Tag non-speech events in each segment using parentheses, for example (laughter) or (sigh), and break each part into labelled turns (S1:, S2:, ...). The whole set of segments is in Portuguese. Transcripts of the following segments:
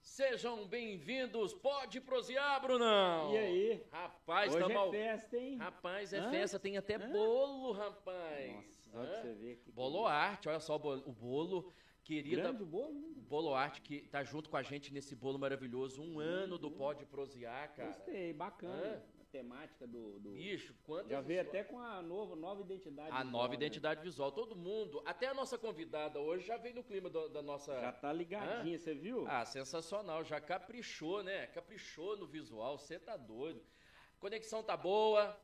S1: Sejam bem-vindos. Pode prosear, Brunão.
S2: E aí?
S1: Rapaz,
S2: Hoje
S1: tá
S2: é
S1: mal.
S2: festa, hein?
S1: Rapaz, é
S2: Hã?
S1: festa, tem até
S2: Hã?
S1: bolo, rapaz.
S2: Nossa, só pra
S1: Hã?
S2: você ver. Que
S1: Bolo Arte, olha só o bolo- o bolo. Querida
S2: Grande o bolo, né?
S1: Bolo Arte, que tá junto com a gente nesse bolo maravilhoso. Um ano do Pode Prosear, cara.
S2: Hum. Gostei, bacana. A temática do... do-
S1: Bicho, quantas
S2: Já veio
S1: histórias.
S2: até com a nova, nova identidade.
S1: A
S2: visual,
S1: nova
S2: né?
S1: identidade visual. Todo mundo, até a nossa convidada hoje, já veio no clima do- da nossa.
S2: Já tá ligadinha, você viu?
S1: Ah, sensacional. Já caprichou, né? Caprichou no visual. Você tá doido. Conexão tá boa.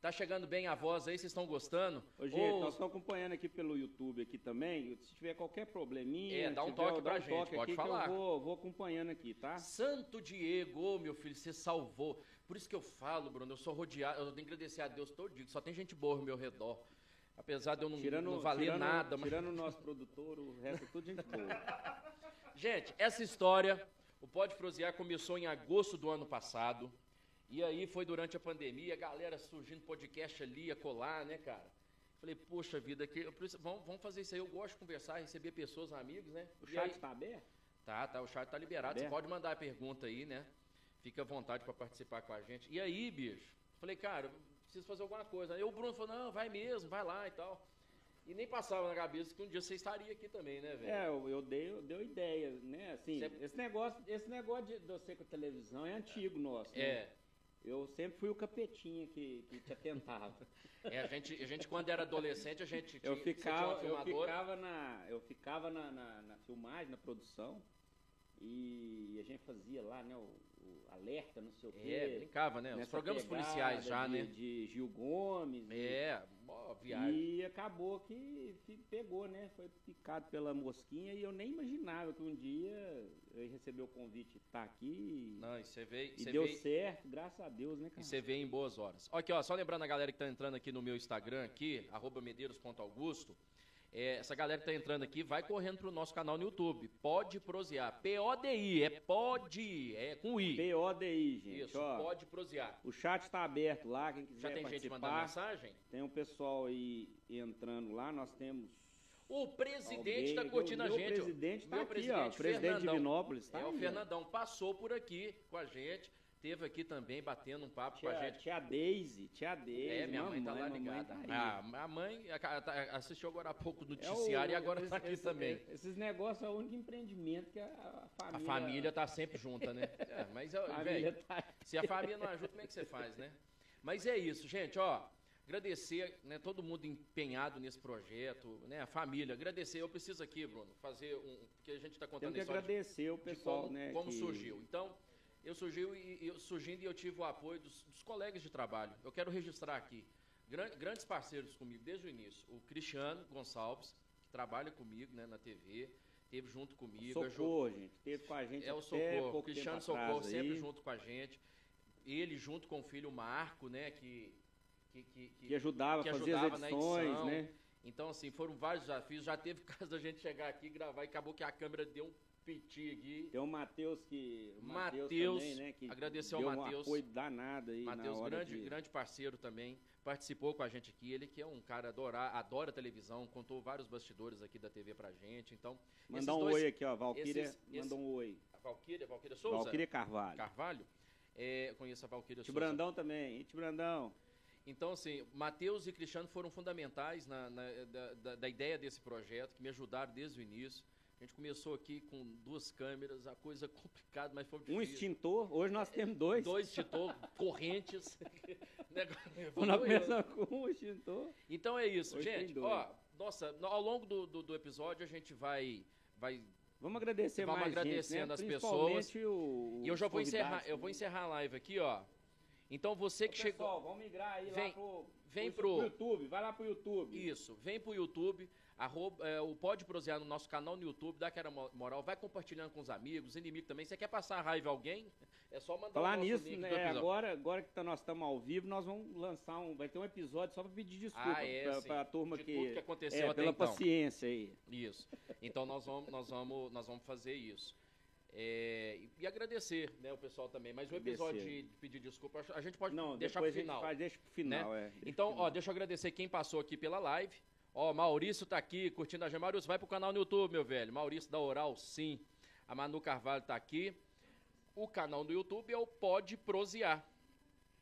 S1: Tá chegando bem a voz aí. Vocês estão gostando?
S2: Ô, gente,
S1: Ô,
S2: nós estamos acompanhando aqui pelo YouTube aqui também. Se tiver qualquer probleminha...
S1: É, dá um
S2: tiver-
S1: toque
S2: dá
S1: pra
S2: um
S1: gente,
S2: toque
S1: pode
S2: aqui
S1: falar.
S2: Que eu vou, vou acompanhando aqui, tá?
S1: Santo Diego, ô meu filho, você salvou. Por isso que eu falo, Bruno, eu sou rodeado, eu tenho que agradecer a Deus todo dia, que só tem gente boa ao meu redor. Apesar de eu não,
S2: Tirando,
S1: não valer
S2: tirando-
S1: nada, mas.
S2: Tirando o nosso produtor, o resto é tudo gente
S1: (laughs)
S2: boa.
S1: Gente, essa história, o Pode Prosear começou em agosto do ano passado. E aí foi durante a pandemia, a galera surgindo podcast ali, a colar, né, cara? Falei, poxa vida, que, por isso- vamos, vamos fazer isso aí. Eu gosto de conversar, receber pessoas, amigos, né?
S2: O
S1: E aí-
S2: chat está aberto?
S1: Tá, tá, o chat tá liberado.
S2: Tá
S1: Você
S2: aberto?
S1: pode mandar a pergunta aí, né? Fica à vontade para participar com a gente. E aí, bicho? Falei, cara, eu preciso fazer alguma coisa. Aí o Bruno falou, não, vai mesmo, vai lá e tal. E nem passava na cabeça que um dia você estaria aqui também, né, velho?
S2: É, eu, eu dei, eu dei ideia, né? Assim,
S1: Cê-
S2: esse negócio, esse negócio de de você com a televisão é antigo nosso. né?
S1: É,
S2: Eu sempre fui o capetinha que, que
S1: (laughs)
S2: te atentava.
S1: é, a, gente, a gente, quando era adolescente, a gente você
S2: Eu
S1: tinha um uma
S2: ficava, eu
S1: filmadora.
S2: ficava na, eu ficava na, na- na filmagem, na produção e a gente fazia lá, né? O, o alerta, não sei o quê.
S1: É, brincava, né? Os
S2: nessa
S1: programas
S2: pegada
S1: policiais já,
S2: de,
S1: né?
S2: De Gil Gomes.
S1: É, ó, viagem.
S2: E acabou que fi- pegou, né? Foi picado pela mosquinha e eu nem imaginava que um dia eu ia receber o convite de estar aqui. e-
S1: Não, e você veio.
S2: E
S1: você
S2: deu
S1: veio-
S2: certo, graças a Deus, né, cara?
S1: E você vê em boas horas. Aqui, ó, só lembrando a galera que tá entrando aqui no meu Instagram aqui, arroba medeiros.augusto. É, essa galera que tá entrando aqui, vai correndo pro nosso canal no YouTube. Pode prosear. P-O-D-I, é pode, é com I.
S2: PODI, gente,
S1: Isso,
S2: ó.
S1: pode prosear.
S2: O chat está aberto lá, quem quiser
S1: Já tem gente mandando
S2: participar.
S1: mensagem?
S2: tem um pessoal aí entrando lá, nós temos
S1: O presidente
S2: alguém-
S1: tá curtindo
S2: o
S1: a
S2: meu
S1: gente. ó.
S2: presidente tá
S1: Meu
S2: aqui, ó, o presidente de
S1: Fernandão.
S2: Divinópolis, tá
S1: É, o
S2: aí, ó.
S1: Fernandão passou por aqui com a gente, teve aqui também batendo um papo com a
S2: Tia,
S1: gente.
S2: tia Daisy, tia Daisy,
S1: É, minha mãe tá
S2: mamãe,
S1: lá
S2: mamãe
S1: ligada.
S2: tá aí.
S1: ah, a mãe a- a- assistiu agora há pouco o
S2: É o-
S1: noticiário e agora
S2: esse-
S1: tá aqui
S2: esse-
S1: também.
S2: Esses negócios é o único empreendimento que a, a
S1: A
S2: família...
S1: família tá sempre junta,
S2: (laughs)
S1: né? É, mas, ó,
S2: a família
S1: velho,
S2: tá...
S1: se a família não ajuda, como é que você faz, né? Mas é isso, gente, ó. Agradecer, né, todo mundo empenhado nesse projeto, né, a família. Agradecer, eu preciso aqui, Bruno, fazer um... Porque a gente está contando
S2: Temos que
S1: a história de-
S2: agradecer o
S1: de
S2: pessoal,
S1: como,
S2: né?
S1: como
S2: que-
S1: surgiu. Então, eu surgiu e eu surgindo e eu tive o apoio dos, dos colegas de trabalho. Eu quero registrar aqui gran- grandes parceiros comigo desde o início. O Cristiano Gonçalves, que trabalha comigo, né, na TV, esteve junto comigo. a Jo-
S2: Socorro, gente. Teve com a gente
S1: é o
S2: até
S1: Socorro,
S2: pouco
S1: Cristiano
S2: tempo
S1: Socorro
S2: atrás
S1: sempre
S2: aí.
S1: junto com a gente. Ele junto com o filho Marco, né, que que, que- que-
S2: que ajudava
S1: que
S2: a fazer
S1: ajudava
S2: as
S1: na
S2: edições,
S1: edição.
S2: né?
S1: Então assim, foram vários desafios, já teve (laughs) caso da gente chegar aqui e gravar e acabou que a câmera deu um piti aqui.
S2: Tem o Matheus que. o
S1: Matheus,
S2: também, né? Que
S1: agradecer ao
S2: deu
S1: Matheus.
S2: Um apoio danado aí.
S1: Matheus,
S2: na hora
S1: grande,
S2: de-
S1: grande parceiro também, participou com a gente aqui. Ele que é um cara adorar, adora televisão, contou vários bastidores aqui da TV pra gente. Então,
S2: Mandar um
S1: dois-
S2: oi aqui, ó. Valquíria
S1: esses-
S2: mandou um oi.
S1: a Valquíria, Valquíria Souza,
S2: Valquíria Carvalho.
S1: Carvalho, é, eu conheço a Valquíria Souza.
S2: Tibrandão também. E Tibrandão.
S1: Então, assim, Matheus e Cristiano foram fundamentais na, na- da, da- da ideia desse projeto, que me ajudaram desde o início. A gente começou aqui com duas câmeras, a coisa (laughs) complicada, mas foi
S2: Um
S1: difícil.
S2: extintor. Hoje nós temos dois.
S1: Dois extintor,
S2: (laughs)
S1: correntes. (laughs) Negócio-
S2: Nós começamos (laughs) com um extintor.
S1: Então é isso,
S2: Hoje tem
S1: gente.
S2: dois.
S1: Ó, nossa, no- ao longo do, do, do episódio a gente vai. vai
S2: Vamos agradecer
S1: Vamos
S2: mais
S1: agradecendo as
S2: gente, né?
S1: pessoas.
S2: Principalmente o-
S1: e eu já
S2: os
S1: vou encerrar,
S2: convidados
S1: eu vou
S2: também.
S1: encerrar a live aqui, ó. Então você
S2: Ô,
S1: que chegou.
S2: Pessoal, vamos migrar aí
S1: Vem-
S2: lá pro,
S1: vem
S2: pro,
S1: pro-
S2: YouTube. Vai lá pro YouTube.
S1: Isso, vem pro YouTube, arroba, é, o Pode Prosear no nosso canal no YouTube, dá aquela mo- moral, vai compartilhando com os amigos, inimigo também. Você quer passar raiva a alguém? É só mandar
S2: Falar
S1: o nosso
S2: nisso,
S1: link
S2: né,
S1: do episódio.
S2: agora, agora que tá- nós estamos ao vivo, nós vamos lançar um. Vai ter um episódio só para pedir desculpa
S1: Ah, é,
S2: pra,
S1: sim.
S2: pra turma
S1: De
S2: que.
S1: tudo que aconteceu
S2: é,
S1: até
S2: pela
S1: então.
S2: paciência aí.
S1: Isso. Então nós vamos, nós vamos, nós vamos fazer isso. É, e- e agradecer, né, o pessoal também. Mas o episódio de,
S2: Agradecer.
S1: de pedir desculpa, acho- a gente pode
S2: Não,
S1: deixar pro
S2: depois a
S1: final.
S2: gente faz, deixa pro final,
S1: né?
S2: é.
S1: Então, ó, deixa eu agradecer quem passou aqui pela live. Ó, Maurício tá aqui curtindo a gente. Maurício, vai pro canal no YouTube, meu velho. Maurício da Oral, sim. A Manu Carvalho tá aqui. O canal do YouTube é o Pode Prosear.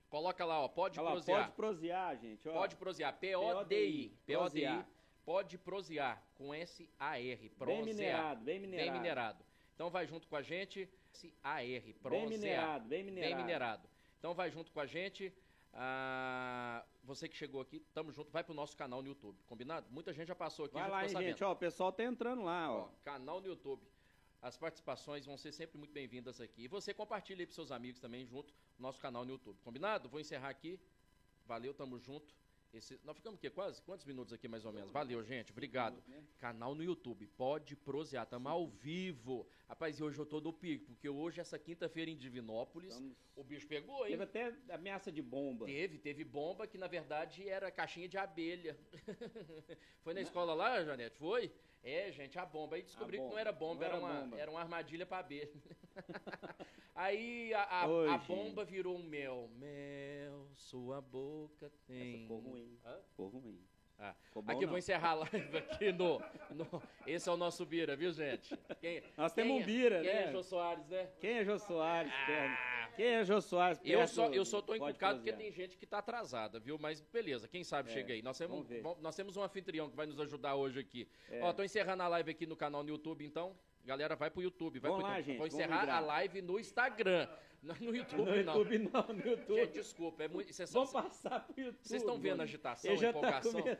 S1: Coloca lá, ó, Pode
S2: Olha lá,
S1: Prosear.
S2: pode prosear, gente. Ó.
S1: Pode prosear. P-O-D-I. P-O-D-I.
S2: Prosear.
S1: Pode prosear. Com S-A-R.
S2: Bem
S1: Prosear.
S2: minerado, bem
S1: Bem
S2: minerado.
S1: minerado. Então vai junto com a gente. S-A-R.
S2: Bem
S1: Prosear.
S2: minerado, bem minerado.
S1: Bem minerado. Então vai junto com a gente. Ah, você que chegou aqui, tamo junto. Vai pro nosso canal no YouTube. Combinado? Muita gente já passou aqui.
S2: Vai
S1: já
S2: lá, hein,
S1: ficou sabendo.
S2: gente. Ó, o pessoal tá entrando lá, ó.
S1: Ó, canal no YouTube. As participações vão ser sempre muito bem-vindas aqui. E você compartilha aí pros seus amigos também junto no nosso canal no YouTube. Combinado? Vou encerrar aqui. Valeu, tamo junto. Esse- Nós ficamos o quê? Quase? Quantos minutos aqui mais ou menos? Valeu, gente. Obrigado. Canal no YouTube. Pode prosear. Tamo ao vivo. Rapaz, e hoje eu tô do pico, porque hoje, essa quinta-feira em Divinópolis,
S2: Estamos-
S1: o bicho pegou, hein?
S2: Teve até ameaça de bomba.
S1: Teve, teve bomba que na verdade era caixinha de abelha. (laughs) foi na escola lá, Janete? Foi? É, gente, a bomba. Aí descobri
S2: A
S1: que não
S2: bomba.
S1: era bomba,
S2: Não
S1: era,
S2: era
S1: uma,
S2: bomba.
S1: era uma armadilha pra abelha. (laughs) Aí a, a-
S2: Oi,
S1: a
S2: gente.
S1: bomba virou um mel. Mel, sua boca tem.
S2: Essa ficou ruim.
S1: Hã?
S2: Ficou ruim.
S1: Ah,
S2: Ficou bom,
S1: Aqui eu
S2: não.
S1: vou encerrar a live aqui no, no- Esse é o nosso Bira, viu, gente? Quem-
S2: Nós
S1: quem
S2: temos
S1: é-
S2: um Bira,
S1: quem
S2: né?
S1: É Jô Soares, né?
S2: Quem é Jô Soares perto? Quem é Jô Soares perto?
S1: Eu só, eu só tô
S2: Pode
S1: encucado porque
S2: prosear.
S1: tem gente que tá atrasada, viu? Mas beleza, quem sabe
S2: É,
S1: chega aí. Nós temos,
S2: vamos ver.
S1: vamos- nós temos um anfitrião que vai nos ajudar hoje aqui.
S2: É.
S1: Ó, tô encerrando a live aqui no canal no YouTube, então. Galera, vai pro YouTube. Vai
S2: Vamos
S1: pro
S2: lá,
S1: YouTube.
S2: gente,
S1: Vou
S2: vamos
S1: encerrar a
S2: migrar.
S1: live no Instagram. (laughs) Não é no YouTube,
S2: (laughs) No
S1: não.
S2: YouTube não, no YouTube.
S1: Gente, desculpa. É muito, vocês são-
S2: Vamos passar pro YouTube.
S1: vocês estão vendo a
S2: mano.
S1: agitação,
S2: Ele
S1: a
S2: já tá,
S1: empolgação?
S2: começando,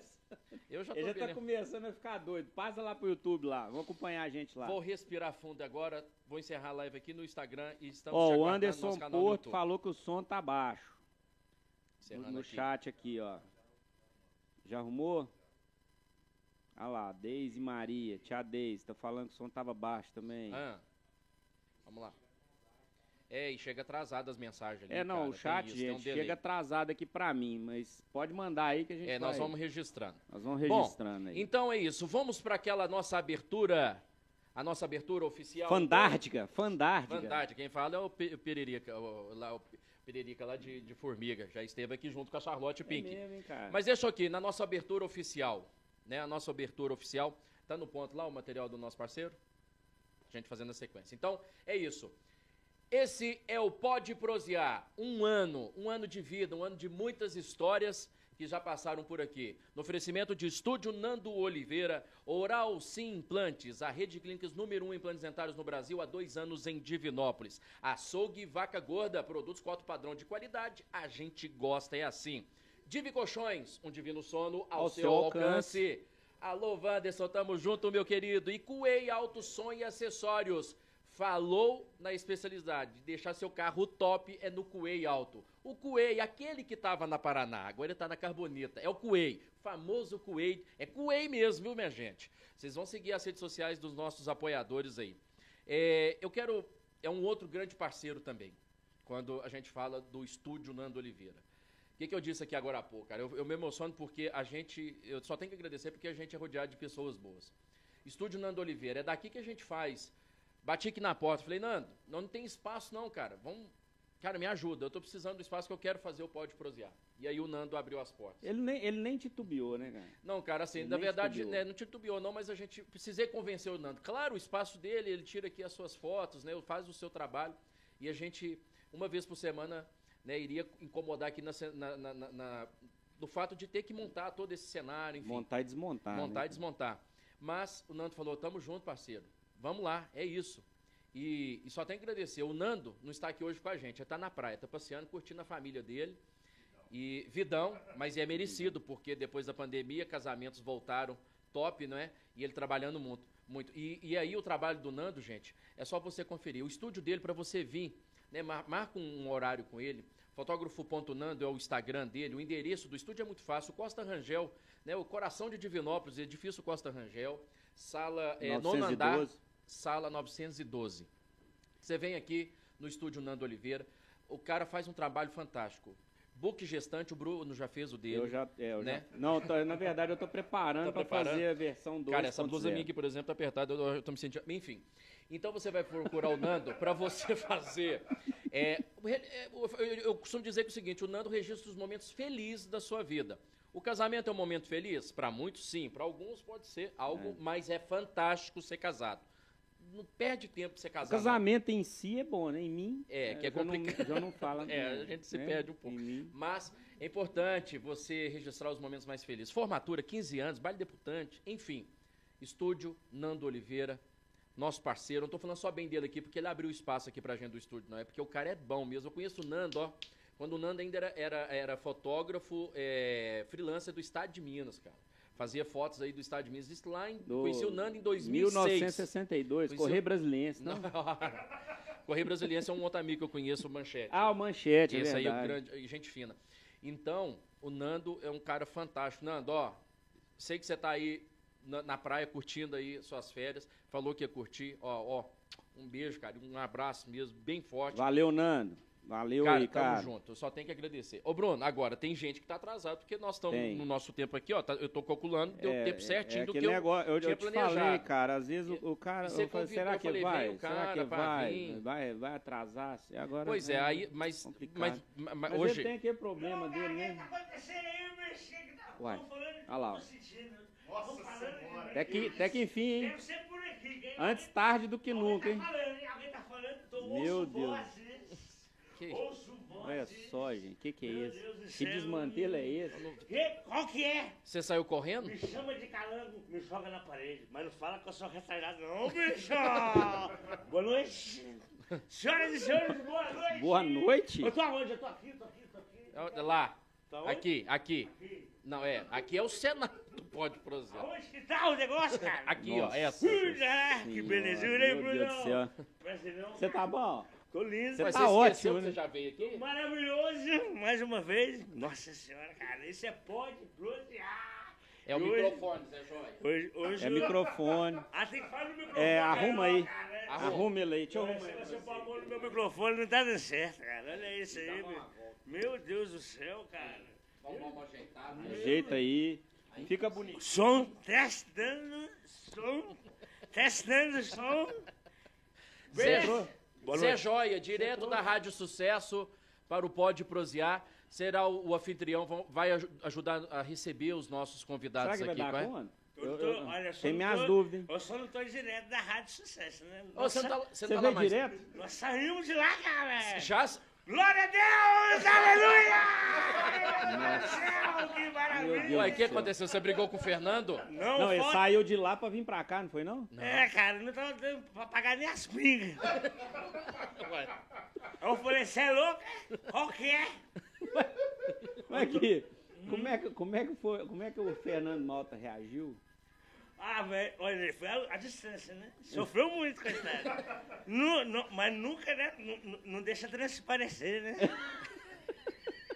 S1: Eu já tô
S2: ele já
S1: vendo.
S2: tá começando a ficar doido. Passa lá pro YouTube lá. Vamos acompanhar a gente lá.
S1: Vou respirar fundo agora. Vou encerrar a live aqui no Instagram e estamos te
S2: Ó, o
S1: aguardando né, no
S2: Anderson
S1: nosso canal no
S2: Porto
S1: YouTube.
S2: falou que o som tá baixo. No,
S1: Encerrando
S2: no
S1: aqui.
S2: chat aqui, ó. Já arrumou? Ah lá, Deise Maria, tia Deise, tá falando que o som tava baixo também.
S1: Ah, vamos lá. É, e chega atrasado as mensagens ali,
S2: É, não,
S1: cara,
S2: o
S1: tem
S2: chat,
S1: isso, tem um
S2: gente,
S1: delay.
S2: chega atrasado aqui pra mim, mas pode mandar aí que a gente
S1: É,
S2: vai.
S1: nós vamos registrando.
S2: nós vamos
S1: Bom,
S2: registrando aí.
S1: Então é isso, vamos para aquela nossa abertura, a nossa abertura oficial.
S2: Fandárdica, fandárdica.
S1: Verdade, quem fala é o Pe- o Pererica, o, lá, o Pererica lá de, de Formiga, já esteve aqui junto com a Charlotte
S2: É
S1: Pink.
S2: mesmo, hein, cara?
S1: Mas deixa aqui, na nossa abertura oficial, né, a nossa abertura oficial, tá no ponto lá o material do nosso parceiro? A gente fazendo a sequência. Então, é isso. Esse é o Pode Prosear, um ano, um ano de vida, um ano de muitas histórias que já passaram por aqui. No oferecimento de Estúdio Nando Oliveira, Oral Sim Implantes, a rede de clínicas número 1 um em implantes dentários no Brasil há dois anos em Divinópolis. Açougue e Vaca Gorda, produtos com alto padrão de qualidade, a gente gosta, é assim. Divi Colchões, um divino sono ao, seu, alcance. Alô, Wanderson, tamo junto, meu querido. E Cuei Alto Som e Acessórios. Falou na especialidade, de deixar seu carro top é no Cuei Alto. O Cuei, aquele que tava na Paraná, agora ele tá na Carbonita, é o Cuei, famoso Cuei, é Cuei mesmo, viu, minha gente? Vocês vão seguir as redes sociais dos nossos apoiadores aí. É, eu quero, é um outro grande parceiro também, quando a gente fala do estúdio Nando Oliveira. O que, que eu disse aqui agora há pouco, cara? Eu, eu me emociono porque a gente. Eu só tenho que agradecer porque a gente é rodeado de pessoas boas. Estúdio Nando Oliveira, é daqui que a gente faz. Bati aqui na porta, falei, Nando, não, não tem espaço não, cara. Vamos. Cara, me ajuda, eu tô precisando do espaço que eu quero fazer o pode prosear. E aí o Nando abriu as portas.
S2: Ele nem, ele nem titubeou, né, cara?
S1: Não, cara, assim,
S2: Ele
S1: na
S2: nem
S1: verdade,
S2: titubeou.
S1: né, não titubeou não, mas a gente precisei convencer o Nando. Claro, o espaço dele, ele tira aqui as suas fotos, né, faz o seu trabalho, e a gente, uma vez por semana, né, iria incomodar aqui na, ce- na- na- na- na- do fato de ter que montar todo esse cenário, enfim, montar,
S2: Montar e desmontar. né,
S1: e
S2: cara?
S1: desmontar. Mas o Nando falou, tamo junto, parceiro, vamos lá, é isso. E, e só tem que agradecer, o Nando não está aqui hoje com a gente, ele está na praia, tá passeando, curtindo a família dele, e Vidão, mas é merecido, porque depois da pandemia, casamentos voltaram top, não é? E ele trabalhando muito. muito. E, e aí o trabalho do Nando, gente, é só você conferir. O estúdio dele, para você vir, né? mar- marca um horário com ele. Fotógrafo.nando é o Instagram dele, o endereço do estúdio é muito fácil. Costa Rangel, né? O coração de Divinópolis, edifício Costa Rangel, sala é, nono andar
S2: 912.
S1: sala 912. Você vem aqui no estúdio Nando Oliveira, o cara faz um trabalho fantástico. Book gestante, o Bruno já fez o dele.
S2: Eu já, é, eu
S1: né?
S2: já. Não, tô- na verdade eu tô preparando
S1: Tá
S2: pra
S1: preparando?
S2: fazer a versão 2.
S1: Cara, essa blusa minha aqui, por exemplo, tá apertada, eu, eu tô me sentindo. Enfim. Então você vai procurar o Nando para você (laughs) fazer. é, re- é, eu, eu costumo dizer que é o seguinte: o Nando registra os momentos felizes da sua vida. O casamento é um momento feliz? Para muitos, sim. Para alguns, pode ser algo, mas é fantástico ser casado. não perde tempo pra você
S2: O
S1: casar. não.
S2: casamento em si é bom, né? Em mim.
S1: É, que é
S2: já não-
S1: complicado.
S2: (laughs) já não fala.
S1: (laughs) É,
S2: muito,
S1: a gente se
S2: né?
S1: perde um pouco.
S2: Em mim.
S1: Mas é importante você registrar os momentos mais felizes. Formatura, 15 anos, baile deputante, enfim. Estúdio Nando Oliveira, nosso parceiro. Não tô falando só bem dele aqui, porque ele abriu espaço aqui pra gente do estúdio, não é? Porque o cara é bom mesmo. Eu conheço o Nando, ó. Quando o Nando ainda era, era, era fotógrafo, é, freelancer do estado de Minas, cara. Fazia fotos aí do estado de Minas. Isso lá em,
S2: Do-
S1: conheci o Nando em 2006.
S2: 1962,
S1: Conheceu-
S2: Correio Brasiliense. Não?
S1: Não. (laughs) Correio Brasiliense é um outro amigo que eu conheço, o Manchete.
S2: Ah, o Manchete,
S1: Esse
S2: é
S1: aí é
S2: verdade.
S1: o grande, e gente fina. Então, o Nando é um cara fantástico. Nando, ó, sei que você tá aí na, na praia curtindo aí suas férias, falou que ia curtir, ó, ó, um beijo, cara, um abraço mesmo, bem forte.
S2: Valeu, Nando. Valeu
S1: cara,
S2: aí,
S1: tamo
S2: cara.
S1: junto, eu só tenho que agradecer. Ô, Bruno, agora, tem gente que tá atrasado, porque nós estamos
S2: Tem.
S1: no nosso tempo aqui, ó, tá- eu tô calculando, deu
S2: É,
S1: tempo certinho
S2: é
S1: do que
S2: aquele
S1: eu...
S2: negócio, eu,
S1: tinha
S2: eu te falei,
S1: planejado.
S2: cara, às vezes o, o cara,
S1: E você
S2: eu falei,
S1: convidou,
S2: será
S1: eu
S2: que
S1: falei,
S2: vai?
S1: vem o
S2: será que
S1: cara pra
S2: vai?
S1: vir.
S2: vai? Vai atrasar? Se Agora,
S1: Pois é, aí, mas,
S2: né? complicado.
S1: mas, mas,
S2: Mas
S1: hoje...
S2: ele tem aquele problema dele,
S3: Tá
S2: né?
S3: acontecendo aí, eu mexi que tá
S2: Uai,
S3: tão falando,
S2: olha lá, ó.
S3: tô sentindo.
S4: Nossa
S3: Tão falando,
S4: Senhora.
S3: né?
S2: Até que, até que enfim, hein?
S3: Deve ser por aqui, que
S2: Antes
S3: alguém-
S2: tarde do que
S3: alguém
S2: nunca,
S3: tá
S2: hein?
S3: falando, hein? Alguém tá falando, tô
S2: Meu
S3: ouço
S2: Deus.
S3: vozes.
S1: Que-
S3: Ouço vozes.
S2: Olha só, gente, que que é
S3: Meu Deus do
S2: isso? Que
S3: céu.
S2: desmantelo é esse?
S3: E, qual que é?
S1: Você saiu correndo?
S3: Me chama de calango, me joga na parede. Mas não fala que eu sou retardado, não,
S2: (laughs)
S3: bicho! boa noite. Senhoras e senhores, boa noite.
S2: Boa noite?
S3: Eu tô aonde? Eu tô aqui, tô aqui, tô aqui.
S1: Lá,
S3: Tá onde?
S1: aqui, aqui.
S3: Aqui.
S1: Não, é, aqui é o Senado, pode prosseguir.
S3: Aonde que tá o negócio, cara?
S2: (laughs)
S1: Aqui, ó, é assim.
S2: Nossa
S1: essa.
S3: Ah, que
S2: Senhora,
S3: belezura, hein,
S2: Meu Deus do
S3: Bruno?
S2: céu.
S3: Parece não.
S2: Você tá bom?
S3: Tô lindo.
S2: Você
S1: Mas
S2: tá
S1: esqueceu
S2: ótimo,
S1: que
S2: né?
S1: Você já veio aqui?
S3: Maravilhoso, mais uma vez. Nossa senhora, cara, isso é pode bronzear.
S1: É o
S3: Hoje-
S1: microfone, Zé Joia.
S3: Hoje, hoje
S2: É
S3: eu-
S2: microfone.
S3: Ah, tem que falar no microfone.
S2: É, arruma aí.
S3: cara, né?
S1: Arruma.
S2: Arruma ele aí. Deixa eu
S3: Olha,
S2: arrumar
S3: Se
S2: ele.
S3: você pôr a mão no meu microfone, não tá dando certo, cara. Olha isso aí, meu. Meu Deus do céu, cara.
S1: Vamos dar uma ajeitada.
S2: Ajeita aí. Fica bonito.
S3: Som, testando, som, testando, som.
S1: Zé,
S2: Entrou?
S3: Boa
S1: Zé
S3: noite.
S1: Joia, direto da Rádio Sucesso para o Pode Prosear. Será o, o anfitrião, vão- vai aj- ajudar a receber os nossos
S2: Será
S1: convidados
S2: que vai
S1: aqui.
S2: dar
S1: qual é?
S2: conta?
S3: Eu tô- olha, só
S2: Tem
S3: não
S2: minhas
S3: tô-
S2: dúvidas. hein?
S3: Eu só não tô direto da Rádio Sucesso, né?
S1: Ô, você não tá, você não
S2: Você
S1: tá lá
S2: vê
S1: mais? É.
S2: direto?
S3: Nós saímos de lá, cara.
S1: Já?
S3: Glória a Deus! Aleluia! Meu Deus do céu, que
S2: Meu
S3: maravilha!
S2: Deus.
S1: Ué, o que
S2: céu.
S1: aconteceu? Você brigou com o
S2: (laughs)
S1: Fernando?
S3: Não,
S2: Não, ele
S3: falta-
S2: saiu de lá pra vir pra cá, não foi não?
S3: É, cara, não tava dando pra pagar nem as pingas.
S1: Ué,
S3: Eu falei, você é louco? Qual que é?
S2: Mas aqui, como é que, como é que, foi, como é que o Fernando Malta reagiu?
S3: Ah, velho, olha, ele foi a, a distância, né? Sofreu muito, coitado. Nu- nu- mas nunca, né? nu- nu- Não deixa transparecer, né?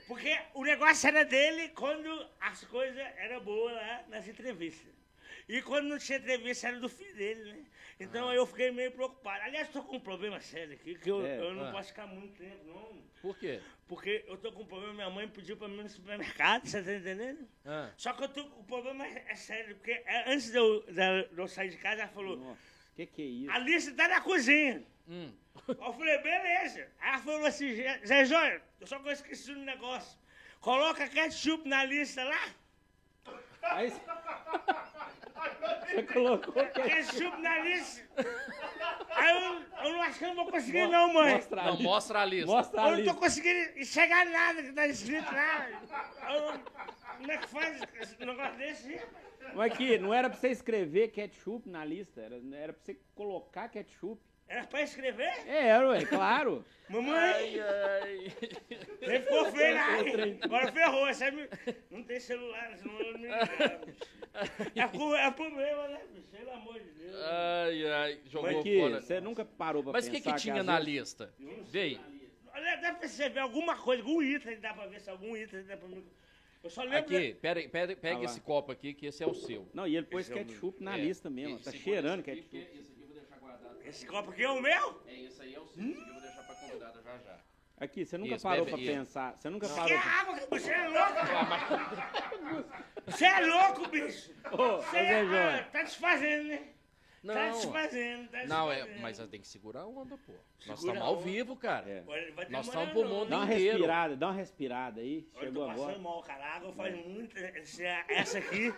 S3: Porque o negócio era dele quando as coisas eram boas lá nas entrevistas. E quando não tinha entrevista era do filho dele, né? Então aí eu fiquei meio preocupado. Aliás, estou com um problema sério aqui, que eu,
S2: É,
S3: eu não
S1: ah.
S3: posso ficar muito tempo, não.
S1: Por quê?
S3: Porque eu tô com um problema, minha mãe pediu pra mim no supermercado, você tá entendendo?
S1: Ah,
S3: Só que eu tô, o problema é, é sério, porque é, antes de eu, da- de eu sair de casa, ela falou,
S2: Nossa, que que é isso?
S3: a lista tá na cozinha.
S1: hum.
S3: Eu falei, beleza. Aí ela falou assim, Zé- Zé Joia, eu só que eu esqueci um negócio. Coloca ketchup na lista lá.
S2: Aí
S3: (laughs)
S2: você- você colocou que é
S3: Ketchup na lista. Aí eu, eu não acho que eu não vou conseguir não, mãe.
S2: Mostra
S1: Não,
S2: Tá ali.
S1: mostra a lista.
S2: Mostra
S3: Eu
S2: ali.
S3: não tô conseguindo enxergar nada que tá escrito lá. Eu- como é que faz esse negócio desse? rapaz?
S2: Mas aqui, não era pra você escrever ketchup na lista, era, era pra você colocar ketchup.
S3: Era pra escrever?
S2: É, era, ué, claro.
S3: Mamãe,
S1: Ai, ai.
S3: nem ficou feio lá.
S2: Outra-
S3: Agora ferrou, sabe? Não tem celular, senão eu me engano. É, cu- é problema, né, bicho? Pelo amor de Deus.
S1: Ai, ai. Jogou
S2: Mas aqui,
S1: fora.
S2: é você nunca parou pra
S1: Mas o
S2: pensar
S1: que, que tinha
S2: às
S1: na
S2: vezes-
S1: lista? Vem.
S3: Olha, dá pra você ver alguma coisa, algum item, dá pra ver se algum item dá pra mim. Eu só lembro...
S1: Aqui, pera, pera, pega
S2: Ah lá.
S1: esse copo aqui, que esse é o seu.
S2: Não, e ele pôs
S3: Esse é o
S2: ketchup na
S1: É,
S2: lista mesmo,
S1: e
S2: tá
S1: segura
S2: cheirando
S1: esse aqui,
S2: ketchup.
S3: é-
S1: porque Esse aqui eu vou deixar guardado.
S3: Esse copo aqui é o meu?
S1: É, esse aí é o seu, esse aqui eu vou deixar pra convidada já já.
S2: Aqui, você nunca
S1: Isso,
S2: parou
S1: bebe
S2: pra
S3: é.
S1: isso.
S2: pensar, você nunca
S3: Que
S2: parou pra...
S3: água, que você é louco? Você é louco, bicho.
S2: Ô, ô,
S3: Você
S2: Zé
S3: é,
S2: Joia.
S3: ah, tá desfazendo, né?
S1: Não,
S3: Tá desfazendo, tá
S1: não é,
S3: desfazendo.
S1: mas tem que segurar a onda, pô. Nós
S3: Segura
S1: estamos
S3: a
S1: ao
S3: onda.
S1: vivo, cara.
S2: É.
S3: Olha, vai
S1: Nós
S3: demorar
S1: estamos pro
S3: não,
S1: mundo
S3: hein?
S2: Dá uma
S1: inteiro.
S2: respirada, dá uma respirada aí.
S3: Olha, eu
S2: Chegou
S3: tô passando
S2: agora.
S3: mal, cara. A água faz muito. Essa, essa aqui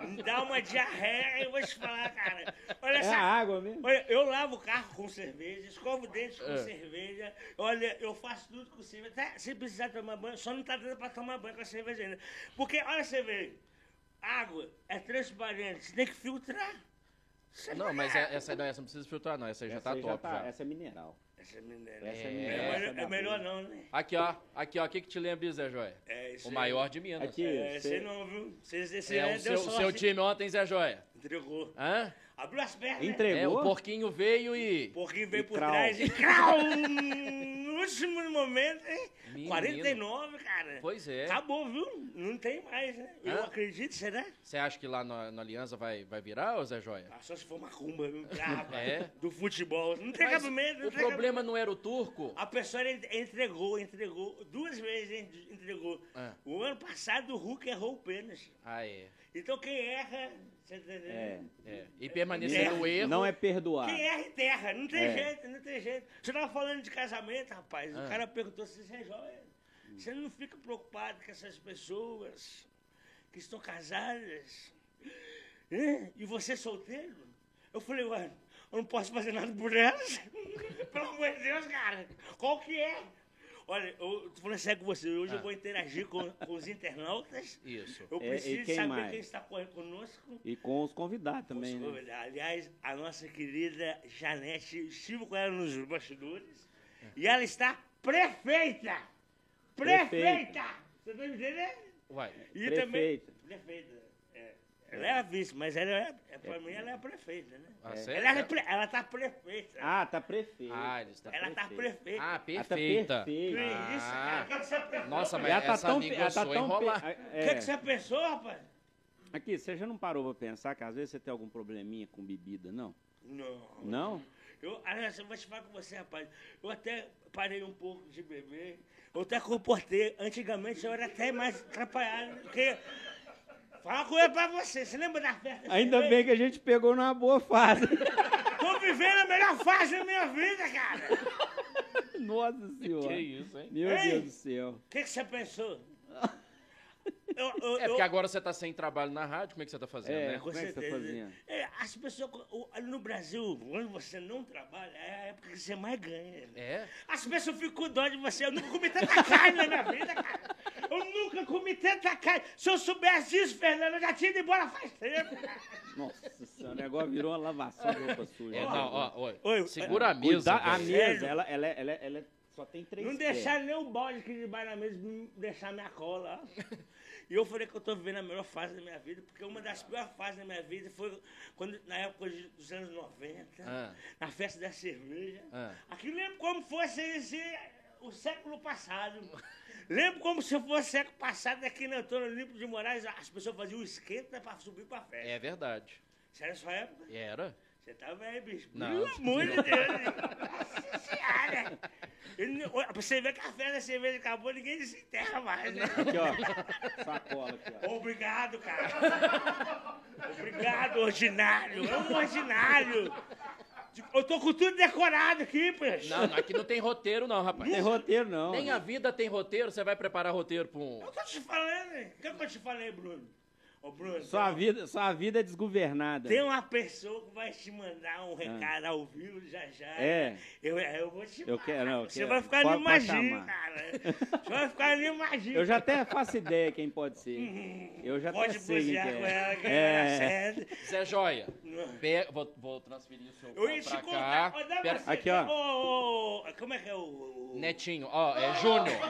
S3: me dá uma diarreia, eu vou te falar, cara. Olha
S2: É
S3: essa.
S2: a água mesmo.
S3: Olha, eu lavo o carro com cerveja, escovo o dente com
S1: É.
S3: cerveja. Olha, eu faço tudo com cerveja. Até se precisar tomar banho, só não tá dando pra tomar banho com a cerveja ainda. Porque, olha a cerveja. Água é transparente, você tem que filtrar. Você
S1: Não, mas é- essa, não, essa não precisa filtrar, não. Essa aí já
S2: Essa
S1: tá
S2: aí
S1: top. Já
S2: Essa é mineral.
S3: Essa é minério.
S1: É.
S2: Essa é,
S3: É,
S2: mineral.
S3: melhor-
S2: essa
S3: é
S2: dá
S3: melhor
S2: ruim.
S3: não, né?
S1: Aqui, ó. Aqui, ó. O que, que te lembra isso, Zé Joia?
S3: É, isso
S1: o
S3: aí.
S1: maior de Minas.
S2: Aqui,
S3: É,
S2: Cê-
S3: sei não, viu? Você, você,
S1: é, o seu,
S3: deu
S1: seu
S3: sorte.
S1: time ontem, Zé Joia.
S3: Entregou.
S1: Hã?
S3: Abriu as pernas.
S1: É, o
S2: Entregou?
S1: porquinho veio e.
S3: Porque veio
S2: E
S3: por
S2: crau.
S3: trás e crau! No último momento, hein?
S1: Menino.
S3: 49, cara.
S1: Pois é.
S3: Acabou, viu? Não tem mais, né? Eu
S1: Hã?
S3: acredito, será?
S1: Você acha que lá na, na Aliança vai, vai virar, ô Zé Joia?
S3: Ah, só se for uma cumba, viu?
S1: (laughs)
S3: Brava,
S1: É.
S3: Do futebol. Não tem
S1: Mas
S3: cabimento, não
S1: o
S3: tem
S1: problema não era o turco?
S3: cabimento. A pessoa en- entregou, entregou. Duas vezes hein, entregou.
S1: Ah.
S3: O ano passado o Hulk errou o pênalti.
S1: Ah, é.
S3: Então quem erra, você tá entendendo?
S2: É.
S1: é. E permanecer
S3: É.
S1: no erro.
S2: Não é perdoar.
S3: Quem erra enterra, não tem
S2: É.
S3: jeito, não tem jeito. Você tava falando de casamento, rapaz.
S1: Ah.
S3: O cara perguntou se você é jovem. Você não fica preocupado com essas pessoas que estão casadas? né? E você solteiro? Eu falei, ué, eu não posso fazer nada por elas. (laughs) Pelo amor de Deus, cara. Qual que é? Olha, eu tô falando sério com você. Hoje eu vou interagir com, com os internautas.
S1: Isso.
S3: Eu
S2: É, Ah. e
S3: preciso
S2: quem
S3: saber
S2: mais?
S3: quem está correndo conosco.
S2: E com os convidados também,
S3: Vamos
S2: né?
S3: convidar. Aliás, a nossa querida Janete, estive com ela nos bastidores
S2: É.
S3: e ela está prefeita! Prefeita!
S2: Prefeita.
S3: Você tá me entendendo?
S1: Vai.
S3: E
S2: Prefeita.
S3: também. Prefeita. É. Ela é a vice, mas ela é, é, pra mim ela é a prefeita, né?
S1: Ah, sério?
S3: Ela, é pre- ela tá prefeita.
S2: Ah, tá prefeito.
S1: Ah, eles tá-
S3: ela tá prefeita.
S1: Ah,
S2: Ah, tá
S1: perfeita.
S3: Que
S2: perfeita.
S3: isso, cara? é Quer ser prefeita?
S1: Nossa, mas
S2: Já tá
S1: essa
S2: tão,
S1: língua
S2: ela tá
S1: sua
S2: tão pe-
S1: enrolar.
S3: O que, que
S2: é,
S3: você pensou, rapaz?
S2: Aqui, você já não parou pra pensar que às vezes você tem algum probleminha com bebida, não?
S3: Não.
S2: Não?
S3: Eu, aliás, eu vou te falar com você, rapaz. Eu até parei um pouco de beber. Eu até comportei. Antigamente eu era até mais atrapalhado. Porque. Fala uma coisa pra você. Você lembra da festa? que
S2: Ainda
S3: você
S2: bem
S3: fez?
S2: que a gente pegou numa boa
S3: (laughs)
S2: fase.
S3: Tô vivendo a melhor fase da minha vida, cara.
S2: Nossa senhora.
S1: Que isso, hein?
S2: Meu
S3: Ei!
S2: Deus do céu.
S3: O que, que você pensou? Eu- eu-
S1: É
S3: eu-
S1: porque agora você tá sem trabalho na rádio, como é que você tá fazendo,
S2: É.
S1: né?
S2: Como é que você tá fazendo?
S3: É, as pessoas. o- No Brasil, quando você não trabalha, é a época que você mais ganha. né?
S1: É?
S3: As pessoas ficam com dó de você. Eu nunca comi tanta carne na minha vida, cara. Eu nunca comi tanta carne. Se eu soubesse disso, Fernando, eu já tinha ido embora faz tempo.
S2: Nossa senhora, o negócio virou uma lavação de roupa suja.
S1: É, não, ó, ó,
S3: Oi,
S1: segura a mesa.
S2: Cuidar- a
S1: velho.
S2: mesa,
S3: Sério?
S2: ela, ela, é, ela, ela só tem três
S3: Não
S2: pés.
S3: (laughs) deixaram nem o balde aqui debaixo da mesa pra me deixar minha cola. (laughs) ó. E eu falei que eu tô vivendo a melhor fase da minha vida, porque uma das piores fases da minha vida foi quando, na época de- dos anos 90,
S1: Ah.
S3: na festa da cerveja.
S1: Ah.
S3: Aquilo lembro como fosse esse, o século passado. Lembro como se fosse o século passado, aqui na Antônio Olímpio de Moraes, as pessoas faziam um esquenta pra subir pra festa.
S1: É verdade.
S3: Isso era sua época?
S1: Era.
S3: Você tava aí, bicho.
S1: Não.
S3: Pelo amor de Deus. Nossa senhora. Ele não- olha, pra você ver que a festa da cerveja acabou, ninguém desenterra mais, né?
S2: Aqui, ó. Sacola aqui, ó.
S3: Obrigado, cara. Obrigado, ordinário. É um ordinário. Eu tô com tudo decorado aqui, peixe.
S1: Não, não, aqui não tem roteiro, não, rapaz.
S2: Não tem roteiro, não.
S1: Nem a vida tem roteiro, você vai preparar roteiro pra um.
S3: Eu tô te falando, hein? O que, que eu te falei, Bruno? Ô, Bruno,
S2: Sua vida, sua vida é desgovernada.
S3: tem um- uma pessoa que vai te mandar um recado ao vivo já já.
S2: Ah. É.
S3: Eu, eu vou te
S2: Eu
S3: falar.
S2: quero, não, eu
S3: Você
S2: quero.
S3: vai ficar
S2: Pode-
S3: no
S2: pode
S3: magia,
S2: chamar.
S3: cara. Você vai ficar no magia.
S2: Eu já até faço ideia quem pode ser. Eu já
S3: Uhum. Pode
S2: até sei quem que
S3: buzear com ela,
S2: é.
S3: que é.
S2: é.
S3: certo.
S1: Zé Joia,
S3: Não.
S1: pe- vou, vou transferir o seu
S3: Eu ia
S1: copo
S3: te
S1: pra
S3: contar.
S1: cá.
S3: ó, dá
S1: Pera-
S3: você-
S2: Aqui, ó.
S3: Ô, ô, ô, como é que é o. o-
S1: Netinho, ó, é Júnior.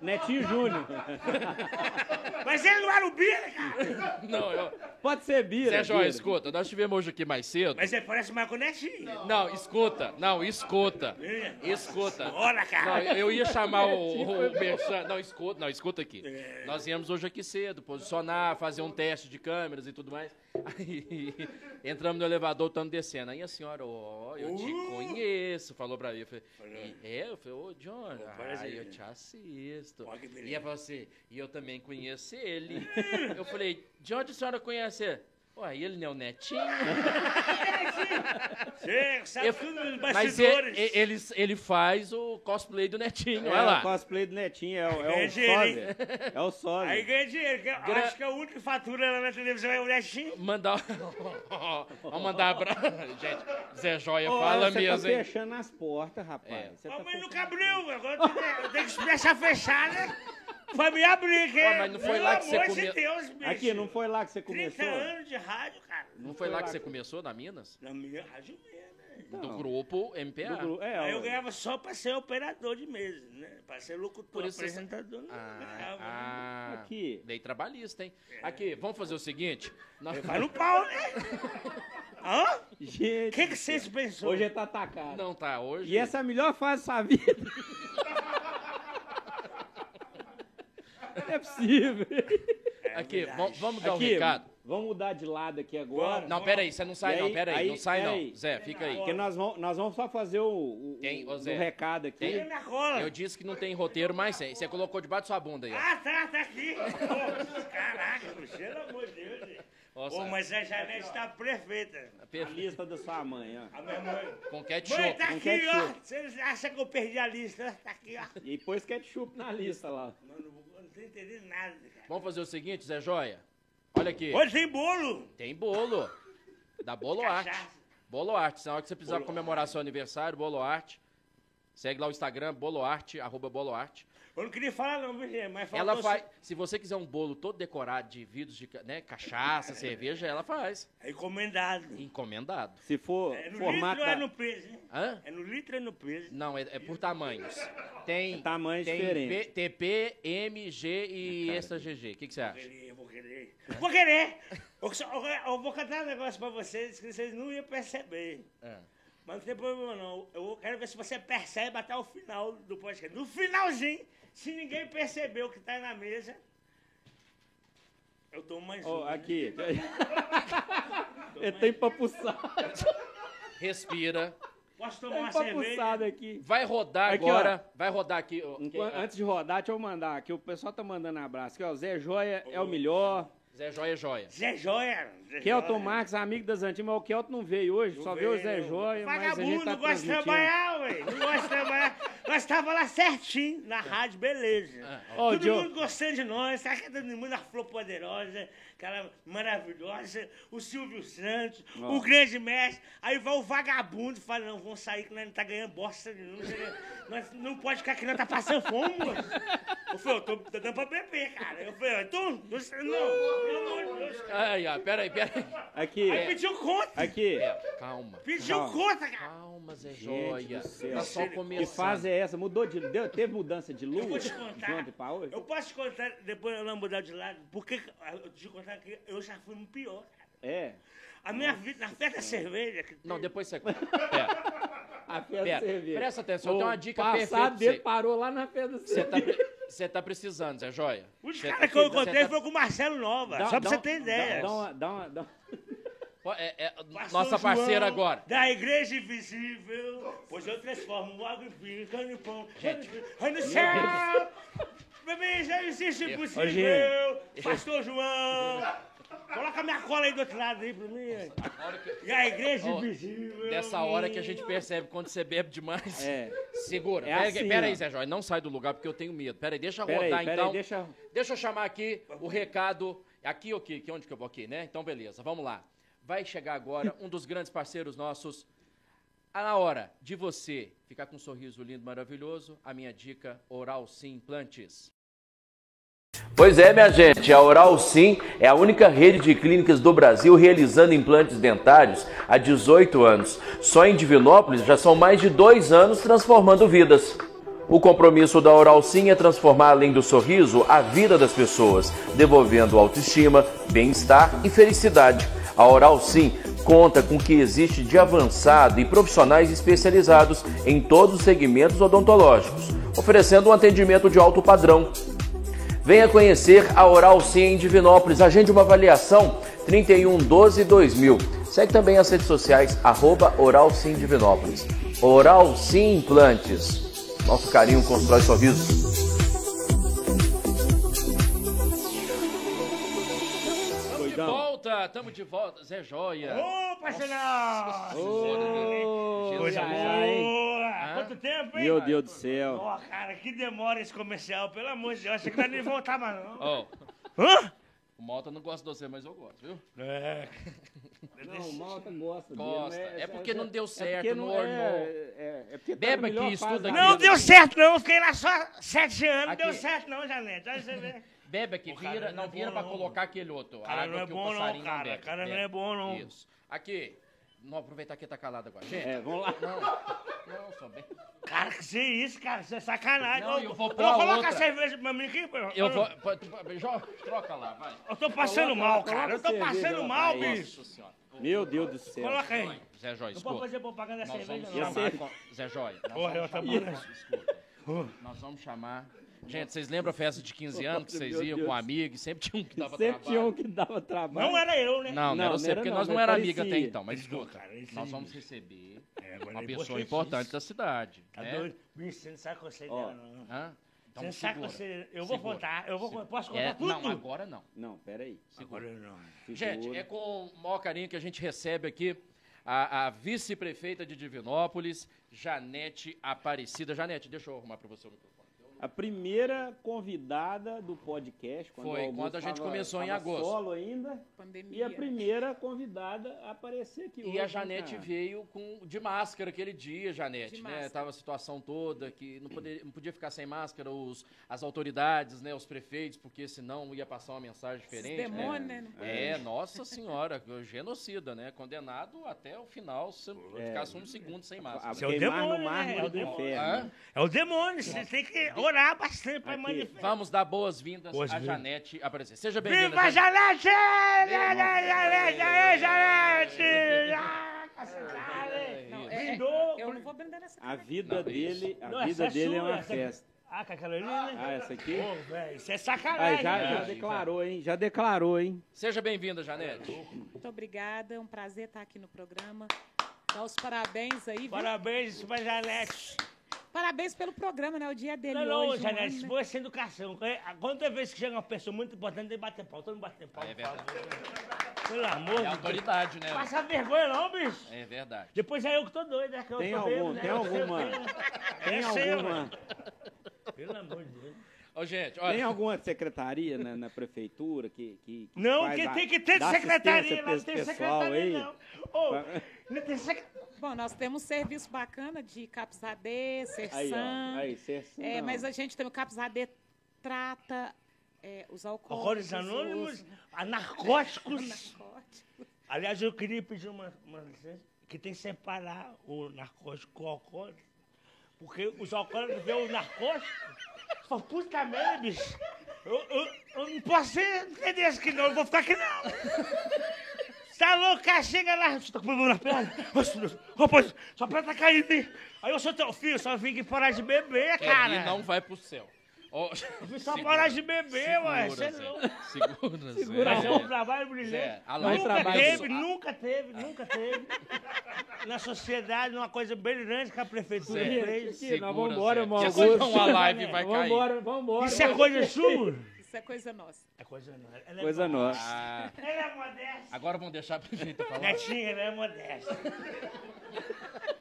S2: Netinho Júnior.
S3: Mas ele não era o Bira, cara.
S1: Não, eu...
S2: Pode ser Bira.
S1: Zé Joia,
S2: Bira.
S1: escuta, nós tivemos hoje aqui mais cedo.
S3: Mas ele parece o Marco Netinho.
S1: Não, escuta, não, escuta.
S3: Ih,
S1: Escuta.
S3: Olha,
S1: (laughs) Não,
S3: cara.
S1: eu ia chamar o, o, Merchan. Não, escuta, não, escuta aqui. Nós viemos hoje aqui cedo, posicionar, fazer um teste de câmeras e tudo mais. (laughs) Aí entramos no elevador, estamos descendo. Aí a senhora, ó, eu te
S3: Uh!
S1: conheço, falou pra mim. Eu falei, "E- é, eu falei, ô John,
S3: parece
S1: ai, eu
S3: ele.
S1: te assisto.
S3: Ó, que beleza.
S1: E ela falou assim, e eu também conheço ele. eu falei, de onde a senhora conhece ele? Ué, ele não é o netinho?
S3: Você sabe
S1: Eu-
S3: tudo dos
S1: Mas ele,
S3: bastidores.
S1: ele, ele faz o cosplay do netinho, olha
S2: é
S1: lá.
S2: o cosplay do Netinho, é o, é
S3: Ganha
S2: o
S3: dinheiro,
S2: sósia. É o sósia.
S3: Aí ganha dinheiro. que eu
S1: Gra-
S3: Acho que é o único que fatura lá na televisão é o Netinho.
S1: Mandar.
S2: (laughs)
S1: Ó, mandar abraço. (laughs) Gente, Zé Joia fala
S2: Olha, você
S1: mesmo,
S2: tá
S1: hein? É.
S2: fechando as portas, rapaz. Você tá
S3: Mas
S2: fechando-
S3: nunca abriu. Agora eu tenho- eu tenho que deixar fechar, né? Foi me abrir, que
S1: Ué, mas não foi
S3: Pelo
S1: lá que você
S3: amor
S1: come-
S3: de Deus, bicho.
S2: Aqui, não foi lá que você
S3: 30
S2: começou?
S3: anos de rádio, cara.
S1: Não foi
S2: foi
S1: lá
S2: lá
S1: que você
S2: que-
S1: começou, na Minas?
S3: Na minha rádio mesmo, né?
S1: Do
S2: Não.
S1: grupo MPA.
S2: Do gru- é,
S3: Aí eu
S2: ó,
S3: ganhava só pra ser operador de mesa, né? Pra ser locutor,
S1: Por isso você-
S3: apresentador, não ganhava. né?
S1: Ah, ah,
S2: Aqui. É.
S1: Lei trabalhista, hein? Aqui, vamos fazer o seguinte. nós-
S3: Vai no pau, né? Hã? O
S2: Gente,
S3: que que vocês pensam?
S1: é
S2: hoje tá atacado.
S1: Não tá hoje.
S2: E essa é a melhor fase da sua
S1: (laughs)
S2: vida. Não é possível.
S1: Aqui,
S3: verdade.
S1: vamos- vamos dar um
S2: É Aqui,
S1: recado.
S2: vamos mudar de lado aqui agora.
S1: Não, peraí, você não sai
S2: E
S1: não,
S2: aí-
S1: peraí,
S2: aí-
S1: não sai não.
S2: peraí.
S1: Zé, fica aí.
S2: Porque nós vamos, nós vamos só fazer o, o,
S1: Quem? Ô,
S2: o
S1: Zé.
S2: recado aqui.
S3: Tem na cola.
S1: Eu disse que não tem roteiro, mas tem. Você colocou debaixo da sua bunda aí, ó.
S3: Ah, tá, tá aqui. Pô, caraca, bicho, pelo amor de Deus. gente.
S1: Nossa.
S3: Ô, mas a Janete tá perfeita. Ah,
S2: A
S1: Perfeito.
S2: lista da sua mãe, ó.
S3: A minha mãe.
S1: Com
S3: Mãe,
S1: ketchup.
S3: tá
S2: não
S3: aqui,
S2: quer
S3: ó.
S2: choco.
S3: Vocês acham que eu perdi a lista? Tá aqui, ó.
S2: E pôs ketchup na lista lá.
S3: Mano, eu não tô entendendo nada, cara.
S1: Vamos fazer o seguinte, Zé Joia. Olha aqui.
S3: Hoje tem bolo.
S1: Tem bolo. Da Bolo Arte.
S3: Cachaça.
S1: Bolo Arte. Na hora que você precisar comemorar seu aniversário, Bolo Arte. Segue lá o Instagram, boloarte, arroba boloarte.
S3: Eu não queria falar não, viu, gente, mas faltou...
S1: Ela faz... Se você quiser um bolo todo decorado de vidros de ca- né,
S2: (laughs)
S1: cachaça, cerveja, ela faz.
S3: É encomendado.
S1: Encomendado.
S2: Se for
S3: É no
S2: formato
S3: litro ou é
S2: da-
S3: no peso, hein?
S1: Hã?
S3: É no litro ou é no peso?
S1: Não, é, é por tamanhos. Tem.
S2: É Tamanhos
S1: tem
S2: diferentes.
S1: P- TP, MG e
S2: É, cara.
S1: extra GG. O que, que você acha?
S3: Eu vou querer, eu vou querer. Eu, só- eu- eu vou cantar um negócio pra vocês que vocês não iam perceber.
S1: É.
S3: Mas não tem problema não. Eu quero ver se você percebe até o final do podcast. No finalzinho, se ninguém percebeu o que tá na mesa, eu tomo mais
S2: Ó,
S3: um.
S2: aqui. (laughs) Ele tem papuçado.
S1: Respira.
S3: Posso tomar
S2: Tem
S3: uma cerveja?
S2: papuçado aqui.
S1: Vai rodar
S2: Aqui,
S1: agora. Vai rodar aqui. ó, quem- é?
S2: Enquanto- antes de rodar, deixa eu mandar aqui. O pessoal tá mandando abraço. Aqui, ó, Zé Joia é o melhor.
S1: Zé Joia, é Joia.
S3: Zé Joia. Zé
S2: Kelton
S3: Joia.
S2: Marques, amigo das antigas, mas o Kelton não veio hoje, só veio o Zé
S3: Veio.
S2: Joia, mas a
S3: Vagabundo,
S2: gente tá
S3: gosta de
S2: transmitindo.
S3: trabalhar, ué. Não gosta de trabalhar. Nós estávamos lá certinho, na rádio, beleza.
S2: Ó,
S3: Todo
S2: Ah, Diogo.
S3: mundo gostando de nós, tá todo mundo a flor poderosa, aquela maravilhosa, o Silvio Santos,
S2: Ó.
S3: o grande mestre. Aí vai o vagabundo e fala, não, vamos sair que nós não tá ganhando bosta nenhuma. Nós não pode ficar aqui, nós tá passando fome, moço. Eu falei, eu tô, tô dando pra beber, cara. Eu falei, então, você- não, pelo amor de Deus, cara. um
S1: Ai, ai, peraí, peraí.
S2: Aqui,
S3: Aí pediu conta,
S2: aqui.
S1: É, calma.
S3: pediu
S2: Calma.
S3: conta, um cara.
S1: Calma, Zé é
S2: Gente
S1: Joia.
S2: do céu.
S1: Tá só
S2: Que
S1: começando.
S2: fase é essa? Mudou de... Deu, teve mudança de lua?
S3: Eu vou te contar.
S2: De ontem pra hoje?
S3: Eu posso te contar, depois ela mudar de lado, porque que- ah, eu te contar que eu já fui um pior. cara.
S2: É.
S3: A minha vida, na festa da cerveja. que
S1: Não,
S3: teve-
S1: depois você conta.
S2: (laughs)
S1: Pera,
S2: A festa
S1: Pera,
S2: da cerveja.
S1: presta atenção, eu tenho uma dica
S2: passado
S1: perfeita pra
S2: dele
S1: você.
S2: parou lá na festa da
S1: você tá,
S2: cerveja.
S1: pre- você tá precisando, Zé Joia.
S3: Os
S1: Você
S3: caras
S1: tá-
S3: que eu
S1: você
S3: encontrei
S1: tá-
S3: foi com o Marcelo Nova,
S2: Dá-
S3: só pra
S2: dá
S3: você ter
S2: um-
S3: ideia.
S2: Dá, dá uma... Dá uma, dá
S1: um-
S2: uma-
S1: É, é,
S3: Pastor
S1: nossa parceira
S3: João,
S1: agora.
S3: Da Igreja Invisível, pois eu transformo o água em vinho, cano em pão.
S1: Gente.
S3: Ai, no
S1: (laughs)
S3: céu! Bebê, já existe
S2: Ô,
S3: impossível!
S2: gente.
S3: Pastor João! Coloca minha cola aí do outro lado aí pra mim.
S1: Agora que-
S3: E a Igreja
S1: Ó,
S3: Invisível.
S1: Dessa hora que a gente percebe quando você bebe demais.
S2: É.
S1: Segura.
S2: É
S1: pera,
S2: assim,
S1: pera
S2: ó.
S1: aí, Zé Joia. Não sai do lugar porque eu tenho medo. Pera aí, deixa
S2: Pera aí,
S1: rodar
S2: pera
S1: então.
S2: aí, deixa...
S1: Deixa eu chamar aqui o recado. Aqui ou aqui? Que onde que eu vou aqui, né? Então, beleza, vamos lá. Vai chegar agora um dos grandes parceiros nossos. A hora de você ficar com um sorriso lindo, maravilhoso, a minha dica, Oral Sim Implantes.
S4: Pois é, minha gente, a Oral Sim é a única rede de clínicas do Brasil realizando implantes dentários há 18 anos. Só em Divinópolis já são mais de dois anos transformando vidas. O compromisso da Oral Sim é transformar, além do sorriso, a vida das pessoas, devolvendo autoestima, bem-estar e felicidade. A Oral Sim conta com o que existe de avançado e profissionais especializados em todos os segmentos odontológicos, oferecendo um atendimento de alto padrão. Venha conhecer a Oral Sim em Divinópolis. Agende uma avaliação 31 12 2000. Segue também as redes sociais arroba Oral Sim Divinópolis. Oral Sim Implantes. Nosso carinho constrói sorrisos.
S1: Estamos de
S2: Doidão.
S1: volta, volta, tamo de volta. Zé Joia.
S3: Ô,
S1: Nossa
S3: parceirão!
S1: Senhora, né?
S3: Coisa
S1: Jesus.
S2: ai.
S3: boa!
S1: Hã?
S3: Quanto tempo, hein?
S2: Meu Deus do céu.
S3: Ó, cara, que demora esse comercial, pelo amor de Deus. Achei que nós não ia voltar mais,
S1: (laughs)
S3: não.
S1: Ó,
S3: Hã?
S1: o Malta não gosta de você, mas eu gosto, viu?
S3: É.
S2: Não, o Malta gosta dele,
S1: Gosta.
S2: né?
S1: É porque não deu
S2: É
S1: certo,
S2: porque
S1: não
S2: não é,
S1: ornou.
S2: é, é porque tá
S1: Bebe
S2: na melhor
S1: aqui,
S2: fase
S1: estuda
S2: da
S1: aqui.
S3: Não
S2: vida.
S3: deu certo, não. Fiquei lá só sete anos,
S1: Aqui.
S3: deu certo, não, Janete. Olha você vê.
S1: Bebe aqui,
S3: O cara
S1: vira,
S3: não é
S1: não vira
S3: bom,
S1: pra
S3: não.
S1: colocar aquele outro. A
S3: Cara,
S1: água
S3: não é
S1: que o
S3: bom, não,
S1: passarinho não,
S3: cara.
S1: bebe.
S3: Cara, não
S1: bebe.
S3: é bom, não.
S1: Isso. Aqui, não aproveitar que tá calado agora. Gente,
S2: É, vamos lá.
S1: não, não, só bem.
S3: Cara, que isso é isso, cara? Isso é sacanagem.
S1: Não,
S3: Ô,
S1: eu vou
S3: ô,
S1: pôr a
S3: coloca
S1: outra.
S3: a cerveja pra mim aqui, pô.
S1: Eu vou.
S3: Hum.
S1: pô, tu- jo- Troca lá, vai.
S3: Eu tô passando
S2: Coloca-
S3: mal,
S2: coloca
S3: cara. Eu tô
S2: cerveja
S3: passando
S2: lá
S3: mal,
S2: pra
S3: bicho.
S1: Nossa senhora.
S2: Meu Deus do céu.
S3: Coloca aí.
S1: Zé Joia,
S3: Não pode
S1: escuta.
S3: fazer propaganda da
S1: Nós
S3: cerveja,
S1: vamos
S3: não.
S1: chamar. com- Zé Joia. nós
S3: Porra,
S1: vamos
S3: eu tava
S1: chamar-
S3: morrendo.
S1: Escuta. Nós vamos chamar. Gente, vocês lembram a festa de 15 anos que vocês
S2: Meu
S1: iam
S2: Deus.
S1: com um amigo e sempre tinha um que dava
S2: Sempre tinha
S1: trabalho?
S2: um que dava trabalho.
S3: Não era eu, né?
S1: Não, não,
S2: Não,
S1: era
S2: não
S1: você,
S2: era
S1: porque
S2: não,
S1: nós não
S2: mas
S1: era
S2: parecia.
S1: amiga até então. Mas
S3: Desculpa,
S1: escuta,
S3: cara, isso
S1: nós
S3: é
S1: vamos receber
S3: É, agora
S1: uma
S3: ele botou
S1: pessoa
S3: isso.
S1: importante da cidade.
S3: Tá
S1: né?
S3: doido? Bicho, você não sabe qual você
S2: Ó.
S3: dela, não. não.
S1: Hã?
S2: Tá
S1: Então
S3: você não sabe qual
S1: segura.
S3: você... Eu vou
S1: Segura.
S3: contar, eu vou...
S1: Segura.
S3: Posso contar
S1: É,
S3: tudo?
S1: Não, agora não.
S2: Não, peraí.
S3: Agora eu não.
S1: Gente,
S2: Segura.
S1: é com o maior carinho que a gente recebe aqui a, a vice-prefeita de Divinópolis, Janete Aparecida. Janete, deixa eu arrumar para você o microfone.
S2: A primeira convidada do podcast. Quando
S1: Foi,
S2: o Augusto
S1: quando a gente
S2: tava-
S1: começou em
S2: tava
S1: agosto.
S2: solo ainda.
S5: Pandemia.
S2: E a primeira convidada a aparecer aqui hoje.
S1: E a
S2: hein,
S1: Janete
S2: cara?
S1: veio com, de máscara aquele dia, Janete,
S5: né? De
S1: né?
S5: máscara.
S1: Tava a situação toda que não, poderia, não podia ficar sem máscara os, as autoridades, né? Os prefeitos, porque senão ia passar uma mensagem diferente.
S5: Esses
S1: né?
S5: demônios, né? Não pode-
S1: É, nossa senhora, genocida, né? Condenado até o final, se ficasse um segundo sem
S2: A
S1: máscara.
S3: é o
S2: queimar
S3: demônio,
S2: no mármore
S3: né?
S2: do
S3: É o
S1: Hã?
S2: inferno.
S3: É o demônio, você tem que orar bastante pra
S2: Aqui.
S3: manifestar.
S1: Vamos dar boas-vindas a
S3: Boas-vindas.
S1: Janete aparecer. Seja bem-vinda.
S3: Viva
S1: Janete.
S3: Janete! Janete! Aê, Janete! Ah, cacetale!
S5: Não, é,
S3: Brindou!
S5: é, eu não vou brindar nessa
S2: A
S5: cara.
S2: vida
S1: Não,
S2: dele,
S3: Não,
S2: a vida
S3: essa é
S2: dele é
S3: sua,
S2: uma
S1: (laughs)
S3: essa-
S2: festa.
S3: Ah, com aquela ali, né?
S2: Ah, essa aqui?
S3: Pô, velho, isso é
S2: Ah,
S3: sacanagem.
S2: já,
S3: né?
S2: já declarou, hein? Já declarou, hein?
S1: Seja bem-vinda, Janete.
S5: Muito obrigada, é um prazer estar aqui no programa. Dá os parabéns aí, viu?
S3: Parabéns pra Janete.
S5: Parabéns pelo programa, né? O dia dele
S3: Não, não,
S5: hoje. um
S3: Janete, isso
S5: ano, né?
S3: foi essa educação. É, a- Quanta vez que chega uma pessoa muito importante, tem que bater pau. Todo mundo bater pau. né?
S1: É verdade.
S3: Pelo amor
S1: É
S3: de Deus.
S1: autoridade, né?
S3: Passa vergonha não, bicho.
S1: É verdade.
S3: Depois é eu que tô doido, é que eu
S2: Tem
S3: tô
S2: algum-
S3: bêbado, né?
S2: tem
S3: Eu sei, (laughs)
S2: alguma- Tem
S3: eu sei,
S2: alguma,
S3: Pelo amor de Deus.
S1: Ô, gente,
S2: tem
S1: olha.
S2: alguma secretaria na, na prefeitura que. que, que
S3: Não,
S2: faz
S3: que
S2: a-
S3: tem que ter
S2: dá assistência pra
S3: secretaria, lá não
S2: esse
S3: tem
S2: pessoal
S3: secretaria,
S2: aí?
S3: não. Ô,
S2: Pra-
S3: não tem sec...
S5: Bom, nós temos um serviço bacana de Capsadê,
S2: Aí,
S5: Sersan.
S2: ó. Aí, Sersan.
S5: É, mas a gente também, o Capsadê trata é, os alcoólicos.
S3: Horrores
S5: os
S3: anônimos,
S5: outros, né?
S3: a narcóticos.
S5: Narcóticos.
S3: Aliás, eu queria pedir uma, uma licença, que tem que separar o narcótico com o alcoólico. Porque os alcoólicos veem o narcótico e falam, puta merda, bicho. Eu, eu, eu não posso ser desse aqui, não. Eu vou ficar aqui, não. Tá louca, chega lá. Você tá com problema na perna? Nossa, meu Deus. Rapaz, sua perna tá caindo. hein? Aí eu sou teu filho, só vim aqui parar de beber, cara.
S1: Ele É, não vai pro céu. (laughs) Ó,
S3: Vim só
S1: segura,
S3: parar de beber, ué. Você
S1: Segura,
S3: é
S1: Zé.
S3: louco.
S1: Segura, Zé.
S3: Mas é um trabalho brilhante.
S1: Zé, a
S2: Mas
S1: live
S3: Nunca
S2: trabalho-
S3: teve,
S1: a-
S3: nunca teve, nunca teve. Na sociedade, uma coisa brilhante que a prefeitura
S1: Zé,
S3: fez.
S2: Aqui, nós
S1: Segura,
S2: vambora,
S1: Zé.
S2: irmão
S1: Que
S2: Augusto.
S1: senão a live vai cair.
S2: Vambora, vambora.
S3: Isso é coisa sua?
S5: Isso é coisa nossa.
S3: É coisa nossa. Ela é
S2: Coisa
S3: modesta.
S2: nossa.
S1: Ah,
S3: Ela é modesta.
S1: agora vamos deixar a prefeita falar.
S3: Netinha, ela é modesta.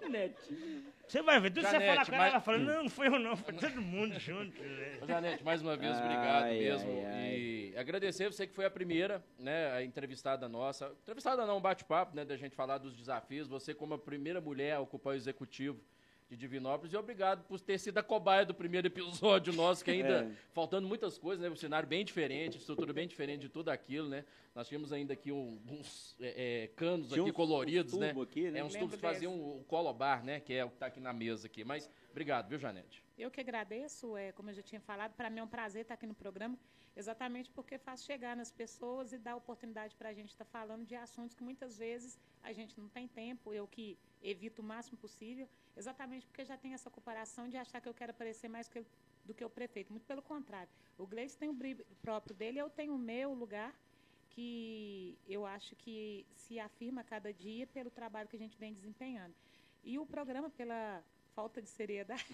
S2: Netinho.
S3: Você vai ver, tudo que você
S1: Janete,
S3: fala com ela,
S1: mas-
S3: ela fala, não, não foi eu não, foi todo mundo junto. né?
S1: Ô, Janete, mais uma vez, obrigado
S2: Ai,
S1: mesmo.
S2: ai,
S1: E agradecer você que foi a primeira, né, a entrevistada nossa. Entrevistada não, um bate-papo, né, da gente falar dos desafios. Você como a primeira mulher a ocupar o executivo de Divinópolis. E obrigado por ter sido a cobaia do primeiro episódio
S2: (laughs)
S1: nosso, que ainda
S2: É.
S1: faltando muitas coisas, né? Um cenário bem diferente, estrutura bem diferente de tudo aquilo, né? Nós tínhamos ainda aqui um- uns é, é, canos
S2: Tinha
S1: aqui
S2: uns-
S1: coloridos,
S2: uns
S1: né?
S2: tubos aqui, né?
S1: É uns
S5: Lembro
S1: tubos que faziam
S5: desse.
S1: o o colobar, né? Que é o que está aqui na mesa aqui. Mas obrigado, viu, Janete?
S5: Eu que agradeço, é, como eu já tinha falado, para mim é um prazer estar aqui no programa, exatamente porque faz chegar nas pessoas e dá oportunidade para a gente estar falando de assuntos que muitas vezes a gente não tem tempo, eu que evito o máximo possível, exatamente porque já tem essa comparação de achar que eu quero aparecer mais que eu- do que o prefeito. Muito pelo contrário, o Gleice tem o brilho próprio dele, eu tenho o meu lugar, que eu acho que se afirma a cada dia pelo trabalho que a gente vem desempenhando. E o programa, pela falta de seriedade,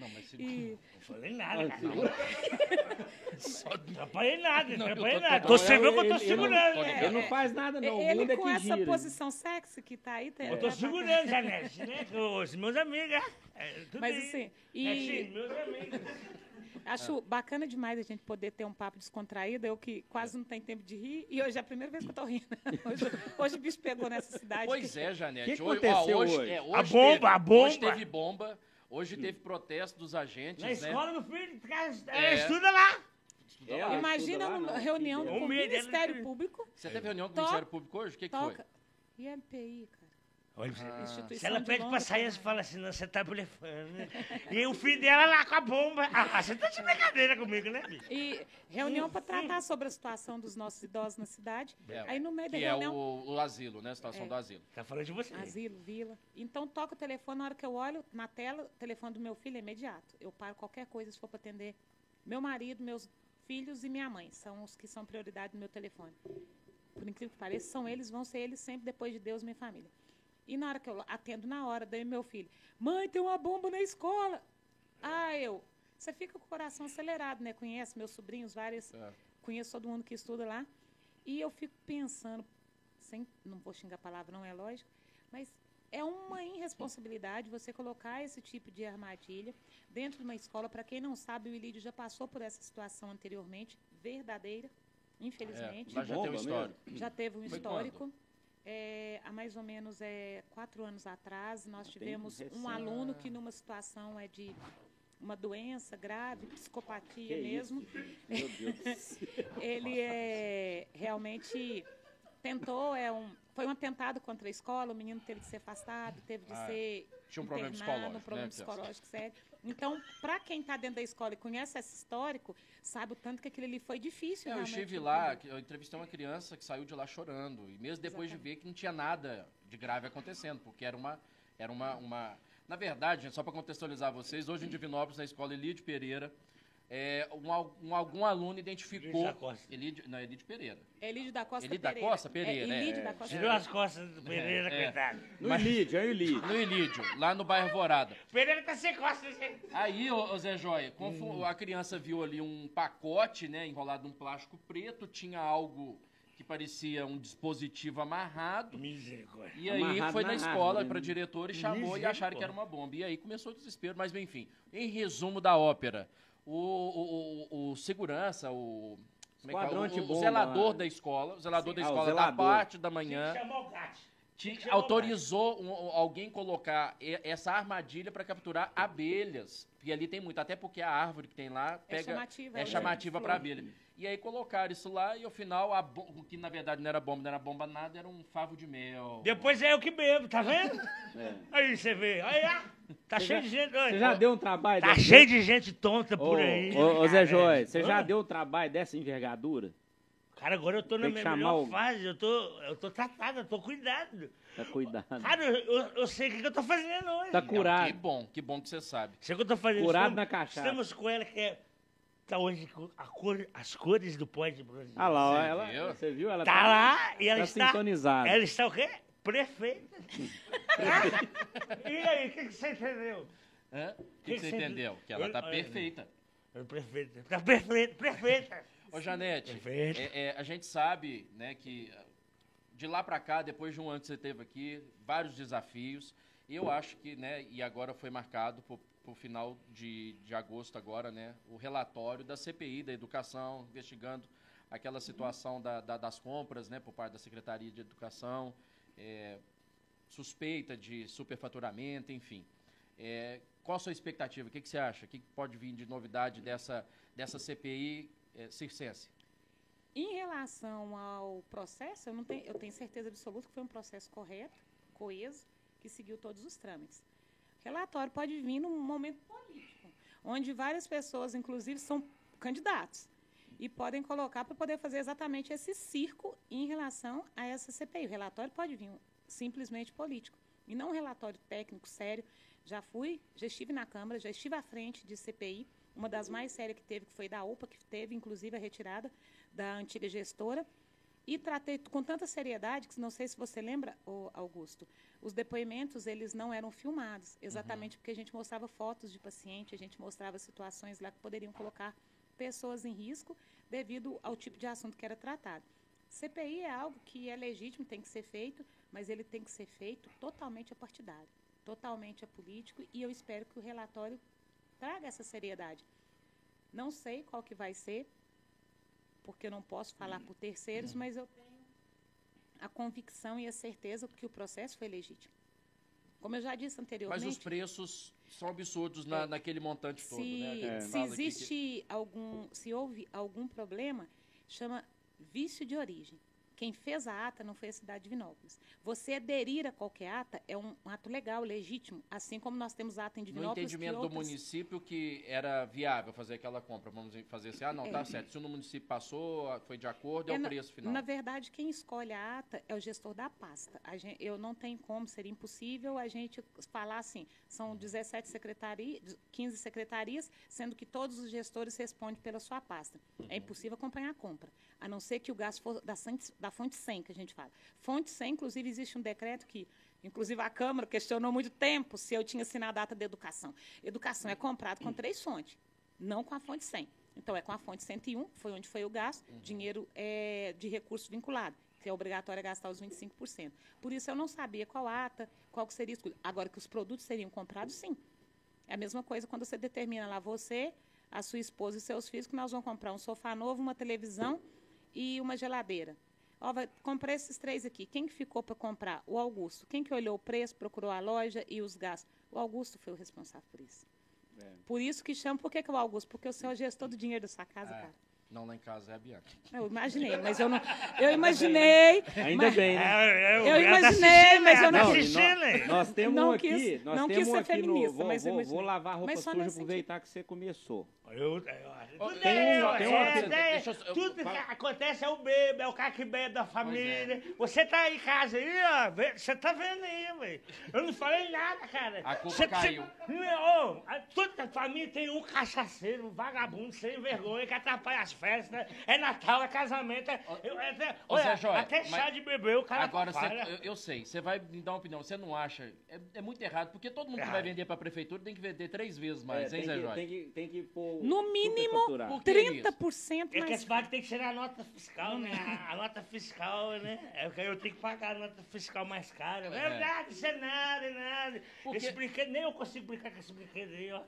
S1: Não, mas
S5: (laughs) E
S3: Não falei nada, cara.
S1: um-
S2: segura. (laughs)
S3: Só Não atrapalhei nada, não
S1: Não, eu
S3: atrapalhei
S1: tô- tô-
S3: nada.
S1: tô-
S3: Tô segurando que eu tô
S2: ele- ele não-
S5: É,
S3: segurando,
S1: tô
S3: né?
S2: Ele não faz nada, não. O mundo
S5: ele
S2: é
S5: com
S2: que
S5: essa
S2: gira.
S5: posição sexy que tá aí, tá-
S3: Eu
S5: tá
S3: tô
S5: bacana.
S3: segurando, Janete, né? Com os meus amigos. é, tudo
S5: Mas
S3: bem.
S5: assim,
S3: É, sim,
S5: e
S3: meus amigos.
S2: Ah.
S5: acho bacana demais a gente poder ter um papo descontraído. Eu que quase
S2: É.
S5: não tenho tempo de rir. E hoje é a primeira vez que eu tô rindo. (laughs) Hoje, hoje o bicho pegou nessa cidade.
S1: Pois
S5: que-
S1: é, Janete.
S2: Que que aconteceu hoje?
S1: é,
S3: A bomba,
S1: teve-
S3: a bomba.
S1: Hoje teve bomba, hoje teve protesto dos agentes,
S3: Na
S1: né?
S3: escola do filho, porque ela
S1: É.
S3: estuda lá.
S2: É, ela
S5: Imagina
S2: estuda lá,
S5: uma
S2: não,
S5: reunião
S2: que
S5: com
S2: ideia.
S5: o
S3: Um medo,
S5: Ministério
S3: ela-
S5: Público.
S1: Você teve reunião com o
S5: Toca.
S1: Ministério Público hoje? O que, que foi?
S5: Toca. E MPI, cara?
S3: Olha pra você.
S2: Ah.
S5: Instituição
S3: Se ela
S5: de né?
S3: pede pra
S5: longa
S3: sair, você
S5: data.
S3: fala assim, não, você tá blefando. né? E o filho dela lá com a bomba. Ah, você tá de brincadeira comigo, né, bicho?
S5: E reunião para tratar sobre a situação dos nossos idosos na cidade.
S1: É,
S5: Aí no meio da
S1: Que é
S5: reunião,
S1: o, o asilo, né? A situação
S5: É.
S1: do asilo.
S3: Tá falando de você.
S5: asilo, vila. Então toca o telefone, na hora que eu olho na tela, o telefone do meu filho é imediato. Eu paro qualquer coisa se for para atender meu marido, meus filhos e minha mãe. São os que são prioridade no meu telefone. Por incrível que pareça, são eles, vão ser eles sempre depois de Deus e minha família. E na hora que eu atendo, na hora, daí meu filho, mãe, tem uma bomba na escola. Ah, eu. Você fica com o coração acelerado, né? Conhece meus sobrinhos, vários.
S1: É.
S5: Conheço todo mundo que estuda lá. E eu fico pensando, sem, não vou xingar a palavra, não é lógico, mas é uma irresponsabilidade você colocar esse tipo de armadilha dentro de uma escola. Para quem não sabe, o Ilídio já passou por essa situação anteriormente, verdadeira, infelizmente.
S1: É, lá já
S2: Bomba
S1: tem um histórico.
S5: Já teve um
S1: Foi
S5: histórico. É, há mais ou menos é, quatro anos atrás, nós
S2: tem
S5: tivemos
S2: recém- né?
S5: um aluno que, numa situação é de uma doença grave, psicopatia
S2: Que
S5: mesmo,
S2: isso, gente. Meu Deus do céu.
S5: ele é, realmente tentou, é um, foi um atentado contra a escola, o menino teve de ser afastado, teve de
S1: Ah, é.
S5: ser
S1: Tinha um problema
S5: internado,
S1: psicológico.
S5: um problema
S1: né, Celso?
S5: psicológico sério. Então, para quem está dentro da escola e conhece esse histórico, sabe o tanto que aquilo ali foi difícil.
S1: É, eu
S5: realmente,
S1: estive
S5: de
S1: lá,
S5: entender.
S1: que eu entrevistei uma criança que saiu de lá chorando. E mesmo depois de ver que não tinha nada de grave acontecendo, porque era uma. Era uma, uma... Na verdade, gente, só para contextualizar vocês, hoje em Divinópolis, na escola Elide Pereira, é, um, al- um- algum aluno identificou.
S3: Elide da Costa.
S1: Elide, não, Elide Pereira.
S5: Elídio é da Costa
S1: Elídio da
S5: Pereira.
S1: Costa Pereira,
S5: É,
S1: é.
S5: Elídio da Costa
S3: Tirou
S5: Pereira.
S3: as costas do Pereira,
S1: É, é.
S3: coitado.
S2: (laughs) No Ilídio, é o Ilídio.
S1: No Elídio, lá no bairro Alvorada.
S3: O Pereira tá sem costas, gente.
S1: Aí, ô, ô Zé Joia, confu-
S2: Hum.
S1: a criança viu ali um pacote, né, enrolado num plástico preto, tinha algo que parecia um dispositivo amarrado.
S3: Misericórdia.
S1: E aí
S2: Amarrado
S1: foi
S2: na
S1: na escola
S2: árvore,
S1: para
S2: né?
S1: diretor e chamou e
S3: Misericórdia.
S1: acharam que era uma bomba. E aí começou o desespero, mas enfim. Em resumo da ópera, o, o- o- o segurança, o, como é que
S2: Esquadrão
S1: fala? o, o- o
S2: antibomba
S1: zelador
S2: lá.
S1: da escola, o zelador da
S2: Ah, o
S1: escola da
S2: zelador.
S1: parte da manhã,
S3: Chamou o gato.
S1: te
S3: Tinha que chamar o
S1: autorizou um- um- alguém colocar e- essa armadilha para capturar abelhas. Porque ali tem muito, até porque a árvore que tem lá
S5: É
S1: pega.
S5: chamativa.
S1: É chamativa para
S5: para
S1: abelha. E aí colocaram isso lá e ao final, a bo- o que na verdade não era bomba, não era bomba nada, era um favo de mel.
S3: Depois é eu que bebo, tá vendo?
S2: É.
S3: Aí você vê. Aí, ó. Tá cheio de gente.
S2: Você já deu um trabalho
S3: Tá
S2: dessa-
S3: cheio de gente tonta
S2: Ô,
S3: por aí.
S2: ô, ô, Zé
S3: cara.
S2: Joia, você já
S3: Hã?
S2: deu um trabalho dessa envergadura?
S3: Cara, agora eu tô na
S2: Tem que
S3: minha
S2: chamar
S3: melhor
S2: o-
S3: fase, eu tô, eu tô tratado, eu tô cuidado.
S2: Tá cuidado.
S3: Cara, eu, eu- eu sei o que, que eu tô fazendo hoje.
S2: Tá
S1: Não,
S2: curado.
S1: É, Que bom, que bom que você sabe.
S3: Sei o é que eu tô fazendo.
S2: Curado
S3: Estamos-
S2: na cachaça.
S3: Estamos com ela que é, tá hoje com a cor- as cores do pódio brasileiro.
S2: Ah lá, ó,
S1: Você
S2: ela,
S1: viu?
S2: você viu? Ela
S3: Tá lá e ela
S2: tá
S3: está...
S2: sintonizada.
S3: Ela está o quê? Prefeita. Ah, (laughs) e aí, o que, que você entendeu?
S1: Hã? O que, que você entendeu? Que ela tá
S3: Olha-
S1: perfeita.
S3: É Prefeita. Tá perfeita, prefeita.
S1: Ô, Janete,
S3: Perfeita.
S1: é- é, a gente sabe, né, que ah, de lá pra cá, depois de um ano que você teve aqui, vários desafios. E eu acho que, né, e agora foi marcado pro, pro final de, de agosto agora, né, o relatório da CPI da Educação, investigando aquela situação da- da- das compras, né, por parte da Secretaria de Educação, é, suspeita de superfaturamento, enfim. É, qual a sua expectativa? O que, que você acha? O que, que pode vir de novidade dessa, dessa CPI é, circense?
S5: Em relação ao processo, eu, não tenho, eu tenho certeza absoluta que foi um processo correto, coeso, que seguiu todos os trâmites. Relatório pode vir num momento político, onde várias pessoas, inclusive, são candidatos e podem colocar para poder fazer exatamente esse circo em relação a essa CPI. O relatório pode vir simplesmente político e não um relatório técnico sério. Já fui, já estive na Câmara, já estive à frente de CPI, uma das mais sérias que teve, que foi da UPA, que teve inclusive a retirada da antiga gestora. E tratei com tanta seriedade que, não sei se você lembra, ô Augusto, os depoimentos eles não eram filmados, exatamente porque a gente mostrava fotos de paciente, a gente mostrava situações lá que poderiam colocar pessoas em risco devido ao tipo de assunto que era tratado. CPI é algo que é legítimo, tem que ser feito, mas ele tem que ser feito totalmente a partidário, totalmente a político, e eu espero que o relatório traga essa seriedade. Não sei qual que vai ser, porque eu não posso falar por terceiros, mas eu tenho a convicção e a certeza que o processo foi legítimo. Como eu já disse
S1: Mas
S5: anteriormente,
S1: os preços são absurdos na- naquele montante todo,
S5: se,
S1: né? A gente
S2: É.
S5: se
S1: fala aqui que-
S5: existe algum, se houve algum problema, chama vício de origem. Quem fez a ata não foi a cidade de Vinópolis. Você aderir a qualquer ata é um, um ato legal, legítimo, assim como nós temos ata em
S1: no
S5: Divinópolis. que
S1: entendimento do
S5: outras-
S1: município que era viável fazer aquela compra, vamos fazer assim, ah, não, tá
S5: É.
S1: certo, se no município passou, ah, foi de acordo, é,
S5: É,
S1: o
S5: na-
S1: preço final.
S5: Na verdade, quem escolhe a ata é o gestor da pasta. A gen- eu não tenho como, seria impossível a gente falar assim, são 17 secretarias, 15 secretarias, sendo que todos os gestores respondem pela sua pasta.
S1: Uhum.
S5: É impossível acompanhar a compra, a não ser que o gasto for da, fonte- da fonte 100, que a gente fala. Fonte 100, inclusive, existe um decreto que, inclusive, a Câmara questionou muito tempo se eu tinha assinado a data da educação. Educação é
S1: Uhum.
S5: comprado com três fontes não com a fonte 100. Então, é com a fonte 101, foi onde foi o gasto, dinheiro é, de recurso vinculado, que é obrigatório gastar os 25%. Por isso, eu não sabia qual ata, qual que seria escolhido. Agora, que os produtos seriam comprados, sim. É a mesma coisa quando você determina lá você, a sua esposa e seus filhos que nós vamos comprar um sofá novo, uma televisão e uma geladeira. Ó, vai comprar esses três aqui. Quem que ficou para comprar? O Augusto. Quem que olhou o preço, procurou a loja e os gastos? O Augusto foi o responsável por isso. Por isso que chama. Por que, que é o Augusto? Porque o senhor é gestor do dinheiro da sua casa, cara.
S1: Não, lá em casa é a Bianca.
S5: Eu imaginei, mas eu não. Eu imaginei.
S2: né? Ainda
S5: mas-
S2: bem, né?
S3: É, é, o
S5: Eu
S3: Gato
S5: imaginei,
S3: assistindo, é,
S5: mas eu não-
S3: tá
S2: e
S5: quis.
S3: assistindo,
S2: nó-
S3: hein?
S2: nós, temos
S5: Não
S2: um aqui,
S5: quis-
S2: nós
S5: não quis
S2: temos
S5: ser
S2: um aqui
S5: feminista,
S2: no, vou,
S5: mas eu
S2: vou,
S5: imaginei.
S2: vou lavar a roupa
S5: Mas só
S2: suja,
S5: nesse
S2: aproveitar que você começou.
S3: Eu, eu acho. Tudo
S1: tem
S3: é,
S1: um-
S3: ué,
S1: tem uma
S3: é,
S1: coisa,
S3: é,
S1: deixa eu- eu-
S3: tudo que acontece é o bebo, é o cara que bebe da família. Você tá aí em casa aí, ó, vê- você tá vendo aí, velho. Eu não falei nada, cara.
S1: A culpa
S3: Você-
S1: caiu.
S3: você- Não, a- toda família tem um cachaceiro, um vagabundo, sem vergonha, que atrapalha as festas. É Natal, é casamento, é... eu- é- é-
S1: Ô,
S3: olha,
S1: Zé Joia,
S3: até chá
S1: mas-
S3: de beber o cara né?
S1: Agora, cê-
S3: atrapalha.
S1: eu, eu sei, você vai me dar uma opinião, você não acha? É, é muito errado, porque todo mundo que vai
S3: Errado.
S1: vender para a prefeitura tem que vender três vezes
S2: É,
S1: mais, hein,
S2: tem,
S1: Zé
S2: que,
S1: Jorge?
S2: tem, que, tem que pôr.
S5: No mínimo,
S2: superfaturar.
S1: Por que
S3: É
S5: 30%
S3: que
S5: mais.
S3: esse banco tem que ser a nota fiscal, né? A, a nota fiscal, né? É que eu tenho que pagar a nota fiscal mais cara.
S1: É.
S3: Verdade, isso é nada, é nada.
S1: Porque-
S3: Esse brinquedo, nem eu consigo brincar com esse brinquedo aí, ó.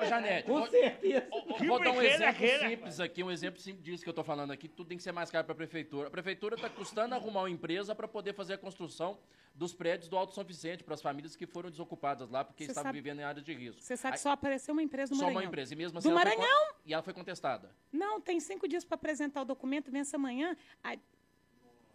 S1: Ô, Janete,
S2: Com
S1: vou-
S2: certeza.
S1: Ó, ó,
S3: Que
S1: Vou dar um
S3: brinquedo é
S1: exemplo
S3: aquele,
S1: simples aqui, um exemplo simples disso que eu tô falando aqui, que tudo tem que ser mais caro para a prefeitura. A prefeitura está custando arrumar uma empresa para poder fazer a construção dos prédios do autossuficiente para as famílias que foram desocupadas lá porque
S5: Você
S1: estavam
S5: sabe-
S1: vivendo em área de risco.
S5: Você sabe
S1: Aí,
S5: que só apareceu uma empresa do
S1: só
S5: Maranhão.
S1: uma empresa e mesmo
S5: Do
S1: assim ela foi con-
S5: Maranhão?
S1: e ela foi contestada.
S5: Não, tem cinco dias para apresentar o documento, vence amanhã. A,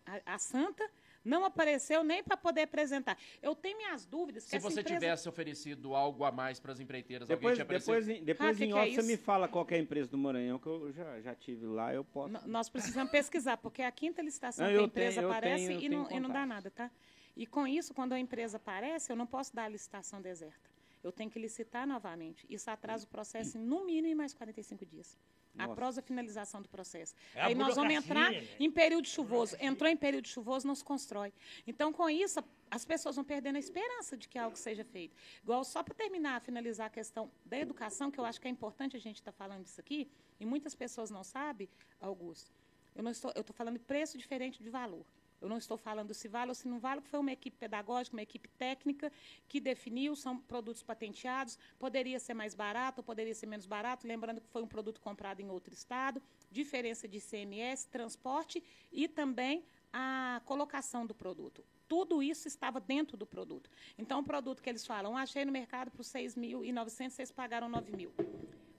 S5: a- a Santa não apareceu nem para poder apresentar. Eu tenho minhas dúvidas. que
S1: Se
S5: essa
S1: você
S5: empresa-
S1: tivesse oferecido algo a mais para as empreiteiras,
S2: Depois,
S1: alguém tinha
S2: depois, em- depois
S5: que
S2: em
S5: que
S2: off
S5: é
S2: você
S5: isso?
S2: me fala qual que é a empresa do Maranhão, que eu já, já tive lá, eu posso.
S5: N- Nós precisamos pesquisar, porque é a quinta licitação
S2: Não,
S5: que a
S2: eu
S5: empresa
S2: tenho- eu
S5: aparece
S2: tenho- eu
S5: e, não,
S2: tenho
S5: e não dá
S2: contatos.
S5: nada, tá? E com isso, quando a empresa aparece, eu não posso dar a licitação deserta. Eu tenho que licitar novamente. Isso atrasa o processo em, no mínimo em mais 45 dias.
S2: Nossa.
S5: Após a finalização do processo.
S3: É a
S5: Aí nós vamos entrar
S3: burocracia, né?
S5: em período chuvoso. Entrou em período chuvoso, não se constrói. Então, com isso, as pessoas vão perdendo a esperança de que algo seja feito. Igual, só para terminar, finalizar a questão da educação, que eu acho que é importante a gente estar falando disso aqui, e muitas pessoas não sabem, Augusto, eu não estou, eu estou falando de preço diferente de valor. Eu não estou falando se vale ou se não vale, porque foi uma equipe pedagógica, uma equipe técnica que definiu, são produtos patenteados, poderia ser mais barato, ou poderia ser menos barato, lembrando que foi um produto comprado em outro estado, diferença de CMS, transporte e também a colocação do produto. Tudo isso estava dentro do produto. Então, o produto que eles falam, achei no mercado por 6.900, vocês pagaram 9 mil.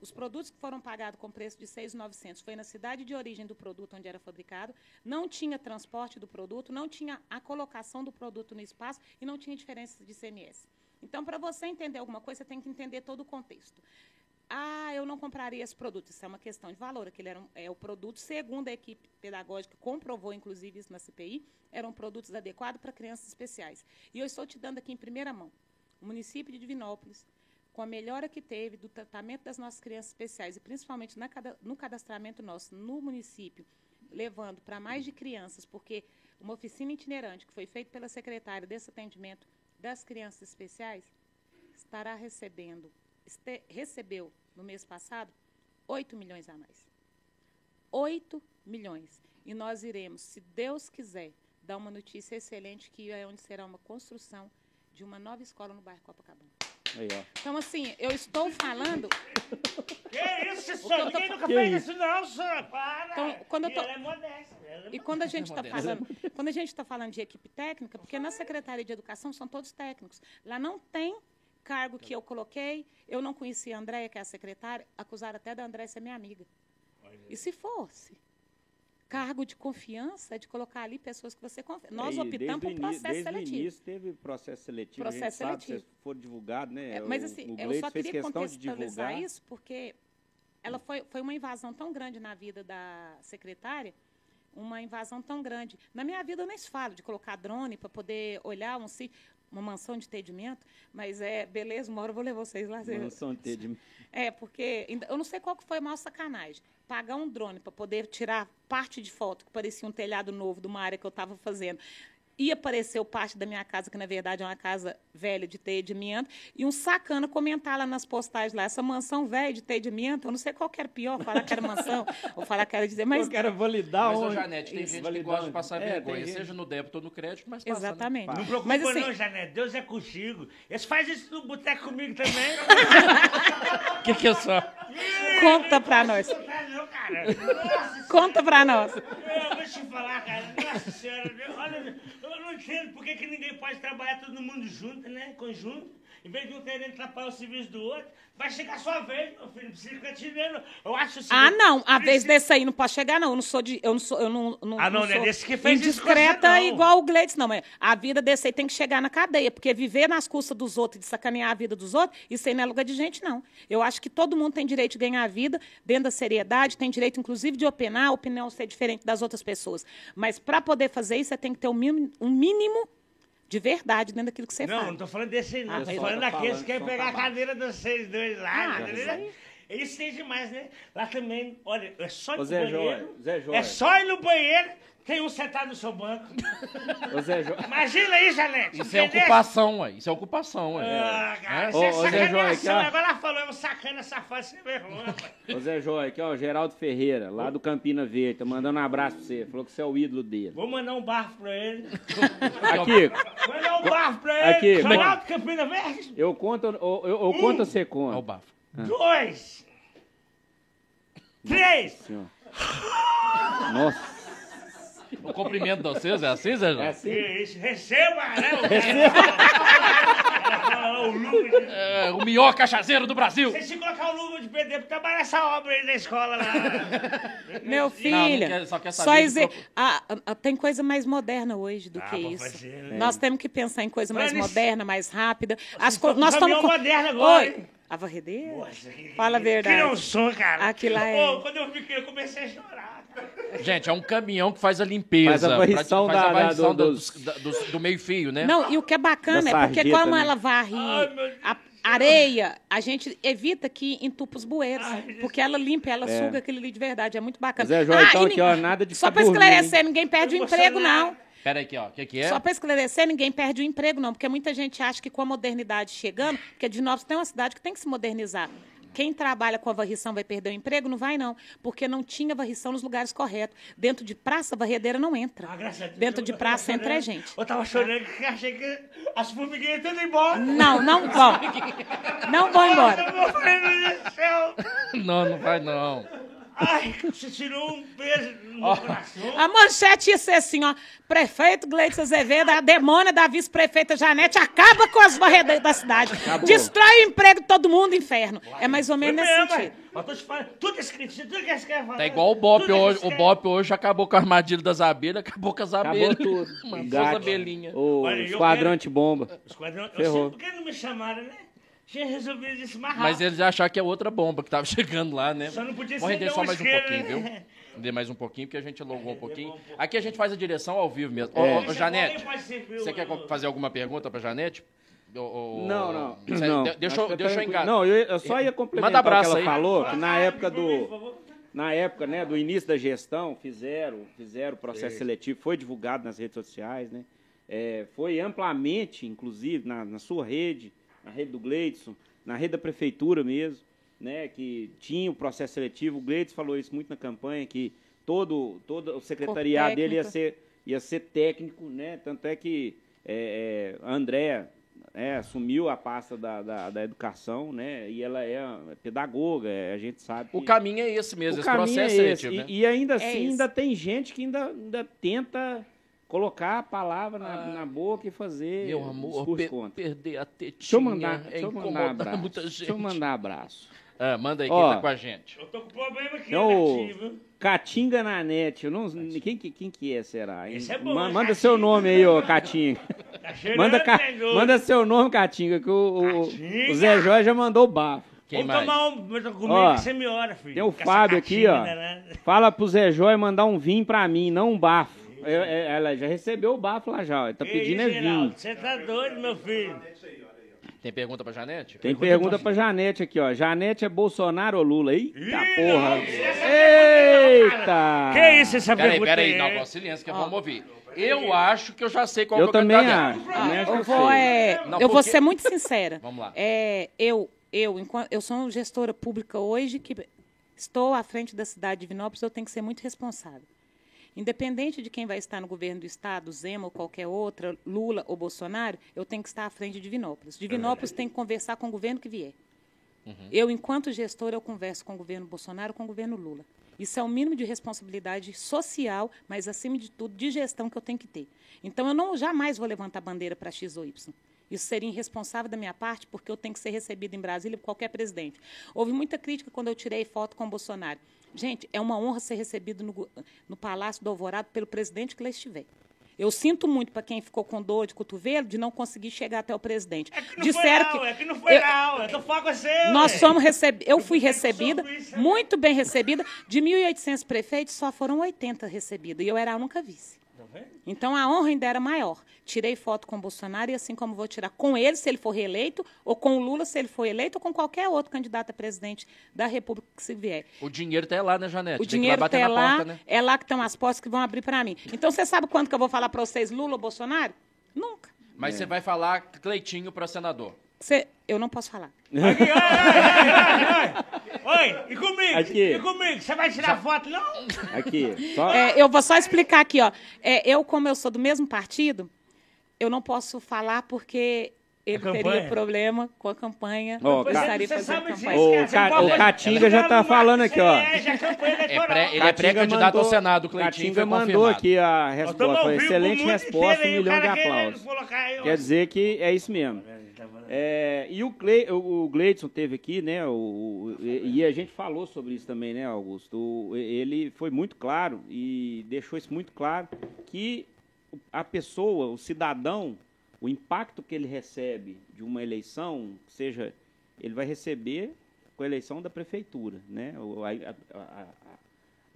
S5: Os produtos que foram pagados com preço de 6.900 foi na cidade de origem do produto onde era fabricado, não tinha transporte do produto, não tinha a colocação do produto no espaço e não tinha diferença de CMS. Então, para você entender alguma coisa, você tem que entender todo o contexto. Ah, eu não compraria esse produto. Isso é uma questão de valor. Aquele era um- é o produto, segundo a equipe pedagógica, comprovou inclusive isso na CPI, eram produtos adequados para crianças especiais. E eu estou te dando aqui em primeira mão. O município de Divinópolis, com a melhora que teve do tratamento das nossas crianças especiais, e principalmente na cada- no cadastramento nosso no município, levando para mais de crianças, porque uma oficina itinerante que foi feita pela secretária desse atendimento das crianças especiais estará recebendo, este- recebeu no mês passado 8 milhões a mais. 8 milhões. E nós iremos, se Deus quiser, dar uma notícia excelente que é onde será uma construção de uma nova escola no bairro Copacabana.
S2: Aí, ó.
S5: Então, assim, eu estou falando
S3: Que isso,
S5: que eu
S3: senhor?
S5: tô
S3: Ninguém
S5: fa-
S3: nunca
S2: Que
S3: fez
S2: isso?
S3: isso, não, senhor. Para.
S5: Então, quando eu
S3: E
S5: tô-
S3: Ela é modesta. Ela é
S5: E quando a gente está
S1: Modéstia.
S5: falando, quando a gente está falando de equipe técnica, porque na Secretaria de Educação são todos técnicos. Lá não tem cargo que eu coloquei, eu não conhecia a Andréia, que é a secretária, acusaram até da Andréia ser minha amiga. E se fosse? Cargo de confiança é de colocar ali pessoas que você confia. Nós
S2: Aí,
S5: optamos
S2: desde o
S5: por
S2: ini-
S5: processo
S2: desde
S5: seletivo.
S2: o início teve processo seletivo. a gente
S5: Processo
S2: sabe,
S5: seletivo.
S2: se for divulgado, né?
S5: É, mas
S2: O-
S5: assim,
S2: o
S5: eu
S2: Gleice
S5: só
S2: fez
S5: queria
S2: questão de divulgar.
S5: contextualizar isso porque ela foi, foi uma invasão tão grande na vida da secretária, uma invasão tão grande. Na minha vida eu nem se falo de colocar drone para poder olhar um sítio, uma mansão de entendimento, mas é beleza, uma hora eu vou levar vocês lá. vocês-
S2: Não são ter de...
S5: é, porque ainda- eu não sei qual que foi a maior sacanagem. Pagar um drone para poder tirar parte de foto que parecia um telhado novo de uma área que eu estava fazendo. E apareceu parte da minha casa, que na verdade é uma casa velha de teia de amianto, e um sacana comentar lá nas postagens lá, essa mansão velha de teia de amianto, eu não sei qual que era pior, falar que era mansão, (laughs) ou falar que era dizer, mas...
S2: eu quero validar
S1: Mas, ô,
S2: onde-
S1: Janete, tem
S2: um- Isso,
S1: gente que
S2: validar
S1: gosta de
S2: onde-
S1: passar
S2: É, tem
S1: vergonha,
S2: gente-
S1: seja no débito ou no crédito, mas passa. né?
S5: Exatamente.
S2: Não
S3: Preocupa
S5: mas assim,
S3: não, Janete. Deus é contigo. Eles fazem isso no boteco comigo também.
S5: (laughs)
S1: O que, que é isso?
S5: conta pra nós,
S3: Não, não, cara. Nossa
S5: conta pra nós.
S3: senhora, eu vou te falar, cara. Nossa senhora, meu, olha, eu não entendo por que, que ninguém pode trabalhar todo mundo junto, né? Conjunto. Em vez de um querendo atrapalhar o serviço do outro, vai chegar a sua vez, meu filho. Não precisa ficar te vendo. Eu acho o seguinte,
S5: Ah, não. A vez
S3: precisa-
S5: desse aí não pode chegar, não. Eu não sou de. Eu não sou. Eu não, não,
S3: Ah, não, não é
S5: sou
S3: desse que fez isso com você,
S5: Indiscreta
S3: não.
S5: igual o Gleides, não. Mas a vida desse aí tem que chegar na cadeia. Porque viver nas custas dos outros, e de sacanear a vida dos outros, isso aí não é lugar de gente, não. Eu acho que todo mundo tem direito de ganhar a vida dentro da seriedade, tem direito, inclusive, de opinar, a opinião ser diferente das outras pessoas. Mas para poder fazer isso, você tem que ter um mínimo, um mínimo de verdade dentro daquilo que você
S3: Não,
S5: faz.
S3: não tô falando desse aí, não.
S5: Ah,
S3: tô
S5: mas
S3: falando
S2: tá
S3: daqueles
S2: falando,
S3: que querem
S2: são
S3: pegar a
S2: tabaco.
S3: cadeira de vocês dois lá,
S5: Ah,
S3: entendeu?
S5: isso aí.
S3: Isso tem demais, né? Lá também, olha, é só ir
S2: Ô,
S3: no
S2: Zé
S3: banheiro.
S2: Joia, Zé Joia.
S3: É só ir no banheiro, tem um sentado no seu banco.
S2: Ô, Zé Jo-
S3: Imagina aí, Janete.
S1: Isso é
S3: entendeu?
S1: ocupação, ué. Isso é ocupação, ué.
S3: Ah, cara,
S1: É?
S3: isso é
S2: né? Ô, ô, Zé Joia, aqui,
S3: sacaneação.
S2: ó.
S3: Agora ela falou, eu sacana safado, você vergonha, rapaz.
S2: Ô Zé Joia, aqui ó, Geraldo Ferreira, lá do Campina Verde, tá mandando um abraço pra você, falou que você é o ídolo dele.
S3: Vou mandar um barfo pra ele.
S2: Aqui,
S3: Vou mandar um barfo pra
S2: Aqui, é
S3: ele. Geraldo Campina Verde,
S2: eu conto, ou- eu, eu conto ou você
S1: Olha É o
S2: conta?
S1: bafo.
S3: dois, três.
S2: Assim, ó. Nossa,
S1: O cumprimento de vocês é assim, Zé
S2: é
S1: João?
S2: assim?
S3: Que isso, receba, né? O Receba. o luva de...
S1: É, o melhor cachaceiro do Brasil.
S3: Você se colocar o luva de perder pra trabalhar nessa obra aí da escola lá.
S5: Meu filho,
S1: quer- só quer
S5: só
S1: saber de
S5: dizer-
S1: pro-
S5: Ah, ah, ah, tem coisa mais moderna hoje do
S3: Ah,
S5: que
S3: pra
S5: isso.
S3: fazer, né?
S5: Nós temos que pensar em coisa mais
S3: Mas-
S5: moderna, mais rápida. As co...
S3: estão com
S5: Nós estamos
S3: caminhão moderno agora, hein?
S5: Oi, a varredeira?
S3: Nossa, que-
S5: Fala a verdade.
S3: Que não sou, cara.
S5: Aquilo lá é-
S3: Ô, quando eu fiquei, eu comecei a chorar. cara.
S1: Gente, é um caminhão que faz a limpeza.
S2: Faz a varrição
S1: prati- faz a
S2: da- da-
S1: varrição
S2: do-
S1: do,
S2: dos-
S1: dos- da- dos- do meio fio, né?
S5: Não, e o que é bacana
S2: Da
S5: é porque
S2: sarjeta,
S5: como
S2: né?
S5: ela varre
S3: Ai, meu Deus.
S5: a areia, a gente evita que entupa os bueiros. porque ela limpa, ela suga aquilo ali de verdade. É muito bacana.
S2: Zé É. João, então
S5: e
S2: aqui,
S5: nin-
S2: ó, nada de
S5: Só
S2: ficar
S5: para
S2: dormindo,
S5: esclarecer, ninguém perde o
S3: emocionado.
S5: emprego, não.
S1: Pera aí, aqui, ó. O que, que é?
S5: Só para esclarecer, ninguém perde o emprego, não, porque muita gente acha que com a modernidade chegando, porque Divinópolis tem uma cidade que tem que se modernizar. Quem trabalha com a varrição vai perder o emprego? Não vai, não, porque não tinha varrição nos lugares corretos. Dentro de praça, a varredeira não entra.
S3: Ah, graças a Deus.
S5: Dentro
S3: Eu-
S5: de
S3: eu
S5: praça
S3: (laughs) tava
S5: entra a
S3: chorando.
S5: gente.
S3: Eu tava chorando que achei que as formiguinhas tudo embora.
S5: Não, não vão. Não vão embora.
S3: Meu Deus do céu.
S1: Não, não vai não.
S3: Ai, você tirou um peso no
S1: Ah.
S3: meu coração.
S5: A manchete ia ser assim, ó. Prefeito Gleides Azevedo, a demônia da vice-prefeita Janete acaba com as varredeiras da cidade. Destrói o emprego de todo mundo, inferno. É mais ou menos nesse
S3: mesmo,
S5: sentido.
S3: ué. Eu tô te falando, tudo escrito, tudo que eles querem falar.
S1: Tá igual o Bop
S3: tudo que eles
S1: hoje. O
S3: querem.
S1: Bop hoje acabou com a armadilha das abelhas, acabou com as
S2: Acabou
S1: abelhas. (laughs)
S2: tudo.
S1: Matou as
S2: Gato,
S1: abelhinhas.
S2: o
S3: Olha, eu
S2: esquadrão
S3: quero-
S2: antibomba.
S3: Esquadrão, eu
S2: Ferrou.
S3: sei por que não me chamaram, né? Tinha resolvido isso mais rápido.
S1: Mas eles acharam que é outra bomba que tava (laughs) chegando lá, né?
S3: Só não podia
S1: Vou
S3: ser
S1: render
S3: tão
S1: só mais um
S3: esquerda,
S1: pouquinho, viu?
S3: né?
S1: Render mais um pouquinho, porque a gente alongou um pouquinho. Aqui a gente faz a direção ao vivo mesmo. Ô, ô,
S3: Isso é
S1: Janete,
S3: bom, pode ser, viu?
S1: você quer co- fazer alguma pergunta pra Janete? Ô, ô, ô,
S2: Não, não.
S1: cê-
S2: não
S1: de- Deixa,
S2: acho
S1: eu-
S2: que tá
S1: deixa eu
S2: tranquilo.
S1: enganar.
S2: Não, eu, eu só ia complementar
S1: abraço
S2: o que ela
S1: aí.
S2: falou, que na
S3: Ah,
S2: época
S3: por mim, por
S2: do...
S3: favor.
S2: na época, né, do início da gestão, fizeram, fizeram o processo seletivo, foi divulgado nas redes sociais, né? É, foi amplamente, inclusive, na, na sua rede, na rede do Gleidson, na rede da prefeitura mesmo, né, que tinha o processo seletivo. O Gleidson falou isso muito na campanha, que todo, todo o secretariado dele ia
S5: técnico.
S2: ser, ia ser técnico, né? Tanto é que é, é, a Andrea é, assumiu a pasta da, da, da educação, né? E ela é pedagoga, é, a gente sabe.
S1: O
S2: que-
S1: caminho é esse mesmo,
S2: o
S1: esse
S2: caminho
S1: processo
S2: é
S1: é
S2: esse.
S1: esse,
S2: E-
S1: né?
S2: e, ainda assim,
S5: É isso.
S2: ainda tem gente que ainda, ainda tenta colocar a palavra na,
S1: Ah.
S2: na boca e fazer
S1: Meu amor,
S2: discurso
S1: per-
S2: contra.
S1: perder a tetinha
S2: Deixa eu mandar,
S1: é
S2: deixa eu mandar
S1: incomodar
S2: abraço.
S1: muita gente.
S2: Deixa eu mandar abraço.
S1: Ah, manda aí quem
S2: Ó.
S1: tá com a gente.
S3: Eu tô com problema aqui,
S2: Então,
S3: negativo. viu? Tá
S2: Catinga na net, eu não, quem, que- quem que é, será? hein?
S3: Esse é bom,
S2: Ma-
S3: hein,
S2: manda
S3: Catinga?
S2: seu nome aí, ô
S1: (laughs)
S2: Catinga.
S3: Tá cheirando,
S1: é
S2: Manda, ca-
S3: né, Jô?
S2: manda seu nome, Catinga, que o, o-
S3: Catinga!
S2: o Zé Jorge já mandou o bafo.
S1: Quem mais?
S3: Vamos tomar um comigo
S2: Ó,
S3: que você me ora, filho.
S2: tem o
S3: Com essa
S2: Fábio aqui, ó.
S3: catinga, né?
S2: Fala pro Zé Joy mandar um vinho pra mim, não um bafo. Eu- eu- ela já recebeu o bafo lá já, ó. Tá
S3: Que
S2: pedindo
S3: isso,
S2: é vinho.
S3: Geraldo, Você tá doido, meu filho.
S1: Tem pergunta pra Janete?
S2: Tem pergunta pra Janete aqui, ó. Janete é Bolsonaro ou Lula? Eita
S3: Ih,
S2: porra!
S3: não, isso
S2: Eita!
S3: Que isso, essa
S1: Peraí,
S3: pergunta
S1: peraí,
S3: aí?
S1: não, com silêncio que vamos ouvir. Eu acho que eu já sei qual
S2: Eu
S1: que é o
S2: também
S1: candidato.
S2: acho. também né? acho que
S5: Ah, Eu
S2: eu
S5: vou,
S2: sei.
S5: é,
S1: Não,
S5: eu vou
S1: porque-
S5: ser muito sincera.
S1: Vamos lá.
S5: É, eu, eu, enquanto, eu sou gestora pública hoje que estou à frente da cidade de Vinópolis, eu tenho que ser muito responsável. Independente de quem vai estar no governo do estado, Zema ou qualquer outra, Lula ou Bolsonaro, eu tenho que estar à frente de Vinópolis. De Vinópolis tem que conversar com o governo que vier. Uhum. Eu, enquanto gestora, eu converso com o governo Bolsonaro, com o governo Lula. Isso é o mínimo de responsabilidade social, mas acima de tudo de gestão que eu tenho que ter. Então eu não jamais vou levantar bandeira para X ou Y. Isso seria irresponsável da minha parte, porque eu tenho que ser recebida em Brasília por qualquer presidente. Houve muita crítica quando eu tirei foto com o Bolsonaro. Gente, é uma honra ser recebido no, go- no Palácio do Alvorado pelo presidente que lá estiver. Eu sinto muito para quem ficou com dor de cotovelo de não conseguir chegar até o presidente.
S3: É que não
S5: Disseram
S3: foi
S5: que-
S3: não, é que não foi
S5: Eu-
S3: não. É que o foco é seu.
S5: nós
S3: ué.
S5: somos receb... Eu fui
S3: Eu sou
S5: recebida,
S3: juiz, né?
S5: muito bem recebida. De 1.800 prefeitos, só foram 80 recebidos. E eu era a única vice.
S3: Tá vendo?
S5: Então a honra ainda era maior. Tirei foto com o Bolsonaro e assim como vou tirar com ele, se ele for reeleito, ou com o Lula, se ele for eleito, ou com qualquer outro candidato a presidente da República que se vier.
S1: O dinheiro tá é lá, né, Janete?
S5: O
S1: Tem que ir lá
S5: dinheiro
S1: bater
S5: tá
S1: na
S5: lá,
S1: porta, né?
S5: é lá que estão as portas que vão abrir para mim. Então você sabe quando que eu vou falar para vocês, Lula ou Bolsonaro? Nunca.
S2: É.
S1: Mas você vai falar Cleitinho pra senador.
S5: Cê- Eu não posso falar.
S3: Aqui, oi, oi, oi, oi. Oi, e comigo?
S2: Aqui.
S3: E comigo? Você vai tirar foto, não?
S5: (laughs)
S2: Aqui, só.
S5: É, eu vou só explicar aqui, ó. É, eu, como eu sou do mesmo partido, eu não posso falar porque ele
S3: A
S5: teria
S3: É campanha.
S5: problema com a campanha.
S2: Ó,
S5: eu
S2: Ca-
S5: estaria
S3: Você
S5: fazendo
S3: sabe
S5: campanha.
S3: disso,
S2: Ô,
S3: cara. Você
S2: Ca-
S3: pode-
S2: ô, Catinga já tá
S3: Ela-
S2: falando aqui, ó.
S3: É, já é campanha
S1: É
S3: eleitoral.
S1: pré, ele é pré-candidato ao Senado, o Cleitinho
S2: Catinga
S1: foi
S2: mandou
S1: confirmado.
S2: aqui a
S3: Nós estamos
S2: resposta.
S3: ao
S2: Foi
S3: vivo pro
S2: excelente
S3: mundo
S2: resposta, um
S3: inteiro, aí
S2: milhão
S3: o
S2: de
S3: cara querendo
S2: aplausos.
S3: colocar eu-
S2: Quer dizer que é isso mesmo. É, e o, Cle, o, o Gleidson teve aqui, né? o- o- e, e a gente falou sobre isso também, né, Augusto? O- ele foi muito claro e deixou isso muito claro que a pessoa, o cidadão, o impacto que ele recebe de uma eleição, seja, ele vai receber com a eleição da prefeitura, né? O- a- a- a-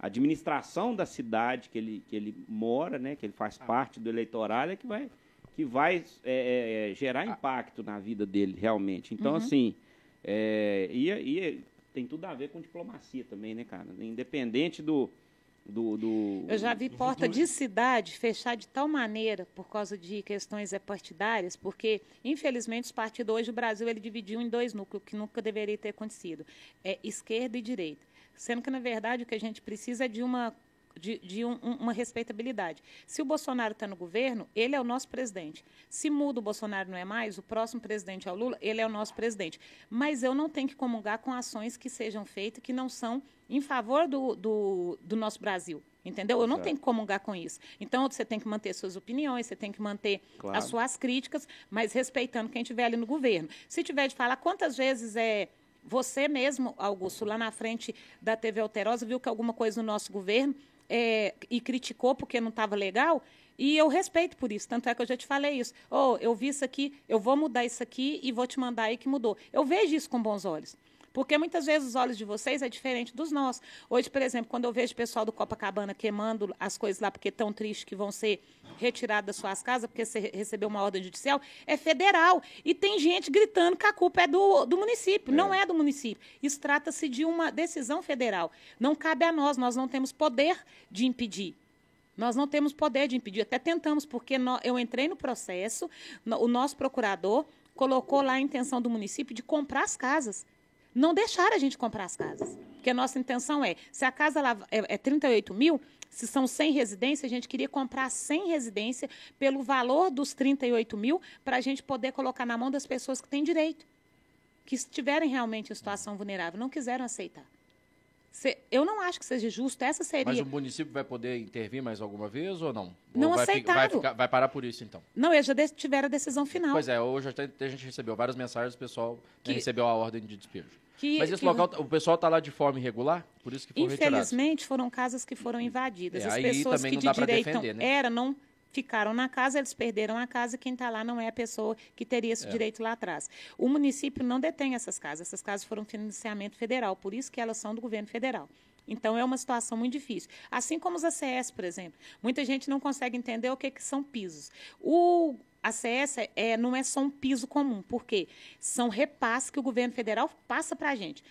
S2: a administração da cidade que ele, que ele mora, né? Que ele faz parte do eleitorado é que vai que vai é, é, é,
S1: Ah.
S2: gerar impacto na vida dele realmente. Então,
S1: Uhum.
S2: assim, é, e, e tem tudo a ver com diplomacia também, né, cara? Independente do. do, do-
S5: Eu já vi porta de cidade fechar de tal maneira por causa de questões eh, partidárias, porque, infelizmente, os partidos hoje, o Brasil, ele dividiu em dois núcleos, que nunca deveria ter acontecido. É esquerda e direita. Sendo que, na verdade, o que a gente precisa é de uma de, de um- um- uma respeitabilidade. Se o Bolsonaro está no governo, ele é o nosso presidente. Se muda o Bolsonaro não é mais, o próximo presidente é o Lula, ele é o nosso presidente. Mas eu não tenho que comungar com ações que sejam feitas que não são em favor do, do, do nosso Brasil. Entendeu? Eu não tenho que comungar com isso. Então, você tem que manter suas opiniões, você tem que manter
S2: Claro.
S5: as suas críticas, mas respeitando quem estiver ali no governo. Se tiver de falar, quantas vezes é você mesmo, Augusto, lá na frente da TV Alterosa, viu que alguma coisa no nosso governo é, e criticou porque não estava legal? E eu respeito por isso, tanto é que eu já te falei isso. Oh, eu vi isso aqui, eu vou mudar isso aqui e vou te mandar aí que mudou. Eu vejo isso com bons olhos. Porque muitas vezes os olhos de vocês é diferente dos nossos. Hoje, por exemplo, quando eu vejo o pessoal do Copacabana queimando as coisas lá porque tão triste que vão ser retiradas das suas casas porque você recebeu uma ordem judicial, é federal. E tem gente gritando que a culpa é do, do município. Não é do município. Isso trata-se de uma decisão federal. Não cabe a nós, nós não temos poder de impedir. Nós não temos poder de impedir, até tentamos, porque nó- eu entrei no processo, no- o nosso procurador colocou lá a intenção do município de comprar as casas. Não deixaram a gente comprar as casas. Porque a nossa intenção é, se a casa lá é, é 38 mil, se são 100 residências, a gente queria comprar 100 residências pelo valor dos 38 mil, para a gente poder colocar na mão das pessoas que têm direito, que estiverem realmente em situação vulnerável. Não quiseram aceitar. Cê- eu não acho que seja justo, essa seria...
S1: Mas o município vai poder intervir mais alguma vez ou não?
S5: Não
S1: ou vai, fi- vai,
S5: aceitaram.
S1: ficar- vai parar por isso, então.
S5: Não, eles já de- tiveram a decisão final.
S1: Pois é, hoje até a gente recebeu várias mensagens, o pessoal né,
S5: Que-
S1: recebeu a ordem de despejo.
S5: Que-
S1: Mas esse
S5: que-
S1: local, o pessoal tá lá de forma irregular, por isso que foi retirado.
S5: Infelizmente, foram casas que foram invadidas.
S1: É,
S5: As
S1: aí
S5: pessoas
S1: também
S5: que
S1: não
S5: de
S1: dá pra
S5: direito é,
S1: defender,
S5: não-
S1: né?
S5: era, não ficaram na casa, eles perderam a casa e quem está lá não é a pessoa que teria esse direito lá atrás. O município não detém essas casas. Essas casas foram financiamento federal, por isso que elas são do governo federal. Então, é uma situação muito difícil. Assim como os ACS, por exemplo. Muita gente não consegue entender o que, que são pisos. O ACS é, não é só um piso comum, porque são repasses que o governo federal passa para a gente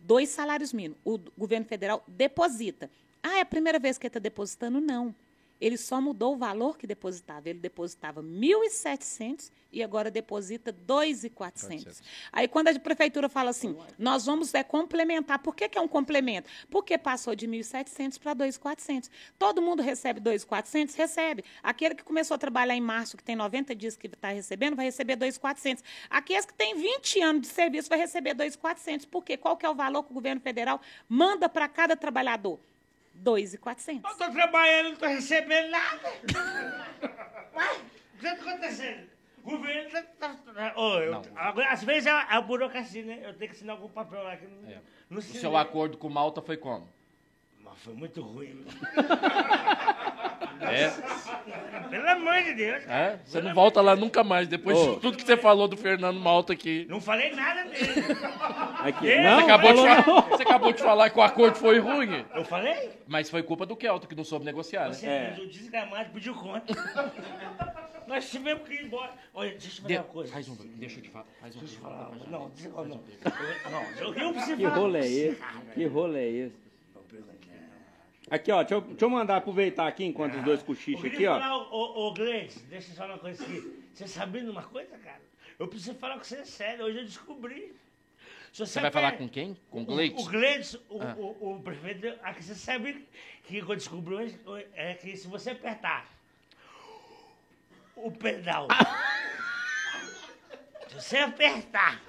S5: dois salários mínimos. O d- governo federal deposita. Ah, é a primeira vez que ele está depositando? Não. Ele só mudou o valor que depositava. Ele depositava 1.700 e agora deposita 2.400. Aí, quando a prefeitura fala assim, nós vamos é, complementar. Por que, que é um complemento? Porque passou de 1.700 para 2.400. Todo mundo recebe 2.400? Recebe. Aquele que começou a trabalhar em março, que tem 90 dias que está recebendo, vai receber 2.400. Aqueles que têm 20 anos de serviço vai receber 2.400. Por quê? Qual que é o valor que o governo federal manda para cada trabalhador? 2.400.
S3: Eu tô trabalhando, não tô recebendo nada. Mas, o que tá acontecendo? O governo tá... tá- tá- Ô, eu- agora, às vezes é a, a burocracia, né? Eu tenho que assinar algum papel lá que não, não
S1: O
S3: assinei.
S1: seu acordo com Malta foi como?
S3: Mas foi muito ruim.
S1: É?
S3: Pelo amor de Deus. cara.
S1: É? Você não volta lá nunca mais, depois de tudo que você falou do Fernando Malta aqui.
S3: Não falei nada dele.
S2: Aqui.
S3: Você
S2: Não,
S1: Você acabou, de
S2: falou
S1: falar,
S2: não.
S1: você acabou de falar que o acordo foi ruim,
S3: Eu falei?
S1: mas foi culpa do Kelto que não soube negociar, né?
S3: Você
S2: É.
S3: o desgramado pediu conta. Nós tivemos que ir embora. Olha, deixa eu falar
S1: De-
S3: uma coisa.
S1: Faz um, deixa eu te falar. Faz um, deixa eu falar.
S3: Não, não, desgra- não. Eu- Não, eu, eu preciso
S2: Que
S3: falar
S2: rolo é
S3: com você,
S2: esse?
S3: cara.
S2: Que rolo é esse? Aqui, ó, deixa eu, deixa eu mandar aproveitar aqui enquanto os dois
S3: Eu
S2: cochicham
S3: queria
S2: aqui, ó.
S3: falar, ô, ô, ô Gleice, deixa eu falar uma coisa aqui. Você sabendo uma coisa, cara? Eu preciso falar com você é sério, hoje eu descobri. Se
S1: Você vai falar com quem? Com Ah. o
S3: é? O, o
S1: Gleitz?
S3: (laughs) Gleitz, o, o- o prefeito, aqui você sabe que o que eu descobri hoje é que se você apertar o pedal,
S1: Ah.
S3: se você apertar,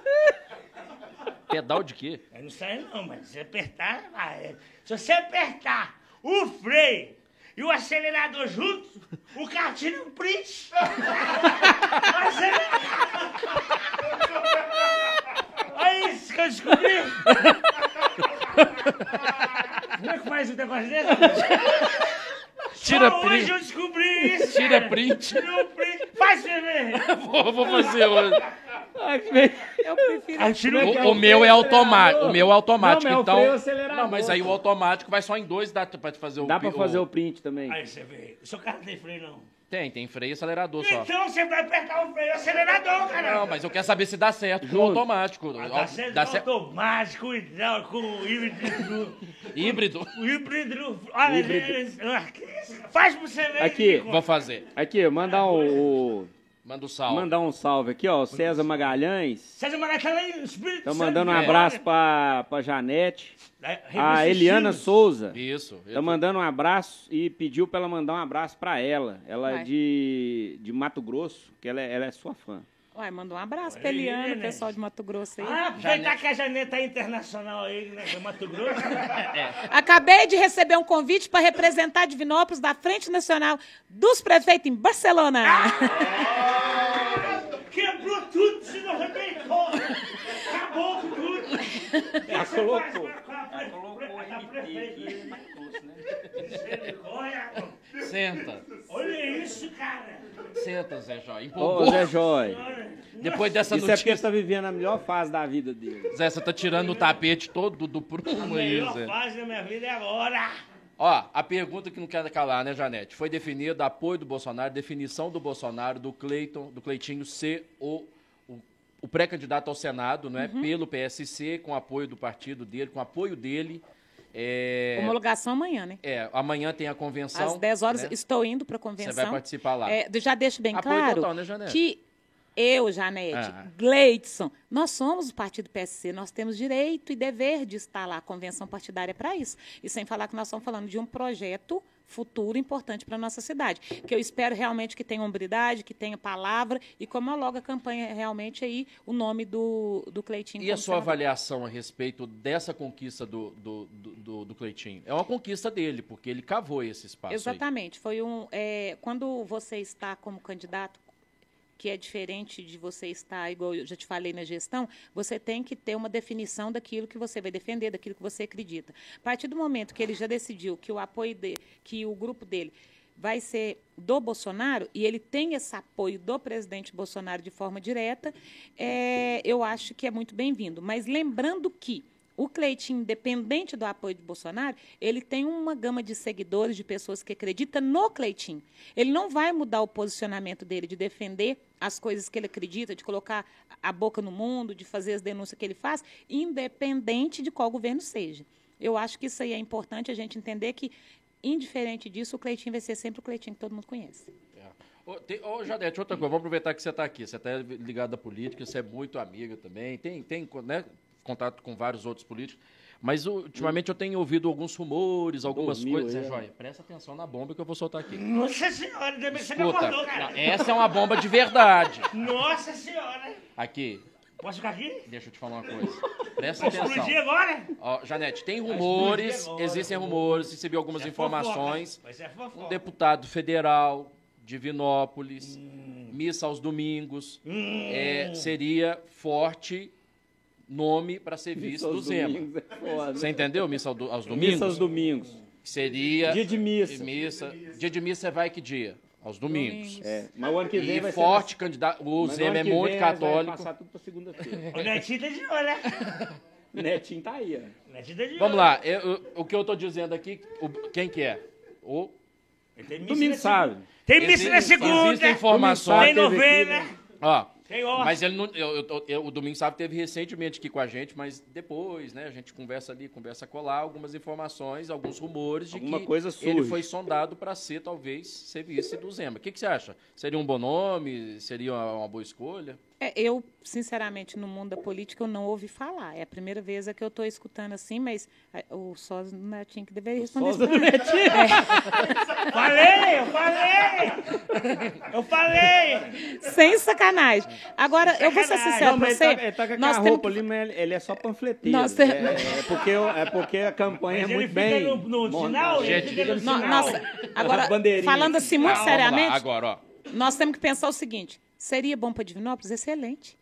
S1: Pedal de quê?
S3: eu não sei não, mas se apertar, vai. se você apertar o freio e o acelerador juntos, o carro tira um print. Mas é- Olha isso que eu descobri. Como é que faz um negócio desse?
S1: Tira
S3: Só
S1: print.
S3: Hoje eu descobri isso.
S1: Tira
S3: cara.
S1: print.
S3: Tira um print. Faz ver.
S1: Vou, vou fazer hoje. Ah,
S5: Eu prefiro.
S3: Tira
S1: O, o meu é automático. O meu é automático.
S2: Não, mas é o
S1: então.
S2: freio acelerador.
S1: não, mas aí o automático vai só em dois, dá pra fazer o.
S2: Dá pra
S1: pi-
S2: fazer o print também.
S3: Aí você vê. O seu carro não tem freio, não.
S1: Tem, tem freio e acelerador só.
S3: Então você vai apertar o freio acelerador, cara.
S1: Não, mas eu quero saber se dá certo com o
S2: Junto.
S1: automático.
S3: Ah,
S1: Ó,
S3: Tá sendo
S1: dá cer-
S3: automático, hidráulico, híbrido.
S1: Híbrido.
S3: O híbrido. Olha, híbrido. faz pra você ver.
S2: Aqui.
S3: Nico.
S1: Vou fazer.
S2: Aqui, mandar um, o, o-
S1: Manda o sal.
S2: mandar um salve aqui, ó, o César Magalhães.
S3: César Magalhães tá lá em Espírito
S2: Tá
S3: Santo.
S2: mandando um
S3: É.
S2: abraço pra, pra Janete.
S3: Da revista
S2: A Eliana
S3: Estilos.
S2: Souza.
S1: Isso.
S2: Tá mandando um abraço e pediu pra ela mandar um abraço pra ela. Ela é
S5: Vai.
S2: de, de Mato Grosso, que ela é, ela é sua fã.
S5: Uai, manda um abraço
S3: Olha
S5: pra
S3: aí,
S5: Eliana,
S3: né?
S5: pessoal é de Mato Grosso aí.
S3: Ah, aproveitar que a Janeta é internacional aí, né? do Mato Grosso.
S1: (laughs) É.
S5: Acabei de receber um convite para representar Divinópolis da Frente Nacional dos Prefeitos em Barcelona.
S1: Ah!
S3: Quebrou tudo, se não arrebentou. Acabou com tudo. Ela
S2: colocou.
S3: Ela colocou. Tá prefeito,
S6: comitê aqui
S3: né?
S6: faz curso, né?
S3: Misericórdia!
S1: Senta,
S3: Olha isso, cara!
S1: senta, Zé Joy.
S2: Ô,
S1: Empolgou.
S2: Zé Joy.
S1: Depois dessa
S2: Isso é porque
S1: notícia,
S2: ele tá vivendo a melhor fase da vida dele.
S1: Zé, você tá tirando o tapete todo do
S3: A
S1: prumo aí,
S3: melhor
S1: Zé.
S3: fase da minha vida é agora!
S1: Ó, a pergunta que não quer calar, né, Janete? Foi definida apoio do Bolsonaro, definição do Bolsonaro, do Cleiton, do Cleitinho ser o, o, o pré-candidato ao Senado, não é?
S5: Uhum.
S1: Pelo PSC, com apoio do partido dele, com apoio dele. É,
S5: Homologação amanhã, né?
S1: é, amanhã tem a convenção.
S5: Às 10 horas
S1: né?
S5: estou indo para a convenção.
S1: Você vai participar lá.
S5: É, já deixo bem
S1: Apoio
S5: claro
S1: total, né, Janete?
S5: que eu, Janete,
S1: Ah.
S5: Gleidson, nós somos o partido PSC, nós temos direito e dever de estar lá. A convenção partidária é para isso. E sem falar que nós estamos falando de um projeto futuro importante para a nossa cidade, que eu espero realmente que tenha hombridade, que tenha palavra e como logo a campanha realmente aí o nome do, do Cleitinho.
S1: E
S5: como
S1: a sua
S5: senador.
S1: avaliação a respeito dessa conquista do, do, do, do- do Cleitinho? É uma conquista dele, porque ele cavou esse espaço
S5: Exatamente. Foi um. é, quando você está como candidato, que é diferente de você estar, igual eu já te falei na gestão, você tem que ter uma definição daquilo que você vai defender, daquilo que você acredita. A partir do momento que ele já decidiu que o apoio dele, que o grupo dele vai ser do Bolsonaro e ele tem esse apoio do presidente Bolsonaro de forma direta, é, eu acho que é muito bem-vindo. Mas lembrando que o Cleitinho, independente do apoio de Bolsonaro, ele tem uma gama de seguidores, de pessoas que acreditam no Cleitinho. Ele não vai mudar o posicionamento dele de defender as coisas que ele acredita, de colocar a boca no mundo, de fazer as denúncias que ele faz, independente de qual governo seja. Eu acho que isso aí é importante a gente entender que, indiferente disso, o Cleitinho vai ser sempre o Cleitinho que todo mundo conhece.
S1: aí. É. Ô, tem- ô, Janete, outra coisa, vamos aproveitar que você está aqui. Você está ligada à política, você é muito amiga também, tem, tem né, contato com vários outros políticos. Mas ô, ultimamente eu tenho ouvido alguns rumores, algumas
S2: Dormiu
S1: coisas.
S2: aí, né?
S1: Zé
S2: ó.
S1: Joia, presta atenção na bomba que eu vou soltar aqui.
S3: Nossa senhora, ainda bem que você me
S1: Escuta,
S3: acordou, cara!
S1: essa é uma bomba de verdade.
S3: Nossa senhora!
S1: Aqui,
S3: Posso ficar aqui?
S1: deixa eu te falar uma coisa. Presta atenção.
S3: Explodir agora?
S1: Ó, Janete, tem rumores, existem rumores, recebi algumas
S3: Isso né? é
S1: informações.
S3: fofoca. Isso é
S1: Um
S3: fofoca.
S1: deputado federal, Divinópolis,
S3: Hum.
S1: missa aos domingos, é, seria forte nome para ser vice do
S2: aos
S1: Zema.
S2: domingos é foda.
S1: Você entendeu? Missa ao do- aos domingos?
S2: Missa aos domingos.
S1: Seria.
S2: Dia de missa.
S1: Dia de missa é vai que dia? Aos domingos.
S2: É, mas o ano que vem
S1: E
S2: vai ser- assim.
S1: forte candidato. O
S2: mas ano
S1: Zema é
S2: que
S1: muito
S2: vem nós Vai
S1: católico.
S2: passar tudo pra segunda-feira.
S3: O Netinho tá de olho, né?
S2: Netinho tá
S1: (laughs)
S2: aí, ó.
S3: O Netinho tá de olho.
S1: Vamos lá, eu- eu- o que eu tô dizendo aqui, o- quem que é? O
S3: Ele tem missa
S2: Domingo
S3: na
S2: sabe.
S3: Tem missa na
S1: Existem-
S3: segunda.
S1: existem
S3: Tem
S1: informações.
S2: Domingo sabe, teve
S3: novena.
S2: aqui,
S1: Ó,
S3: Tem hora.
S1: mas ele não, eu- eu tô- eu- o Domingo Sábio teve recentemente aqui com a gente, mas depois, né? A gente conversa ali, conversa colar, algumas informações, alguns rumores de
S2: Alguma
S1: que
S2: coisa
S1: ele
S2: surge.
S1: foi sondado para ser, talvez, ser vice do Zema. O que, que você acha? Seria um bom nome? Seria uma, uma boa escolha?
S5: É, eu, sinceramente, no mundo da política, eu não ouvi falar. É a primeira vez é que eu estou escutando assim, mas é, o Sós do Netinho que deveria responder isso
S2: Só
S5: pra
S2: do
S5: mim.
S2: Netinho.
S3: Falei, eu falei! Eu
S2: É
S3: falei!
S5: (laughs) Sem sacanagem. Agora, eu vou ser
S3: sacanagem.
S5: sincera
S2: Não,
S5: pra
S2: mas
S5: você.
S2: ele tá, ele tá com aquela
S5: nós temos
S2: roupa
S5: que-
S2: ali, mas ele- ele é só panfleteiro.
S5: Nós temos-
S2: É, é porque, eu- é porque a campanha
S3: Mas
S2: é
S3: ele
S2: muito
S3: fica
S2: bem.
S3: no, no
S2: montada.
S3: sinal, ele
S1: Gente,
S3: fica no
S5: No-
S3: sinal.
S5: nossa, agora,
S2: Tá bandeirinha
S5: falando
S2: assim.
S5: assim muito
S1: Ah, vamos lá,
S5: seriamente,
S1: agora, ó.
S5: nós temos que pensar o seguinte: seria bom para Divinópolis? Excelente.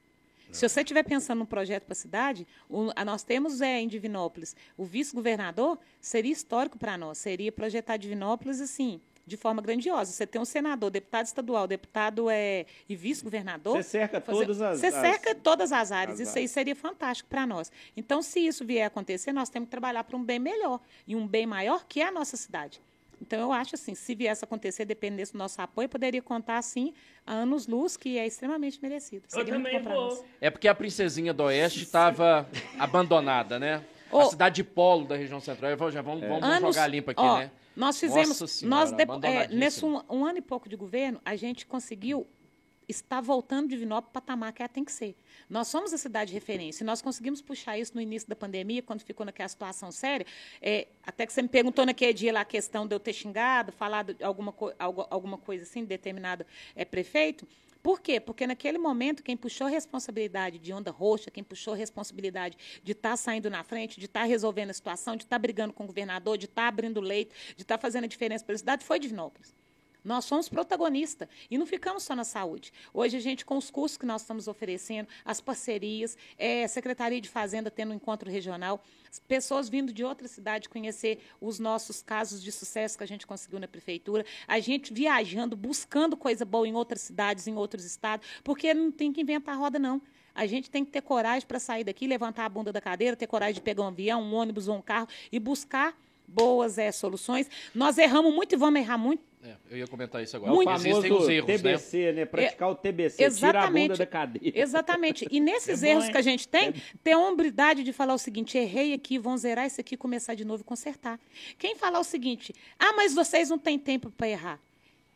S5: Se você estiver pensando num projeto para a cidade, o- a- nós temos é, em Divinópolis o vice-governador, seria histórico para nós, seria projetar Divinópolis assim, de forma grandiosa. Você tem um senador, deputado estadual, deputado é, e vice-governador.
S2: Você cerca
S5: Fazer-
S2: todas as-
S5: Você
S2: as-
S5: cerca todas as áreas.
S2: as
S5: isso aí seria fantástico para nós. Então, se isso vier a acontecer, nós temos que trabalhar para um bem melhor e um bem maior que é a nossa cidade. Então, eu acho assim, se viesse a acontecer, dependesse do nosso apoio, poderia contar, assim, a anos-luz, que é extremamente merecido.
S3: Eu
S5: Seria muito
S3: também
S5: bom pra
S3: vou.
S5: nós.
S1: É porque a princesinha do Oeste
S5: (laughs)
S1: estava abandonada, né?
S5: Ô.
S1: A cidade de polo da região central. Vamos, já
S2: É.
S1: vamos, vamos
S5: Anos-
S1: jogar limpo aqui,
S5: ó,
S1: né?
S5: Nós fizemos,
S1: Nossa Senhora,
S5: nós de- é,
S1: abandonadíssimo.
S5: nesse um, um ano e pouco de governo, a gente conseguiu estar voltando de Divinópolis para o patamar que ela tem que ser. Nós somos a cidade de referência. e Nós conseguimos puxar isso no início da pandemia, quando ficou naquela situação séria. É, até que você me perguntou naquele dia lá a questão de eu ter xingado, falado de alguma, co- algo- alguma coisa assim, determinado é, prefeito. Por quê? Porque naquele momento, quem puxou a responsabilidade de onda roxa, quem puxou a responsabilidade de estar saindo na frente, de estar resolvendo a tá situação, de estar brigando com o governador, de estar abrindo leito, de estar fazendo a diferença pela cidade, foi Divinópolis. Nós somos protagonistas e não ficamos só na saúde. Hoje, a gente, com os cursos que nós estamos oferecendo, as parcerias, eh, Secretaria de Fazenda tendo um encontro regional, as pessoas vindo de outra cidade conhecer os nossos casos de sucesso que a gente conseguiu na prefeitura, a gente viajando, buscando coisa boa em outras cidades, em outros estados, porque não tem que inventar roda, não. A gente tem que ter coragem para sair daqui, levantar a bunda da cadeira, ter coragem de pegar um avião, um ônibus ou um carro e buscar boas eh, soluções. Nós erramos muito e vamos errar muito.
S1: É, eu ia comentar isso agora.
S2: É o
S5: Muito.
S2: famoso
S1: Existem os erros, né?
S2: TBC, né? Praticar o TBC, tirar a bunda da cadeira.
S5: Exatamente. E
S3: (laughs)
S5: nesses
S3: É bom,
S5: erros
S3: hein?
S5: que a gente tem, ter a hombridade de falar o seguinte: errei aqui, vão zerar isso aqui, começar de novo e consertar. Quem falar o seguinte, ah, mas vocês não têm tempo para errar.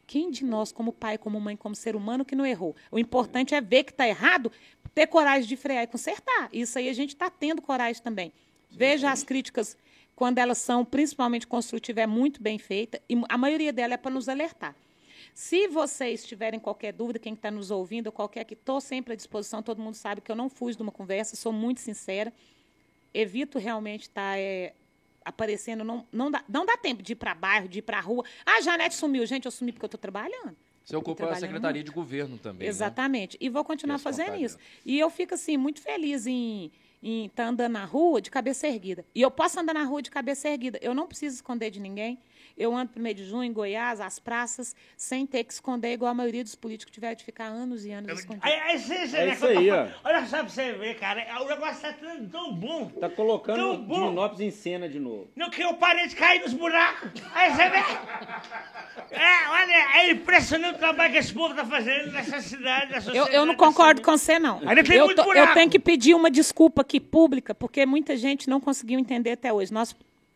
S5: Quem de nós, como pai, como mãe, como ser humano, que não errou? O importante é ver que está errado, ter coragem de frear e consertar. Isso aí a gente está tendo coragem também. Veja as críticas, quando elas são principalmente construtivas, é muito bem feita, e a maioria dela é para nos alertar. Se vocês tiverem qualquer dúvida, quem está nos ouvindo, qualquer que estou sempre à disposição, todo mundo sabe que eu não fujo de uma conversa, sou muito sincera, evito realmente estar é, aparecendo, não, não, dá, não dá tempo de ir para bairro, de ir para rua. Ah, a Janete sumiu, gente, eu sumi porque eu estou trabalhando.
S1: Você ocupa a
S5: Trabalhando
S1: Secretaria
S5: muito.
S1: de Governo também, né?
S5: Exatamente. E vou continuar
S1: Esse
S5: fazendo
S1: contato.
S5: isso. E eu fico, assim, muito feliz em em estar andando na rua de cabeça erguida. E eu posso andar na rua de cabeça erguida. Eu não preciso esconder de ninguém. Eu ando primeiro de junho em Goiás, as praças, sem ter que esconder, igual a maioria dos políticos tiveram de ficar anos e anos escondidos.
S3: Aí, aí, sim, sim,
S2: É
S3: né,
S2: isso
S3: que eu tô
S2: aí,
S3: falando. Olha só pra você ver, cara. O negócio tá tão, tão bom.
S2: Tá colocando
S3: Tão Então, bom.
S2: Diminópolis em cena de novo.
S3: Não que eu parei de cair nos buracos. Aí você vê. É, olha, é impressionante o trabalho que esse povo tá fazendo nessa cidade, nessa
S5: Eu, eu não concordo com você, não.
S3: Ainda tem
S5: Eu,
S3: muito buraco.
S5: eu tenho que pedir uma desculpa aqui pública, porque muita gente não conseguiu entender até hoje. Nós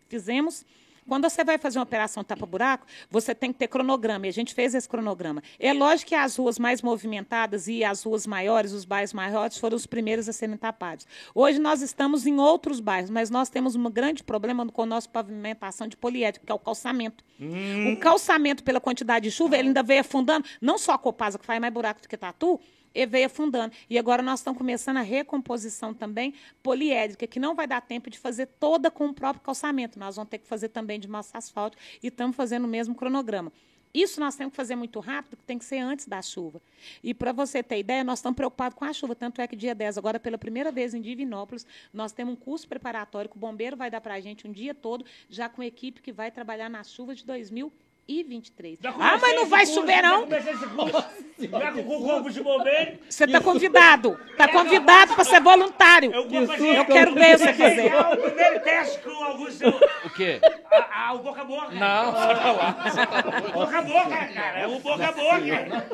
S5: fizemos. Quando você vai fazer uma operação tapa-buraco, você tem que ter cronograma, e a gente fez esse cronograma. É lógico que as ruas mais movimentadas e as ruas maiores, os bairros maiores, foram os primeiros a serem tapados. Hoje nós estamos em outros bairros, mas nós temos um grande problema com a nossa pavimentação de poliédrico, que é o calçamento.
S3: Hum.
S5: O calçamento, pela quantidade de chuva, ele ainda veio afundando, não só a Copasa, que faz mais buraco do que tatu, e veio afundando. E agora nós estamos começando a recomposição também poliédrica, que não vai dar tempo de fazer toda com o próprio calçamento. Nós vamos ter que fazer também de massa asfalto e estamos fazendo o mesmo cronograma. Isso nós temos que fazer muito rápido, que tem que ser antes da chuva. E para você ter ideia, nós estamos preocupados com a chuva, tanto é que dia 10, agora pela primeira vez em Divinópolis, nós temos um curso preparatório que o bombeiro vai dar para a gente um dia todo, já com equipe que vai trabalhar na chuva de 2023. Ah, mas não vai chover não?
S3: Já com o corpo de bombeiro.
S5: Você está convidado. Está convidado para ser voluntário.
S3: Eu vou fazer.
S5: Eu quero ver você fazer.
S3: É o primeiro teste com o Augusto.
S1: O
S3: (laughs)
S1: quê?
S3: Ah, ah, o boca a boca.
S1: Não, só pra lá.
S3: Boca a boca, cara. É o boca a boca.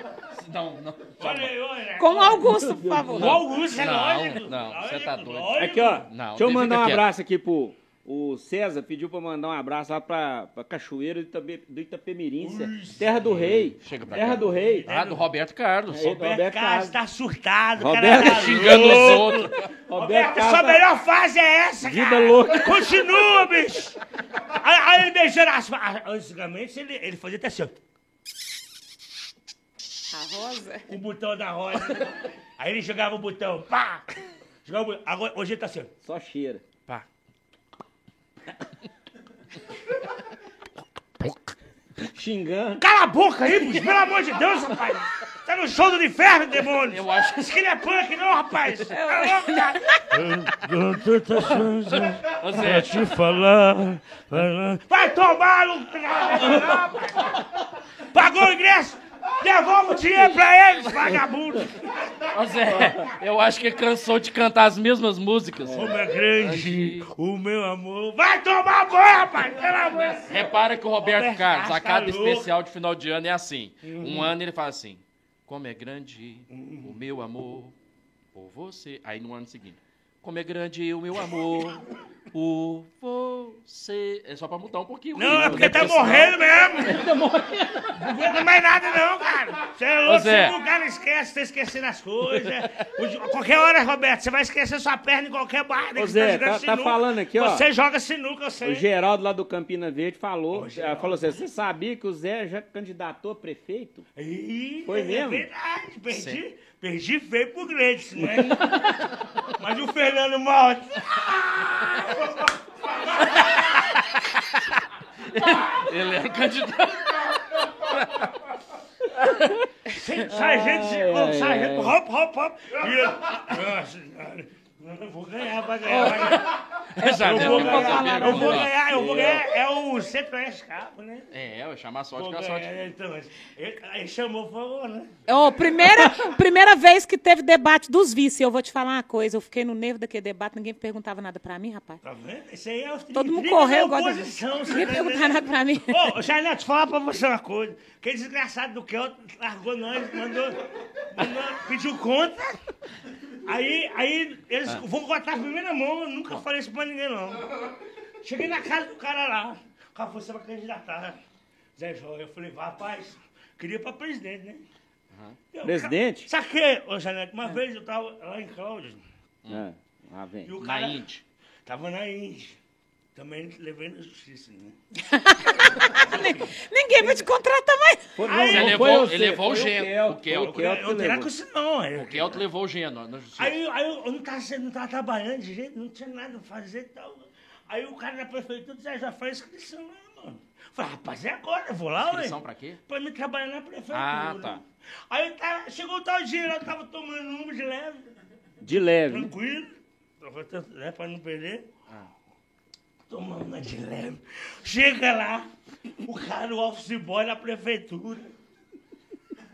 S1: Não, não.
S3: Olha aí, olha.
S5: Com o Augusto, por
S3: O
S5: favor.
S3: Augusto, é
S1: Não,
S3: lógico. é
S1: não, você tá doido.
S3: lógico.
S2: Aqui, ó.
S1: Não,
S2: deixa eu
S1: deixa
S2: mandar um
S1: quieto.
S2: abraço aqui pro. O César pediu pra mandar um abraço lá pra, pra Cachoeira do, Itape, do Itapemiríncia. Terra do Rei.
S1: Chega pra
S2: terra
S1: cá.
S2: do Rei.
S1: Ah, do Roberto Carlos.
S3: É,
S2: Aí, do
S3: Roberto Carlos tá surtado, o
S2: Roberto
S3: cara tá
S1: Xingando os
S3: louco.
S1: outros.
S2: Roberto
S3: Roberto, sua
S2: Carlos.
S3: melhor fase é essa,
S2: Vida
S3: cara.
S2: louca.
S3: Continua, bicho. Aí, aí ele beijando as... as- Antigamente, ele, ele fazia até assim, ó,
S5: A Rosa.
S3: com o botão da roda. Aí ele jogava o botão, pá. Jogava o botão. Agora, hoje ele tá assim, ó.
S2: Só cheira.
S1: Pá.
S2: Xingando.
S3: Cala a boca aí, bicho, pelo amor de Deus, rapaz. Tá no show do inferno, demônio.
S1: Eu acho
S3: Diz que ele é punk, não, rapaz. Tá louco, cara?
S1: Ô, Zé,
S3: Vai tomar no. Pagou o ingresso? Devolve o dinheiro pra eles, vagabundo!
S1: ô, Zé, é, eu acho que cansou de cantar as mesmas músicas.
S3: Como é grande o meu amor. Vai tomar banho, rapaz! Pelo amor de
S1: Repara que o Roberto
S3: Roberto
S1: Carlos, a
S3: Carlos tá
S1: cada
S3: louco. Uhum.
S1: especial de final de ano é assim. Um ano ele fala assim: Como é grande o meu amor por você. Aí no ano seguinte: Como é grande o meu amor por você. É só pra mudar um pouquinho. o
S3: Não,
S1: ritmo,
S3: é
S1: né?
S3: porque tá
S1: senão-
S3: morrendo mesmo! Não aguenta mais nada, não, cara! Você é
S1: Ô,
S3: louco,
S1: Zé.
S3: você nunca não esquece, tá esquecendo as coisas. O di- Qualquer hora, Roberto, você vai esquecer sua perna em qualquer barra.
S2: Ô,
S3: que
S2: Zé,
S3: jogando
S2: tá- tá falando aqui, ó.
S3: Você joga sinuca, eu
S2: O
S1: É.
S3: sei.
S2: Geraldo lá do Campina Verde falou, eh, falou assim, você sabia que o Zé já candidatou a prefeito?
S3: Ih,
S2: Foi
S3: é
S2: mesmo?
S3: verdade, perdi, perdi feio pro Gretchen, né? Mas o Fernando Malta.
S1: é um Ele era o candidato.
S2: Ai,
S3: sargento, o
S2: ai,
S3: sargento,
S2: ai.
S3: hop, hop, hop. E eu, ah, senhora, eu vou ganhar, vai ganhar, vai ganhar. Eu
S1: é
S3: vou ganhar, eu vou ganhar, eu vou ganhar. É o centro-oeste cabo, né?
S1: É, vai chamar a sorte
S3: Vou
S1: com a sorte.
S3: ganhar, então. Ele, ele chamou, falou, né?
S5: Ó, primeira, primeira vez que teve debate dos vice, eu vou te falar uma coisa, eu fiquei no nervo daquele debate, ninguém perguntava nada pra mim, rapaz.
S3: Tá vendo? Isso aí é os
S5: Todo mundo
S3: trinta
S5: correu,
S3: da
S5: agora- (laughs)
S3: oposição, você
S5: Ninguém
S3: tá
S5: perguntar
S3: entendendo?
S5: nada pra mim.
S3: Ô, Charlie, deixa eu falar pra você uma coisa. Aquele desgraçado do Kelton largou nós, mandou, mandou pediu conta. Aí, aí eles vão cortar a primeira mão, eu nunca falei isso pra ninguém, não. Cheguei na casa do cara lá, o cara falou, você vai candidatar. Zé Joia, eu falei, "Vá, rapaz, queria pra presidente, né? Eu,
S2: Presidente?
S3: Sabe o que, ô Janete? Uma vez eu tava lá em Cláudio,
S1: Hum.
S2: É, lá vem.
S3: e o
S1: Na
S3: cara...
S1: Indy.
S3: Tava na Indy. Também levei na justiça, né?
S5: Ninguém vai te contratar mais.
S2: Foi-
S3: Aí
S2: não
S1: ele
S2: foi
S1: Ah, levou-
S2: você,
S1: ele levou o
S2: foi
S1: Gento,
S2: Kelton,
S1: o Kelton.
S2: foi o Kelton
S3: eu
S2: que
S3: não tenho
S2: levou.
S3: isso não. é.
S1: O Kelton levou o Geno na justiça.
S3: Aí, aí eu eu não tava, sendo- não tava trabalhando de jeito, não tinha nada pra fazer e tal. Aí o cara da prefeitura disse, "Ah, já faz inscrição lá, mano. Eu Falei, rapaz, é agora, eu vou lá, ué.
S1: Inscrição pra quê?
S3: Pra me trabalhar na prefeitura.
S1: Ah, tá.
S3: Aí eu tava- chegou o tal dia, lá, eu tava tomando uma de leve,
S2: De leve. né?
S3: tranquilo. Eu vou ter- né, pra não perder. Tomando uma de leve. Chega lá, o cara, o office boy da prefeitura.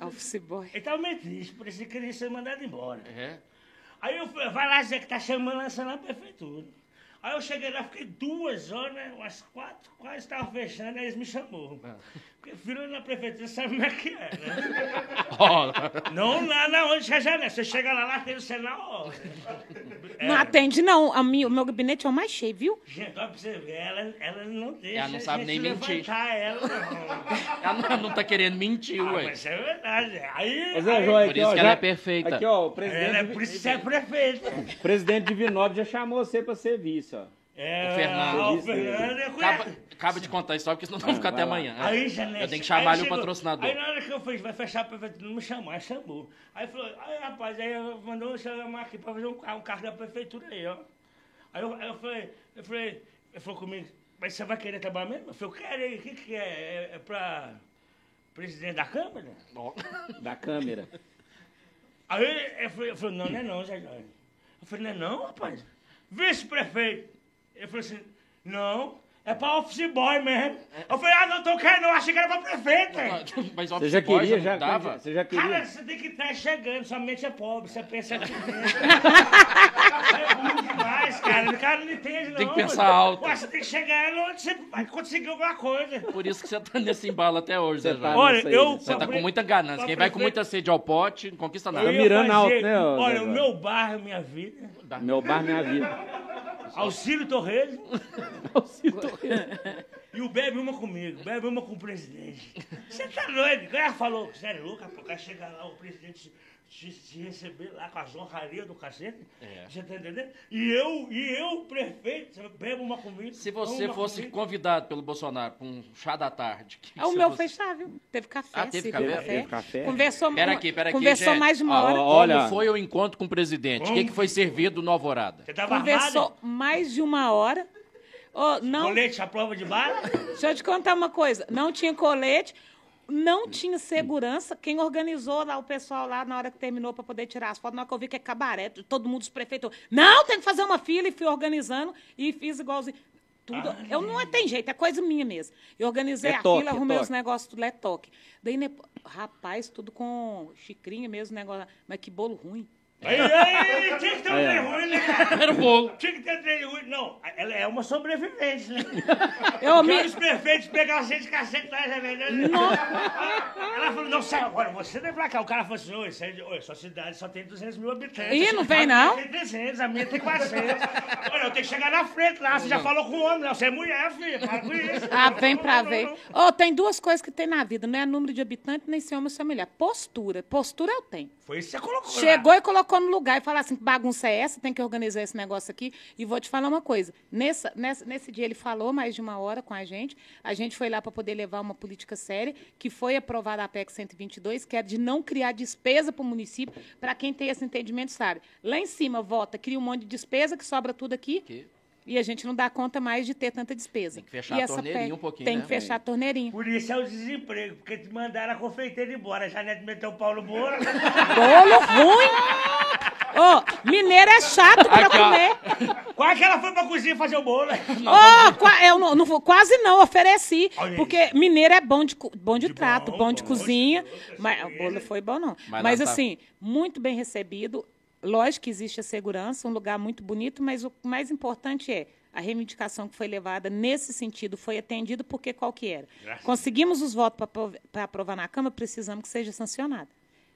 S5: Office boy.
S3: Ele tava meio triste, parecia que ele ia ser mandado embora. (laughs)
S1: É.
S3: Aí eu falei, vai lá, Zé, que tá chamando essa na prefeitura. Aí eu cheguei lá, fiquei duas horas, né, umas quatro, quase tava fechando, aí eles me chamou.
S1: Ah.
S3: Porque virou na prefeitura, sabe como é que é, né?
S1: Ó, (laughs)
S3: Não lá na onde já já, né? Você chega lá, lá tem
S1: (laughs)
S3: o sinal.
S1: É.
S5: Não atende, não. A minha, o meu gabinete é o mais cheio, viu?
S3: É, Gente, olha pra você ver, ela, ela não deixa
S1: Ela não sabe
S3: a
S1: nem
S3: gente
S1: mentir.
S3: levantar ela, não.
S1: ela não, não tá querendo mentir, (laughs)
S3: Ah,
S1: ué.
S3: mas é verdade. Aí,
S2: Mas é,
S3: aí-
S2: Joia,
S1: Por
S2: aqui,
S1: isso
S2: ó,
S1: que ela
S2: já-
S1: é perfeita. né?
S2: Aqui, ó, o
S3: ela é,
S2: presidente,
S3: por isso que você é prefeito.
S2: o presidente de Vinópolis já chamou você pra ser vice, ó.
S3: É,
S1: O Fernando.
S3: O Fernando é
S1: Acaba,
S3: conhecido.
S1: acaba de contar a história, porque senão nós vamos ficar até
S2: vai lá.
S1: amanhã. É.
S3: Aí, Janete,
S1: Eu tenho que
S3: aí
S1: chamar ali o
S3: chegou-
S1: patrocinador.
S3: Aí na hora que eu fiz, vai fechar a prefeitura, não me chamou, aí chamou. Aí falou, aí rapaz, aí eu- mandou eu chamar aqui pra fazer um carro, um carro da prefeitura aí, ó. Aí eu, aí eu falei, eu falei, ele falou comigo, mas você vai querer trabalhar mesmo? Eu falei, eu quero aí, o que que é? É, é pra presidente da Câmara?
S1: Ó,
S2: Da câmera.
S3: Aí ele falou, eu falei, não, não é não, Zé Jorge. Eu falei, não é não, rapaz? Vice-prefeito. Ele falou assim, não, é pra office boy mesmo. Eu falei, ah, não tô querendo, eu achei que era pra prefeita.
S1: (laughs) Mas
S2: Você já queria, já, é
S1: dava.
S2: você já
S3: Cara,
S2: queria.
S3: você tem que estar chegando, sua mente é pobre, você pensa que. é
S1: (laughs)
S3: burro demais, cara. O cara não entende, não.
S1: Tem que pensar
S3: mano.
S1: alto.
S3: Ué, você tem que chegar onde você vai conseguir alguma coisa.
S1: Por isso que você tá nesse embalo até hoje, Zé
S2: é? Você tá-
S1: Jorge.
S3: Olha,
S2: isso aí,
S3: eu.
S1: Você tá com muita ganância. Quem vai com muita sede ao pote, não conquista
S3: Eu
S1: nada.
S3: ia
S2: mirando
S3: fazer-
S2: alto, né, ô,
S3: Olha,
S2: Zé
S3: o
S2: Jorge?
S3: meu bairro, minha vida.
S2: Meu bar, minha vida.
S3: Auxílio Torres.
S1: (laughs)
S3: (laughs) E o bebe uma comigo, bebe uma com o presidente. Você tá doido? O cara falou, você é louco, rapaz, o cara chega lá, o presidente te, te- te receber lá com as honrarias do cacete.
S1: É.
S3: Você tá entendendo? E eu, e eu, prefeito, você bebe uma comigo.
S1: Se
S3: toma um
S1: você
S3: uma
S1: fosse
S3: comigo.
S1: convidado pelo Bolsonaro pra um chá da tarde... que que
S5: Ah, o
S1: você
S5: meu
S1: fosse-
S5: fez chá, viu? Teve café,
S1: Ah, teve
S5: sim,
S1: café?
S2: Teve café?
S5: Conversou,
S1: Pera aqui, pera aqui,
S5: conversou
S1: gente.
S5: mais de
S2: Ó,
S5: uma hora.
S2: ó,
S1: Como
S2: Olha-
S1: foi o encontro com o presidente? O que,
S3: Como?
S1: que foi servido no Alvorada?
S3: Você tava
S5: Conversou
S3: armado?
S5: mais de uma hora. Ô, não,
S3: Colete à prova
S1: (laughs)
S3: de bala?
S5: deixa eu te contar uma coisa. Não tinha colete, não tinha segurança. Quem organizou lá o pessoal lá na hora que terminou para poder tirar as fotos, na hora que eu vi que é cabaré, todo mundo, os prefeitos, não, tem que fazer uma fila e fui organizando e fiz igualzinho. Tudo. eu não tem jeito, é coisa minha mesmo. Eu organizei
S2: Ah, É
S5: a
S2: toque,
S5: fila,
S2: é
S5: arrumei os
S2: toque.
S5: negócios, tudo é toque. Daí, né, rapaz, tudo com xicrinha mesmo, negócio. lá. Mas que bolo ruim.
S3: Aí, aí, tinha que ter um
S1: É.
S3: trem ruim, né, cara?
S1: Era o bolo.
S3: Tinha que ter um trem ruim. Não, ela é uma sobrevivente,
S5: (laughs)
S3: né?
S5: Eu, me-
S3: Porque os prefeitos pegavam você de cacete lá, já verdade. Ela falou, não, sai agora, você vem pra cá. O cara falou assim, oi, isso aí- oi, sua cidade só tem 200 mil habitantes.
S5: Ih, não vem,
S3: A minha
S5: não?
S3: Tem 300, a minha tem 400. (laughs) Olha, eu tenho que chegar na frente lá, você já falou com o homem, não, você é mulher, filho, para com isso.
S5: Ah, vem pra
S3: Não, não,
S5: ver.
S3: não.
S5: Ô, tem duas coisas que tem na vida, não é número de habitante, nem se homem ou se é mulher. Postura. Postura eu tenho.
S3: Foi isso que você colocou lá.
S5: Chegou e colocou no lugar e falou assim, que bagunça é essa? Tem que organizar esse negócio aqui. E vou te falar uma coisa. Nessa, nessa- nesse dia ele falou mais de uma hora com a gente. A gente foi lá para poder levar uma política séria, que foi aprovada a PEC 122, que é de não criar despesa para o município. Para quem tem esse entendimento sabe. Lá em cima, vota, cria um monte de despesa, que sobra tudo aqui.
S1: Que?
S5: E a gente não dá conta mais de ter tanta despesa.
S1: Tem que fechar
S5: E
S1: a
S5: essa
S1: torneirinha
S5: pe-
S1: um pouquinho,
S5: Tem
S1: né,
S5: que fechar a torneirinha.
S3: Por isso é o desemprego, porque te mandaram a confeiteira embora. A Janete meteu o Paulo Moura.
S5: Bolo ruim! Ô, mineiro é chato pra
S1: Aqui, ó.
S5: comer.
S3: (laughs) Quase que ela foi pra cozinha fazer o bolo.
S5: Ô, qua- eu não, não vou- quase não ofereci,
S3: Olha
S5: porque
S3: isso.
S5: mineiro é bom de, co- bom de,
S3: De
S5: trato,
S3: bom,
S5: bom, de
S3: bom,
S5: cozinha,
S3: de louco,
S5: mas o
S3: assim,
S5: bolo foi bom não.
S1: Mas
S5: Mas,
S1: lá tá-
S5: assim, muito bem recebido, lógico que existe a segurança, um lugar muito bonito, mas o mais importante é a reivindicação que foi levada nesse sentido foi atendida, porque qual que era?
S3: Graças a
S5: Conseguimos os votos para aprovar na Câmara, precisamos que seja sancionado.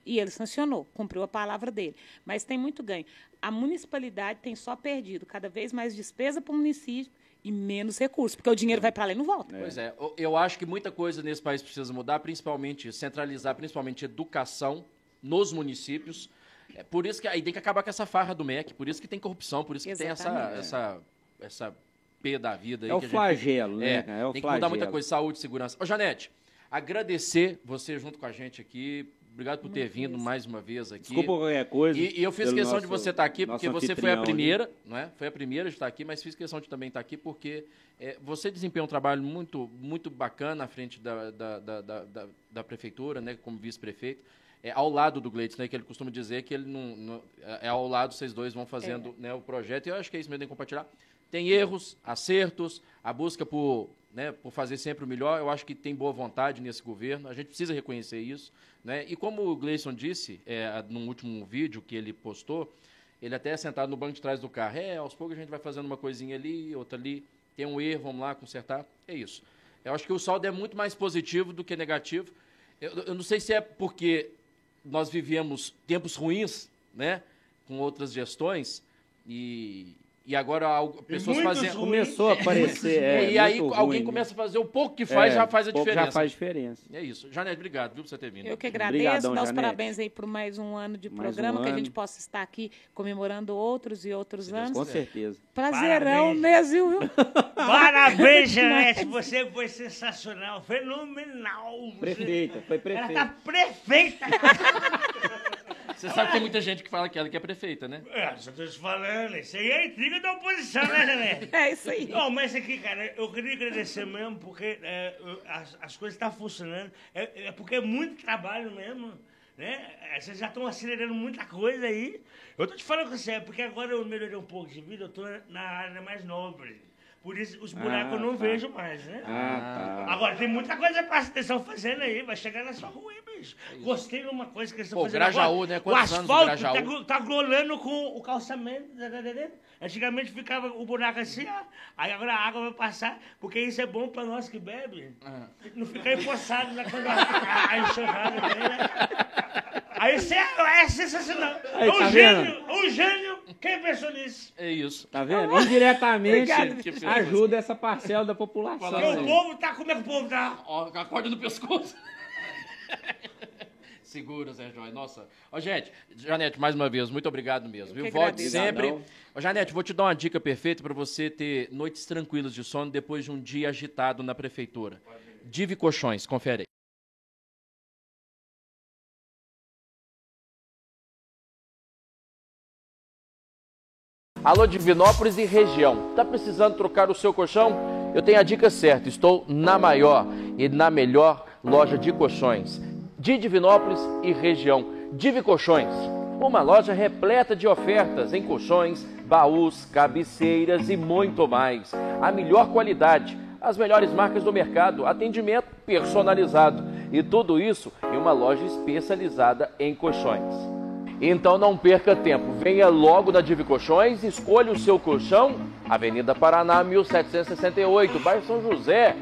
S5: E ele sancionou, cumpriu a palavra dele. Mas tem muito ganho. A municipalidade tem só perdido cada vez mais despesa para o município e menos recursos, porque o dinheiro vai para lá e não volta.
S1: Pois é, eu- eu acho que muita coisa nesse país precisa mudar, principalmente centralizar, principalmente educação nos municípios. É por isso que aí tem que acabar com essa farra do MEC, por isso que tem corrupção, por isso que tem
S5: Exatamente.
S1: essa, essa, essa P da vida aí.
S2: É o
S1: que a gente-
S2: flagelo, né,
S1: É,
S2: cara? É o
S1: tem que mudar
S2: flagelo.
S1: muita coisa, saúde, segurança. Ô, Janete, agradecer você junto com a gente aqui. Obrigado por ter vindo mais uma vez aqui.
S2: Desculpa qualquer coisa.
S1: E, e eu fiz
S2: pelo
S1: questão de
S2: nosso-
S1: você estar aqui,
S2: nosso
S1: porque você foi a
S2: anfitrião aí.
S1: primeira, não é? Foi a primeira de estar aqui, mas fiz questão de também estar aqui, porque é, você desempenha um trabalho muito, muito bacana à frente da, da, da, da, da- da prefeitura, né? Como vice-prefeito. É, ao lado do Gleitz, né? Que ele costuma dizer que ele não, não- é ao lado, vocês dois vão fazendo né, o projeto. E eu acho que é isso mesmo, tem que compartilhar. Tem erros, acertos, a busca por, né, por fazer sempre o melhor. Eu acho que tem boa vontade nesse governo. A gente precisa reconhecer isso. Né? E como o Gleison disse é, no último vídeo que ele postou, ele até é sentado no banco de trás do carro. É, aos poucos a gente vai fazendo uma coisinha ali, outra ali. Tem um erro, vamos lá consertar. É isso. Eu acho que o saldo é muito mais positivo do que negativo. Eu, eu não sei se é porque nós vivemos tempos ruins, né? Com outras gestões e, e agora algo- pessoas
S3: muitos
S1: fazendo...
S3: ruins.
S2: Começou a
S1: (laughs)
S2: aparecer. é,
S1: e aí
S2: muito
S1: alguém
S2: ruim,
S1: começa a fazer o pouco que
S2: né?
S1: faz,
S2: É,
S1: já faz a
S2: pouco
S1: diferença.
S2: Já faz diferença.
S1: É isso. Janete, obrigado, viu, por você ter vindo.
S5: Eu que agradeço,
S2: Obrigadão,
S5: dar os
S2: Janete.
S5: parabéns aí por mais um ano de
S2: Mais um
S5: programa, que a
S2: ano.
S5: gente possa estar aqui comemorando outros e outros anos.
S2: Com certeza.
S5: Prazerão
S3: Parabéns.
S5: mesmo, viu? (laughs)
S3: Parabéns, Janete. Você foi sensacional, fenomenal. Você-
S2: Prefeita, foi
S3: Ela tá
S2: prefeita.
S3: prefeita.
S1: Você sabe que tem muita gente que fala que ela que é prefeita, né?
S3: (laughs) é, só tô te falando. Isso aí é intriga da oposição, né, Janete?
S5: É isso aí.
S3: Não, mas aqui, cara, eu queria agradecer mesmo, porque é, eu- as, as coisas estão funcionando. É, é porque é muito trabalho mesmo, né? É, Vocês já estão acelerando muita coisa aí. Eu tô te falando com você, é porque agora eu melhorei um pouco de vida, eu tô na área mais nobre. Por isso, os buracos eu não
S2: tá.
S3: vejo mais, né?
S2: Ah, tá.
S3: Agora, tem muita coisa pra vocês estão fazendo aí, vai chegar na sua rua, hein, bicho? Gostei de uma coisa que eles estão
S1: É Pô,
S3: fazendo
S1: Grajaú,
S3: agora.
S1: né?
S3: O
S1: Quantos anos do
S3: asfalto
S1: Grajaú?
S3: tá, gro- tá grolando com o calçamento. tá entendendo? Antigamente ficava o buraco assim, ó. Aí agora a água vai passar, porque isso é bom pra nós que bebe.
S1: É.
S3: Não ficar empossado né, quando a, a enxurrada vem, né? Aí isso é, é sensacional.
S2: Aí,
S3: é um
S2: tá
S3: gênio, um gênio. Quem pensou nisso?
S1: É isso.
S2: Tá vendo? Indiretamente
S1: Obrigado, Vitor.
S2: ajuda essa parcela da população.
S3: Porque o
S1: sim.
S3: povo tá, como é que o povo tá?
S1: Ó, com a corda no pescoço. (laughs) Segura, Zé Joy. Nossa. Ó, gente, Janete, mais uma vez, muito obrigado mesmo. Viu?
S5: que
S1: Volte
S5: agradeço.
S1: sempre.
S2: Obrigadão.
S1: Ó, Janete, vou te dar uma dica perfeita para você ter noites tranquilas de sono depois de um dia agitado na prefeitura. Dive Colchões, confere aí. Alô Divinópolis e região. Tá precisando trocar o seu colchão? Eu tenho a dica certa. Estou na maior e na melhor loja de colchões de Divinópolis e região. Divi Colchões, uma loja repleta de ofertas em colchões, baús, cabeceiras e muito mais. A melhor qualidade, as melhores marcas do mercado, atendimento personalizado e tudo isso em uma loja especializada em colchões. Então não perca tempo, venha logo na Divi Colchões, escolha o seu colchão, Avenida Paraná 1768, bairro São José.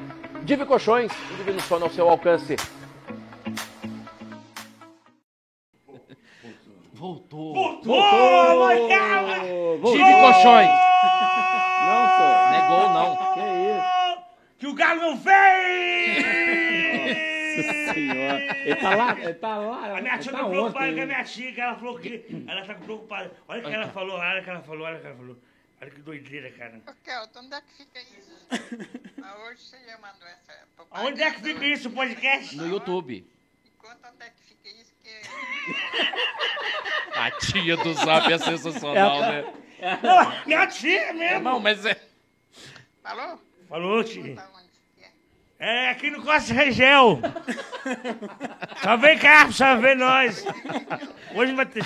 S1: Divi Colchões, um divino sono ao seu alcance. Voltou.
S3: Pô, mas calma!
S2: Vou-
S1: Divi Colchões.
S2: Não, senhor.
S1: Não é gol não.
S2: Que isso?
S3: Oh, que o Galo não fez!
S2: Senhor. Ele tá lá, ele tá lá.
S3: A minha tia
S2: ele
S3: tá
S2: tá ontem.
S3: preocupada com a
S2: hein?
S3: minha tia, que ela falou que. Ela tá preocupada. Olha o que ela falou, olha o que ela falou, olha o que ela falou. Olha que doideira, cara.
S6: Ô, Kelton, onde é que fica
S3: (laughs)
S6: isso? Aonde você já mandou essa propaganda?
S3: Onde é que fica isso, o podcast?
S1: No YouTube.
S6: Conta onde é que fica isso, que
S1: A tia do Zap é sensacional, né?
S3: Não, minha tia mesmo.
S1: Não, mas é...
S6: Falou?
S3: Falou, Ti.
S6: Tá onde que é?
S3: É aqui no Costa Região. só vem carro, só vem nós. Hoje não vai ter.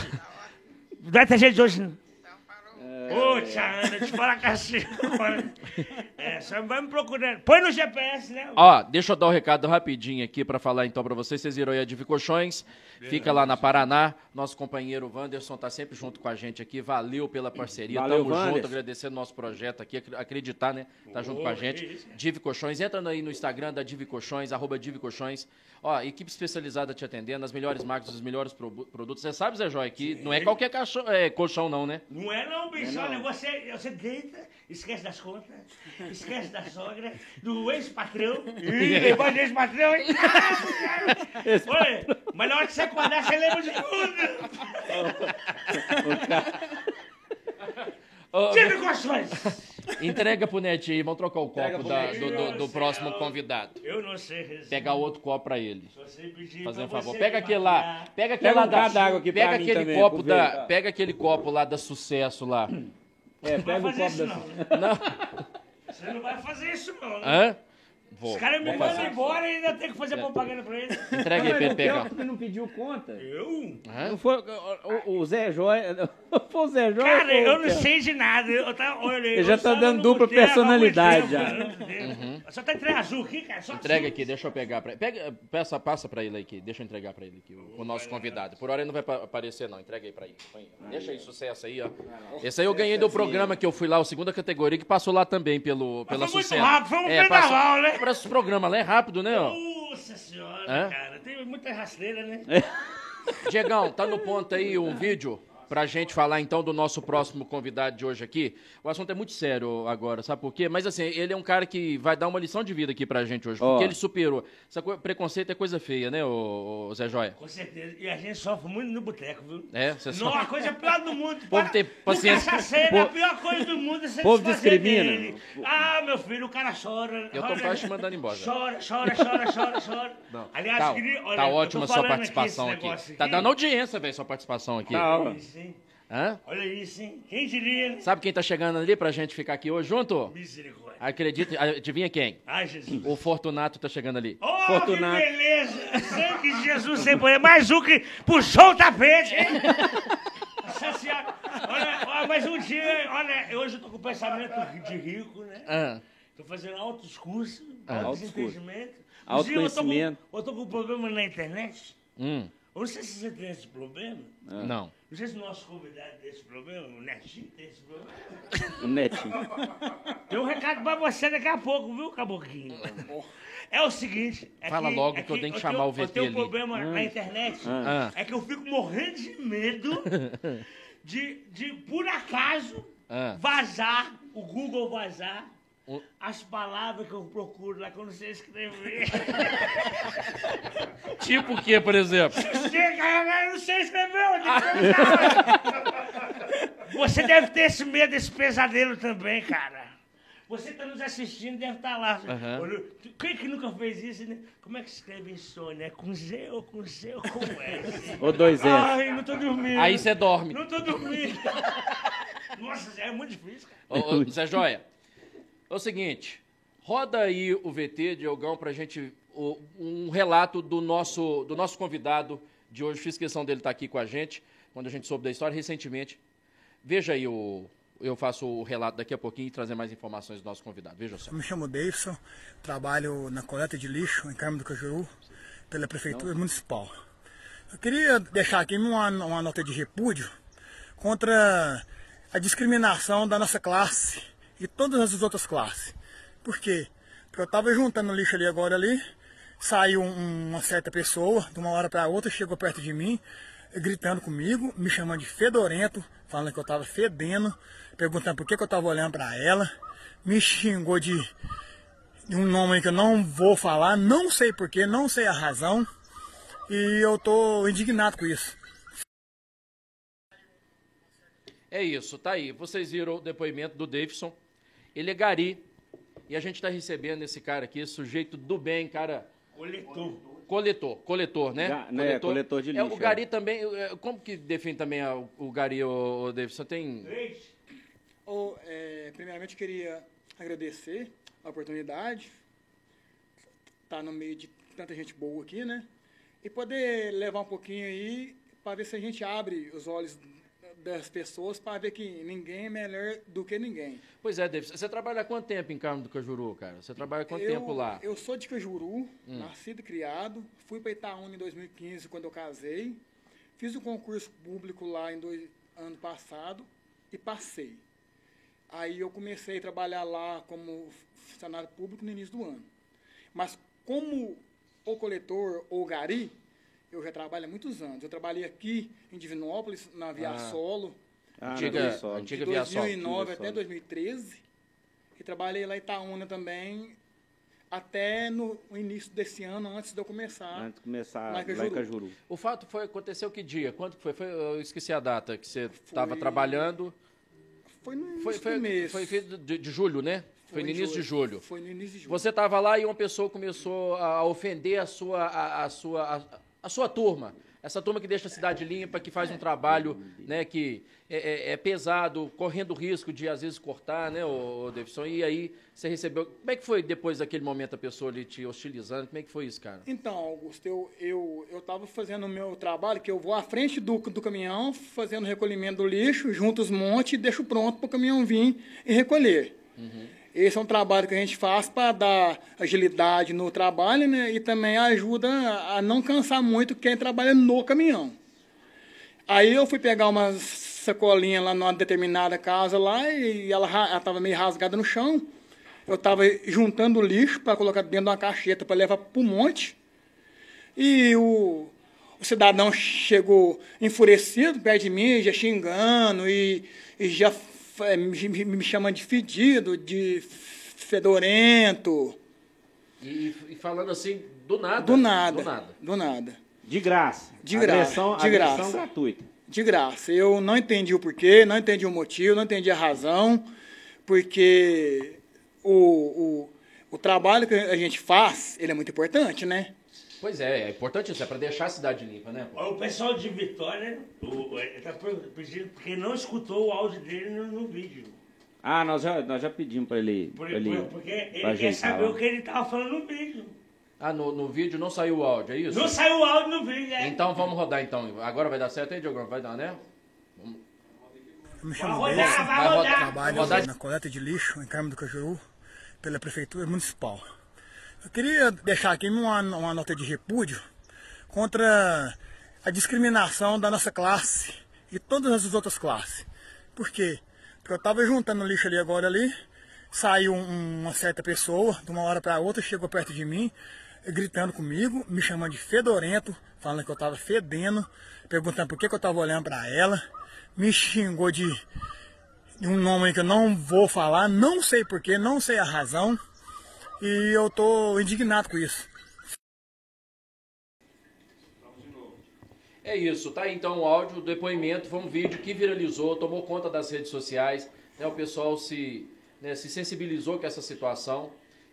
S3: Não vai ter gente hoje, não.
S6: Então falou.
S3: Ô, tia Ana, te fala com a senhora. É, só vai me procurando. Põe no GPS, né?
S1: Ó, deixa eu dar o recado rapidinho aqui pra falar então pra vocês. Vocês viram aí a Divicochões, fica lá na Paraná. Nosso companheiro Wanderson tá sempre junto com a gente aqui. Valeu pela parceria.
S2: Valeu,
S1: Tamo junto,
S2: Wanderson.
S1: agradecendo nosso projeto aqui, acri- acreditar, né? Tá junto com a
S3: que
S1: gente.
S3: isso.
S1: Divicochões, entra aí no Instagram da Divicochões, arroba Divicochões. Ó, equipe especializada te atendendo, as melhores marcas, os melhores probu- produtos. Você sabe, Zé Joy, que não é qualquer caixão- é, colchão, não, né?
S3: Não é não, bicho. Olha, você, você deita, esquece das contas, esquece da sogra, do ex-patrão. Ih, depois do ex-patrão, hein? Ah, cara. Olha, mas na hora que você acordar, você lembra de tudo.
S1: Ô,
S3: Tira colchões.
S1: entrega pro Netinho aí, vamos trocar o
S2: Entrega
S1: copo
S2: pro
S1: da-
S2: Netinho.
S1: do- do- do próximo convidado.
S3: Eu não sei rezar.
S1: Pegar outro copo pra ele.
S3: Você pedir
S1: Fazendo
S3: pra
S1: um favor.
S3: Então, você
S1: Pega
S3: me
S1: aquele
S3: matar.
S1: lá. Pega aquele
S2: Pega
S1: lá
S2: um
S1: da.
S2: copo d'água aqui pra
S1: pega
S2: mim
S1: aquele
S2: também,
S1: copo
S2: pro Veiga.
S1: da. Pega aquele copo lá da sucesso lá.
S2: É,
S3: Não
S2: pega
S3: vai
S2: o
S3: fazer
S2: copo
S3: isso,
S2: da.
S3: não. Você não vai fazer isso, não. né?
S1: Hã? Vou.
S3: Os caras me
S1: Ah, vou
S3: mandam
S1: fazer.
S3: embora e ainda tem que fazer propaganda pra eles.
S1: Entrega aí pra ele pegar.
S2: Não, não pediu conta.
S3: Eu?
S2: Não foi o, o- o Zé Joia. Não (laughs) foi o Zé Joia.
S3: Cara,
S2: foi o
S3: eu não
S2: Pedro.
S3: sei de nada. Eu, tá, olha,
S2: Ele já
S3: eu
S2: tá
S3: só
S2: dando
S3: não
S2: dupla
S3: botei a
S2: personalidade
S3: mão
S2: já.
S3: em tempo, meu Deus. Só tá entrega azul aqui, cara. Só
S1: Uhum. Entrega
S3: azul.
S1: aqui, deixa eu pegar pra ele. Pega, peça, passa pra ele aqui. Deixa eu entregar pra ele aqui, o, o nosso convidado. Por hora ele não vai pa- aparecer, não. Entrega aí pra ele. Põe aí. Deixa aí, sucesso aí, ó. Esse aí eu ganhei do programa que eu fui lá, o segunda categoria, que passou lá também pelo, pela
S3: foi muito
S1: sucesso.
S3: rápido, foi um vendaval, né?
S1: Para esse programa lá é rápido, né, ó?
S3: Nossa senhora,
S1: Hã?
S3: cara. Tem muita rasteira, né?
S2: É.
S1: Diegão, tá no ponto aí um vídeo pra gente falar então do nosso próximo convidado de hoje aqui. O assunto é muito sério agora, sabe por quê? Mas assim, ele é um cara que vai dar uma lição de vida aqui pra gente hoje, porque
S2: Ó.
S1: ele superou. Essa coi- preconceito é coisa feia, né, ô, ô Zé Joia?
S3: Com certeza. E a gente sofre muito no boteco, viu?
S1: É, você
S3: Não,
S1: só...
S3: a coisa pior do
S1: (laughs)
S3: mundo. O
S1: povo tem paciência.
S3: Cachaceiro, é a
S2: Po-
S3: pior coisa do mundo é você
S2: povo
S3: desfazer
S2: discrimina.
S3: dele. Ah, meu filho, o cara chora.
S1: Eu tô
S3: olha,
S1: quase te mandando embora.
S3: Chora, chora, chora, chora, chora.
S1: (laughs) Não.
S3: Aliás,
S1: tá,
S3: queria- olha,
S1: tá
S3: eu tô
S1: ótima sua
S3: falando aqui
S1: participação
S3: esse
S1: aqui,
S3: negócio
S1: Tá
S3: aqui.
S1: dando audiência, velho, sua participação aqui.
S2: Tá, ó.
S3: Olha isso, hein?
S1: Hã?
S3: Olha isso, hein? Quem diria? né?
S1: Sabe quem tá chegando ali pra gente ficar aqui hoje junto?
S3: Misericórdia.
S1: Acredita, adivinha quem?
S3: Ai, Jesus.
S2: Hum.
S1: O Fortunato tá chegando ali.
S3: Oh,
S2: Fortunato.
S3: que beleza! Sangue de Jesus sem poder. Mais um que puxou o tapete, hein? Nossa Senhora. Olha, ó, mas um dia, olha, hoje eu tô com pensamento de rico, né?
S1: Hã?
S3: Tô fazendo altos cursos,
S1: Ah,
S3: altos
S2: Ah. altos cursos.
S3: entendimentos.
S2: Autoconhecimento.
S3: Eu tô, com, eu tô com um problema na internet.
S1: Hum,
S3: Eu não sei se você tem esse problema.
S2: Ah.
S1: não.
S3: Não sei se o nosso convidado tem esse problema, o Netinho tem esse problema.
S2: O netinho.
S3: Tem um recado pra você daqui a pouco, viu, Caboclinho? É o seguinte. é
S1: Fala logo que eu tenho que chamar o
S3: Eu
S1: VT
S3: tenho um
S1: ali.
S3: problema na internet.
S1: Ah.
S3: É que eu fico morrendo de
S1: (laughs)
S3: medo de, de por acaso,
S1: Ah.
S3: vazar, o Google vazar.
S1: Um-
S3: As palavras que eu procuro lá que eu não sei escrever.
S1: (laughs) Tipo o que, por exemplo?
S3: Chega, eu não sei escrever, eu tenho que escrever. Você deve ter esse medo, esse pesadelo também, cara. Você tá nos assistindo, deve estar lá.
S1: Aham.
S3: Olha, tu- Quem que nunca fez isso, né? Como é que escreve insônia? É com Z ou com C ou com
S1: (laughs)
S3: S?
S2: Ou dois S.
S3: Ai, não tô dormindo.
S1: Aí você dorme.
S3: Não tô dormindo. (laughs) Nossa, é muito difícil, cara.
S1: Ô, ô, Zé Joia, é o seguinte, roda aí o VT, Diogão, pra gente, o- um relato do nosso, do nosso convidado de hoje, fiz questão dele estar aqui com a gente, quando a gente soube da história, recentemente. Veja aí, o, eu faço o relato daqui a pouquinho e trazer mais informações do nosso convidado, veja só.
S7: Me chamo Davidson, trabalho na coleta de lixo em Carmo do Cajuru pela Prefeitura Municipal. Eu queria deixar aqui uma, uma nota de repúdio contra a discriminação da nossa classe e todas as outras classes. Por quê? Porque eu estava juntando lixo ali agora ali, saiu um- uma certa pessoa, de uma hora para outra, chegou perto de mim, gritando comigo, me chamando de fedorento, falando que eu estava fedendo, perguntando por que, que eu estava olhando para ela, me xingou de de um nome que eu não vou falar, não sei porquê, não sei a razão, e eu tô indignado com isso.
S1: É isso, tá aí. Vocês viram o depoimento do Davidson. Ele é gari. E a gente tá recebendo esse cara aqui, sujeito do bem, cara.
S3: Coletor.
S1: Coletor, coletor, né?
S2: Ga- né, coletor de
S1: É,
S2: lixo,
S1: o Gari também. é, Como que define também a- o Gari, o, Davidson? Tem.
S3: Gente,
S7: Ô, é, primeiramente, eu queria agradecer a oportunidade, estar no meio de tanta gente boa aqui, né? E poder levar um pouquinho aí para ver se a gente abre os olhos das pessoas para ver que ninguém é melhor do que ninguém.
S1: Pois é, David, você trabalha há quanto tempo em Carmo do Cajuru, cara? Você trabalha há quanto
S7: eu,
S1: tempo lá? Hum.
S7: Eu sou de Cajuru, nascido e criado. Fui para Itaúna em 2015, quando eu casei. Fiz o concurso público lá em dois, ano passado e passei. Aí eu comecei a trabalhar lá como funcionário público no início do ano. Mas como o coletor ou gari, eu já trabalho há muitos anos. Eu trabalhei aqui em Divinópolis, na Via
S1: Ah.
S7: Solo,
S2: Ah,
S1: Antiga-
S2: não, olha só.
S1: antiga-
S7: de
S1: Via Sol,
S7: 2009
S2: Via
S7: até
S2: Sol.
S7: 2013. E trabalhei lá em Itaúna também, até no início desse ano, antes de eu começar.
S2: Antes de começar
S7: Lá
S2: lá
S7: em
S2: em
S7: Cajuru.
S2: Cajuru.
S1: O fato foi, aconteceu que dia? Quanto que foi? Foi- Eu esqueci a data que você
S7: Foi-
S1: estava trabalhando.
S7: Foi no início
S1: Foi, foi,
S7: do mês.
S1: foi, foi de, de julho, né? Foi, no
S7: em
S1: início de julho.
S7: Foi no início de julho.
S1: Você estava lá e uma pessoa começou a ofender a sua, a, a sua, a, a sua turma. Essa turma que deixa a cidade limpa, que faz um trabalho né, que é, é- é pesado, correndo risco de às vezes cortar, né, o, Davidson? E aí você recebeu. Como é que foi depois daquele momento a pessoa ali te hostilizando? Como é que foi isso, cara?
S7: Então, Augusto, eu eu eu estava fazendo o meu trabalho, que eu vou à frente do, do caminhão, fazendo o recolhimento do lixo, junto os montes e deixo pronto para o caminhão vir e recolher. Esse é um trabalho que a gente faz para dar agilidade no trabalho, né? E também ajuda a não cansar muito quem trabalha no caminhão. Aí eu fui pegar uma sacolinha lá numa determinada casa lá e ela estava meio rasgada no chão. Eu estava juntando lixo para colocar dentro de uma cacheta para levar para o monte. E o, o cidadão chegou enfurecido perto de mim, já xingando e, e já eh, me, me- me chamando de fedido, de fedorento.
S1: E, e falando assim, do nada.
S7: Do nada.
S1: Do nada.
S7: Do nada.
S2: De graça.
S7: De graça,
S2: Agressão,
S7: de
S2: agressão
S7: graça.
S2: gratuita.
S7: de graça. Eu não entendi o porquê, não entendi o motivo, não entendi a razão, porque o, o, o trabalho que a gente faz, ele é muito importante, né?
S1: Pois é, é importante isso, é para deixar a cidade limpa, né? pô?
S3: Ó, O pessoal de Vitória o- é, tá per- pedindo porque não escutou o áudio dele no, no vídeo.
S2: Ah, nós já, nós já pedimos pra ele.
S3: Por-
S2: pra ele
S3: por- porque ele
S2: pra
S3: quer
S2: gente
S3: saber
S2: falar.
S3: o que ele tava falando no vídeo.
S1: Ah, no, no vídeo não saiu o áudio, é isso?
S3: Não saiu o áudio no vídeo, né?
S1: Então vamos rodar então. Agora vai dar certo, hein, Diogão? Vai dar, né?
S7: Eu me
S3: Vai
S7: chamo Wilson,
S3: rodar, Então, vai
S1: Vai
S3: rodar.
S7: trabalho
S1: Boa tarde.
S7: na coleta de lixo em Carmo do Cajuru pela Prefeitura Municipal. Eu queria deixar aqui uma, uma nota de repúdio contra a discriminação da nossa classe e todas as outras classes. Por quê? Porque eu estava juntando lixo ali agora ali, saiu um- uma certa pessoa, de uma hora para outra, chegou perto de mim, gritando comigo, me chamando de fedorento, falando que eu estava fedendo, perguntando por que, que eu estava olhando para ela, me xingou de de um nome que eu não vou falar, não sei porquê, não sei a razão, e eu tô indignado com isso.
S1: É isso, tá? aí, Então o áudio, o depoimento, foi um vídeo que viralizou, tomou conta das redes sociais, né? O pessoal se, né, se sensibilizou com essa situação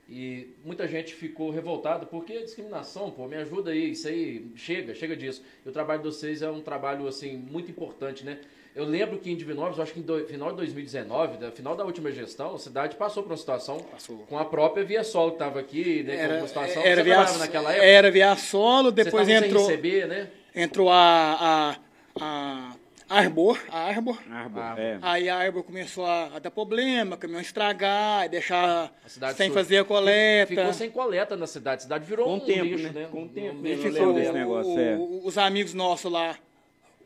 S1: e muita gente ficou revoltada porque é discriminação, pô, me ajuda aí, isso aí, chega, chega disso. E o trabalho de vocês é um trabalho, assim, muito importante, né? Eu lembro que em Divinópolis, eu acho que em do, final de 2019, da, né, final da última gestão, a cidade passou por uma situação com a própria Via Sol que estava aqui, né? com uma situação que você
S7: É, via, é,
S1: trabalhava naquela época.
S7: era via solo, depois
S1: vocês estavam
S7: entrou,
S1: sem receber, né?
S7: entrou a, a, a Arbor, a Arbor.
S2: Árvore,
S1: Ah,
S2: é.
S7: Aí a Arbor começou a, a dar problema, o caminhão estragar, e deixar
S1: A cidade
S7: sem
S1: sul.
S7: fazer a coleta.
S1: Ficou sem coleta na cidade. A cidade virou
S2: Com
S1: um
S2: tempo,
S1: lixo,
S2: né?
S1: né?
S2: Com
S1: Um-
S2: tempo,
S1: um
S2: né?
S1: lixo
S2: Eu
S7: ficou,
S2: lembro desse negócio,
S7: o-
S2: é.
S7: o- os amigos nossos lá,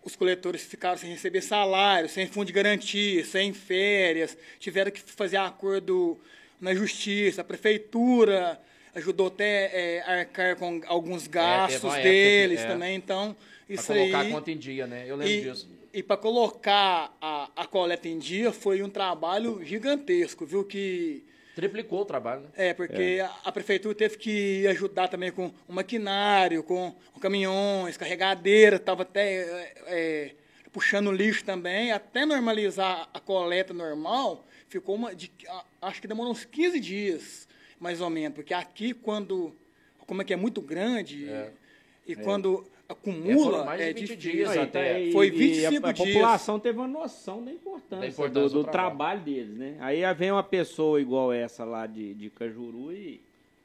S7: os coletores ficaram sem receber salário, sem fundo de garantia, sem férias, tiveram que fazer acordo na justiça, a prefeitura ajudou até é, arcar com alguns gastos
S1: É, época que-
S7: deles
S1: é.
S7: também, então
S1: Pra
S7: isso
S1: colocar
S7: aí
S1: a conta em dia, né? Eu lembro
S7: e,
S1: disso.
S7: para colocar a, a coleta em dia foi um trabalho gigantesco, viu que
S1: Triplicou o trabalho, né?
S7: é, porque a- a prefeitura teve que ajudar também com o maquinário, com caminhões, carregadeira, estava até é, é, puxando lixo também, até normalizar a coleta normal, ficou uma. de- a- acho que demorou uns 15 dias, mais ou menos, porque aqui quando. Como é que é muito grande, e quando
S1: É, foram
S8: acumula
S1: mais de
S8: é
S1: 20
S8: difícil.
S1: dias
S8: Aí,
S1: até. um,
S8: é, Foi
S2: e- e
S8: 25
S2: a, a
S8: dias.
S2: população teve uma noção da importância,
S1: Da importância
S2: do,
S1: do
S2: do trabalho. deles, né? Aí aí vem uma pessoa igual essa lá de, de Cajuru e,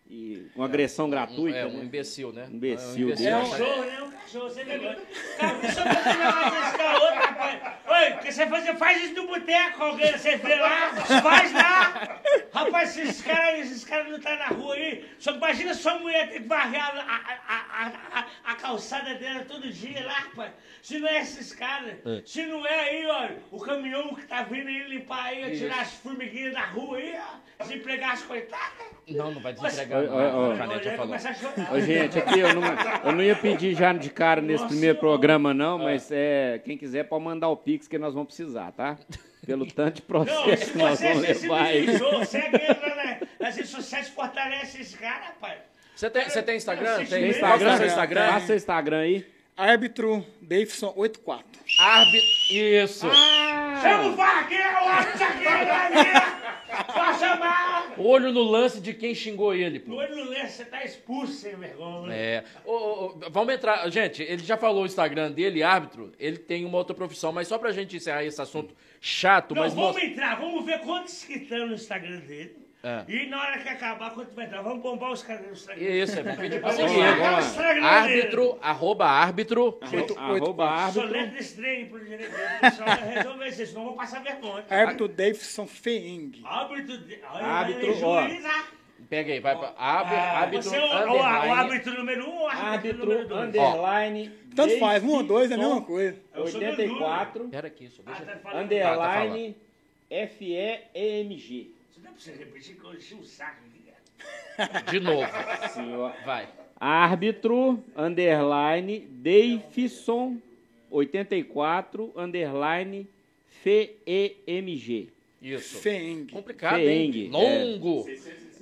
S2: e com agressão gratuita,
S1: é, um
S2: né?
S1: imbecil, né?
S2: Imbecil
S3: É um
S2: desse.
S1: achar-
S3: cachorro, né? Um cachorro, você me engana. Cara, por que você tá fazendo mais isso com a outra, rapaz? Oi, que você faz, você faz isso no boteco, alguém, você vê lá, faz lá. Rapaz, se esses caras esses caras não estão na rua aí, só imagina sua mulher ter que varrer a, a, a, a- a- a calçada dela todo dia lá, rapaz. Se não é esses caras, se não é aí, ó, o caminhão que tá vindo aí limpar aí, ó, tirar as formiguinhas da rua aí, ó, desempregar as coitadas.
S1: Não, não vai
S3: Mas-
S1: desempregar. não,
S2: Ó, ó,
S1: a
S2: ó.
S1: Janete já
S3: Mulher
S1: falou.
S3: começa a chorar.
S2: Ô, gente, aqui eu não, eu não ia pedir já de cara nesse
S3: Nossa
S2: primeiro
S3: Senhora.
S2: programa, não, mas é, quem quiser pode mandar o Pix que nós vamos precisar, tá?
S3: (laughs)
S2: Pelo tanto de
S3: Não, é se
S2: processo que nós
S3: você
S2: vamos levar aí.
S3: sensibilizou, segue ele lá na- nas redes sociais, fortalece esse cara, rapaz.
S1: Você tem, você tem Instagram?
S3: Tem
S2: Tem
S1: Qual que é o
S2: Instagram?
S1: seu
S8: Tem.
S1: Instagram?
S2: Passa seu Instagram aí.
S8: Árbitro Davidson 84.
S1: Arbi- Isso.
S2: Ah.
S3: Chama o vaqueiro, o tá zagueiro, vaqueiro! Pra né? chamar!
S1: Olho no lance de quem xingou ele,
S3: O
S1: pô.
S3: olho no lenço, você tá expulso, sem vergonha.
S1: É. Ô, ô, ô, vamos entrar. Gente, ele já falou o Instagram dele, árbitro. Ele tem uma outra profissão, mas só pra gente encerrar esse assunto chato,
S3: Não,
S1: mas
S3: vamos
S1: mostra.
S3: entrar, vamos ver quantos que estão no Instagram dele.
S1: É.
S3: E na hora que acabar, quanto vai entrar? Vamos bombar os caras no Instagram.
S1: Isso, é, vamos pedir pra
S3: Vamos
S1: seguir. ele.
S2: lá,
S3: largar o
S2: agora.
S3: Instagram dele.
S1: Árbitro, arroba árbitro.
S8: Oito-
S2: Arroba árbitro.
S3: Soletra esse trem pro direito dele, pessoal, pra resolver isso, senão vão passar vergonha.
S7: É.
S1: Ah.
S8: Árbitro Davidson Feeng.
S3: Árbitro. de- Olha,
S2: Árbitro,
S3: ele
S2: ó.
S3: juiz, ah.
S1: Pega aí, vai pra árbitro.
S3: Ah,
S1: árbitro
S3: Você é o, o, o
S1: underline.
S3: árbitro número um ou o árbitro número
S2: Árbitro
S3: dois?
S2: underline.
S8: Tanto faz, um ou dois é a mesma
S2: Davidson,
S8: coisa.
S3: Eu sou
S2: 84
S1: Pera aqui, só
S3: Ah,
S1: deixa.
S3: né? tá falando.
S2: underline FEEMG.
S3: Você não precisa repetir que eu enchi o saco aqui, cara.
S1: De novo.
S2: Senhor.
S1: Vai.
S2: Árbitro underline Davidson 84 underline FEEMG.
S1: Isso.
S8: Feeng.
S1: Complicado,
S2: Feeng,
S1: hein?
S2: é.
S1: Longo.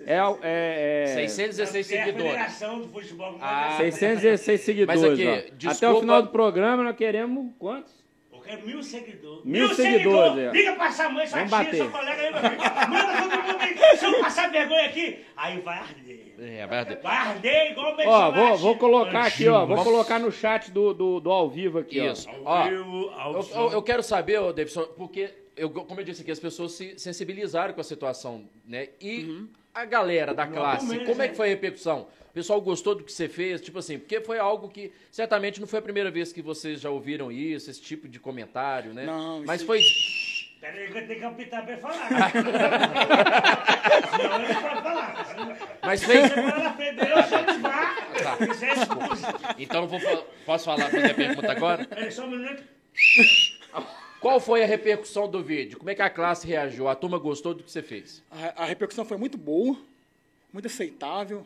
S2: É, é, é
S1: 616
S3: É a
S1: seguidores.
S3: federação do futebol.
S1: Ah.
S2: 616 seguidores.
S1: (laughs) Mas aqui,
S2: ó. Até
S1: desculpa-
S2: o final do programa nós queremos quantos?
S3: Eu quero mil seguidores.
S2: Mil seguidores, é.
S3: Liga pra sua mãe, sua
S2: Vamos
S3: tia,
S2: bater.
S3: seu colega aí, meu filho. Manda todo mundo aí. Se eu passar vergonha aqui, aí vai arder.
S1: É, verdade.
S3: Vai arder igual o
S2: Ó,
S3: Bolsonaro.
S2: vou, vou colocar aqui, ó. Vou
S1: Vamos-
S2: colocar no chat do, do, do ao vivo aqui, ó.
S1: Isso. Ó,
S3: Ao vivo, ao
S1: eu,
S3: som.
S1: eu- eu quero saber, ô, Davidson, porque, eu, como eu disse aqui, as pessoas se sensibilizaram com a situação, né? E a galera da classe,
S3: menos,
S1: como é
S3: Uhum. né?
S1: que foi a repercussão? O pessoal gostou do que você fez? Tipo assim, porque foi algo que certamente não foi a primeira vez que vocês já ouviram isso, esse tipo de comentário, né?
S8: Não,
S1: Mas
S3: é
S8: isso-
S1: foi.
S3: Pera aí que eu tenho que apitar pra ele falar. Senão ele pode falar.
S1: (laughs) Mas
S3: Você
S1: fez.
S3: mora na frente dele, eu chamo de bar.
S1: Tá.
S3: é Isso é expulso.
S1: Então eu vou fa- posso falar fazer a pergunta agora?
S3: Peraí, só um minuto.
S1: Qual foi a repercussão do vídeo? Como é que a classe reagiu? A turma gostou do que você fez?
S8: A, a repercussão foi muito boa, muito aceitável.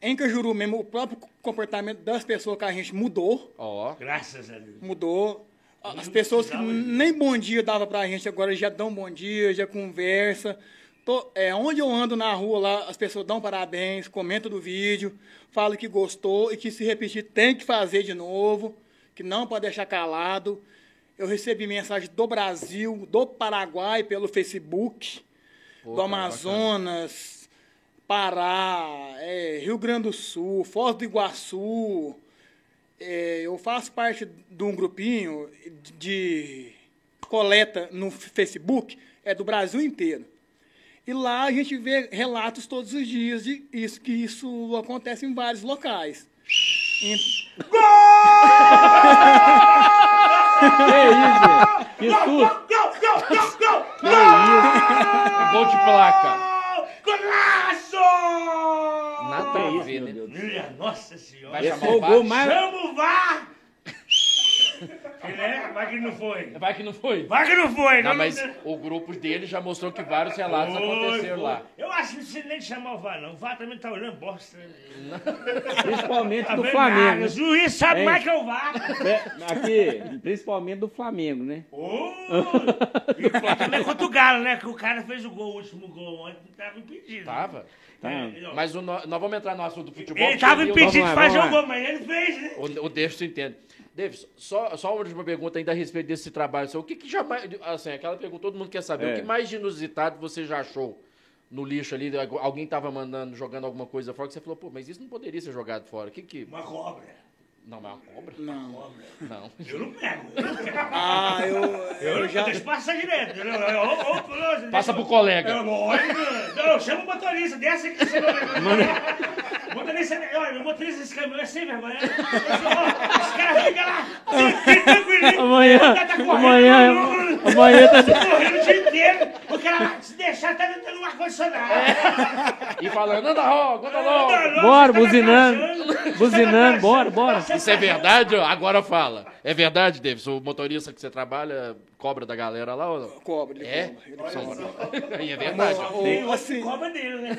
S8: Em Cajuru mesmo, o próprio comportamento das pessoas que a gente mudou,
S1: Ó.
S3: Graças a Deus.
S8: mudou. As pessoas que nem bom dia dava pra gente, agora já dão bom dia, já conversa. Tô- é, onde eu ando na rua lá, as pessoas dão parabéns, comentam do vídeo, falam que gostou e que se repetir tem que fazer de novo, que não pode deixar calado. Eu recebi mensagem do Brasil, do Paraguai pelo Facebook, do
S1: cara,
S8: Amazonas, Pará, é, Rio Grande do Sul, Foz do Iguaçu. É, eu faço parte de um grupinho de coleta no Facebook, é do Brasil inteiro. E lá a gente vê relatos todos os dias de isso, que isso acontece em vários locais. E-
S2: Que isso, gente? Que
S3: Gol,
S2: susto!
S3: gol, gol, gol, gol,
S2: Que isso?
S1: Gol de placa.
S3: gol! Golaço!
S1: Nada a ver, né?
S3: Minha nossa senhora.
S1: Vai
S2: Esse
S1: chamar
S2: foi
S1: o
S2: o gol
S1: VAR?
S2: mais.
S3: Chama o VAR! Ele é, vai que não foi.
S1: Vai que não foi.
S3: Vai que não foi. né?
S1: Não, mas o grupo dele já mostrou que vários relatos
S3: Foi,
S1: aconteceram
S3: foi.
S1: lá.
S3: Eu acho que não precisa nem chamar o VAR, não. O VAR também tá olhando bosta.
S2: Principalmente
S3: Tá
S2: do
S3: vendo
S2: Flamengo.
S3: nada. O juiz sabe
S2: Hein?
S3: mais que é o VAR.
S2: né? Aqui, principalmente do Flamengo, né?
S3: Ô! E o Flamengo também contra o Galo, né? Que o cara fez o gol, o último gol ontem, não tava impedido.
S1: Tava.
S2: Tá.
S3: É, ó,
S1: Mas o no- nós vamos entrar no assunto do futebol.
S3: ele
S1: porque
S3: tava
S1: ele-
S3: impedido
S2: Vamos lá,
S3: de fazer o
S2: vamos lá.
S3: gol, mas ele fez, né?
S1: O, o Davidson entende. Davis, só, só uma última pergunta ainda a respeito desse trabalho. seu. O que, que já mais. Assim, aquela pergunta todo mundo quer saber.
S2: É.
S1: O que mais de inusitado você já achou no lixo ali? Algu- Alguém tava mandando, jogando alguma coisa fora que você falou, pô, mas isso não poderia ser jogado fora. O que que.
S3: Uma cobra.
S1: Não, mas é uma cobra?
S9: Não.
S1: Não.
S3: Eu não pego. Eu, não pego.
S9: Ah, eu,
S3: eu,
S9: eu já.
S3: deixo passar direto. É Eu, eu, eu, eu, eu,
S1: Passa pro
S3: né? É, Eu,
S1: colega.
S3: lógico. Não, chama o motorista, desce aqui. Chama o motorista. Olha, o motorista desse caminhão é sem vergonha. Os caras ficam lá, assim, tranquilo, tranquilo.
S2: Amanhã,
S3: Tá- tá correndo,
S2: amanhã,
S3: não, não, não.
S2: amanhã tá-
S3: Tá correndo o dia inteiro. O cara lá, se deixar, tá dentro do ar-condicionado.
S1: E falando, anda logo, anda logo.
S2: Bora, buzinando, buzinando, bora, bora.
S1: Isso é verdade? ó? Agora fala. É verdade, Davis? O motorista que você trabalha cobra da galera lá ou não?
S9: Cobra, ele
S1: É?
S9: cobra. Ele cobra.
S1: São- Aí é verdade. ó.
S9: Ou, assim,
S3: Cobra dele, né?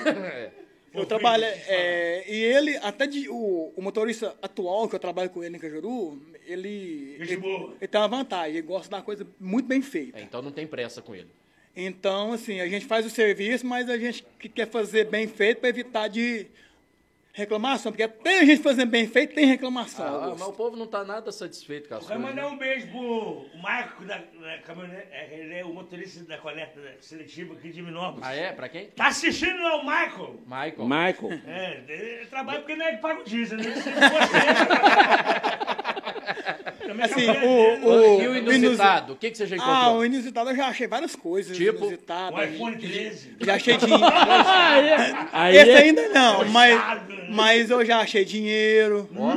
S9: eu trabalhei. é, e ele, até de, o, o motorista atual que eu trabalho com ele em Cajuru, ele.
S3: Gente
S9: Ele,
S3: boa.
S9: ele tem uma vantagem, ele gosta de uma coisa muito bem feita.
S1: É, então não tem pressa com ele.
S9: Então, assim, a gente faz o serviço, mas a gente que quer fazer bem feito para evitar de reclamação, porque tem a gente fazendo bem feito, tem reclamação.
S1: Ah, mas
S9: Augusto.
S1: o povo não tá nada satisfeito com as
S3: Vai
S1: coisas.
S3: mandar
S1: né?
S3: um beijo pro o Marco da, da caminhonete, é, ele é o motorista da coleta seletiva aqui de Minópolis.
S1: Ah, é? Pra quem?
S3: Tá assistindo lá o Marco?
S1: Michael.
S2: Michael,
S3: É, ele trabalha porque não é que paga o diesel, né?
S1: (laughs)
S3: Se fosse ele- Também
S9: Assim,
S3: tá
S9: o-
S3: pagando, né?
S1: e o
S9: o
S1: inusitado? O que, que você já
S9: Ah,
S1: encontrou?
S9: o inusitado eu já achei várias coisas.
S1: Tipo?
S9: inusitadas.
S3: Um iPhone 13.
S9: Já achei dinheiro.
S2: aí
S9: Esse
S2: é-
S9: ainda não, mas,
S3: Gostado.
S9: mas eu já achei dinheiro.
S3: Ih, já
S9: Com a-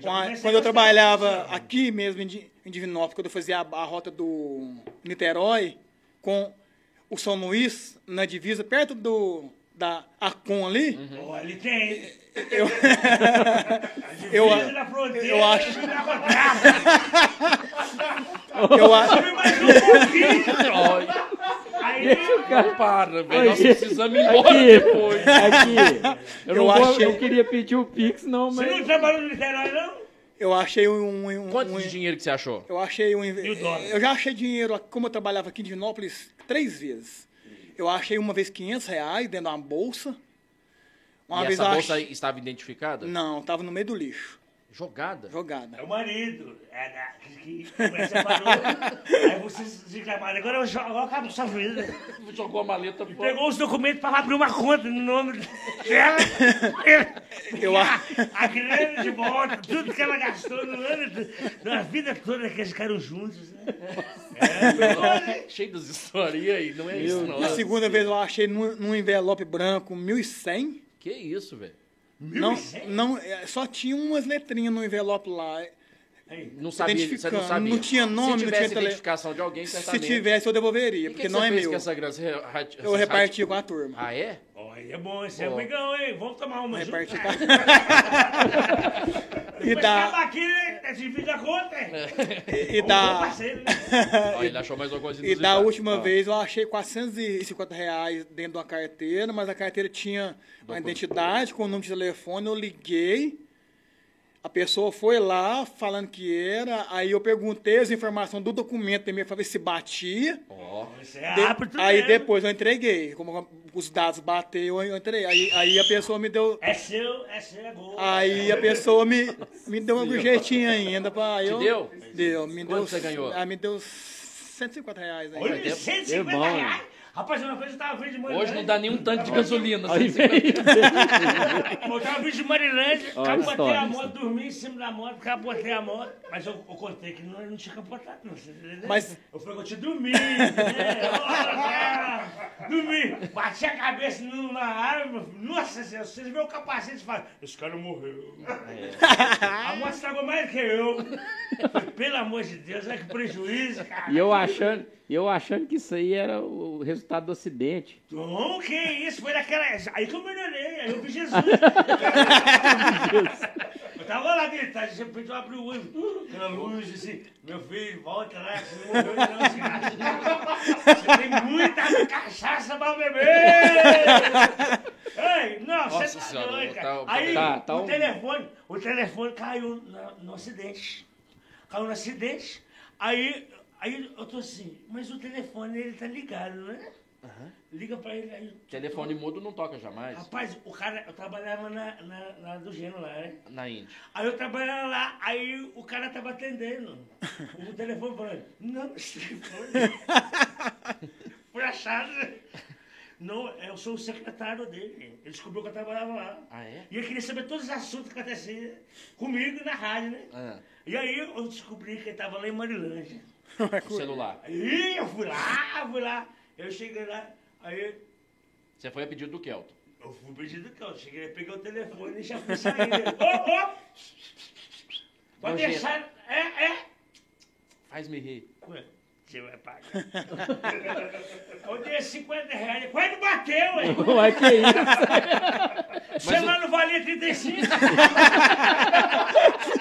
S3: comecei
S9: quando eu
S3: a assim, né? gostar
S9: trabalhava
S3: disso.
S9: aqui mesmo em, Di- em Divinópolis, quando eu fazia a, a rota do Niterói com o São Luís na divisa, perto do da Acon ali,
S1: Uhum.
S3: Ó, ele tem.
S1: (laughs)
S9: eu,
S3: Eu,
S9: Eu-
S3: da fronteira,
S9: eu acho-
S3: ele dava graça.
S9: eu a-
S3: Sobe mais um pouquinho. Aí
S1: Não para, velho. Nós
S2: Oi, gente.
S1: precisamos ir embora
S2: Aqui. é
S1: depois.
S2: aqui, eu,
S9: Eu
S2: não vou-
S9: achei-
S2: eu queria pedir o Pix, não,
S3: você não
S2: mas...
S3: trabalhou no Niterói, não?
S9: eu achei um. um-
S1: Quanto
S9: um-
S1: de dinheiro que você achou?
S9: Eu achei um.
S3: E o dólar?
S9: Eu já achei dinheiro, como eu trabalhava aqui em Divinópolis, três vezes. Eu achei uma vez 500 reais dentro de uma bolsa. Uma
S1: e
S9: vez
S1: essa
S9: eu
S1: bolsa
S9: achei-
S1: estava identificada?
S9: Não, tava no meio do lixo,
S1: Jogada.
S9: jogada.
S3: É o marido. É, da- que, que começa (laughs) a Aí vocês reclamaram. Agora eu jogo a dos Estados Unidos. né?
S1: Jogou a maleta fora.
S3: Pegou os documentos pra abrir uma conta no nome dela.
S9: Eu a-
S3: A grana é de volta, tudo que ela gastou no ano, do- na vida toda que eles ficaram juntos, né?
S1: Cheio das histórias. E aí? Não é isso, não.
S9: Na segunda vez eu achei num, num envelope branco 1.100.
S1: Que isso, velho?
S9: Não, não, é, só tinha umas letrinhas no envelope lá.
S1: Não sabia, você não
S9: Identificando.
S1: sabia.
S9: Não tinha nome, não
S1: Se
S9: tinha
S1: tivesse
S9: tele-
S1: identificação de alguém,
S9: Se
S1: certamente.
S9: tivesse eu devolveria,
S1: E o que,
S9: porque
S1: que
S9: não
S1: você
S9: é
S1: fez
S9: meu.
S1: com essa grana? Você ra- ra-
S9: Eu
S1: você
S9: reparti
S1: ra-
S9: com a turma.
S1: Ah, é?
S3: Olha, é bom, esse é
S1: Ó.
S3: amigão, hein? Vamos tomar uma junto. Ah,
S9: Reparti com
S3: Depois (laughs)
S9: a... e
S1: Ah,
S3: que
S9: da,
S3: acabar aqui, né? A gente divide a conta, hein?
S9: e
S3: Bom
S9: da,
S3: parceiro, né?
S1: Ó, ele achou mais alguma coisa
S9: É, e da
S1: inusitada.
S9: última
S1: Ó,
S9: vez eu achei 450 reais dentro de uma carteira, mas a carteira tinha uma identidade com o número de telefone, eu liguei. A pessoa foi lá falando que era, aí eu perguntei as informações do documento também pra ver se batia.
S1: Ó,
S3: Você é
S9: De-
S3: rápido
S9: aí
S3: mesmo.
S9: depois eu entreguei. Como os dados bateu, eu entrei. Aí, aí a pessoa me deu.
S3: É seu, é seu, é gol.
S9: Aí a pessoa me, me deu um jeitinho ainda pra eu.
S1: deu?
S9: Deu. Me
S1: Quanto
S9: deu,
S1: você ganhou?
S9: Ah, me deu 150 reais aí.
S3: Olha,
S1: tempo.
S3: 150
S2: É bom, né?
S3: reais. Rapaz, uma vez eu tava vindo de né? Marilândia.
S1: hoje não dá nenhum tanto de gasolina.
S2: Aí
S1: você-
S2: vem...
S3: Eu tava vindo de Marilândia,
S2: Ó,
S3: capotei
S2: história,
S3: a moto, dormi em cima da moto, capotei a moto. Mas eu, eu contei que não, não tinha capotado, não. Você entendeu?
S9: Mas-
S3: Eu falei que eu tinha dormido, né? Ó, ó, ó, Dormi. Bati a cabeça no- na árvore. Nossa senhora, vocês veem o capacete e falam, esse cara morreu. A moto estragou mais que eu. Pelo amor de Deus, olha que prejuízo, cara.
S2: E eu achando, e eu achando que isso aí era o resultado do acidente.
S3: Tom, que é isso? Foi naquela. Aí que eu melhorei, aí eu vi
S2: (laughs)
S3: Jesus. eu tava lá gritando, de repente eu abri o olho, aquela luz, assim, meu filho, volta lá, você não morreu não, esse cara. Você tem muita cachaça pra beber! Ei, não,
S1: Nossa
S3: você tá
S1: Senhora,
S3: doido,
S1: tá-
S3: cara. Aí,
S2: tá- tá
S3: o
S2: um-
S3: telefone, o telefone caiu na- no acidente. Caiu no acidente. Aí, aí eu tô assim, mas o telefone, ele tá ligado, né? Liga pra ele aí.
S1: Telefone mudo não toca jamais.
S3: Rapaz, o cara, eu trabalhava na, na, na do Geno lá, né?
S1: Na Índia.
S3: Aí eu trabalhava lá, aí o cara tava atendendo.
S1: (laughs)
S3: O telefone falando, não, esse telefone. Foi achado. Não, eu sou o secretário dele. Ele descobriu que eu trabalhava lá.
S1: Ah, é?
S3: E ele queria saber todos os assuntos que aconteciam comigo na rádio, né?
S1: Ah.
S3: E aí eu descobri que ele tava lá em Marilândia.
S1: O celular.
S3: Aí eu fui lá, fui lá. Eu cheguei lá, aí
S1: Você foi a pedido do Kelton.
S3: eu fui pedido que eu cheguei, peguei o telefone e já fui saindo. Ô, ô! Pode
S1: Nojento.
S3: deixar. É, é.
S1: Faz-me rir.
S3: Ué, Você vai pagar. eu dei 50 reais. Quase não bateu, hein?
S2: Ué, que isso?
S3: Você lá não valia 35?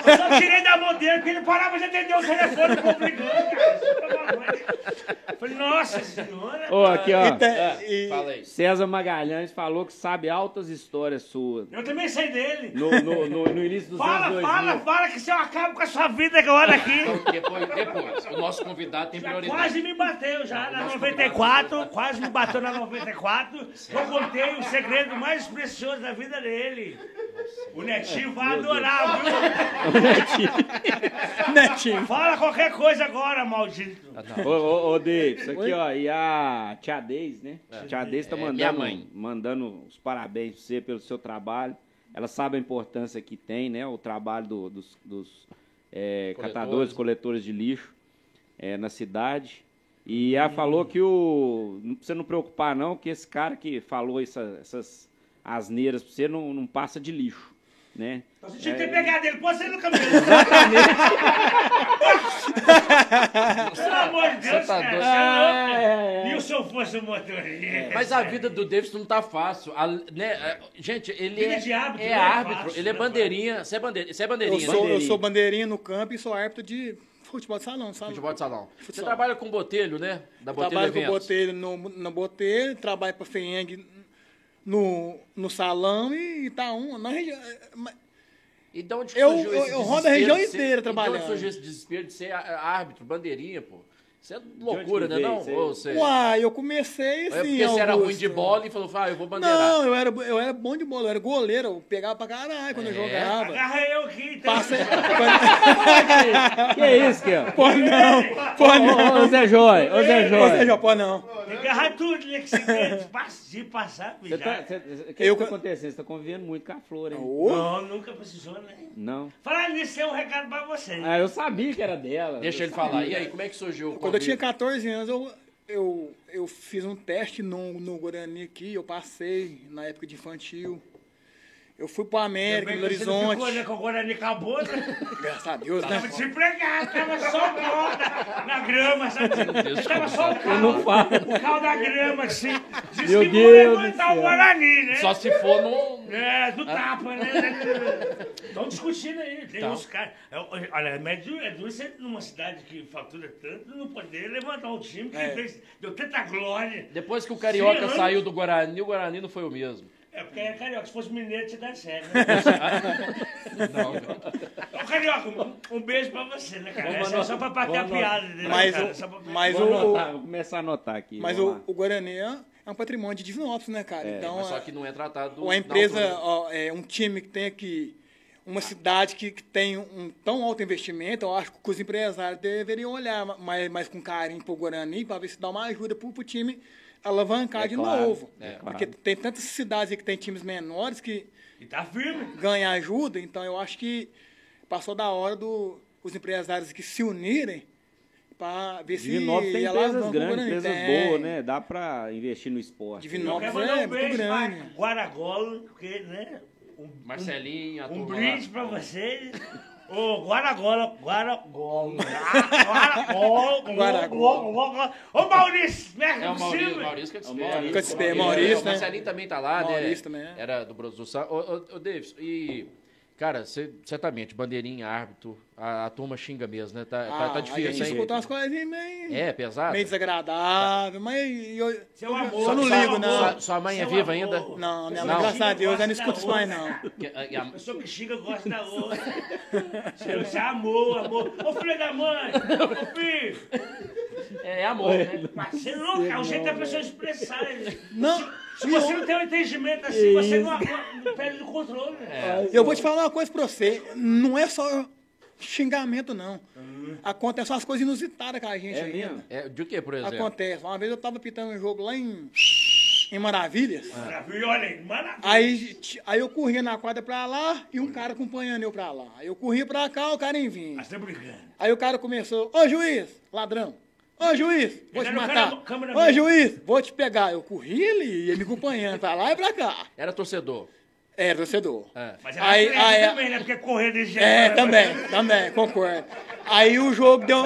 S3: eu só tirei da mão dele, porque ele parava de atender o telefone complicando, cara. Isso é uma coisa. Falei, nossa senhora.
S2: Ô, aqui, ó.
S9: Então, e-
S1: Fala aí.
S2: César Magalhães falou que sabe altas histórias suas.
S3: Eu também sei dele.
S2: No, no, no, no início dos
S3: Fala,
S2: anos 2000.
S3: fala, fala, que se eu acabo com a sua vida agora aqui.
S1: Então, Depois, depois. O nosso convidado tem
S3: Já
S1: prioridade.
S3: quase me bateu já na 94, quase me bateu na 94. Eu contei o segredo mais precioso da vida dele. O Netinho vai adorar, viu?
S9: Netinho.
S3: Fala qualquer coisa agora, maldito.
S2: Ô, ô, ô, David, isso aqui, ó, e a Tia Deis, né? Tia Deis tá
S1: É,
S2: mandando,
S1: minha mãe.
S2: mandando os parabéns pra você pelo seu trabalho. Ela sabe a importância que tem, né? O trabalho do- dos, dos, é,
S1: Coletores.
S2: catadores, coletores de lixo é, na cidade. E
S1: Hum.
S2: ela falou que o. Não precisa não preocupar, não, que esse cara que falou essa- essas asneiras pra você não, não passa de lixo, né?
S3: Você tinha que
S1: É.
S3: ter pegado ele, pode ser no caminho. Pelo amor de Deus,
S1: tá
S3: cara.
S1: doido. É.
S3: você é louco.
S2: É, é, é.
S3: E se eu fosse um motorista?
S1: Mas a vida do Davidson não tá fácil. A- né, a- gente, ele
S3: Vida
S1: é,
S3: de árbitro,
S1: é
S3: né?
S1: árbitro,
S3: Fácil,
S1: ele é
S3: né?
S1: bandeirinha. Você é, bandeira, você é
S9: Eu
S1: bandeirinha,
S9: sou,
S1: né?
S9: eu sou bandeirinha no campo e sou árbitro de futebol de salão. salão.
S1: Futebol de salão. Você trabalha com o Botelho, né? Da Botelho
S9: Trabalho com o
S1: Eventos.
S9: Botelho no, no Botelho, trabalho para Feng no, no salão e Itaúna. Na eh, região.
S1: E de Então, onde
S9: Eu-
S1: surgiu
S9: eu-
S1: esse
S9: eu rodo a região
S1: desespero de ser-
S9: inteira
S1: e De
S9: trabalhando.
S1: onde surgiu esse desespero de ser á- árbitro, bandeirinha, pô? Isso é loucura,
S2: que
S1: né? Não,
S2: veio?
S1: ou você...
S9: Uai, eu comecei assim.
S1: é porque você era ruim
S9: Augusto.
S1: de bola e falou, ah, eu vou bandeirar.
S9: Não, eu era, eu era bom de bola, eu era goleiro, eu pegava pra caralho quando eu
S1: É?
S3: (laughs)
S9: jogava.
S3: Agarra eu aqui, então.
S9: Passei.
S2: Que é isso, Kel?
S9: Pô, não, pô,
S2: Ô,
S9: não.
S2: ô, Zé Joy, ô, Zé
S9: Ou seja,
S2: Joy.
S9: pô, não.
S3: Tem que agarrar tudo, né? Que
S2: (laughs)
S3: se quer passa- se passar,
S2: Você tá,
S3: mijar.
S2: cê, cê- o que,
S9: Eu
S2: que tá
S9: co-
S2: acontecendo? Você tá convivendo muito com a flor, hein?
S3: é. Não, nunca precisou, né?
S2: Não.
S3: Falar nisso é um recado pra você.
S2: Ah, eu sabia que era dela.
S1: Deixa
S2: Eu
S1: ele falar.
S2: sabia.
S1: E aí, como é que surgiu o
S9: Quando eu tinha
S1: convite?
S9: 14 anos, eu, eu, eu fiz um teste no, no Guarani aqui, eu passei na época de infantil. Eu fui pro América,
S3: Bem
S9: Belo
S3: que você não ficou, né,
S9: Horizonte.
S3: com o Guarani acabou, né?
S9: Graças a Deus,
S3: Tava
S9: né?
S3: desempregado, tava só o pó na, na grama, sabe?
S1: Deus,
S3: tava só o
S2: Eu não
S3: carro,
S2: falo.
S3: o carro da grama, assim. Diz
S2: Meu
S3: que vão
S2: Deus do
S3: levantar o
S2: céu. Ah.
S3: Guarani, né?
S1: Só se for num...
S3: É, do tapa, né? Estão discutindo aí,
S2: Tá.
S3: tem uns caras. é, Olha, mas é duro, é duro você numa cidade que fatura tanto não poder levantar um time que
S2: É.
S3: fez- deu tanta glória.
S1: Depois que o Carioca
S9: é.
S3: Sim,
S1: saiu do Guarani, o Guarani não foi o mesmo.
S3: É porque é carioca, se fosse mineiro, tinha dado certo. Né?
S9: (laughs)
S1: Não,
S3: Ô, carioca, um, um beijo pra você, né, cara? Essa é só pra bater a piada, né,
S9: Mas
S3: cara?
S9: o-
S3: Só pra-
S9: mas
S2: Vou,
S9: o-
S2: anotar, vou começar a anotar aqui.
S9: Mas
S2: vamos
S9: o,
S2: lá.
S9: o Guarani é é um patrimônio de Divinópolis, né, cara? então,
S1: Mas só
S9: é-
S1: que não é tratado...
S9: uma
S1: na
S9: empresa,
S1: altura.
S9: ó, é, um time que tem aqui, uma cidade que, que tem um tão alto investimento, eu acho que os empresários deveriam olhar ma- mais, mais com carinho pro Guarani para ver se dá uma ajuda pro, pro time alavancar
S2: É
S9: de
S2: claro,
S9: novo.
S2: é
S9: Porque
S2: claro.
S9: tem tantas cidades aí que tem times menores que
S3: E tá firme.
S9: ganham ajuda, então eu acho que passou da hora dos empresários que se unirem para ver se
S2: Divinópolis tem
S9: alavancam
S2: empresas
S9: o
S2: grandes,
S9: Guarani.
S2: empresas
S9: Tem. é.
S2: boas, né? Dá pra investir no esporte.
S3: Eu quero
S9: Divinópolis
S3: mandar
S9: é
S3: um
S9: muito
S3: beijo pra
S9: grande.
S3: Guaragolo, porque, né? Um,
S1: Marcelinho,
S9: tá
S1: a
S3: Um
S1: turma lá.
S3: brinde pra vocês. Ô, Guaragola,
S9: (laughs)
S3: Guaragola, Guaragola,
S9: Guaragola.
S3: Guaragola. Ô, Maurício,
S1: É o
S3: merda,
S1: Maurício,
S3: possível.
S1: Maurício que eu te
S2: É o
S1: espero.
S2: Maurício,
S9: Que eu te espero,
S1: O
S9: Maurício, né?
S1: Marcelinho também tá lá, né?
S9: Maurício também, é.
S1: Era do Brothers do Sal. Ô, ô, ô, Davis, e... Cara, você, certamente, bandeirinha, árbitro, a, a turma xinga mesmo, né? Tá, tá- tá
S9: Ah, A gente
S1: difícil, hein?
S9: escutou umas coisinhas meio...
S1: É, pesado?
S9: Meio desagradável, mas eu,
S3: Seu amor,
S9: só não
S3: seu
S9: ligo,
S3: amor.
S9: não.
S1: Sua, sua mãe é
S3: Seu
S1: viva
S3: um amor.
S1: ainda?
S9: Não, minha
S1: Não.
S9: mãe, graças a Deus, ela não
S3: Gosta
S9: escuta isso mais, não.
S1: Que- a- e a-
S3: A pessoa que xinga gosta da outra. Eu já amou, amor. Ô, filho da mãe, ô, filho.
S1: é, é amor, né?
S3: Mas você não, é o jeito da pessoa expressar. né?
S9: Não,
S3: Se você não tem um entendimento assim, você não, não perde o controle. né?
S9: eu vou te falar uma coisa pra você. Não é só xingamento, não. Acontece umas coisas inusitadas com a gente
S2: É
S9: ainda.
S2: mesmo?
S1: É, de o que, por exemplo?
S9: Acontece. Uma vez eu tava pitando um jogo lá em em Maravilhas.
S3: Maravilha, olha aí, maravilha.
S9: Aí, ti- aí eu corria na quadra pra lá e um cara acompanhando eu pra lá. Aí eu corria pra cá, o cara nem vinha.
S3: Ah, você tá brincando.
S9: Aí o cara começou, ô juiz, ladrão, ô juiz,
S3: Ele
S9: vou te
S3: era o
S9: matar.
S3: cara- câmera
S9: Ô
S3: mesmo.
S9: juiz, vou te pegar. Eu corri ele e ele me acompanhando pra lá e pra cá.
S1: Era torcedor.
S9: Era torcedor.
S1: É.
S3: Mas
S9: Aí-
S3: aí,
S9: aí-
S3: também, né? Porque correr desse jeito.
S9: É,
S3: né?
S9: também, também, concordo. Aí o jogo deu,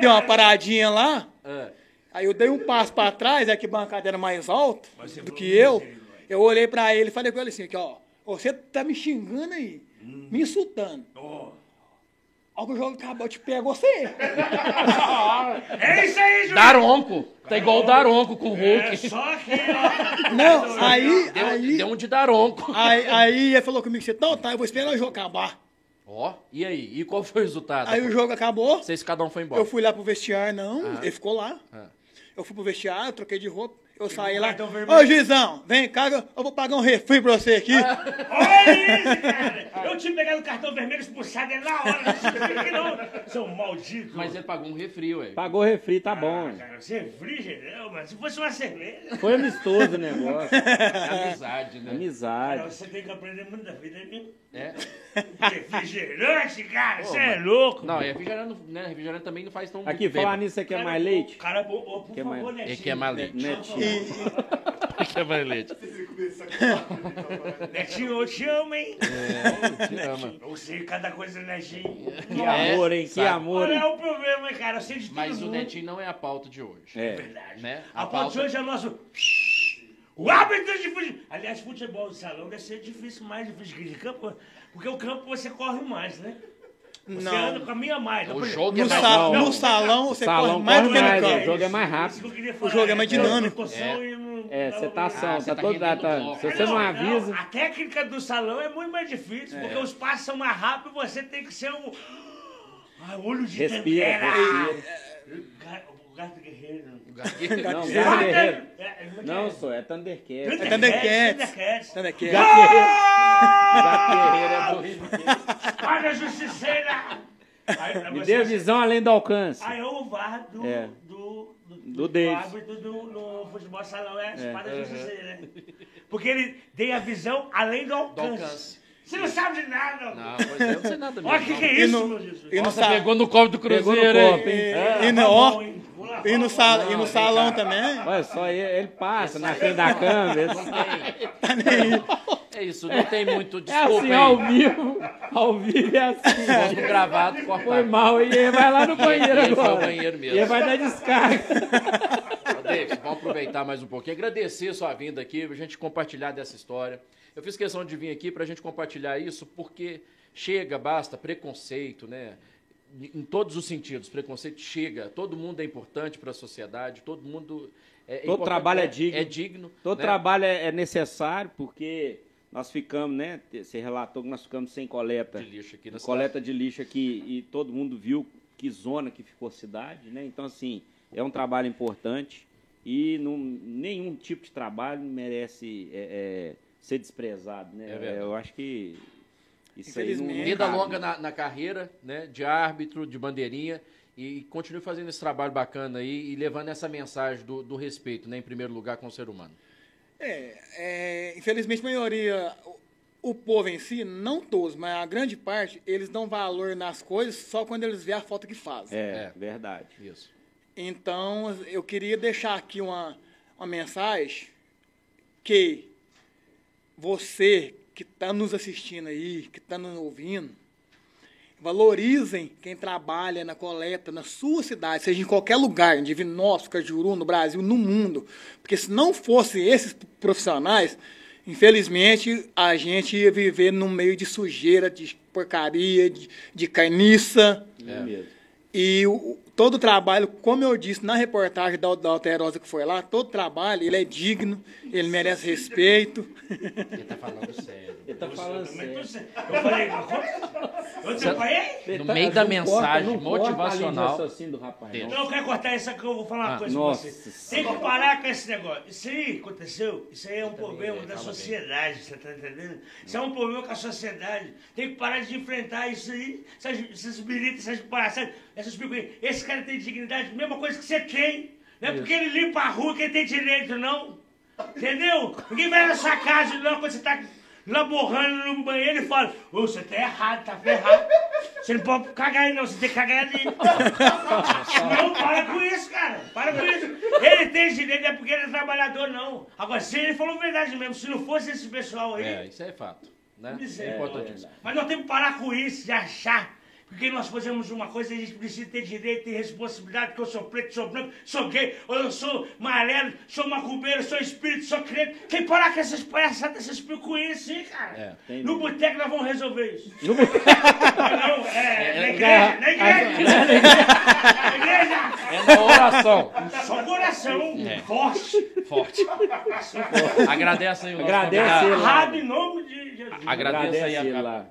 S9: deu uma paradinha lá,
S1: É.
S9: aí eu dei um passo pra trás, é que a bancada era mais alta
S3: Mas você
S9: do
S3: falou
S9: que
S3: que
S9: eu.
S3: misericórdia.
S9: Eu olhei pra ele e falei com ele assim, aqui, ó, você tá me xingando aí, me insultando.
S3: Hum. Ó.
S9: Ó, que o jogo acabou, eu te pego você.
S3: É isso aí, Juiz.
S1: Daronco. Tá igual o Daronco com o
S3: É
S1: Hulk.
S3: só que, ó.
S9: Não, aí,
S1: Deu,
S9: É. aí,
S1: deu um de Daronco.
S9: aí, aí ele falou comigo assim, então tá, eu vou esperar o jogo acabar.
S1: Ó, e aí? E qual foi o resultado?
S9: Aí o jogo acabou,
S1: Vocês cada um foi embora.
S9: eu fui lá pro vestiário, não, ele ficou lá.
S1: Ah.
S9: Eu fui pro vestiário, troquei de roupa, eu saí lá.
S3: cartão um vermelho.
S9: Ô, juizão, vem cá, eu eu vou pagar um refri pra você aqui.
S1: Ah.
S3: Olha isso, cara. Eu tinha pegado o cartão vermelho expulsado ele na hora. Não se explica que não. Seu maldito.
S1: Mas ele pagou um refri, ué.
S2: Pagou o refri, tá bom.
S3: Ah, cara, cerveja, não, mas se fosse uma cerveja.
S2: Foi amistoso o negócio.
S1: É amizade, né?
S3: Cara,
S2: Amizade.
S3: você tem que aprender muito da vida, viu?
S1: É.
S3: Refrigerante, cara, você é
S1: mas-
S3: louco.
S1: Não, e refrigerante, não- né? refrigerante também não faz tão
S2: Aqui,
S1: bem.
S2: falar nisso, você quer mais leite? Né,
S3: Cara, ô, ô, por
S2: Quer mais-
S3: favor,
S1: Ele
S3: Netinho.
S1: quer mais leite.
S2: Netinho.
S1: Quer mais (laughs) leite.
S3: Netinho, eu te amo, hein?
S1: É, te ama.
S3: Eu sei cada coisa, Netinho.
S2: Que
S1: É,
S2: amor, hein? Que
S1: sabe.
S2: amor.
S3: Olha
S2: hein?
S3: é o problema, cara. Eu sei de tudo.
S1: Mas o Netinho não é a pauta de hoje.
S2: É.
S1: Né?
S3: A pauta de hoje é o nosso. O árbitro de futebol. Aliás, futebol de salão deve ser difícil, mais difícil que de campo. Porque o campo você corre mais, né? Você
S9: Não.
S3: anda com a minha mais. né?
S1: O
S3: Por exemplo,
S1: jogo é
S9: No,
S1: mais
S9: sa-
S1: longo.
S9: no salão, você
S2: salão
S9: corre mais do
S2: corre
S9: que
S2: mais,
S9: no
S2: o
S9: campo.
S2: jogo é mais rápido.
S3: Isso que eu queria falar,
S9: jogo é mais
S3: né? Eu
S9: dinâmico.
S3: tô só e não-
S2: É, você tá
S3: não-
S2: ação,
S1: você
S2: tá
S1: tá
S2: todo. tá-
S1: rendendo
S2: tá-
S1: bloco.
S2: Se você não avisa. É.
S3: a técnica do salão é muito mais difícil, porque os passos são mais rápidos e você tem que ser o. (gasps) Ah, olho de
S2: Respira,
S3: tantera. Ga- O gato guerreiro.
S2: Não,
S9: Gato
S2: Gato
S3: Guarda-
S2: Guerreiro.
S3: É, como é que
S2: Não,
S3: é?
S2: só é Thundercat.
S9: Thundercats.
S3: Thundercats.
S9: Tá daqui.
S2: Gato Guerreiro. Gato Guerreiro é horrível.
S3: Olha a justiceira! Aí, aí
S2: Me
S3: você-
S2: deu visão além do alcance.
S3: Aí é o VAR do,
S2: É.
S3: do, do,
S2: Do Davis.
S3: árbitro do, no futebol salão é a espada justiceira. né? Porque ele tem a visão além do alcance.
S1: alcance.
S3: Você não sabe de nada.
S1: Não, pois é, não sei nada mesmo.
S3: Olha o que, que é
S9: E
S3: isso,
S9: no,
S3: meu Jesus.
S9: e no,
S1: Nossa,
S9: sa-
S1: pegou É. no copo do
S2: tá. Pegou no
S1: Cruzeiro,
S2: copo,
S1: hein?
S2: hein?
S9: e no,
S3: Tá
S9: ó,
S3: bom, hein? Tá Vou lavar
S9: e
S3: a
S9: no,
S3: mão.
S9: sa- e no salão
S1: (laughs)
S9: também.
S2: Olha só, ele, ele passa na frente da câmera. ele-
S9: tá
S1: É isso, não tem muito
S2: É assim, ao
S1: desculpa, hein?
S2: vivo. Ao vivo é assim.
S1: Posto gravado, cortado.
S2: Foi mal, e ele vai lá no banheiro
S1: E ele foi
S2: agora.
S1: ao banheiro mesmo. Né?
S2: E é ele vai dar descarga.
S1: Ô, Davis, vamos aproveitar mais um pouquinho. Agradecer sua vinda aqui, a gente compartilhar dessa história. Eu fiz questão de vir aqui para a gente compartilhar isso, porque chega, basta, preconceito, né? Em em todos os sentidos, preconceito chega. Todo mundo é importante para a sociedade, todo mundo. É,
S2: Todo
S1: importante,
S2: trabalho é
S1: né?
S2: digno.
S1: É digno.
S2: Todo
S1: né?
S2: trabalho é é necessário, porque nós ficamos, né? Você relatou que nós ficamos sem coleta.
S1: De lixo aqui na
S2: de coleta de lixo aqui e todo mundo viu que zona que ficou a cidade, né? Então, assim, é um trabalho importante e não- nenhum tipo de trabalho merece é, é, ser desprezado, né?
S1: É verdade.
S2: Eu acho que isso aí não, não
S9: Infelizmente.
S1: Vida
S2: cabe.
S1: longa na, na carreira, né? De árbitro, de bandeirinha. E continue fazendo esse trabalho bacana aí e levando essa mensagem do, do respeito, né? Em primeiro lugar, com o ser humano.
S9: É, é, infelizmente, a maioria, o, o povo em si, não todos, mas a grande parte, eles dão valor nas coisas só quando eles veem a falta que fazem.
S2: É,
S1: É.
S2: verdade.
S1: Isso.
S9: Então, eu queria deixar aqui uma, uma mensagem que você que está nos assistindo aí, que está nos ouvindo, valorizem quem trabalha na coleta na sua cidade, seja em qualquer lugar, em Divinópolis, Cajuru, no Brasil, no mundo. Porque se não fossem esses profissionais, infelizmente a gente ia viver num meio de sujeira, de porcaria, de, de carniça.
S2: É mesmo.
S9: E o- o- todo o trabalho, como eu disse na reportagem da, da Alterosa que foi lá, todo trabalho, ele é digno, ele merece respeito.
S1: Ele tá falando sério.
S2: Ele tá falando sério.
S3: Eu falei uma coisa? Eu te falei?
S1: No
S2: tá
S1: meio da mensagem motivacional.
S2: do rapaz,
S1: Tem.
S2: não.
S3: Não, eu quero cortar essa que eu vou falar uma
S1: Ah,
S3: coisa
S2: nossa
S3: pra você. Tem que parar com esse negócio. Isso aí aconteceu, isso aí é um problema
S1: é, fala
S3: da
S1: bem.
S3: sociedade, você tá entendendo? Isso é um problema com a sociedade. Tem que parar de enfrentar isso aí, essas, essas militas, essas palhaçadas, essas picuinhas. Esse cara tem dignidade, mesma coisa que você tem. Não é porque ele limpa a rua que ele tem direito, não. Entendeu? Ninguém vai na sua casa, não, quando você tá laborando no banheiro e fala, ô, você tá errado, tá ferrado. Você não pode cagar aí, não, você tem que cagar ali. Não, para com isso, cara. Para com isso. Ele tem direito, não é porque ele é trabalhador, não. Agora, se ele falou verdade mesmo, se não fosse esse pessoal aí,
S1: É, isso é fato. Né?
S3: Misericórdia.
S1: É importantíssimo.
S3: mas nós temos que parar com isso de achar. Porque nós fazemos uma coisa, a gente precisa ter direito e responsabilidade, que eu sou preto, sou branco, sou gay, ou eu sou amarelo, sou macumbeiro, sou espírito, sou crente. Quem parar com essas palhaçadas, essas picuinhas, hein, cara?
S1: É,
S2: tem
S3: no
S2: mesmo.
S3: boteco nós vamos resolver isso.
S2: No
S3: (laughs)
S2: boteco.
S3: Não, não, é, na igreja, na igreja. Na igreja.
S1: É na oração.
S3: Só coração, forte,
S1: Forte. Agradece aí o nosso
S2: Agradece
S1: convidado.
S2: ele.
S3: errado em nome de Jesus.
S1: Agradeça aí
S2: Agradece
S1: a
S2: lá.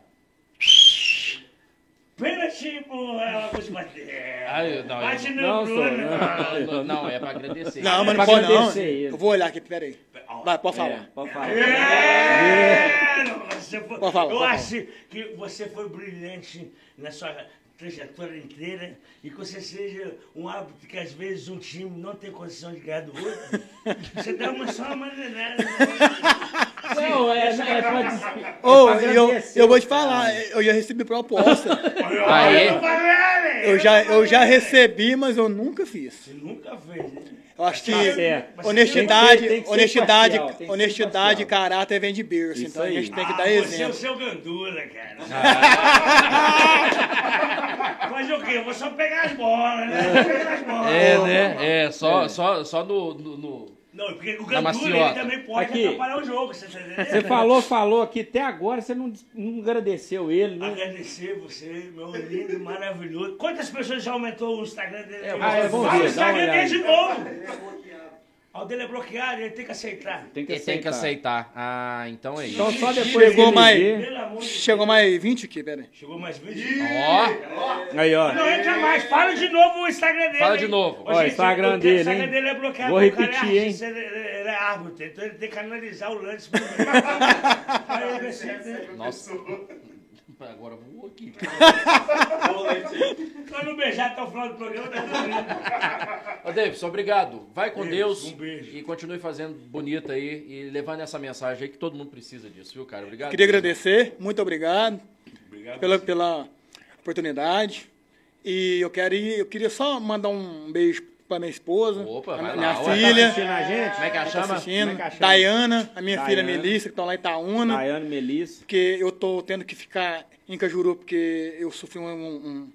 S3: Pênalti pro ela pros bater.
S1: Ah, eu- não, eu-
S3: Bate no
S2: não,
S3: Bruno.
S2: só,
S1: Não, não, é pra agradecer.
S8: Não, mas
S2: pra
S8: não pode não.
S2: acontecer isso.
S8: Eu vou olhar aqui, peraí. Vai, pode
S2: É,
S8: falar.
S2: pode falar.
S3: É, não, você foi-
S8: Pode falar,
S3: eu
S8: pode
S3: acho que você foi brilhante na sua trajetória inteira e que você seja um árbitro que às vezes um time não tem condição de ganhar do outro. Você dá uma só uma maneirada.
S2: (laughs) Não, é, não, é pra des-
S8: Ô,
S2: é pra
S8: eu,
S2: agradecer,
S8: eu vou te
S2: cara.
S8: falar, eu já recebi proposta.
S1: Aí.
S3: Eu tô falando,
S8: Eu já, eu já recebi, mas eu nunca fiz.
S3: Você nunca fez, né?
S8: Eu acho que
S2: Tá certo.
S8: honestidade,
S2: Tem que ser- tem que ser
S8: honestidade,
S2: imparcial, tem que ser
S8: honestidade e
S2: imparcial.
S8: caráter vem de berço. então
S2: aí.
S8: a gente tem que
S3: Ah,
S8: dar
S3: Você é o
S8: exemplo.
S3: seu gandula, cara.
S2: Ah.
S3: (laughs) Mas o quê? Eu vou só pegar as bolas, né? Vou pegar as bolas.
S1: É, né? É, só, Só, só no. no, no-
S3: Não, porque o
S1: Na
S3: gandula
S1: maciota.
S3: ele também pode
S2: Aqui.
S3: atrapalhar o jogo, você tá entendendo?
S2: Você falou, falou aqui até agora, você não, des- não agradeceu ele, né?
S3: Agradecer você, meu lindo, maravilhoso. Quantas pessoas já aumentou o Instagram dele?
S2: ah, é bom ver,
S3: Fala o
S2: dá uma
S3: Instagram
S2: olhada.
S3: dele de novo. Ah, O dele é bloqueado, ele tem que aceitar.
S2: Tem
S1: Ele tem que aceitar. Ah, então é isso.
S2: Então só depois
S8: Chegou
S2: dele
S8: mais-
S2: ver.
S3: Pelo amor de
S8: Chegou mais 20 aqui, peraí.
S3: Chegou mais vídeo?
S1: Ó,
S2: Aí, ó.
S3: Não entra mais, fala de novo o Instagram dele.
S1: Fala de
S3: hein?
S1: novo.
S3: Ô,
S2: Ó, Instagram
S3: o
S2: dele,
S3: Instagram
S2: hein?
S3: dele é bloqueado.
S2: Vou
S3: o cara é
S2: repetir, hein?
S3: artista, Ele, ele- ele é árbitro, então ele tem que analisar o
S2: (laughs)
S3: lance. Aí ele percebe, né?
S1: nossa. Agora voou aqui.
S3: Pra não beijar até o final do programa, tá tudo
S1: Ô,
S3: bem.
S1: Davidson, obrigado. Vai com
S3: Beijo,
S1: Deus.
S3: um beijo.
S1: E continue fazendo bonita aí e levando essa mensagem aí que todo mundo precisa disso, viu, cara? Obrigado.
S8: Queria
S1: mesmo.
S8: agradecer, muito obrigado, pela, pela oportunidade. E eu quero ir- eu queria só mandar um beijo pra minha esposa,
S1: Opa,
S8: pra
S1: vai
S8: minha
S1: lá, ué,
S8: filha,
S2: Tá
S8: tá
S2: Assistindo a gente?
S1: Como é que ela chama?
S8: assistindo,
S2: Como é que chama?
S8: Dayana, a minha filha
S2: Dayana.
S8: Melissa, que estão lá em Itaúna.
S2: Daiane Melissa.
S8: porque eu tô tendo que ficar em Cajuru porque eu sofri um- um-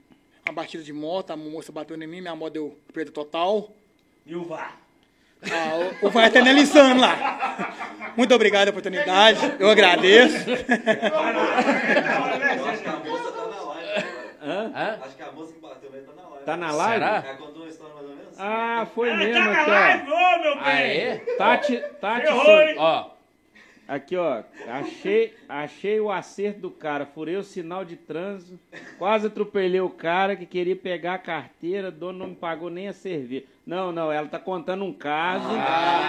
S8: uma batida de moto, a moça bateu em mim, minha moto deu perda total.
S3: E o VAR.
S8: Ah, o o vai até me alisando lá. (laughs) Muito obrigado pela oportunidade, eu agradeço.
S1: Hã?
S10: Acho que a moça que bateu nele tá na live.
S2: Tá na live?
S1: Será?
S10: Ela contou uma história mais ou menos assim.
S2: Ah, foi
S3: Ela
S2: mesmo
S3: tá na
S2: aqui,
S3: live, ô meu
S1: Ah,
S3: bem!
S1: é?
S2: ó. Tati, Tati,
S3: Errou, hein?
S1: Ó,
S2: aqui, ó. Achei, achei o acerto do cara. Furei o sinal de trânsito. Quase atropelei o cara que queria pegar a carteira. O dono não me pagou nem a cerveja. Não, não, ela tá contando um caso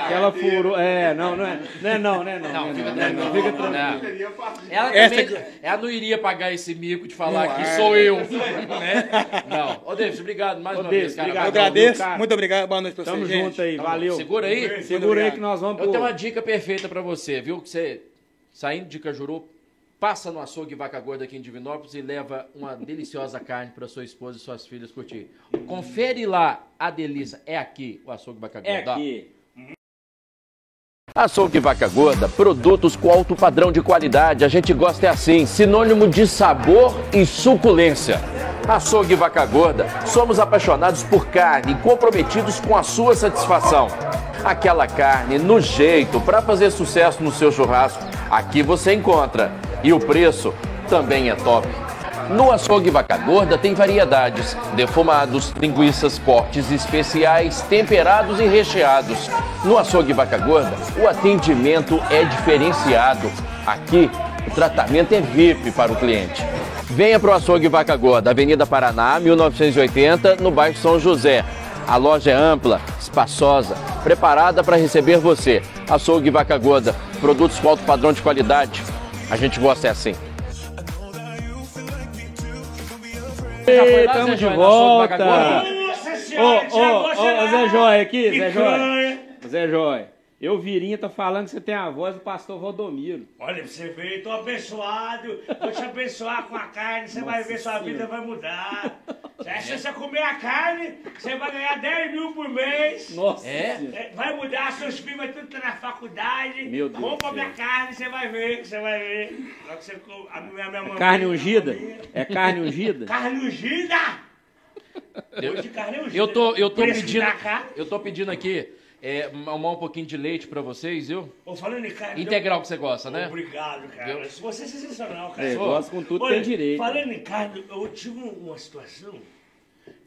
S2: que ela furou. É, não, não é. Não é não, não é não. não,
S1: Não,
S2: é não,
S1: fica
S2: não, é não,
S1: tranquilo.
S2: fica
S1: Não.
S2: tranquilo.
S1: Ela,
S8: Essa
S1: também, ela não iria pagar esse mico de falar que
S2: é,
S1: sou
S2: (laughs)
S1: eu. né? Não. Ô, Davis, obrigado mais
S2: Ô,
S1: uma
S2: Davis,
S1: vez, cara.
S2: obrigado.
S8: Eu
S2: Valeu,
S8: agradeço,
S2: cara.
S8: muito obrigado, boa noite pra
S2: Tamo
S8: vocês, gente.
S2: junto aí, valeu.
S1: Segura aí.
S2: Segura aí
S8: obrigado.
S2: que nós vamos
S1: Eu
S2: pro...
S1: tenho uma dica perfeita pra você, viu? Que você, saindo de Cajuru, passa no açougue Vaca Gorda aqui em Divinópolis e leva uma deliciosa (laughs) carne pra sua esposa e suas filhas curtir. Confere lá a delícia. É aqui o açougue Vaca Gorda.
S2: É aqui.
S4: Açougue Vaca Gorda, produtos com alto padrão de qualidade. A gente gosta é assim, sinônimo de sabor e suculência. Açougue Vaca Gorda, somos apaixonados por carne e comprometidos com a sua satisfação. Aquela carne no jeito para fazer sucesso no seu churrasco, aqui você encontra. E o preço também é top. No açougue Vaca Gorda tem variedades: defumados, linguiças, cortes especiais, temperados e recheados. No açougue Vaca Gorda, o atendimento é diferenciado. Aqui, o tratamento é VIP para o cliente. Venha para o açougue Vaca Gorda, Avenida Paraná, 1980, no bairro São José. A loja é ampla, espaçosa, preparada para receber você. Açougue Vaca Gorda, produtos com alto padrão de qualidade. A gente gosta é assim.
S1: Já foi
S2: Ei,
S1: lá, Zé
S2: tamo de
S1: Joia, no açougue Vaca
S2: volta.
S1: Gorda?
S3: Nossa
S2: Ô,
S3: senhora,
S2: ô,
S3: Thiago,
S2: ô,
S3: você
S2: Zé
S3: lá.
S2: Joia aqui, Zé
S3: Picanha.
S2: Joia. Zé Joia. Eu virinha tá falando que você tem a voz do pastor Valdomiro.
S3: Olha, pra você ver, tô abençoado, vou te abençoar com a carne, você vai ver, sua vida vai
S2: (laughs)
S3: mudar. Se você só comer a carne, você vai ganhar 10 mil por mês.
S2: Nossa.
S1: É?
S2: Senhora.
S3: É, Vai mudar, seus filhos vai tudo tá na faculdade.
S2: Meu Deus
S3: Compra
S2: do
S3: minha
S2: céu.
S3: carne, você vai ver, que você vai ver. Só que você co- a minha, a minha mamãe-
S2: Carne ungida? É carne ungida?
S3: Carne ungida! Hoje carne é ungida.
S1: Eu tô, eu tô
S3: Preço tá
S1: pedindo.
S3: da carne.
S1: Eu tô pedindo aqui é, mamar um pouquinho de leite pra vocês, viu?
S3: Ô, falando em carne.
S2: Então,
S1: Integral que você gosta, né?
S3: Obrigado, cara.
S1: Viu?
S3: Você é sensacional, cara.
S2: É,
S3: Ô,
S2: gosto com tudo, tem direito.
S3: Falando em carne, eu tive um, uma situação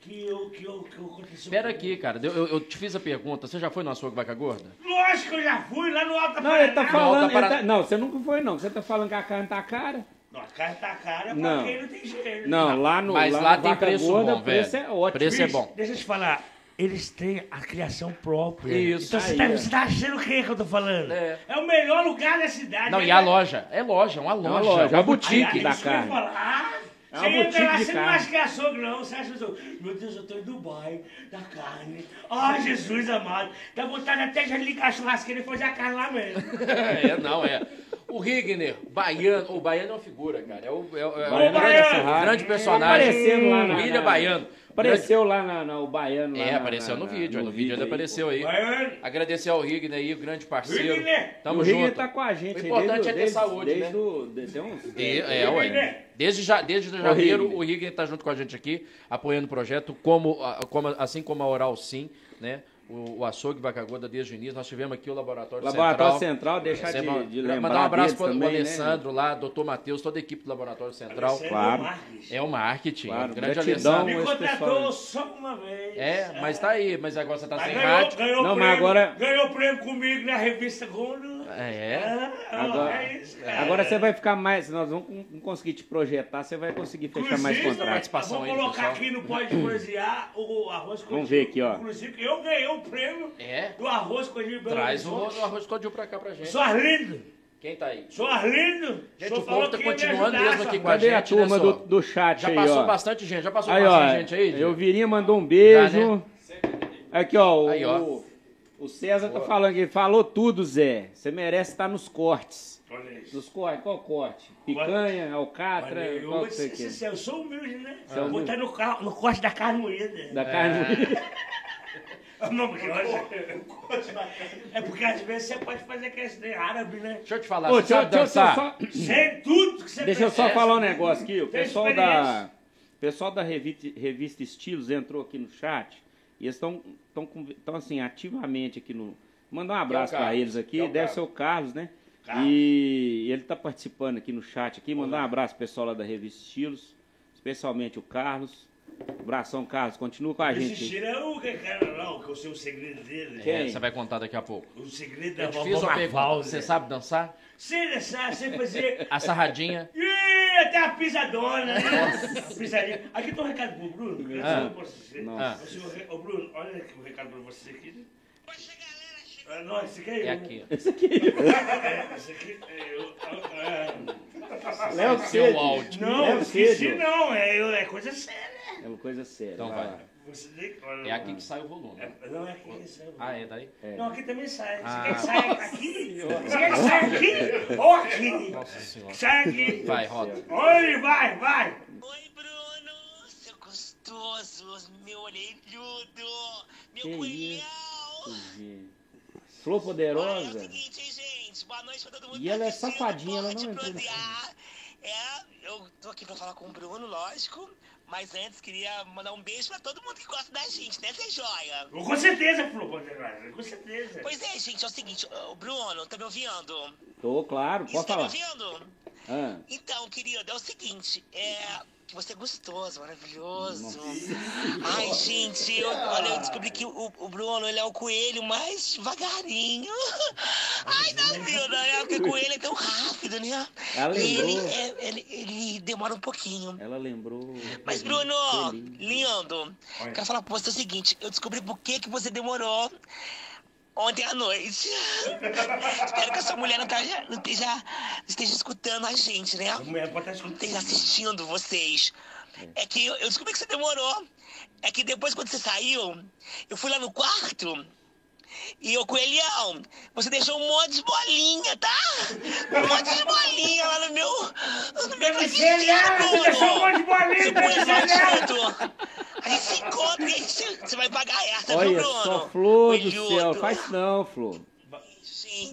S3: que eu. que eu. que eu aconteceu.
S1: Espera
S3: comigo.
S1: aqui, cara. Eu, eu- eu te fiz a pergunta. Você já foi no açougue vaca gorda?
S3: Lógico que eu já fui lá no
S2: (laughs)
S3: Alta
S2: Não, ele tá
S3: Paraná.
S2: falando.
S1: tá
S2: ele
S1: parado.
S2: tá- não, você nunca foi, não. Você tá falando que a carne tá cara?
S3: Não, a carne tá cara,
S2: Não.
S3: pra quem não tem dinheiro.
S2: Não, lá no.
S1: Mas
S2: no
S1: lá tem
S2: Vaca
S1: preço
S2: Gorda,
S1: bom,
S2: o preço
S1: velho.
S2: é ótimo.
S1: Preço é
S3: Bicho,
S1: bom.
S3: Deixa eu te falar. Eles têm a criação própria.
S1: Isso.
S3: Então você
S2: Aí, é.
S3: tá,
S2: ó.
S3: você tá achando o que que eu tô falando?
S1: É.
S3: o melhor lugar da cidade.
S1: Não,
S3: né?
S1: e a loja? É loja, é uma loja.
S2: loja,
S1: uma
S2: é boutique.
S1: boutique.
S2: da
S3: isso que eu ia
S2: carne.
S3: falar.
S2: É
S3: Você
S2: uma
S3: entra lá,
S2: boutique de
S3: você não
S2: carne.
S3: acha que é açougue, não. Você acha que eu sou- meu Deus, eu tô em Dubai, da carne. Ai, Jesus amado. Dá vontade até de ligar a churrasqueira e fazer a carne
S2: (laughs)
S3: lá mesmo.
S1: (laughs) é, não, é. O Rigner, o baiano. O baiano é uma figura, cara. É o, é, o- é o
S2: Baiano
S1: grande,
S3: da
S2: Serrada.
S1: grande personagem.
S2: Aparecendo lá na-
S1: William
S2: na-
S1: Baiano.
S2: Apareceu lá na, na- o baiano. Lá
S1: É,
S2: na-
S1: apareceu
S2: na-
S1: no
S2: na-
S1: vídeo. No vídeo ele
S2: aí,
S1: apareceu aí.
S3: Baiano.
S1: Agradecer ao Rigner aí, o grande parceiro.
S3: Rigner!
S1: Tamo
S2: o
S1: junto.
S2: Rigner tá com a
S1: O
S2: gente. aí
S1: importante
S2: desde,
S1: é ter
S2: desde-
S1: saúde,
S2: desde
S1: né?
S2: O, de- tem uns-
S1: E- é, ué.
S2: né?
S3: Rigner!
S1: Desde, já, desde janeiro, o
S2: Rigner.
S1: Rigner está junto com a gente aqui, apoiando o projeto, como, a- como- assim como a Oral Sim, né? O, o Açougue Vaca Gorda desde o início. Nós tivemos aqui o Laboratório,
S2: Laboratório
S1: Central.
S2: Central, deixar de,
S1: Sempre-
S2: de lembrar.
S1: Mandar um abraço
S2: deles
S1: para o
S2: também, né?
S1: Alessandro lá, doutor Matheus, toda a equipe do Laboratório Central.
S3: Alessandro
S2: claro.
S3: Marques.
S1: É o marketing,
S2: Claro,
S1: o grande
S2: gratidão.
S1: Alessandro.
S3: Me
S2: esse
S3: contratou
S2: pessoal-
S3: só uma vez.
S1: É, mas tá aí, mas agora você tá
S3: Mas
S1: sem
S3: ganhou,
S1: rádio.
S3: ganhou
S2: Não, mas
S3: prêmio,
S2: agora-
S3: ganhou prêmio comigo na revista Gondo.
S2: Ah,
S1: É,
S2: Agora,
S3: é isso, cara.
S2: agora você vai ficar mais. Nós vamos con- conseguir te projetar, você vai conseguir fechar mais
S3: Inclusive,
S2: contratos.
S1: participação aí
S3: Vou
S1: do
S3: colocar
S1: pessoal.
S3: aqui no Pode Prosear o arroz com
S2: Vamos ver aqui, ó.
S3: Inclusive, eu ganhei o prêmio
S1: É?
S3: do arroz com Gil Belo
S1: traz o,
S3: Horizonte.
S1: o arroz codil pra cá pra gente.
S3: Sou Arlindo.
S1: Quem tá aí?
S3: Sou Arlindo.
S1: Gente,
S3: sou
S1: o povo
S3: falou
S1: tá
S3: que ia me
S1: continuando
S3: ajudar,
S1: mesmo aqui
S3: só-
S1: com a
S2: Cadê a
S1: gente, né,
S2: turma
S1: só?
S2: do, do chat
S1: Já
S2: aí,
S1: passou
S2: ó?
S1: bastante gente, já passou
S2: Aí, ó,
S1: bastante gente aí? Diego?
S2: eu virinha mandou um beijo.
S1: Já, né?
S2: Aqui, ó, o,
S1: Aí, ó.
S2: o- o César tá falando que ele falou tudo, Zé. Você merece estar nos cortes.
S3: Olha isso.
S2: Nos cortes, qual corte? Picanha, alcatra,
S3: Olha, eu,
S2: qual
S3: vou
S2: que
S3: te
S2: você
S3: ser
S2: quer?
S3: sincero, eu sou humilde, né?
S2: é
S3: Vou
S2: humilde.
S3: estar no, carro- no corte da carne moída.
S2: Da carne.
S3: (laughs) Não, porque
S1: (laughs)
S3: hoje... É porque às vezes você pode fazer aquele trem árabe, né?
S1: Deixa eu te falar,
S2: Ô,
S1: você
S2: deixa, eu-
S1: sabe
S2: deixa
S1: dançar?
S2: eu- deixa eu só-
S3: Sem tudo que você
S2: Deixa eu só
S3: precisa.
S2: falar um negócio aqui. O
S3: Tem
S2: pessoal da,
S3: experiência.
S2: pessoal da revista, revista Estilos entrou aqui no chat e eles estão estão assim ativamente aqui no. Mandar um abraço
S1: Carlos?
S2: para eles aqui.
S1: Quem é o
S2: Deve
S1: Carlos?
S2: ser o Carlos, né? E ele está participando aqui no chat aqui. Mandar um abraço pro pessoal lá da revista Estilos, especialmente o Carlos. Abração, Carlos. Continua com a
S3: Esse
S2: gente. aí.
S3: cheiro é o que, cara, não, que eu sei o segredo dele.
S2: Quem?
S1: É, você vai contar daqui a pouco.
S3: O segredo
S1: É
S3: da
S1: difícil
S3: vovó
S1: uma pergunta.
S3: Mafalda.
S1: Você sabe dançar?
S3: Sem deixar, sem fazer...
S1: A sarradinha.
S3: Ih, até a pisadona, né? A pisadinha. Aqui tem um recado pro Bruno. que eu
S1: Ah.
S3: não posso dizer.
S2: Nossa.
S3: O senhor- Ô, Bruno, olha aqui o recado pra você aqui.
S6: Poxa, galera, chega.
S3: Ah, Não, esse aqui é
S1: É
S3: eu.
S1: aqui.
S3: É, esse aqui é eu. Ah, ah.
S2: Léo
S1: Seu
S2: Cedo.
S1: é um áudio.
S2: Léo
S3: Não,
S2: Cedo.
S3: esqueci não. É, eu- é coisa séria.
S2: É uma coisa séria.
S1: Então
S2: lá.
S1: vai.
S3: Você tem que... olha
S1: É
S3: lá.
S1: aqui que sai o volume.
S3: É, Não, é aqui. isso é-
S1: Ah, é daí?
S3: Não, aqui também sai. Você
S1: Ah.
S3: quer que saia aqui? Você quer que saia aqui? Ou aqui?
S1: Nossa senhora.
S3: Sai aqui.
S1: Vai, roda.
S3: Oi, vai, vai.
S2: É.
S6: Oi, Bruno, seu gostoso, meu orelhudo, meu
S2: Que
S6: coelhão.
S2: Gente. Flor
S6: Olha, é o
S2: poderosa.
S6: seguinte, hein, gente. Boa noite pra todo mundo.
S2: E
S6: que tá
S2: ela é
S6: assistindo,
S2: safadinha, ela
S6: pode
S2: não entrou no
S6: prosear. É, eu tô aqui pra falar com o Bruno, lógico. Mas antes, queria mandar um beijo pra todo mundo que gosta da gente, né, Zé Joia?
S3: Com certeza, Flor Ponterosa, com certeza.
S6: Pois é, gente, é o seguinte. ô, Bruno, tá me ouvindo?
S2: Tô, claro,
S6: Isso,
S2: pode
S6: tá me
S2: falar.
S6: ouvindo?
S2: Ah.
S6: Então, querido, é o seguinte, é que você é gostoso, maravilhoso. Ai, gente, eu, olha, eu descobri que o, o Bruno, ele é o coelho mais devagarinho. Ai, da vida, né? Porque coelho é tão rápido, né?
S2: Ela
S6: E ele,
S2: lembrou.
S6: é- ele, ele demora um pouquinho.
S2: Ela lembrou.
S6: Mas, Bruno, lindo, quero falar pra você o seguinte, eu descobri por que, que você demorou ontem
S3: (laughs)
S6: à noite. Espero que a sua mulher não, tá, não esteja, não esteja escutando a gente, né?
S3: A mulher pode estar escutando.
S6: esteja assistindo vocês. É que eu, eu descobri que você demorou. É que depois, quando você saiu, eu fui lá no quarto E ô Coelhão, você deixou um monte de bolinha, tá? Um monte de bolinha lá no meu. No meu
S3: Genial, você deixou um monte de bolinha,
S6: Depois
S3: tá genial.
S6: A gente se encontra e aí você você vai pagar essa, viu,
S2: Olha
S6: Bruno?
S2: só, Flor do
S6: Coelhudo.
S2: céu. Faz não, Flor.
S3: Manda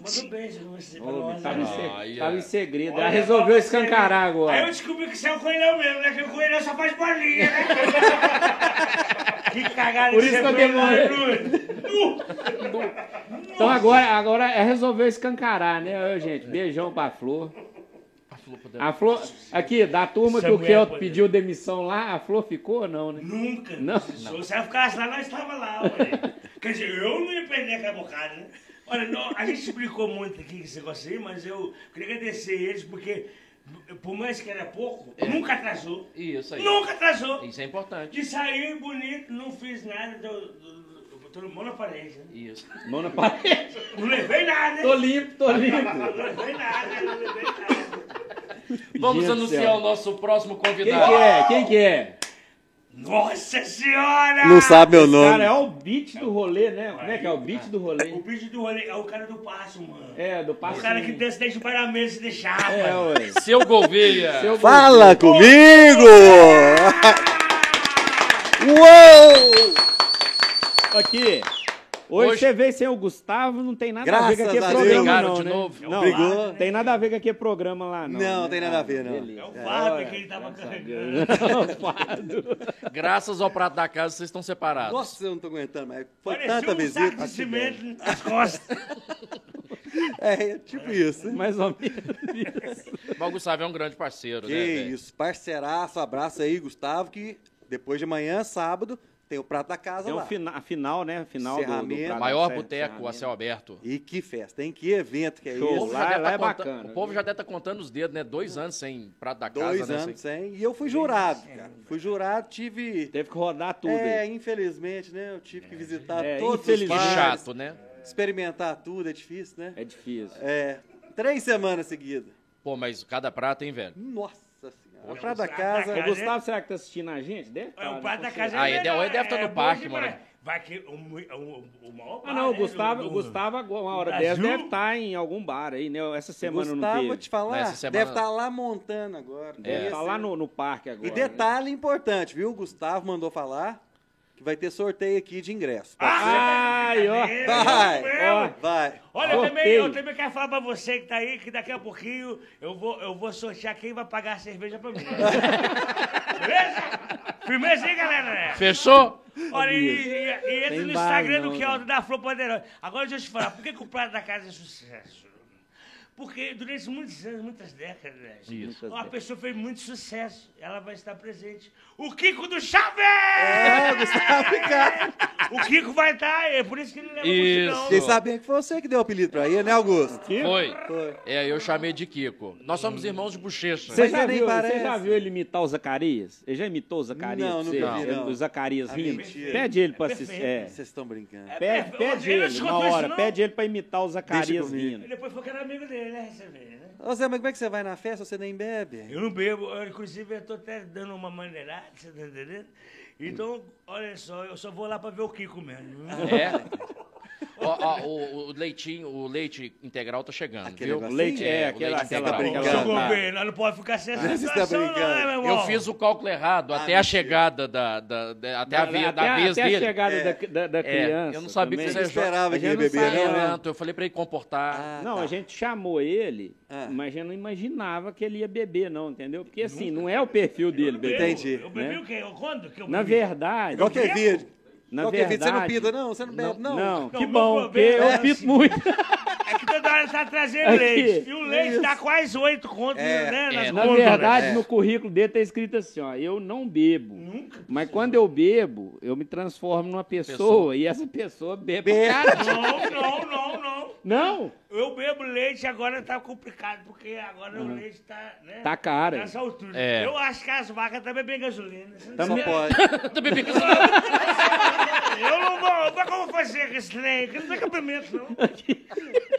S3: um
S6: Gente,
S3: beijo pra você. pra
S2: Ô,
S3: nós,
S2: tava, em
S3: né?
S2: se-
S1: Olha.
S2: tava em segredo.
S3: Olha,
S2: Ela resolveu
S3: eu falo pra
S2: escancarar
S3: você, Aí eu
S2: agora.
S3: descobri que você é o coelhão mesmo, né? Que o coelhão só faz bolinha,
S2: (laughs)
S3: né? que cagada
S2: Por
S3: que
S2: isso
S3: você
S2: que eu
S3: fez,
S2: demorei.
S3: né, Bruno?
S2: Então agora, agora ela resolveu escancarar, né, ô, gente? Beijão pra Flor.
S1: A Flor poder-
S2: A Flor, é aqui, da turma
S3: Essa
S2: que o
S3: mulher
S2: Kel
S3: pode-
S2: pediu demissão lá, a Flor ficou ou não, né?
S3: Nunca.
S2: Não.
S3: Se você ficasse lá, nós estávamos lá, olha. Quer dizer, eu não ia perder aquela bocada, né? Olha, não, a gente explicou muito aqui esse negócio aí, mas eu queria agradecer eles, porque por mais que era pouco, nunca atrasou.
S1: Isso aí.
S3: Nunca atrasou.
S1: Isso é importante.
S3: De sair bonito, não fiz nada, do, do, do, botou no mão na parede. né?
S1: Isso.
S2: Mão na parede.
S3: (laughs) Não levei nada, né?
S2: Tô limpo, tô limpo.
S3: Não levei nada, não levei nada.
S1: Vamos
S2: Gente do
S1: anunciar
S2: céu.
S1: o nosso próximo
S2: (laughs) Quem
S1: convidado.
S2: que é? Quem que é?
S3: Nossa senhora!
S9: Não sabe meu
S2: Cara, é
S9: nome.
S2: o beat do rolê, né? Como é que é o beat do
S3: O
S2: rolê?
S3: bicho do rolê é o cara do passo, mano.
S2: É, do
S3: O
S2: passo.
S3: cara que desce desde o paramento se deixava.
S2: É, ué.
S1: Seu Gouveia.
S2: Seu
S9: Fala comigo!
S3: Ah,
S9: Uou!
S2: Aqui. Hoje,
S1: Hoje-
S2: você vê sem o Gustavo, não tem nada a ver
S9: Graças
S2: que aqui é
S9: a
S2: programa,
S9: Deus.
S1: Brigaram
S2: não,
S1: de
S2: né?
S1: novo.
S2: Não,
S9: Brigou?
S2: tem nada a ver que aqui é programa lá, não.
S9: Não,
S2: né?
S9: tem nada a ver, não.
S2: Beleza.
S3: É o
S2: Olha,
S3: fardo que ele tava
S2: graças a
S3: carregando.
S2: Deus. (laughs) É o fardo.
S1: Graças ao prato da casa, vocês estão separados.
S9: Nossa, eu não tô aguentando, mas foi
S3: Parecia
S9: tanta
S3: um saco
S9: visita.
S3: de cimento
S2: (laughs)
S3: nas costas.
S9: É, é tipo isso.
S2: Mais ou menos isso.
S1: Mas o Gustavo é um grande parceiro,
S9: Que
S1: né? velho?
S9: isso, parceiraço, abraço aí, Gustavo, que depois de amanhã, sábado, tem o prato da casa
S2: É um
S9: lá.
S2: fina, a final, né? A Final do- do,
S9: Encerramento.
S1: O
S2: prato.
S1: Maior
S9: Certo,
S1: boteco a céu aberto.
S9: E que festa, hein? Que evento que é
S2: Show.
S9: isso.
S2: Lá-
S1: já deve
S2: lá é
S1: conta-
S2: bacana.
S1: O povo já deve estar contando os dedos, né? Dois anos sem prato da casa,
S9: Dois
S1: né?
S9: anos sem. E eu fui jurado, cara. Fui jurado, tive.
S2: Teve que rodar tudo
S9: é,
S2: aí.
S9: infelizmente, né? Eu tive que visitar
S2: É,
S9: todos os
S1: Que
S2: infelizmente.
S9: bares,
S1: chato, né?
S9: experimentar tudo, é difícil, né?
S2: É difícil.
S9: É, três semanas seguidas.
S1: Pô, mas cada prato, hein, velho?
S9: Nossa senhora.
S3: Poxa,
S9: Pra da
S3: Gustavo,
S9: casa.
S2: Ô,
S3: cara,
S2: Gustavo, será que tá assistindo a gente? Deve
S3: É,
S2: tá,
S3: o
S2: né?
S3: pai da casa
S1: Ah,
S3: é
S1: ele deve- ele deve tá no
S3: é bom
S1: parque,
S3: demais.
S1: mano.
S3: Vai que o, mu- é o, o, o maior
S2: Ah,
S3: bar,
S2: não, o
S3: né,
S2: Gustavo,
S3: do-
S2: o
S3: do-
S2: Gustavo agora, uma hora
S3: Brasil?
S2: dessa, deve estar em algum bar aí, né? Essa semana
S9: Gustavo,
S2: não
S9: vou
S2: teve.
S9: te falar,
S1: Nessa semana
S9: deve
S1: não.
S9: estar lá montando agora.
S2: Deve
S9: Ia
S2: tá
S9: ser-
S2: lá no, no parque agora.
S9: E
S2: né?
S9: detalhe importante, viu? O Gustavo mandou falar que vai ter sorteio aqui de ingresso.
S3: Ah,
S2: Ai, ó.
S3: É,
S9: Vai,
S3: mesmo.
S2: ó.
S9: Vai.
S3: Olha, eu também,
S2: Sorteio.
S3: eu também quero falar pra você que tá aí, que daqui a pouquinho eu vou, eu vou sortear quem vai pagar a cerveja
S2: (laughs)
S3: pra mim. Beleza? Firmeza aí, galera.
S1: Fechou?
S3: Olha, e, e, e entra
S2: Tem
S3: no
S2: bar,
S3: Instagram
S2: não,
S3: do
S2: velho.
S3: Keldo da Flor Poderosa. Agora deixa eu te falar, por que, que o prato da casa é sucesso? Porque durante muitos anos, muitas décadas, né,
S2: Isso.
S3: uma pessoa fez muito sucesso, ela vai estar presente. O Kiko do Chaves!
S9: É, Gustavo, cara.
S3: O Kiko vai estar, é por isso que ele leva
S1: Isso.
S3: multidão.
S9: Vocês sabem é que foi você que deu o apelido pra ele, né, Augusto?
S1: Foi.
S9: Foi.
S1: É, eu chamei de Kiko. Nós somos irmãos de bochecha.
S2: Você
S9: Mas
S2: já,
S9: já nem
S2: viu, você
S9: parece.
S2: já viu ele imitar o Zacarias? Ele já imitou o Zacarias?
S9: Não,
S2: pra
S9: nunca
S2: você?
S9: vi, não. Ah,
S2: O Zacarias rindo.
S9: mentira.
S2: Pede ele pra
S3: É
S2: assistir. É.
S3: perfeito. É,
S9: Vocês estão brincando.
S2: Pede,
S3: perfeito.
S2: pede
S3: Ele não
S2: ele
S3: te
S2: na
S3: contou isso,
S2: hora.
S3: não?
S2: Pede ele pra imitar o Zacarias
S9: comigo.
S3: E
S2: rindo.
S3: depois foi que era amigo dele, né? Você vê, né?
S9: Ô Zé, mas como é que você vai na festa? Você nem bebe?
S3: Eu não bebo, eu, inclusive eu tô até dando uma maneirada, você tá entendendo? Então, olha só, eu só vou lá pra ver o Kiko mesmo.
S1: É. Ó, ó, o, o leitinho, o leite integral tá chegando,
S9: Aquele
S1: viu?
S2: O
S9: negócio-
S2: leite, é,
S1: É, o
S2: aquela,
S1: leite
S2: aquela,
S1: integral.
S2: aquela-
S3: Seu
S9: Obrigado.
S3: governo, não pode ficar sem essa
S9: Você tá
S3: situação, não,
S9: brincando.
S3: né, meu irmão?
S1: Eu fiz o cálculo errado, até a chegada da, da- da- até a vez, da
S2: Ah, até,
S1: vez
S2: até a
S1: dele.
S2: chegada da, da, da
S1: É,
S2: criança.
S1: eu não sabia
S2: também.
S1: que você era
S9: esperava que ele
S2: Mas já não
S9: bebia,
S2: sabia,
S9: não?
S2: né?
S1: Lento, eu falei pra ele comportar.
S9: Ah,
S2: Não,
S9: tá.
S2: a gente chamou ele,
S9: Ah.
S2: mas já não imaginava que ele ia beber, não, entendeu? Porque assim, não é o perfil dele
S3: Eu-
S2: beber.
S9: Entendi,
S3: Eu bebi
S2: né?
S3: o quê? Eu- Quando? Que eu
S2: Na
S3: bebi?
S2: verdade,
S9: Qual que é vídeo?
S2: na
S9: Qual que é
S2: verdade,
S9: vídeo? Você não pinta, não? Você não bebe, não?
S2: Não, que
S3: meu
S2: bom, porque
S3: problema
S2: eu
S3: é
S2: pinto
S3: assim.
S2: muito.
S3: É que toda hora tá trazendo
S2: Aqui.
S3: leite. E o leite dá quase oito contos,
S9: É,
S3: né? nas
S1: é,
S2: Na
S3: contas, né?
S2: verdade,
S9: É.
S2: no currículo dele tá escrito assim, ó, eu não bebo. Mas quando eu bebo, eu me transformo numa pessoa,
S1: Pessoa.
S2: e essa pessoa bebe.
S9: Bebe.
S2: pra caralho.
S3: É. Não, não, não, não.
S2: Não,
S3: Eu bebo leite agora tá complicado, porque agora o leite tá, né?
S2: tá cara.
S3: Nessa altura.
S1: É.
S3: Eu acho que as vacas estão bebendo gasolina.
S9: Só
S2: Também-
S9: pode.
S1: Tá bebendo-
S3: Eu não vou. Mas como fazer com esse trem? Que não tem cabimento, não.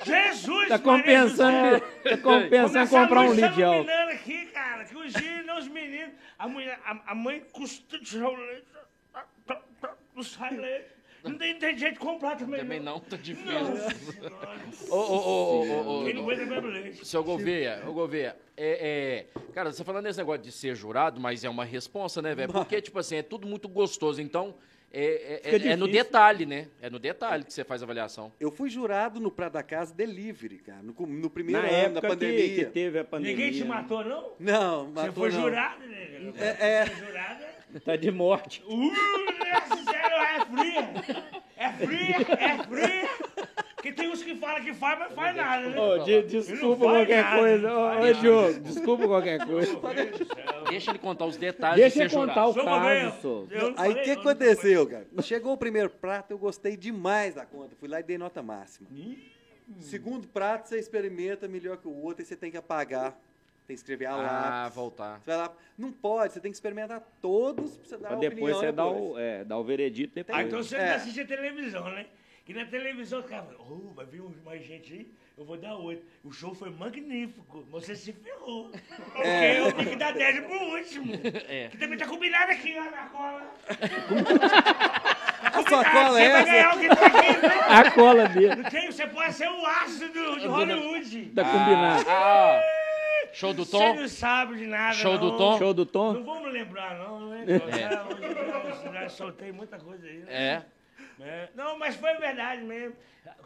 S3: Jesus,
S2: Tá
S3: Maria
S2: compensando,
S3: José.
S2: tá compensando
S3: Começa a
S2: comprar um
S3: mãe
S2: litro de álcool.
S3: iluminando aqui, cara, que os não os meninos. A, mulher, a, a mãe custa tirar o leite. tá, tá, tá, Não sai leite. Não tem, tem jeito de comprar também.
S1: Também não, tá difícil.
S3: Nossa.
S1: Ô, ô, ô, ô, ô,
S3: Quem não
S1: ô,
S3: aguenta mesmo leite.
S1: Seu
S2: Tipo,
S1: Gouveia,
S2: né?
S1: ô Gouveia, é, é, cara, você falando nesse negócio de ser jurado, mas é uma responsa, né, velho? Porque, tipo assim, é tudo muito gostoso, então é, é- é-
S9: Fica
S1: é no
S9: difícil.
S1: detalhe, né? É no detalhe que você faz a avaliação.
S9: Eu fui jurado no Prata da Casa Delivery, cara, no, com- no primeiro
S2: Na
S9: ano
S2: época
S9: da
S2: que-
S9: pandemia.
S2: que teve a pandemia. né?
S3: Ninguém te matou, não?
S9: Não, matou
S3: Você foi
S9: não.
S3: jurado, né?
S9: É, é.
S3: Você foi jurado, é?
S2: Tá de morte.
S3: Uh, essa sério é fria. É fria, é fria. Porque tem uns que falam que faz, mas faz nada, né?
S2: Ô, de- desculpa qualquer
S3: nada,
S2: coisa.
S3: não
S2: Ô,
S3: faz
S2: ô,
S3: nada.
S2: Diogo, desculpa qualquer
S3: (laughs)
S2: coisa.
S1: Deixa ele contar os detalhes
S2: Deixa
S1: de
S2: eu
S1: ser
S9: um
S2: contar o
S1: jurado.
S3: Sou Gouveia.
S2: caso, sou.
S3: um Eu não
S9: Aí
S3: falei,
S9: o que
S3: eu não falei.
S9: aconteceu, cara? Chegou o primeiro prato, eu gostei demais da conta. Fui lá e dei nota máxima. Segundo prato, você experimenta melhor que o outro e você tem que apagar. Tem que escrever a
S1: Ah,
S9: lápis.
S1: voltar.
S9: Você vai lá, não pode, você tem que experimentar todos pra você dar a
S2: Mas depois
S9: opinião né,
S2: você dá
S9: depois.
S2: o, é, dá o veredito depois.
S3: Ah, então você
S9: É.
S3: não assiste a televisão, né? Que na televisão os caras falam, "Ô, vai vir um- mais gente aí, eu vou dar oito. O show foi magnífico, mas você se ferrou. Porque
S9: É.
S3: eu tenho que dar 10 pro
S9: (laughs)
S3: último. Que também tá combinado aqui, ó, na cola. Ah,
S9: A sacola
S3: (laughs)
S9: é
S3: Você vai
S9: essa?
S3: ganhar o que tá aqui, né?
S2: A cola dele,
S3: (laughs) Não tem, você pode ser o astro do, de Hollywood.
S2: tá combinado.
S1: Ah, show do
S3: Você
S1: Tom?
S3: não sabe de nada,
S1: Show do
S3: não.
S1: Tom?
S2: Show do
S3: Não
S2: Tom?
S3: vamos lembrar, não, né? tá Eu já soltei muita coisa aí. né?
S1: É.
S3: É. Não, mas foi verdade mesmo.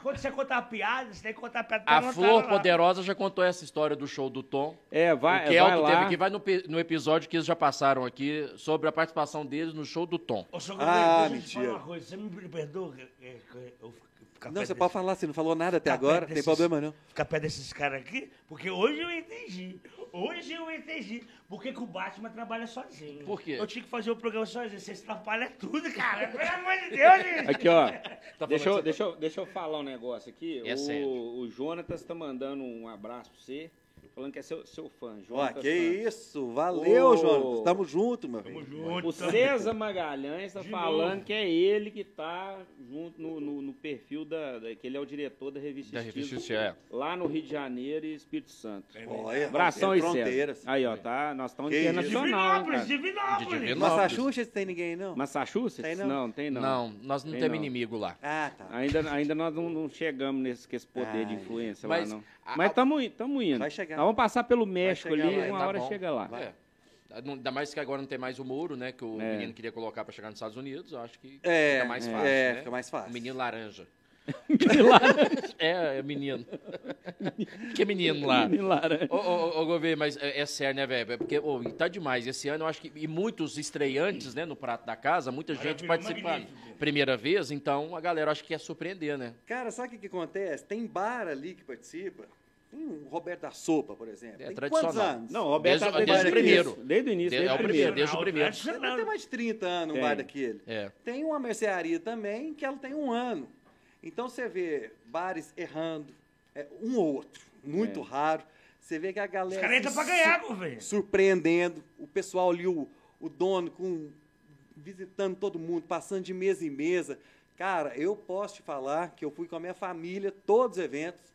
S3: Quando você contar a piada, você tem que contar a piada pra
S1: A
S3: não
S1: Flor
S3: tá lá.
S1: Poderosa já contou essa história do show do Tom.
S2: É,
S1: O
S2: vai, vai
S1: Kelton teve
S2: lá.
S1: que vai no, pe- no episódio que eles já passaram aqui sobre a participação deles no show do Tom.
S3: Ô, seu
S9: Ah,
S3: ah, deixa eu te falar
S9: mentira.
S3: uma coisa. Você me perdoa? que- que- que eu fico- ficar
S9: Não,
S3: perto
S9: você pode
S3: desse-
S9: falar, você não falou nada até
S3: ficar
S9: agora,
S3: perto
S9: não tem
S3: desses-
S9: problema não.
S3: Ficar perto desses caras aqui, porque hoje eu entendi. Hoje eu entendi. Por que que o Batman trabalha sozinho?
S1: Por quê?
S3: Eu tinha que fazer o programa sozinho. Vocês atrapalham tudo, cara. Pelo amor de Deus,
S1: (laughs)
S3: gente.
S2: Aqui, ó.
S1: Tá falando
S2: deixa, eu,
S1: que
S2: deixa, eu, deixa eu falar um negócio aqui.
S1: É sério.
S2: o, o Jonatas tá mandando um abraço pra você, falando que é seu, seu fã.
S9: Ó,
S2: Jonatas
S9: Ah, que
S2: fã.
S9: isso, valeu,
S2: Ô.
S9: Jonas. Tamo junto, meu
S3: Tamo
S9: filho.
S3: junto.
S2: O César Magalhães tá
S3: De
S2: falando
S3: novo.
S2: que é ele que tá junto no, no, no perfil da, da- que ele é o diretor da revista
S1: Da
S2: Estilo,
S1: revista Estilo, é.
S2: lá no Rio de Janeiro e Espírito Santo.
S9: É Olha,
S2: Abração aí, César.
S9: fronteiras.
S2: Aí, ó, tá? Nós estamos
S9: Que isso.
S2: internacional.
S3: Divinópolis,
S2: Cara.
S1: De
S3: Divinópolis.
S1: Divinópolis.
S9: Massachusetts tem ninguém aí, não?
S2: Massachusetts?
S9: Tem não?
S2: não. não, tem não.
S1: Não, nós não
S2: Tem
S1: temos
S2: não.
S1: inimigo lá.
S9: Ah, tá.
S2: Ainda, ainda nós não, não chegamos nesse com esse poder de
S9: Ai,
S2: influência
S1: mas
S2: lá, não.
S1: a-
S2: Mas estamos indo.
S9: Vai chegar.
S2: Nós vamos passar pelo México
S9: chegar
S2: ali
S9: lá,
S2: e uma
S1: Tá
S2: hora
S1: bom.
S2: chega
S9: (laughs)
S2: lá.
S1: É. Ainda mais que agora não tem mais o muro, né? Que o
S2: É.
S1: menino queria colocar pra chegar nos Estados Unidos. Eu acho que
S9: É,
S1: fica mais
S9: é,
S1: fácil.
S9: é,
S1: né?
S9: fica mais fácil.
S1: O menino laranja. (laughs) É, é
S2: (laughs)
S1: menino. que menino lá.
S2: Menino laranja.
S1: Ô, ô, ô, Gouveia, mas é, é sério, né, velho? É Porque ô, tá demais. Esse ano eu acho que. E muitos estreantes, né, no Prato da Casa, muita gente
S3: Maravilha,
S1: participando.
S3: magnífico.
S1: Primeira vez, então a galera acho que quer surpreender, né?
S9: Cara, sabe o que, que acontece? Tem bar ali que participa. Tem o Roberto da Sopa, por exemplo.
S1: É
S9: tem
S1: tradicional.
S9: quantos anos?
S2: Não, o Roberto
S1: Desde-
S2: tá
S1: desde o
S2: o início.
S1: primeiro.
S2: Desde o início,
S1: É
S2: desde
S1: o primeiro, desde o primeiro.
S9: Deve ter mais de 30 anos um
S2: Tem.
S9: bar daquele.
S1: É.
S9: Tem uma mercearia também que ela tem um ano. Então você vê bares errando, é, um ou outro,
S1: É.
S9: muito raro. Você vê que a
S3: Os
S9: galera.
S3: caras
S9: se
S3: entram pra ganhar, Gouveia.
S9: su- Surpreendendo. O pessoal ali, o, o dono, com, visitando todo mundo, passando de mesa em mesa. Cara, eu posso te falar que eu fui com a minha família, todos os eventos.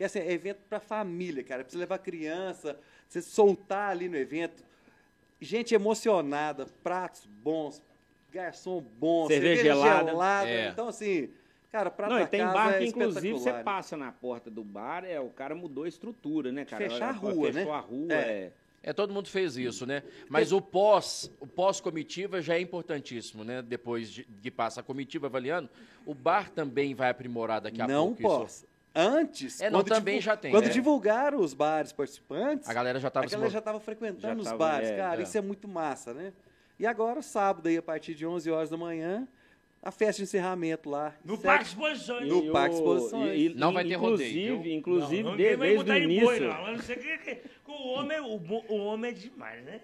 S9: E assim, é evento pra família, cara. Precisa levar criança, você soltar ali no evento. Gente emocionada, pratos bons, garçom bom,
S2: Cerveja gelada.
S1: É.
S9: Então, assim, cara, prato
S2: Não, e
S9: da
S2: tem
S9: casa
S2: bar que,
S9: é
S2: inclusive, você
S9: espetacular.
S2: passa na porta do bar, é, o cara mudou a estrutura, né, cara?
S9: Fechar a rua, né?
S2: Fechou a rua,
S9: É.
S2: é.
S1: É, todo mundo fez
S9: Hum.
S1: isso, né? Mas o pós, o pós-comitiva já é importantíssimo, né? Depois de, que passa a comitiva avaliando, o bar também vai aprimorar daqui a
S9: Não
S1: pouco. isso.
S9: posso. Antes,
S1: É, não,
S9: quando
S1: também já tem,
S9: Quando
S1: é.
S9: divulgaram os bares participantes,
S1: A galera já
S9: a
S1: tava se
S9: galera
S1: mov-
S9: já estava frequentando
S2: Já
S9: os
S2: tava,
S9: bares,
S2: é,
S9: cara.
S1: é.
S9: Isso é muito massa, né? E agora, sábado, aí, a partir de 11 horas da manhã, a festa de encerramento lá.
S3: No
S9: Segue-
S3: Parque Exposições.
S9: No
S2: E
S9: Parque
S2: o-
S9: Exposições.
S2: e- e-
S1: Não vai ter
S2: inclusive,
S1: rodeio, viu?
S2: Inclusive, de-
S3: Não, ninguém vai
S2: desde o
S3: mudar de
S2: início.
S3: boi, não. A não ser que, que- que o homem, o, bo- o homem é demais, né?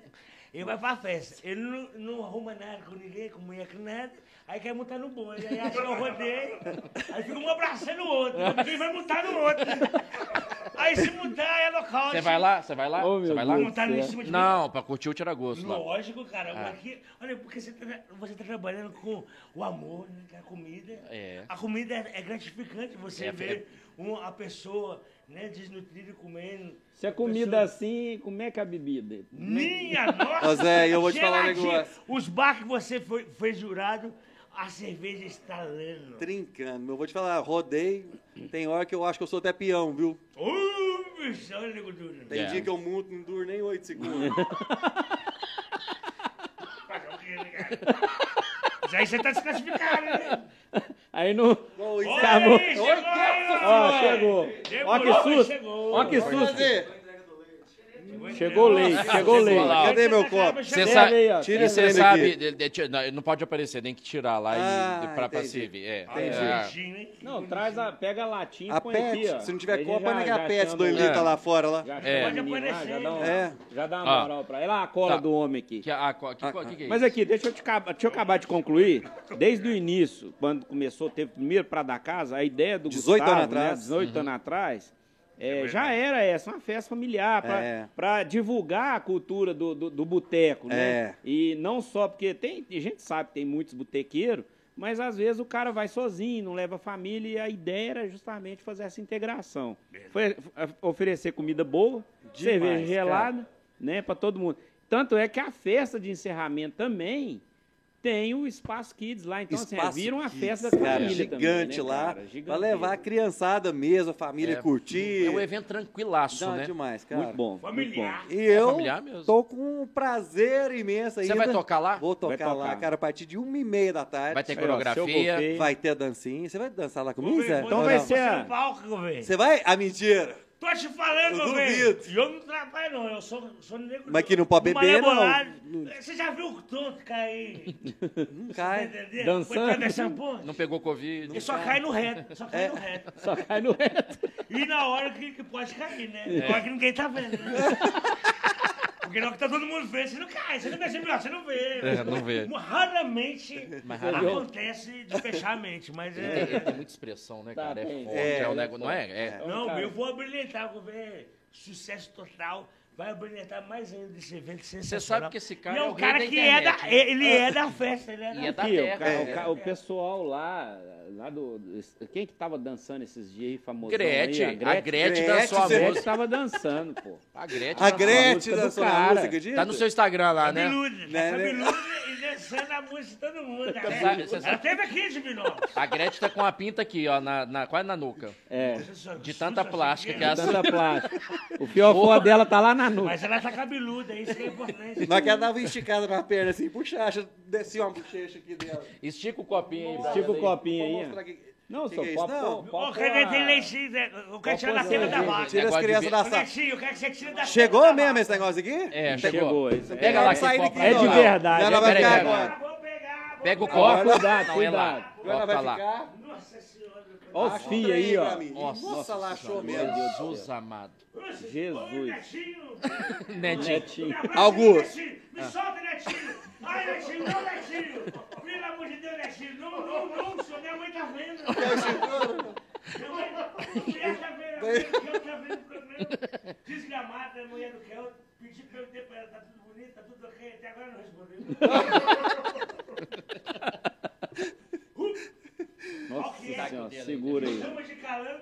S3: Ele vai pra festa, ele não, não arruma nada com ninguém, com mulher, com nada, aí quer montar no boi, aí acha que eu rodeio, aí fica um abraçando o outro, mas ninguém vai montar no outro. Aí se mudar é local.
S1: Você vai lá? Você vai lá?
S2: Oh,
S1: Você
S2: meu
S1: vai
S2: Deus
S1: lá?
S2: do
S3: Montar em cima de mim.
S1: Não, pra curtir o tiragosto lá.
S3: Lógico, cara. Aqui, olha, porque você tá, você tá trabalhando com o amor, né? Que é a comida.
S1: É.
S3: A comida é, é gratificante. Você
S1: É,
S3: vê um- a pessoa né, desnutrida e comendo.
S2: Se a comida assim, como é que é a bebida?
S3: Minha nossa!
S9: Ô, Zé, eu vou te falar um
S3: geladinha.
S9: negócio.
S3: Os bar que você foi, foi jurado, A cerveja estalando.
S9: Trincando. Meu, vou te falar, rodei. Tem hora que eu acho que eu sou até peão, viu?
S3: Uh, bicho, olha o duro.
S9: Tem
S2: É.
S9: dia que eu monto, não duro nem
S1: (laughs)
S9: 8 segundos.
S3: é Mas né, aí você tá desclassificado, né?
S2: Aí não.
S9: Bom, isso
S3: Olha
S9: é-
S2: Acabou.
S3: aí, chegou aí,
S2: Ó,
S3: ó.
S2: chegou. Ó que
S3: mas
S2: susto.
S3: chegou.
S2: Ó que
S9: Vamos
S2: susto.
S9: fazer.
S2: Chegou
S3: É,
S2: leite, chegou leite.
S9: Cadê meu
S3: Acaba chegando.
S9: copo?
S1: Você
S2: Bebe
S1: sabe,
S2: aí, ó.
S9: Tira
S1: e
S9: esse
S1: você
S9: ainda
S1: sabe
S9: aqui.
S1: de- de- de- não, não pode aparecer, tem que tirar lá e,
S9: Ah,
S1: pra, pra
S9: entendi.
S1: servir. É,
S3: Olha,
S1: é.
S3: beijinho, hein?
S2: Não, traz a. Pega a latinha e
S9: A
S2: põe aqui, ó.
S9: PET, se não tiver
S2: Aí
S9: copo,
S2: já-
S9: é
S2: já
S9: a PET
S2: chama
S9: 2
S2: o-
S9: litros lá fora. lá.
S2: Já chama
S1: É.
S2: o menino lá, já dá uma,
S9: É.
S2: já dá
S1: Ó.
S2: uma moral pra ele. Olha lá a cola
S1: Tá.
S2: do homem aqui.
S1: Que, a, co- que, co-
S9: Ah,
S1: que, que é
S2: Mas
S1: isso?
S2: aqui, deixa eu, te, acab- deixa eu acabar de concluir. Desde o início, quando começou, teve o primeiro para da casa, a ideia do
S9: 18
S2: Gustavo,
S9: anos atrás.
S2: Né, 18 anos
S1: Uhum.
S2: atrás, é, já era essa, uma festa familiar,
S9: É.
S2: para divulgar a cultura do, do, do boteco, né?
S9: É.
S2: E não só, porque tem, a gente sabe que tem muitos botequeiros, mas às vezes o cara vai sozinho, não leva a família, e a ideia era justamente fazer essa integração. Foi f- oferecer comida boa, cerveja
S9: cara.
S2: gelada, né, para todo mundo. Tanto é que a festa de encerramento também tem o Espaço Kids lá, então assim, é,
S9: Espaço
S2: vira uma
S9: Kids,
S2: festa da
S9: cara,
S2: família também,
S9: gigante
S2: né,
S9: lá.
S2: cara?
S9: pra
S2: Gigantesco.
S9: levar a criançada mesmo, a família
S1: É.
S9: curtir.
S1: É um evento tranquilaço,
S9: Não,
S1: né? É
S9: demais, cara.
S2: Muito bom.
S3: Familiar.
S9: E eu
S1: familiar mesmo.
S9: tô com um prazer imenso
S1: Você
S9: ainda.
S1: vai tocar lá?
S9: Vou tocar,
S2: Vai
S9: lá,
S2: tocar.
S9: cara, a partir de uma e meia da tarde.
S1: Vai ter
S2: Aí, ó,
S1: coreografia.
S2: seu
S9: Vai ter dancinha. Você vai dançar lá comigo,
S3: Vou ver,
S9: Zé?
S3: vou
S2: Então
S3: ver.
S2: vai
S3: Vou
S2: ser a-
S3: no palco, governo.
S9: Você vai? Ah, mentira.
S3: Tô te falando,
S9: Eu
S3: governo.
S9: duvido.
S3: E eu não trabalho, não. Eu sou, sou um negro.
S9: Mas que não pode beber, não.
S3: malabolado. Você já viu o tom que cai?
S9: Não
S3: Tá
S9: cai.
S3: entendendo?
S2: Dançando.
S3: Foi atravessando a ponte.
S1: Não pegou Covid.
S3: Ele só cai no reto. Só cai no reto.
S2: Só cai no reto.
S3: E na hora que, que pode cair, né? Agora que ninguém tá vendo, né? Porque na hora que tá todo mundo vendo, você não cai, você não percebe, não, você não vê.
S1: É, não vê.
S3: Raramente
S1: raro.
S3: acontece de fechar a mente, mas
S1: Ele
S3: é.
S1: tem muita expressão, né,
S2: Tá
S1: cara? É
S2: bem.
S1: forte,
S9: É,
S1: é, um
S9: ele é
S1: negócio, não é? É.
S3: Não,
S2: cara.
S3: eu vou abrilhantar, vou ver. Sucesso total. Vai abrilhantar mais ainda desse evento sensacional.
S1: sabe que esse cara
S3: E
S1: é
S3: é
S1: o
S3: um
S1: rei
S3: cara
S1: da
S3: que é da.
S1: internet, né?
S3: Ele
S1: (laughs)
S3: é da festa, ele é da
S1: E é
S9: Tá
S1: da
S2: Aqui, o,
S1: terra.
S2: ca-
S1: É.
S2: o ca- o pessoal lá, lá do. Quem que tava dançando esses dias aí, famoso?
S1: Gretchen,
S2: aí,
S1: a Gretchen
S9: Gretchen,
S1: dançou a
S2: A Gretchen
S1: música.
S2: tava dançando, pô.
S1: A Gretchen.
S9: A
S1: dançou
S9: Gretchen
S2: música do
S9: dançou na
S2: cara.
S9: música, acredita?
S1: Tá no seu Instagram lá, né?
S3: Cabeluda,
S9: Né, né?
S3: né? cabeluda e dançando a música de
S1: (laughs)
S3: todo mundo. né?
S1: sabe, Tá você
S3: Ela
S1: sabe.
S3: teve aqui de Vinópolis.
S1: A Gretchen tá com a pinta aqui, ó, na, na- quase na nuca.
S2: É,
S1: (laughs) De tanta plástica que é ela-
S2: tanta plástica. O fiofó dela tá lá na nuca.
S3: Mas ela tá cabeluda, isso que é importante.
S9: Nós que ela dava esticada na perna assim, puxacha, descia uma bochecha aqui dela.
S1: Estica o copinho aí.
S2: Estica Tipo o
S1: Brian,
S2: copinho aí.
S9: Vou mostrar
S2: ó.
S9: aqui.
S2: Não,
S9: Que
S2: só
S9: que é isso?
S2: pode
S9: Não.
S2: pôr-
S3: Ô,
S2: pode
S3: cadê
S2: pôr
S3: tem né?
S2: a-
S3: leite? Zé? Eu quero tirar da
S2: coisa
S3: telha
S2: aí,
S3: da barra.
S1: gente.
S9: Tira as
S1: Negócio de
S9: crianças
S1: ver-
S9: da sala.
S3: Leite, eu quero que você tire da
S9: Chegou
S3: telha
S9: mesmo esse negócio aqui?
S1: É, chegou.
S2: Chegou.
S1: Você
S2: Esse.
S1: pega
S2: É,
S1: lá
S9: Não
S1: esse
S9: sai
S1: copo
S9: daqui
S1: aí,
S2: é de
S1: ó.
S9: não.
S2: verdade.
S9: Ela vai
S1: Peraí,
S9: ficar
S1: peraí.
S9: agora.
S3: Vou pegar, vou
S1: Pega o
S3: pegar.
S1: copo.
S2: cuidado,
S1: não, é lá.
S2: cuidado.
S1: O copo
S9: Ela
S1: tá
S9: vai
S1: lá.
S9: ficar.
S3: Nossa senhora.
S2: Olha os
S9: Acha um
S2: fios
S9: trem
S2: aí,
S9: pra
S2: ó.
S9: mim.
S1: Nossa,
S9: Nossa, lá achou
S2: Meu
S9: mesmo.
S2: Deus do
S1: Jesus
S2: céu.
S1: amado.
S3: Nossa,
S2: Jesus.
S3: ô, Netinho.
S1: Netinho.
S2: Netinho.
S3: Me abraça,
S9: Augusto.
S3: Netinho. é Me solta, Netinho. Ai, Netinho, não, Netinho. Pelo amor de Deus, Netinho. Não, não, não, senhor, minha mãe tá vendo. Minha mãe, mulher tá vendo, a mulher do Kelton tá vendo o programa. Desgramada, a mulher do Kelton. Pedi pra eu ter pra ela, tá tudo bonito, tá tudo ok. Até agora não respondeu.
S2: Nossa
S3: Ok.
S2: senhora, assim, segura
S3: Me
S2: aí.
S3: chama de calango,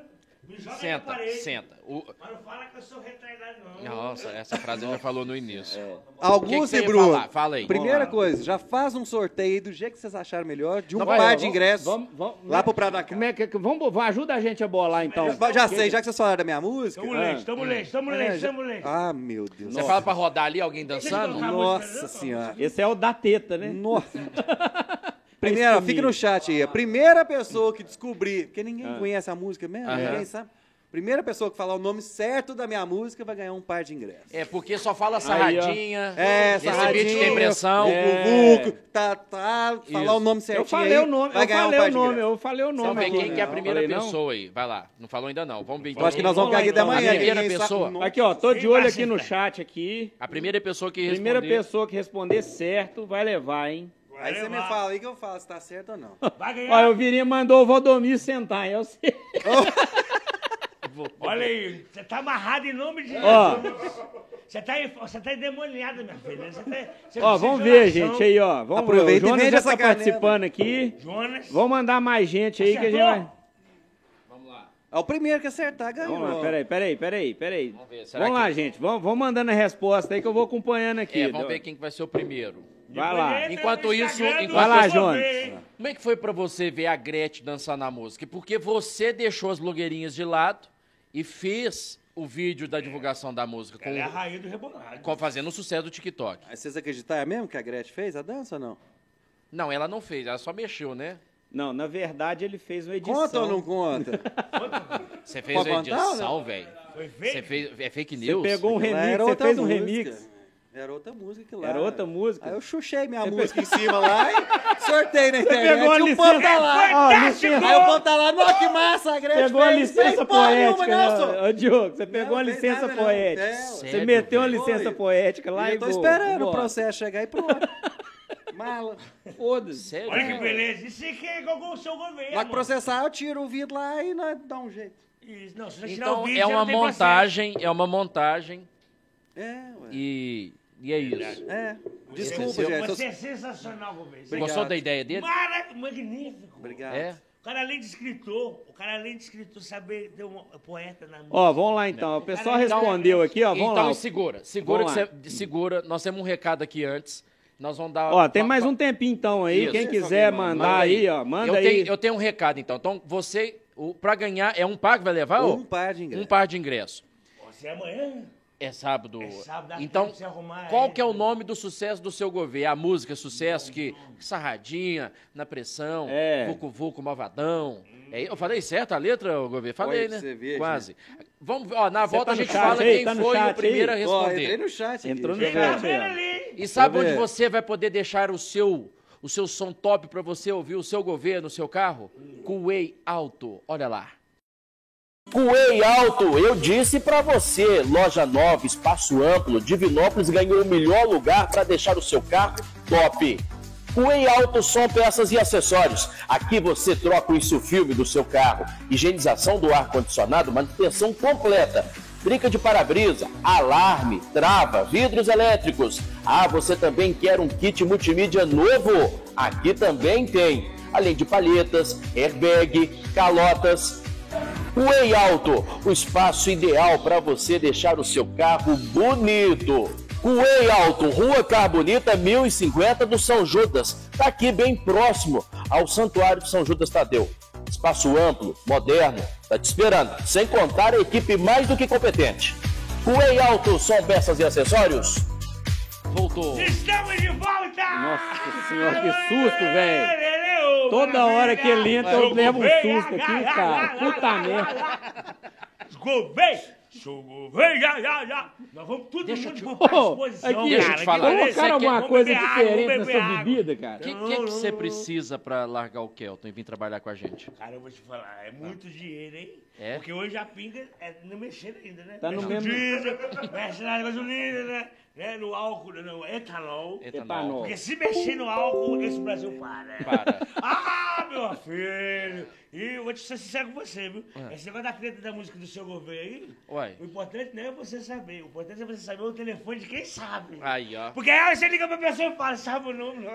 S3: me joga na
S1: Senta,
S3: parede.
S1: senta. O-
S3: Mas não fala que eu sou retardado, não.
S1: Nossa, essa frase ele já falou no início. O que que
S9: Augusto
S1: você
S9: e
S1: ia
S9: Bruno.
S1: falar? Fala aí.
S9: Primeira
S2: Vamos lá.
S9: coisa, já faz um sorteio aí do jeito que vocês acharam melhor, de um
S2: Então,
S9: par
S2: vai,
S9: de
S2: vamos-
S9: ingressos
S2: vamos- vamos-
S9: lá pro Prado da Casa.
S2: Como é que vamos, vamos- ajuda a gente a bolar então.
S9: Já- Já sei, já que vocês falaram da minha música.
S3: Tamo leite,
S2: Ah.
S3: tamo leite, tamo
S1: É.
S3: leite, tamo leite.
S9: Ah, meu Deus.
S1: Você fala pra rodar ali alguém dançando?
S3: Nossa.
S9: Nossa senhora.
S2: Esse é o da teta, né? (laughs) É
S9: Nossa. Primeira,
S2: Esse
S9: fica no chat aí. A primeira pessoa que descobrir, porque ninguém
S2: Ah.
S9: conhece a música mesmo,
S1: Aham.
S9: ninguém sabe. Primeira pessoa que falar o nome certo da minha música vai ganhar um par de ingressos.
S1: É porque só fala
S2: Aí, ó.
S1: sarradinha.
S9: É,
S1: Esse
S9: Sarradinho,
S1: beat tem pressão.
S2: É.
S9: Vucu, tá, tá, falar o nome
S2: Eu
S9: certinho
S2: falei
S9: aí,
S2: o nome,
S9: vai
S2: eu
S9: ganhar
S2: falei
S9: um par
S2: o
S9: de
S2: nome,
S9: ingressos.
S2: eu falei o
S1: Vamos
S2: nome.
S1: ver
S2: agora,
S1: quem que é a
S2: não.
S1: primeira
S2: Falei, não?
S1: pessoa aí. Vai lá. Não falou ainda não. Vamos ver.
S9: Eu acho que nós vamos ficar aqui até
S2: Vamos lá,
S9: amanhã.
S1: então. A primeira
S9: ninguém sabe
S1: pessoa.
S9: o nome.
S2: Aqui, ó, tô de
S3: Quem
S2: olho
S3: vai
S2: aqui no
S3: acertar?
S2: chat aqui.
S1: A primeira pessoa que responder.
S2: Primeira pessoa que responder certo vai levar, hein?
S9: Aí você me
S3: levar.
S9: fala aí que eu falo se tá certo ou não.
S3: Vai ganhar.
S2: Ó, eu viria e mandou o Valdomiro sentar, hein? Eu
S9: (laughs)
S2: sei.
S3: Olha aí, você tá amarrado em nome de
S2: Ó.
S3: Jesus. Você tá, em- você tá endemoniado, minha filha. Você tá, você
S2: Ó,
S3: precisa
S2: vamos
S3: de
S2: ver,
S3: oração.
S2: gente, aí, ó. Vamos ver.
S9: Aproveita e
S2: O Jonas
S9: vende
S2: já
S9: essa
S2: tá
S9: caneta.
S2: participando aqui.
S3: Jonas.
S2: Vamos mandar mais gente aí que a gente
S3: Acertou?
S2: vai.
S9: É o primeiro que acertar, ganhou.
S2: Vamos lá, peraí, peraí, peraí, peraí. Vamos,
S1: Vamos ver, será que-
S2: lá, gente, vamos, vamos mandando a resposta aí que eu vou acompanhando aqui. né?
S1: É, vamos ver quem que vai ser o primeiro.
S2: Vai lá.
S1: Enquanto isso, enquanto
S2: Vai lá,
S1: isso-
S2: Jones.
S1: Como é que foi pra você ver a Gretchen dançar na música? É Porque você deixou as blogueirinhas de lado e fez o vídeo da divulgação da música
S3: Ela é a
S1: com,
S3: rainha do rebolado.
S1: com- fazendo o sucesso do TikTok.
S9: Aí Vocês acreditaram mesmo que a Gretchen fez a dança ou não?
S1: Não, ela não fez, ela só mexeu, né?
S2: Não, na verdade ele fez uma edição.
S9: Conta ou não conta?
S1: Você fez
S9: Pode
S1: a
S9: contar,
S1: edição, velho.
S3: Foi
S1: Você
S3: feio.
S1: fez é fake
S2: Você
S1: news.
S2: pegou um
S9: Lá
S2: remix,
S9: era
S2: você
S9: outra
S2: fez um
S9: música,
S2: remix.
S9: Era outra música que lá.
S2: Era outra música?
S9: Aí eu chuchei minha música em cima lá e sortei na internet.
S2: pegou a
S9: e o
S2: licença-
S9: povo tá lá.
S2: Ó,
S9: Aí
S2: licença-
S9: o povo tá lá, nossa, que massa, a Gretchen
S2: Pegou a
S9: fez, fez
S2: licença
S9: porra nenhuma,
S2: poética,
S9: não,
S2: né?
S9: só.
S2: Ô, Diogo, você pegou
S9: Não,
S2: a
S9: fez
S2: licença
S9: nada, não.
S2: poética.
S9: É, ué.
S2: Você
S1: Sério,
S2: meteu uma
S1: velho?
S2: licença
S9: Foi.
S2: poética lá e
S9: eu tô
S2: boa,
S9: esperando o
S2: vambora.
S9: processo chegar e (laughs) pronto. Mala.
S2: Foda-se.
S1: Sério,
S3: Olha que
S1: velho?
S3: beleza. Isso aqui é igual com o seu governo.
S9: Lá que processar, eu tiro o vidro lá e nós dá um jeito.
S3: Isso, Não, se você tirar o
S1: Então
S3: vídeo,
S1: é
S3: já
S1: uma
S3: não tem processo.
S1: montagem, é uma montagem
S9: É, ué.
S1: e, e é isso.
S9: É. Desculpa,
S1: Aconteceu.
S9: gente. eu-
S3: Você é sensacional, Rubens.
S9: Obrigado.
S1: Gostou da ideia dele?
S3: Mara... Magnífico.
S9: (laughs) Obrigado.
S1: É.
S3: O cara, além de escritor, o cara, além de escritor, saber ter um poeta na música.
S2: Ó, vamos lá então. O pessoal respondeu aqui, ó. Vamos
S1: então
S2: lá.
S1: segura, segura
S2: Vamos
S1: que
S2: lá.
S1: você, segura. Nós temos um recado aqui antes. Nós vamos dar.
S2: Ó, tem mais um tempinho então aí.
S1: Isso.
S2: Quem quiser
S9: Manda
S2: mandar aí, ó, manda
S1: eu
S2: aí.
S1: Tenho, eu tenho um recado então. Então você, o, pra ganhar, é um par que vai levar?
S9: Um
S1: ô?
S9: par de ingressos.
S1: Um par de ingresso.
S3: Você é amanhã?
S1: É sábado.
S3: É sábado, dá
S1: então,
S3: tempo de você arrumar né?
S1: qual
S3: ainda.
S1: que é o nome do sucesso do seu governo? É A música sucesso que sarradinha, na pressão,
S2: É.
S1: vucu vucu malvadão. É, eu falei certo a letra, ô governo? Falei,
S9: Olha pra
S1: né?
S9: você ver,
S1: Quase. Vamos, ver, ó, na
S2: Você
S1: volta
S2: tá
S1: a
S2: no
S1: gente
S2: chat
S1: fala
S2: aí?
S1: quem
S2: Tá no
S1: foi
S2: chat
S1: o primeiro a
S2: aí?
S9: Ó,
S1: responder.
S9: entrei no chat aqui.
S2: Entrou no
S9: gente.
S3: Tá
S2: chat
S3: vendo
S2: aí. ó.
S3: ali?
S1: E sabe
S9: Deixa eu
S1: onde
S9: ver.
S1: você vai poder deixar o seu o seu som top pra você ouvir o seu governo, o seu carro? Cuei Alto. Olha lá.
S4: Cuei Alto, eu disse pra você, loja nova, espaço amplo, Divinópolis ganhou o melhor lugar pra deixar o seu carro top. Cuei Alto som, peças e acessórios. Aqui você troca o insufilme do seu carro, higienização do ar condicionado, manutenção completa, trinca de para-brisa, alarme, trava, vidros elétricos. Ah, você também quer um kit multimídia novo? Aqui também tem, além de palhetas, airbag, calotas. Way Um Alto, o espaço ideal para você deixar o seu carro bonito. Way Alto, Rua Carbonita 1050 do São Judas, tá aqui bem próximo ao Santuário de São Judas Tadeu. Espaço amplo, moderno, tá te esperando, sem contar a equipe mais do que competente. Way Alto, som peças e acessórios.
S1: Voltou.
S3: Estamos de volta!
S2: Nossa senhora, que susto, velho.
S3: Leleu,
S2: Toda
S3: maravilha.
S2: hora que ele entra, eu
S3: Sou
S2: levo um
S3: Gouveia,
S2: susto
S3: lá,
S2: aqui,
S3: lá,
S2: cara.
S3: lá, lá,
S2: Puta
S3: lá,
S2: merda.
S3: lá, lá. Gouveia! Sou Gouveia! lá, lá. Nós vamos todo
S1: Deixa eu
S3: mundo
S1: te-
S3: vou pra
S2: Ô,
S3: exposição.
S2: aqui,
S1: Deixa eu te falar.
S3: Isso aqui é-
S2: Colocaram alguma
S3: vamos
S2: coisa
S3: beber água,
S2: diferente
S3: vamos beber
S2: nessa
S3: água.
S2: bebida,
S1: O
S2: cara.
S1: que, que, que você precisa pra largar o Kelton e vir trabalhar com a gente?
S3: Cara, eu vou te falar, é muito dinheiro, hein?
S1: É?
S3: Porque hoje a pinga é não mexendo ainda, né?
S2: Tá no
S3: mexe
S2: mesmo-
S3: diesel, mexe na gasolina, né? né? No álcool, no etanol.
S2: Etanol.
S3: Porque se mexer no álcool, esse Brasil para.
S1: Para.
S2: (laughs)
S3: Ah, meu filho! E eu vou te ser sincero com você, viu?
S9: É.
S3: Esse negócio da treta da música do seu governo aí,
S1: Uai.
S3: o importante não é você saber. O importante é você saber o telefone de quem sabe.
S9: Ah.
S1: Aí, ó.
S3: Porque aí você liga pra pessoa e fala, sabe o nome?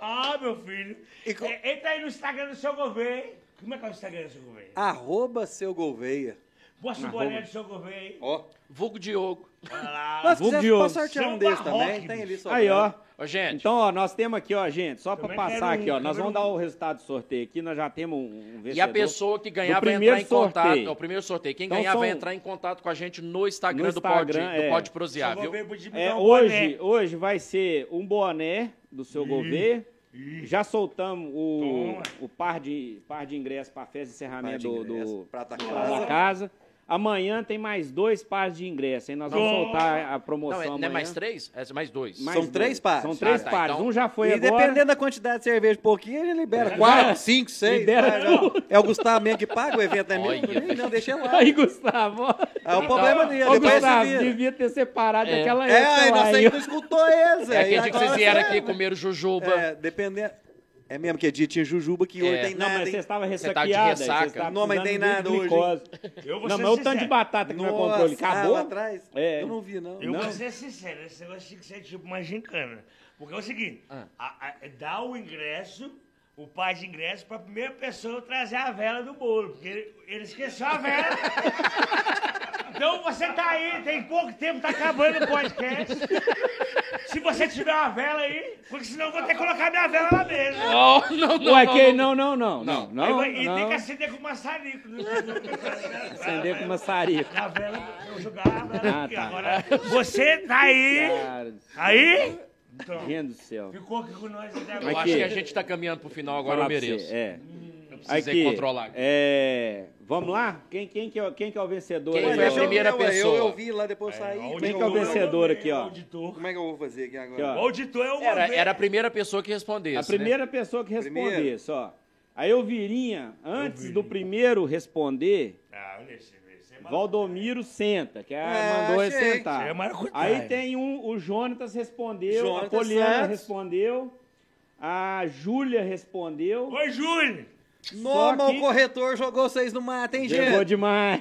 S3: Ah, meu filho.
S9: E co-
S3: É, Entra aí no Instagram do seu governo. Como é que é o Instagram do seu governo?
S9: Arroba seu Gouveia.
S3: Posta o boné do seu governo.
S9: Ó.
S1: Vulgo Diogo.
S3: Olha lá.
S9: Mas se
S2: Vulgo
S9: quiser,
S2: de ouro.
S9: posso sortear um desses
S3: Samba
S9: também.
S3: rock,
S9: Tem ali só.
S2: Aí, ó.
S1: Ô, gente,
S2: Então, ó, nós temos aqui, ó, gente, só pra
S3: Também
S2: passar
S3: quero um,
S2: aqui, ó. Nós
S3: quero
S2: vamos
S3: um.
S2: dar o resultado do sorteio aqui, nós já temos um, um vencedor.
S1: e a pessoa que ganhar
S2: do
S1: vai
S2: primeiro
S1: entrar em contato.
S2: sorteio.
S1: É o primeiro sorteio. Quem
S2: Então
S1: ganhar vai
S2: são-
S1: entrar em contato com a gente no Instagram,
S2: No
S1: do Pode,
S2: Instagram, é.
S1: do Pode Prosear,
S3: Seu
S1: viu?
S3: governo podia me
S2: É,
S3: dar um
S2: hoje,
S3: boné.
S2: hoje vai ser um boné do seu governo. Já soltamos o,
S3: Toma.
S2: o par, de, par de ingresso para a festa de encerramento né, do, do
S9: Prata
S2: da
S9: Casa.
S2: casa. Amanhã tem mais dois pares de ingresso, hein? Nós
S3: Toma.
S2: vamos soltar a
S1: Não,
S2: promoção
S1: é, não é
S2: amanhã.
S1: mais três? É mais dois.
S2: Mais
S9: São
S2: dois.
S9: três pares.
S2: São três
S1: Ah, tá,
S2: pares.
S1: então-
S2: Um já foi
S9: E
S2: agora.
S9: dependendo da quantidade de cerveja de pouquinho, ele libera quatro, cinco, seis.
S2: Libera
S9: vai,
S2: tudo.
S9: vai. É o Gustavo mesmo que paga o evento, é
S1: Olha,
S9: mesmo? Ih, Não, deixa
S2: (laughs)
S9: lá.
S2: Aí, Gustavo. ó.
S9: É o problema dele.
S2: Ô,
S9: Depois
S2: Gustavo,
S9: você vira.
S2: devia ter separado
S1: É.
S2: daquela
S9: É, aí
S2: época lá,
S9: nós
S2: hein?
S9: ainda não escutou eles.
S1: É
S9: aí
S1: aquele dia que
S9: agora
S1: vocês vieram
S2: (laughs)
S9: você-
S1: aqui comer jujuba. (laughs)
S9: É, dependendo. É mesmo que é dia tinha jujuba que hoje
S1: É.
S9: tem
S2: Não,
S9: nada.
S2: mas
S9: hein?
S2: você estava
S1: Você tá de
S2: ressaqueada.
S1: ressaca.
S2: você tava
S9: Não, mas tem
S2: precisando de
S9: nada hoje, hein?
S2: glicose.
S3: Eu vou
S2: Não,
S3: ser
S2: mas o tanto de
S3: sincero.
S2: batata que não é
S9: Nossa,
S2: controle. Acabou?
S9: ah, lá atrás?
S2: É.
S9: Eu não vi, não.
S3: Eu
S2: Não.
S3: vou ser sincero, esse
S2: Ah.
S3: negócio tinha que ser tipo uma gincana. Porque é o seguinte, a- a- dá o ingresso, o pai de ingresso para a primeira pessoa trazer a vela do bolo, porque ele, ele esqueceu a
S2: (laughs)
S3: vela. Então você tá aí, tem pouco tempo, tá acabando o podcast. Se você tiver uma vela aí, porque senão eu vou ter que colocar minha vela lá mesmo.
S1: Não, Oh, não, não,
S2: Ué,
S1: não,
S2: que
S1: não.
S2: não, não, não, não,
S3: Aí
S2: não,
S3: vai- e tem que
S2: não.
S3: acender com maçarico. Né?
S2: Acender com
S3: (laughs)
S2: maçarico.
S3: A vela, eu jogava a vela
S2: Ah,
S3: aqui.
S2: tá.
S3: Agora, você tá aí,
S2: Cara do céu,
S3: aí, então,
S2: gente do céu.
S3: ficou aqui com nós até
S1: Eu
S3: agora.
S2: Mas
S1: acho
S2: que-
S1: que a gente tá caminhando pro final agora,
S2: Falar
S1: eu
S2: pra
S1: mereço.
S2: você, É.
S1: Eu precisei
S2: Aqui,
S1: controlar.
S2: é, vamos lá? Quem, quem, que é, o- quem que é o vencedor?
S1: Quem
S2: aí,
S1: foi a
S2: ó?
S1: primeira
S9: eu, ué, eu,
S1: pessoa?
S9: eu vi lá, depois eu saí.
S3: Auditor,
S2: Quem que é o vencedor aqui, ó?
S3: Auditor.
S9: Como é que eu vou fazer aqui
S2: Aqui,
S9: agora?
S2: ó.
S3: O auditor é o
S1: Era,
S3: governo.
S1: era a primeira pessoa que respondesse.
S2: A primeira pessoa que
S9: Primeiro.
S2: responder, só. A Elvirinha, antes do primeiro responder,
S3: Ah, olha esse, esse é maluco.
S2: Valdomiro senta, que a
S9: É,
S2: mandou ele
S9: achei.
S2: sentar.
S3: Isso é maracutaia.
S2: Aí tem um, o Jonatas respondeu, a
S9: Jonatas
S2: Poliana
S9: Santos.
S2: respondeu, a Júlia respondeu.
S3: Oi, Júlio.
S9: Norma,
S2: Só que-
S9: o corregedor jogou vocês no mato, hein,
S2: Jogou
S9: gente?
S2: demais.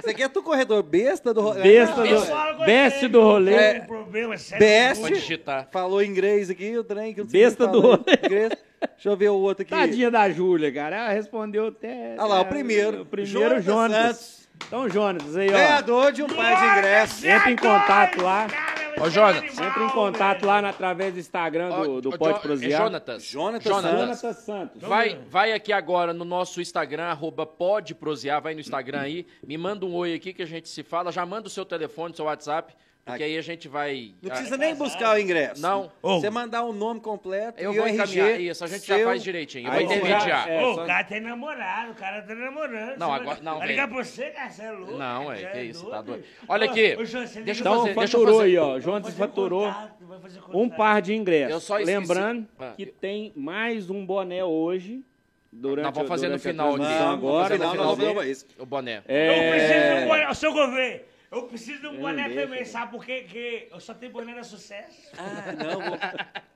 S9: Você quer é tu corredor besta do... ro-
S2: Besta
S3: Pessoal,
S2: do, besta do rolê.
S9: É.
S3: Um problema sério.
S9: Best.
S1: né?
S2: (laughs)
S1: Pode digitar.
S9: Falou inglês aqui, o trem que eu não sei
S2: Besta
S9: o que eu falei.
S2: do rolê.
S9: Inglês. Deixa eu ver o outro aqui.
S2: Tadinha da Júlia, cara. Ela respondeu até. é,
S9: Olha lá, o primeiro.
S2: O primeiro,
S9: Jonas
S2: Jonas.
S9: Santos.
S2: Então, Jonas, aí, ó.
S9: Ganhador de um par de ingressos.
S2: Entra em contato lá.
S3: Cara,
S1: Ô,
S3: você
S1: Jonas,
S3: é um animal,
S2: Entra em contato
S3: velho.
S2: lá na- através do Instagram do, do
S1: Ó,
S2: Pode
S1: Jo-
S2: Prosear.
S1: É Jonatas.
S9: Jonatas
S1: Jonatas.
S2: Jonatas Santos.
S1: Vai, vai aqui agora no nosso Instagram, arroba pode prosear, vai no Instagram aí, me manda um oi aqui que a gente se fala, já manda o seu telefone, seu WhatsApp, porque aí a gente vai...
S9: Não
S1: ah,
S9: precisa nem buscar o ingresso.
S1: Não.
S2: Oh.
S9: Você mandar o nome completo
S1: Eu
S9: e
S1: vou
S9: o RG,
S1: encaminhar isso, a gente já
S9: seu-
S1: faz direitinho, eu vou
S2: Aí você já-
S1: intermediar.
S2: É,
S3: Ô,
S2: só-
S3: o cara tem namorado, o cara tá namorando.
S1: Não,
S3: Você
S1: agora-
S3: vai-
S1: não,
S3: Vai
S1: velho.
S3: ligar pra você, cara, você é louco.
S1: Não,
S3: cara,
S1: é,
S3: você
S1: que isso, tá doido.
S3: bicho.
S1: Olha
S3: Ô,
S1: aqui,
S3: ô, Jonas,
S1: deixa
S3: você liga
S1: eu
S2: Então,
S1: fazer- deixa eu
S2: faturou
S1: fazer-
S2: aí, ó.
S3: pra-
S2: Jonas
S3: fazer
S2: faturou
S3: contato, vai fazer
S2: um
S3: contato.
S2: par de
S1: Eu
S2: ingressos.
S1: só esqueci-
S2: Lembrando
S1: Ah,
S2: que
S1: eu-
S2: tem mais um boné hoje. Durante,
S1: Nós vamos fazer no
S2: durante a
S1: final aqui.
S2: transmissão
S9: Vamos,
S2: agora,
S9: Então, no final
S2: vamos
S9: nós vamos
S2: fazer.
S9: fazer isso.
S1: o boné.
S3: Eu preciso de um
S2: É...
S3: boné, ô, seu governo. Eu preciso de um boné
S2: deixa,
S3: também, sabe por quê? Porque eu só tenho boné da sucesso.
S9: Ah, não. vou-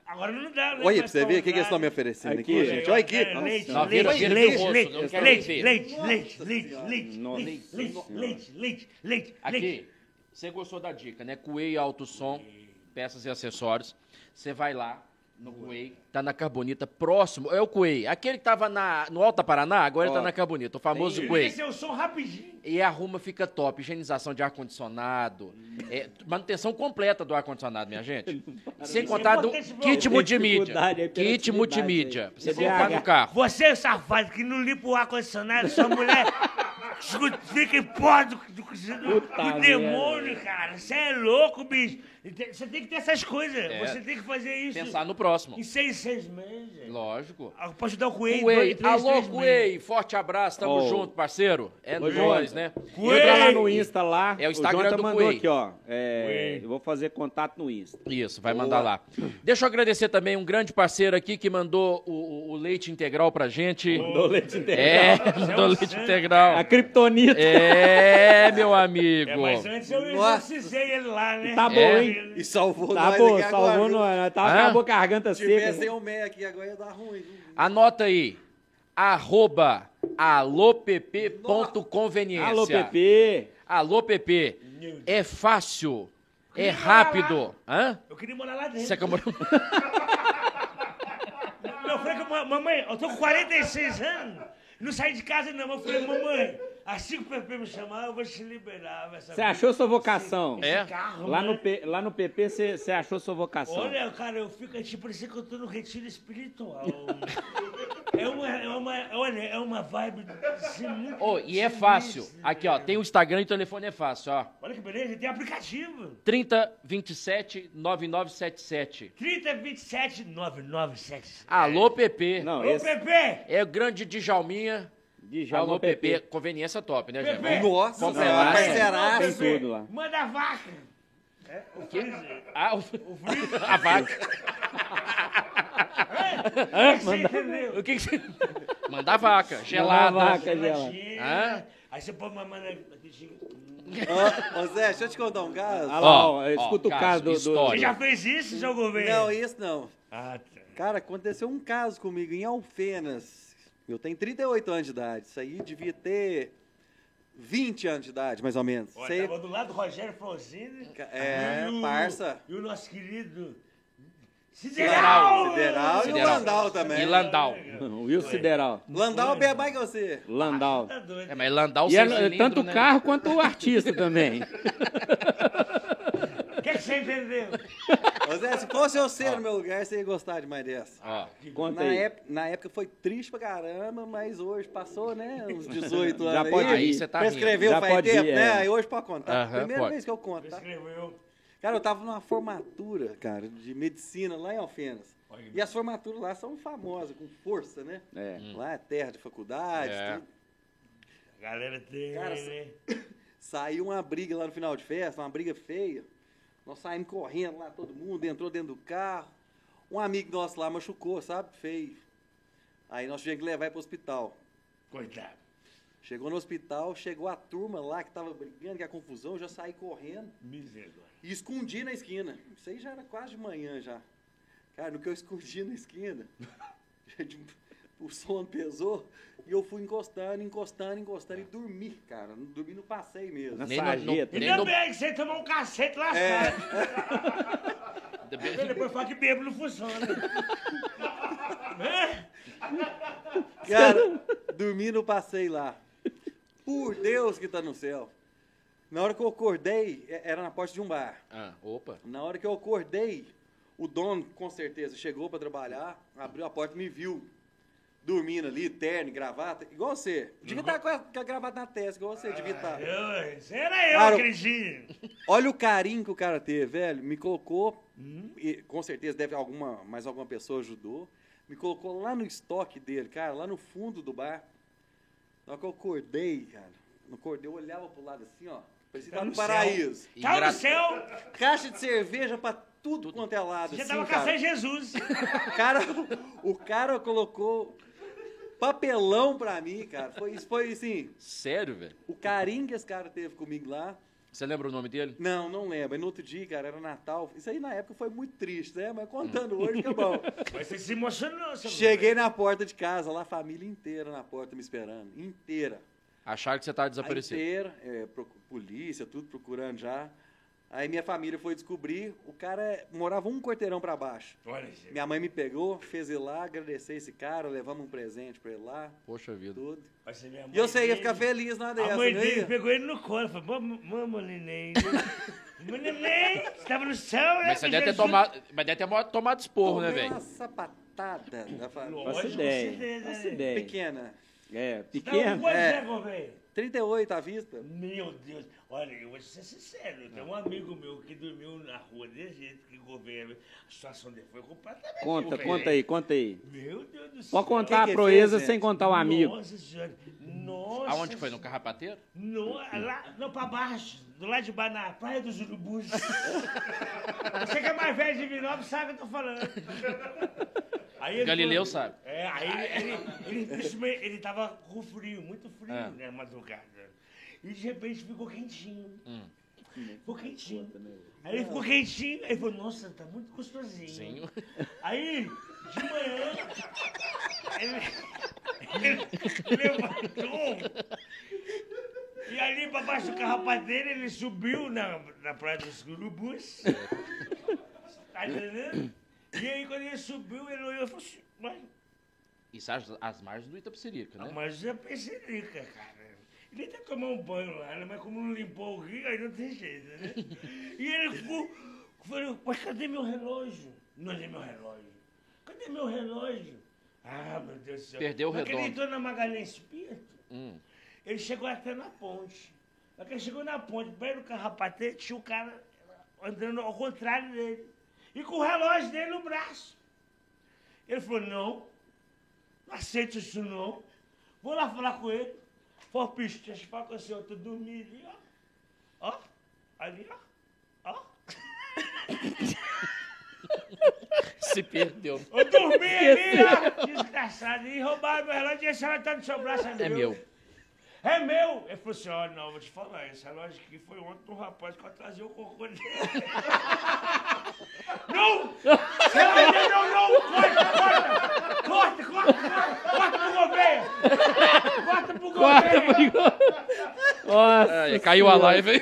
S3: Agora não dá, né? Mas
S9: Olha, pra você ver o que, que eles
S3: tá
S9: estão me
S3: usado.
S9: oferecendo aqui,
S2: Aqui,
S9: gente. Olha aqui.
S3: Cara, Leite,
S1: Não,
S3: leite,
S1: vira- vira
S3: leite,
S1: o rosto,
S3: leite,
S1: eu não quero
S3: leite,
S1: ver.
S3: leite, leite, leite, leite,
S2: Nossa
S3: leite, leite, leite, leite, leite, leite.
S1: Aqui, você gostou da dica, né? Coei Alto Som, peças e acessórios. Você vai lá no Coei, tá na Carbonita, próximo. É o Coei. Aquele que tava na, no Alta Paraná, agora ele tá na Carbonita, o famoso Coei.
S3: Esse é o som rapidinho.
S1: E arruma, fica top. Higienização de ar-condicionado. é, manutenção completa do ar-condicionado, minha gente. Sem contar do
S3: Importante, bro.
S1: kit multimídia.
S2: dificuldade, é
S1: Kit
S2: hiperatividade
S1: multimídia.
S2: aí.
S1: Pra você
S2: Esse é
S1: colocar
S2: H.
S1: no carro.
S3: Você, safado, que não limpa o ar-condicionado, sua
S9: (laughs)
S3: mulher escuta, fica em pó do, do, do- do
S2: merda.
S3: demônio, cara. Você é louco, bicho. E tem- Você tem que ter essas coisas.
S1: É.
S3: Você tem que fazer isso
S1: Pensar no próximo.
S3: em seis, seis meses.
S1: Lógico.
S3: Ah, Pode dar o Coelho.
S1: Coei.
S3: dois, três,
S1: Alô,
S3: três meses.
S1: Coei. Forte abraço. Tamo
S2: Ô.
S1: junto, parceiro. É
S2: Ô,
S1: nóis,
S2: Jonas.
S1: né?
S2: Entra lá
S3: Ué!
S2: no Insta lá.
S1: É o Instagram
S2: Jonathan
S1: do
S2: mandou
S1: Coelho.
S2: aqui, ó. É, eu vou fazer contato no Insta.
S1: Isso, vai mandar lá. Deixa eu agradecer também um grande parceiro aqui que mandou o, o- o leite integral pra gente.
S2: Do leite
S1: É, (laughs)
S2: integral.
S1: mandou leite integral.
S2: A Kryptonita.
S1: É, meu amigo.
S3: É, mas antes eu
S9: Nossa.
S3: exorcizei ele lá, né?
S2: Tá bom,
S1: É.
S2: hein?
S9: E salvou
S2: Tá
S9: nós
S2: bom,
S9: aqui
S2: salvou
S9: agora.
S2: nós.
S9: viu?
S2: Nós
S1: Hã?
S2: Tava com a garganta
S9: Se tivesse
S2: seca.
S9: um meia aqui agora ia dar ruim. viu?
S1: Anota aí. Arroba alopp.conveniência.
S2: Alô, Pepe.
S1: Alô, PP. É fácil. É rápido. Hã?
S3: Eu queria morar lá dentro.
S1: Você acabou...
S3: Meu filho, que eu falei, mamãe, eu tô com 46 anos, não saí de casa não. Eu falei, mamãe, assim que o Pepe me chamar, eu vou te liberar. vai saber.
S2: Você achou sua vocação?
S1: É.
S3: Carro,
S2: Lá
S3: né?
S2: no, P- lá no PP você você achou sua vocação.
S3: Olha, cara, eu fico, é tipo, parecia que eu tô no retiro
S2: (laughs)
S3: espiritual. é, uma, é, uma, olha, é uma vibe assim,
S1: (laughs)
S3: muito...
S1: Ô, e é fácil.
S3: sinistra.
S1: Aqui, ó. Tem o Instagram e o telefone é fácil, ó.
S3: Olha que beleza, tem aplicativo.
S1: 30 27 9977.
S3: 30, 27, 997.
S1: Alô, PP.
S2: É. Não,
S3: Ô,
S2: esse
S3: Pepe!
S1: É o grande Djalminha.
S2: Djalma
S1: Alô, PP.
S2: PP.
S1: Conveniência top, né, gente?
S3: PP.
S9: Nossa,
S2: Vamos
S9: senhora,
S2: lá, é. Tem
S9: parceiraço.
S2: tudo lá.
S3: Manda a vaca!
S1: É?
S3: o freezer.
S1: Ah, o... (laughs) A vaca.
S2: (laughs)
S3: Você entendeu?
S1: O que que você... Mandar vaca. Gelada.
S2: Mandar vaca. Angela.
S3: Imagina.
S1: Hã?
S3: Aí você põe mamãe na.
S9: Ó, Ô Zé, deixa eu te contar um caso.
S2: Olha lá,
S1: Ó,
S2: ó, escuta
S1: ó,
S2: o caso do- do.
S1: história.
S3: Você já fez isso, seu governo?
S9: Não, isso não.
S3: Ah, tá.
S9: Cara, aconteceu um caso comigo em Alfenas. Eu tenho 38 anos de idade. Isso aí devia ter 20 anos de idade, mais ou menos.
S3: Ó,
S9: Isso aí-
S2: tá
S3: tava do lado do Rogério Fronzini.
S9: É,
S3: e o-
S9: parça.
S3: E o nosso querido Sideral!
S9: Sideral e o
S1: Sideral.
S9: Landau também.
S1: E Landau.
S2: Will Sideral.
S9: Landau bebe mais que você.
S2: Landau.
S3: Tá doido.
S1: É, mas Landau
S2: E
S1: sem
S2: é,
S1: cilindro,
S2: tanto o
S1: né?
S2: carro quanto o artista
S9: (laughs)
S2: também.
S3: O que, que você entendeu?
S9: Ô, Zé, se fosse você no meu lugar, você ia gostar demais dessa.
S1: Ó,
S2: Ah, Conta
S9: Na,
S2: aí.
S9: ép- na época foi triste pra caramba, mas hoje passou, né? Uns 18 anos.
S2: (laughs) Já pode
S1: aí
S2: ir.
S1: você tá rindo.
S9: Prescreveu
S2: Já
S9: faz
S2: pode
S9: tempo,
S2: ir,
S9: né?
S2: é.
S9: Aí hoje pode contar.
S1: Aham,
S9: Primeira
S1: pode.
S9: vez que eu conto, tá?
S3: Escreveu.
S9: Cara, eu tava numa formatura, cara, de medicina lá em Alfenas. E as formaturas lá são famosas, com força, né?
S2: É.
S9: Lá é terra de faculdade,
S1: É.
S9: tudo.
S3: A galera tem.
S9: Cara,
S3: né?
S9: Saiu uma briga lá no final de festa, uma briga feia. Nós saímos correndo lá, todo mundo, entrou dentro do carro. Um amigo nosso lá machucou, sabe? Feio. Aí nós tivemos que levar ele pro hospital.
S3: Coitado.
S9: Chegou no hospital, chegou a turma lá que tava brigando, que é a confusão, eu já saí correndo
S3: Misericórdia.
S9: e escondi na esquina. Isso aí já era quase de manhã já. Cara, no que eu escondi na esquina, (laughs) gente, o sono pesou e eu fui encostando, encostando, encostando e dormi, cara. Dormi no passeio mesmo.
S2: Nossa.
S1: nem no- no-
S2: Sarjeta.
S1: nem
S3: Ainda
S1: no-
S3: bem que você tomou um cacete lá
S9: É.
S3: fora.
S1: ainda
S3: Aí
S1: bem-
S3: Depois fala que bêbado não funciona. Né?
S9: Cara, dormi no passeio lá. Por Deus que tá no céu. Na hora que eu acordei, é- era na porta de um bar.
S1: Ah, opa.
S9: Na hora que eu acordei, o dono, com certeza, chegou pra trabalhar, abriu a porta e me viu. Dormindo ali, terno, e gravata, igual você.
S3: Uhum.
S9: Devia estar com a, com a gravata na testa, igual você, devia
S3: Ah,
S9: estar.
S3: Eu, esse era eu,
S9: Tá. Claro.
S3: aquele dia.
S9: Olha o carinho que o cara teve, velho. Me colocou,
S3: Uhum.
S9: e com certeza deve alguma, mais alguma pessoa ajudou. Me colocou lá no estoque dele, cara, lá no fundo do bar. Na hora que eu acordei, cara, no acordei, eu olhava pro lado assim, ó. Parecia
S3: Tá
S9: que tava
S3: no
S9: no paraíso.
S3: Tá
S1: Engra-
S3: no céu,
S9: Caixa de cerveja pra tudo, quanto é lado.
S3: já
S9: assim,
S3: tava
S9: cara.
S3: caçando Jesus.
S9: O cara, o cara colocou papelão pra mim, cara. Foi, isso foi assim,
S1: Sério, velho?
S9: o carinho que esse cara teve comigo lá.
S1: Você lembra o nome dele?
S9: Não, não lembro. E no outro dia, cara, era Natal. Isso aí na época foi muito triste, né? Mas contando hoje, que é bom.
S3: Mas você se emocionou, seu
S9: Cheguei na porta de casa, lá a família inteira na porta me esperando. Inteira.
S1: Acharam que você tava
S9: A
S1: desaparecido.
S9: inteira, é, pro- polícia, tudo procurando já. Aí minha família foi descobrir, o cara morava um quarteirão pra baixo.
S3: Olha, gente.
S9: Minha mãe me pegou, fez ele lá, agradecei esse cara, levamos um presente pra ele lá,
S1: Poxa vida.
S9: tudo.
S3: Mas você vê a mãe
S9: E eu sei, ia
S3: dele.
S9: ficar feliz né? na dessa,
S3: A
S9: não
S3: mãe dele
S9: ia?
S3: pegou ele no colo e falou: "Mam- Mamãe, neném. (laughs) Mamãe, neném, você tava no céu, né?
S1: Mas você
S3: Que
S1: deve ter
S3: Jesus-
S1: tomado, mas deve ter mo- tomado esporro, né,
S9: Tomei
S1: velho?
S9: uma sapatada da família.
S3: Lógico,
S2: Faço
S3: com
S2: ideia.
S3: certeza,
S2: Faço
S3: né?
S2: ideia.
S9: Pequena.
S2: É,
S3: Tá um
S2: pequeno.
S3: bom
S9: É.
S3: exemplo, velho.
S9: 38 à vista.
S1: Né?
S3: Meu Deus, olha, eu vou ser sincero, tem um
S1: Ah.
S3: amigo meu que dormiu na rua desse jeito, que governo, a situação dele foi completamente
S2: Conta,
S3: diferente.
S2: conta aí, conta aí.
S3: Meu Deus do céu.
S2: Pode contar
S9: que
S2: a
S9: é
S2: proeza
S9: fez,
S2: sem
S9: gente?
S2: contar o amigo.
S3: Nossa senhora, nossa.
S1: Aonde foi? No Carrapateiro?
S3: No, lá, não, pra baixo, do lado de baixo, na Praia dos Urubus. (laughs) Você que é mais velho de Vinópolis sabe o que eu tô falando. Aí ele
S1: Galileu sabe.
S3: É, aí ele, ele, principalmente, ele tava com frio, muito frio,
S1: É.
S3: né, madrugada. E de repente ficou quentinho.
S1: Hum.
S3: Ficou quentinho. Aí ele ficou quentinho, aí ele falou, nossa, tá muito gostosinho.
S1: Sim.
S3: Aí, de manhã, ele, ele levantou. E ali pra baixo do carrapato dele, ele subiu na, na praia dos urubus. Tá entendendo? E aí quando ele subiu, ele olhou e falou assim, mas,
S1: (laughs) Isso as, as margens do Itapsirica,
S3: ah,
S1: né?
S3: mas é penserica, cara. Ele até tomou um banho lá, né? mas como não limpou o rio, aí não tem jeito, né? E ele ficou, falou, mas cadê meu relógio? Não é meu relógio. Cadê meu relógio? Ah, meu Deus do céu.
S1: Perdeu o
S3: Mas que Ele
S1: redondo.
S3: entrou na Magalhães Pinto,
S1: Hum.
S3: ele chegou até na ponte. Mas que ele chegou na ponte, bem no carrapatê, tinha o cara andando ao contrário dele. E com o relógio dele no braço. Ele falou, não, não aceito isso não. Vou lá falar com ele. Falou, bicho, deixa eu falar com você, eu tô dormindo ali, ó. Ó, ali, ó. Ó.
S1: Se perdeu.
S3: Eu dormi ali, ó. Desgraçado. E roubaram meu relógio e esse relógio tá no seu braço,
S1: (laughs) É meu.
S3: É meu! Ele falou assim, ó, não, vou te falar, esse relógio aqui foi ontem um rapaz que atrasou o cocô dele. (laughs) não! Não, não, não! Corta, corta! Corta, corta, corta! Corta pro Gouveia! Corta pro
S2: Corta,
S3: Gouveia!
S2: porque- Nossa.
S1: Ai, (laughs) caiu a live aí.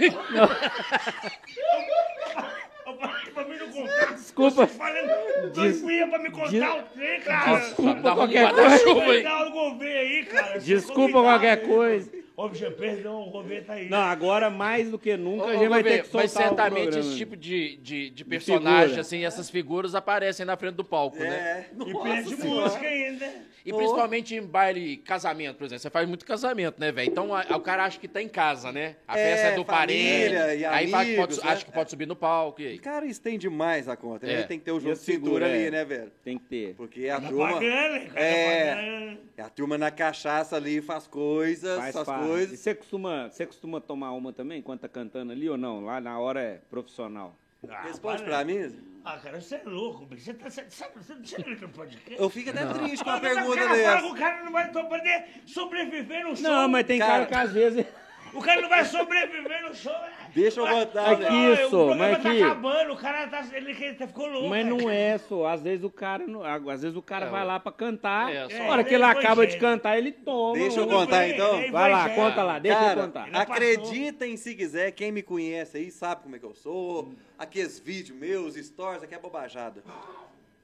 S3: Eu falei pra mim não contar.
S2: Desculpa.
S3: Falando dois dias pra me contar
S2: diz-
S3: o trem, cara.
S2: desculpa
S3: Dá uma
S2: qualquer
S3: guarda-chuva
S2: coisa.
S3: aí. Dá um Gouveia aí, cara.
S2: Desculpa qualquer coisa.
S3: Ô, bicho, perdão, o Gouveia tá aí.
S2: Não, agora mais do que nunca
S1: Ô,
S2: a gente
S1: ô,
S2: vai
S1: Gouveia,
S2: ter que soltar
S1: mas certamente
S2: o programa.
S1: esse tipo de, de, de personagem,
S2: figura. É,
S1: assim, essas figuras aparecem na frente do palco, né?
S9: É.
S3: E perde música ainda.
S1: E principalmente em baile e casamento, por exemplo. Você faz muito casamento, né, velho? Então a- o cara acha que tá em casa, né? A
S9: É,
S1: festa é do parente.
S9: família e
S1: aí fala que pode su-
S9: amigos, né?
S1: acha que pode subir no palco. E aí?
S9: Cara, isso tem demais a conta, né?
S1: É.
S9: Tem que ter o
S2: E
S9: jogo
S2: a
S9: de cintura
S2: figura, é.
S9: ali, né, velho?
S2: Tem que ter.
S9: Porque a turma...
S3: Tá Pagando, cara.
S9: É.
S3: pagando.
S9: A turma na cachaça ali faz coisas,
S2: Faz
S9: faz
S2: farra. E
S9: coisas.
S2: você costuma, você costuma tomar uma também enquanto tá cantando ali ou não? Lá na hora é profissional.
S3: Ah,
S9: Responde
S3: para.
S9: pra mim.
S3: Ah, cara, você é louco, bicho. Você tá. Você, sabe, você não chega no podcast.
S9: Eu fico até triste com
S3: Ah,
S9: a
S3: mas o
S9: pergunta
S3: cara fala que
S9: dessa.
S3: O cara não vai poder sobreviver no show.
S2: Não, mas tem cara,
S9: cara
S2: que às vezes.
S3: O cara não vai sobreviver no show. né?
S9: Deixa eu
S3: Vai-
S9: botar,
S3: vai-
S9: né?
S2: Que isso,
S3: o programa
S2: mas é
S3: tá
S2: que-
S3: acabando, o cara tá, ele, ele tá- ficou louco.
S2: Mas
S3: velho.
S2: não é só. Às vezes o cara, não, às vezes o cara vai lá pra cantar.
S1: É, só-
S2: a hora que ele
S3: É,
S2: acaba de
S3: evangélico.
S2: cantar, ele toma.
S9: Deixa eu
S2: um-
S3: Tudo
S9: contar,
S3: bem,
S9: então.
S3: ele
S2: Vai lá,
S3: já.
S2: conta lá, Ah, deixa
S9: Cara,
S2: eu contar.
S3: Ele
S9: acreditem se quiser, quem me conhece aí sabe como é que eu sou. Aqueles vídeos meus, stories, aqui é bobajada.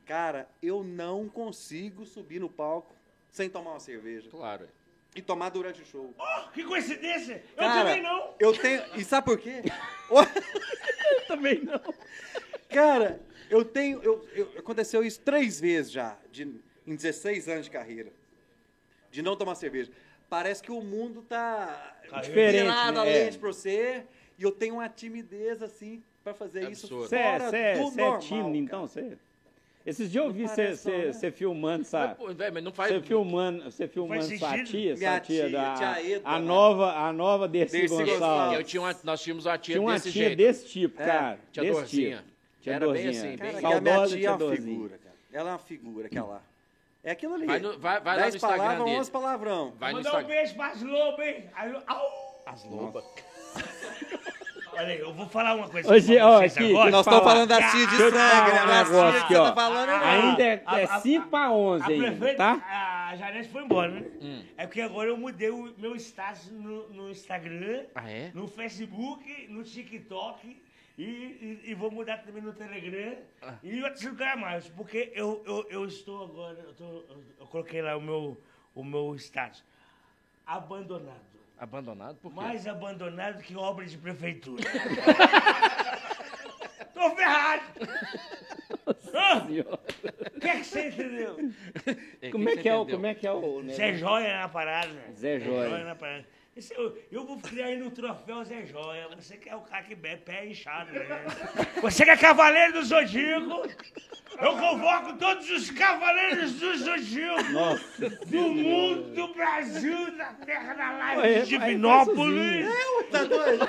S9: Cara, eu não consigo subir no palco sem tomar uma cerveja
S1: Claro. é.
S9: e tomar durante o show.
S3: Oh, que coincidência! Eu
S9: Cara,
S3: também não.
S9: Eu tenho. E sabe
S2: (laughs)
S9: por quê? eu também não. Cara, eu tenho. Eu, eu- aconteceu isso três vezes já, de- em 16 anos de carreira. De não tomar cerveja. Parece que o mundo tá
S2: Diferente,
S9: virado a
S2: né?
S9: lente
S2: É.
S9: pra você. E eu tenho uma timidez assim pra fazer isso.
S1: Absurdo.
S2: Você é,
S9: fora
S2: cê é,
S9: do
S2: cê é
S9: normal,
S2: tímido, então?
S9: cara.
S2: Cê... Esses dias eu vi
S9: parece não, né?
S2: você filmando,
S1: Mas,
S2: sabe?
S1: pô, velho, mas não faz.
S2: Ah. Você filmando, você filmando
S3: Faz
S2: sua
S3: sentido?
S2: tia, sua
S9: Minha
S2: tia,
S9: tia,
S2: da.
S9: tia Eda,
S2: a
S9: né?
S2: nova, a nova Dercy,
S9: Dercy
S2: Gonçalves.
S9: Gonçalves.
S1: Eu tinha uma- nós tínhamos uma tia
S2: Tinha uma
S1: desse
S2: tia
S1: jeito.
S2: desse tipo,
S9: É,
S2: cara.
S1: tia
S2: desse
S1: Dorzinha.
S2: tipo. Tia
S1: Era bem
S2: Dorzinha.
S1: assim, bem-
S9: Cara, e a minha
S2: Saudosa
S9: tia é
S2: tia
S9: uma
S2: Dorzinha.
S9: figura, cara. Ela é uma figura, aquela lá. É aquilo ali.
S1: Vai no- vai- vai lá
S9: Dez
S1: no Instagram
S9: palavras,
S1: dele.
S9: 11 palavrão.
S1: Vai no
S3: Mandar um
S1: Instagram.
S3: beijo pras lobas, hein? Aí eu- Au!
S1: As lobas.
S3: Olha aí, eu vou falar uma coisa
S2: Hoje,
S3: pra
S2: ó,
S3: vocês
S2: aqui,
S3: agora.
S2: deixa eu
S9: Nós estamos
S2: falar.
S9: falando da tia de
S2: Deixa eu te
S9: sangue,
S2: falar um
S9: né? Da
S2: negócio
S9: tia que
S2: aqui,
S9: você
S2: ó.
S9: tá falando é
S2: Ainda
S3: A-
S2: é
S3: a-
S2: 5 para 11
S3: A
S2: ainda,
S3: prefeita,
S2: tá?
S3: a Janete foi embora, né?
S1: Hum.
S3: É porque agora eu mudei o meu status no, no Instagram,
S1: Ah, é?
S3: no Facebook, no TikTok e, e- e vou mudar também no Telegram
S1: Ah.
S3: e em outros lugares mais, porque eu, eu, eu estou agora, eu, tô- eu- eu coloquei lá o meu, o meu status, abandonado.
S1: Abandonado? Por quê?
S3: Mais abandonado que obra de prefeitura. (laughs) Tô ferrado! Hã? O que é que você entendeu?
S2: Como é que é o, como é que é o
S3: Zé Joia na parada.
S2: Zé Joia.
S3: na parada. Esse eu, eu vou criar aí no troféu Zé Joia. Você que é o cara que bebe pé inchado. Né? Você que é cavaleiro do Zodíaco. Eu convoco todos os cavaleiros do Zodíaco. Do mundo, do Brasil, da terra, da live de Divinópolis.
S9: Tá
S1: (laughs)
S9: doido?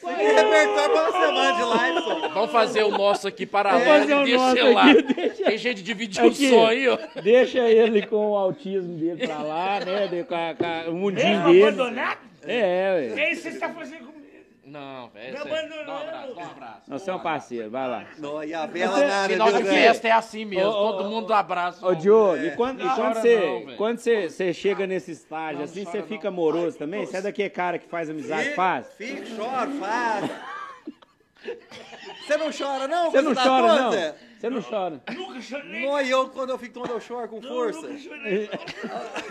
S9: Tem que repertório pra uma semana de live, só.
S1: Vamos fazer o nosso aqui paralelo
S2: Vamos fazer o
S1: e descer
S2: nosso
S1: lá.
S2: aqui, deixa- É
S1: Tem gente dividindo o
S2: Aqui,
S1: som aí, ó.
S2: Deixa ele com o autismo dele pra lá, né? de- com a- com a- o mundinho
S3: Mesmo
S2: dele.
S3: abandonado?
S2: É, ué.
S3: E aí você está fazendo comigo?
S1: Não, velho.
S3: Me
S2: Tá
S1: sério. Dá um
S3: abandonaram.
S1: abraço, dá um abraço.
S2: Nós somos parceiros, vai lá.
S9: Não, e a vela na área,
S1: Final
S9: viu,
S1: de
S9: velho?
S1: festa é assim mesmo.
S2: Tá Ô, ô,
S1: Todo
S2: ô,
S1: mundo abraça.
S2: Ô, Diogo, e quando, e
S1: É. Não
S2: quando
S1: chora não,
S2: você,
S1: velho.
S2: quando você, você chega nesse estágio assim, você fica amoroso também? Você é daquele cara que faz amizade fácil?
S9: Fica, chora, faz. Você não chora, não?
S2: Você não
S9: tá
S2: chora,
S9: doido,
S2: não?
S9: Zé?
S2: Você não chora.
S3: Nunca chorei.
S9: Não, e eu, quando eu fico tomando, eu choro com
S3: Não,
S9: força.
S3: nunca chorei.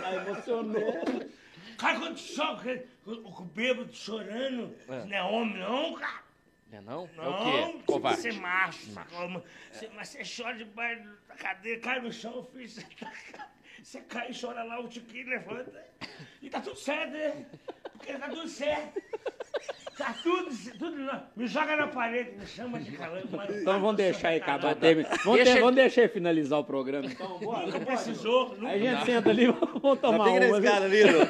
S2: Ai, emocionou.
S3: Cara, quando chora, o, o bêbado chorando, não é homem não, cara.
S1: Não é não?
S3: Não,
S1: É o quê? Covarde.
S3: você macho, calma.
S2: É.
S3: Você, mas você chora debaixo da cadeira, cai no chão, filho. Você, tá você cai e chora lá, o tiquinho levanta. E tá tudo certo, né? Porque tá tudo certo. Tá tudo, tudo lá. Me joga na parede, me chama de tá calama.
S2: Então vamos deixar aí acabar. termina. Vamos,
S1: Deixa
S2: ter,
S1: ele-
S2: vamos deixar ele finalizar o programa. Então,
S3: Nunca precisou,
S2: Aí a
S3: nunca.
S2: gente senta ali, (laughs) vamos
S9: Tá
S2: tomar
S9: bem
S2: uma.
S9: nesse
S2: viu?
S9: cara ali, Lu.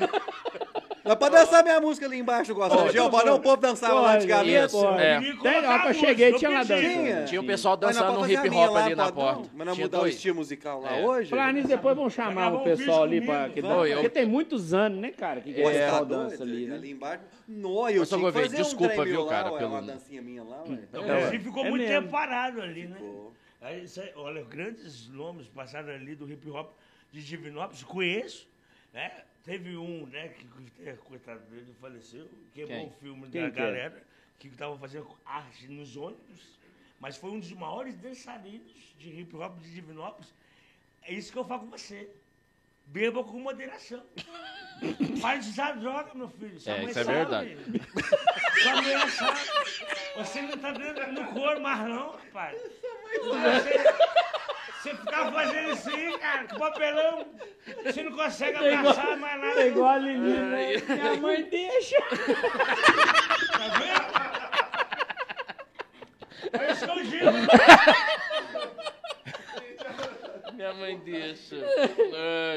S9: Mas pode dançar minha música ali embaixo, Gostão. Gil, pode não, o povo dançava lá
S2: Pode,
S9: antigamente.
S2: pode.
S1: É.
S2: Tem hora que eu cheguei tinha lá
S3: Tinha.
S2: dançando.
S1: Tinha o pessoal
S9: Mas nós
S1: dançando um
S9: pode
S1: hip
S9: fazer a minha
S1: hop
S9: lá,
S1: ali na
S9: pode não?
S1: porta.
S9: Mas não
S1: Tinha
S9: mudar o
S1: dois.
S9: estilo musical lá
S1: É.
S9: hoje?
S2: Falar nisso, depois vamos chamar o
S3: Acabou o
S2: pessoal ali
S3: vídeo
S2: pra.
S3: comigo.
S2: Que
S1: Vai,
S2: dan-
S1: eu-
S2: Porque tem muitos anos, né, cara, que, que
S9: Pô, você
S2: é
S9: tá
S2: sal
S9: doido?
S2: dança ali, né?
S9: embaixo. Não, eu
S1: Ô,
S9: tinha que
S1: Sogoveia,
S9: fazer
S1: desculpa,
S9: um trem
S1: viu,
S9: meu lá,
S1: cara,
S9: ué,
S1: pelo- Então,
S9: uma dancinha minha lá, ué.
S3: Inclusive, Então, assim, ficou
S2: É
S3: muito
S2: mesmo.
S3: tempo parado ali, né?
S9: Ficou.
S3: Aí, cê- olha, grandes nomes passaram ali do hip hop de Divinópolis, conheço, né? Teve um, né, que, que- coitado dele, faleceu, queimou
S1: Quem?
S3: o filme
S2: Quem
S3: da
S2: que era?
S3: galera, que estava fazendo arte nos ônibus. Mas foi um dos maiores dançarinos de hip hop de Divinópolis. É isso que eu falo com você. Beba com
S4: (laughs)
S3: moderação. Para de usar droga, meu filho. Sua
S4: É,
S3: mãe
S4: isso é
S3: sabe.
S4: verdade.
S3: Sua mãe sabe. Você não tá dando no couro mais não, rapaz. Você, você ficar fazendo isso aí, cara, com papelão, você não consegue
S2: É igual-
S3: abraçar mais nada.
S2: é igual a Lili, né? Minha mãe deixa.
S3: Tá vendo? Olha isso que eu digo.
S1: Minha mãe deixa.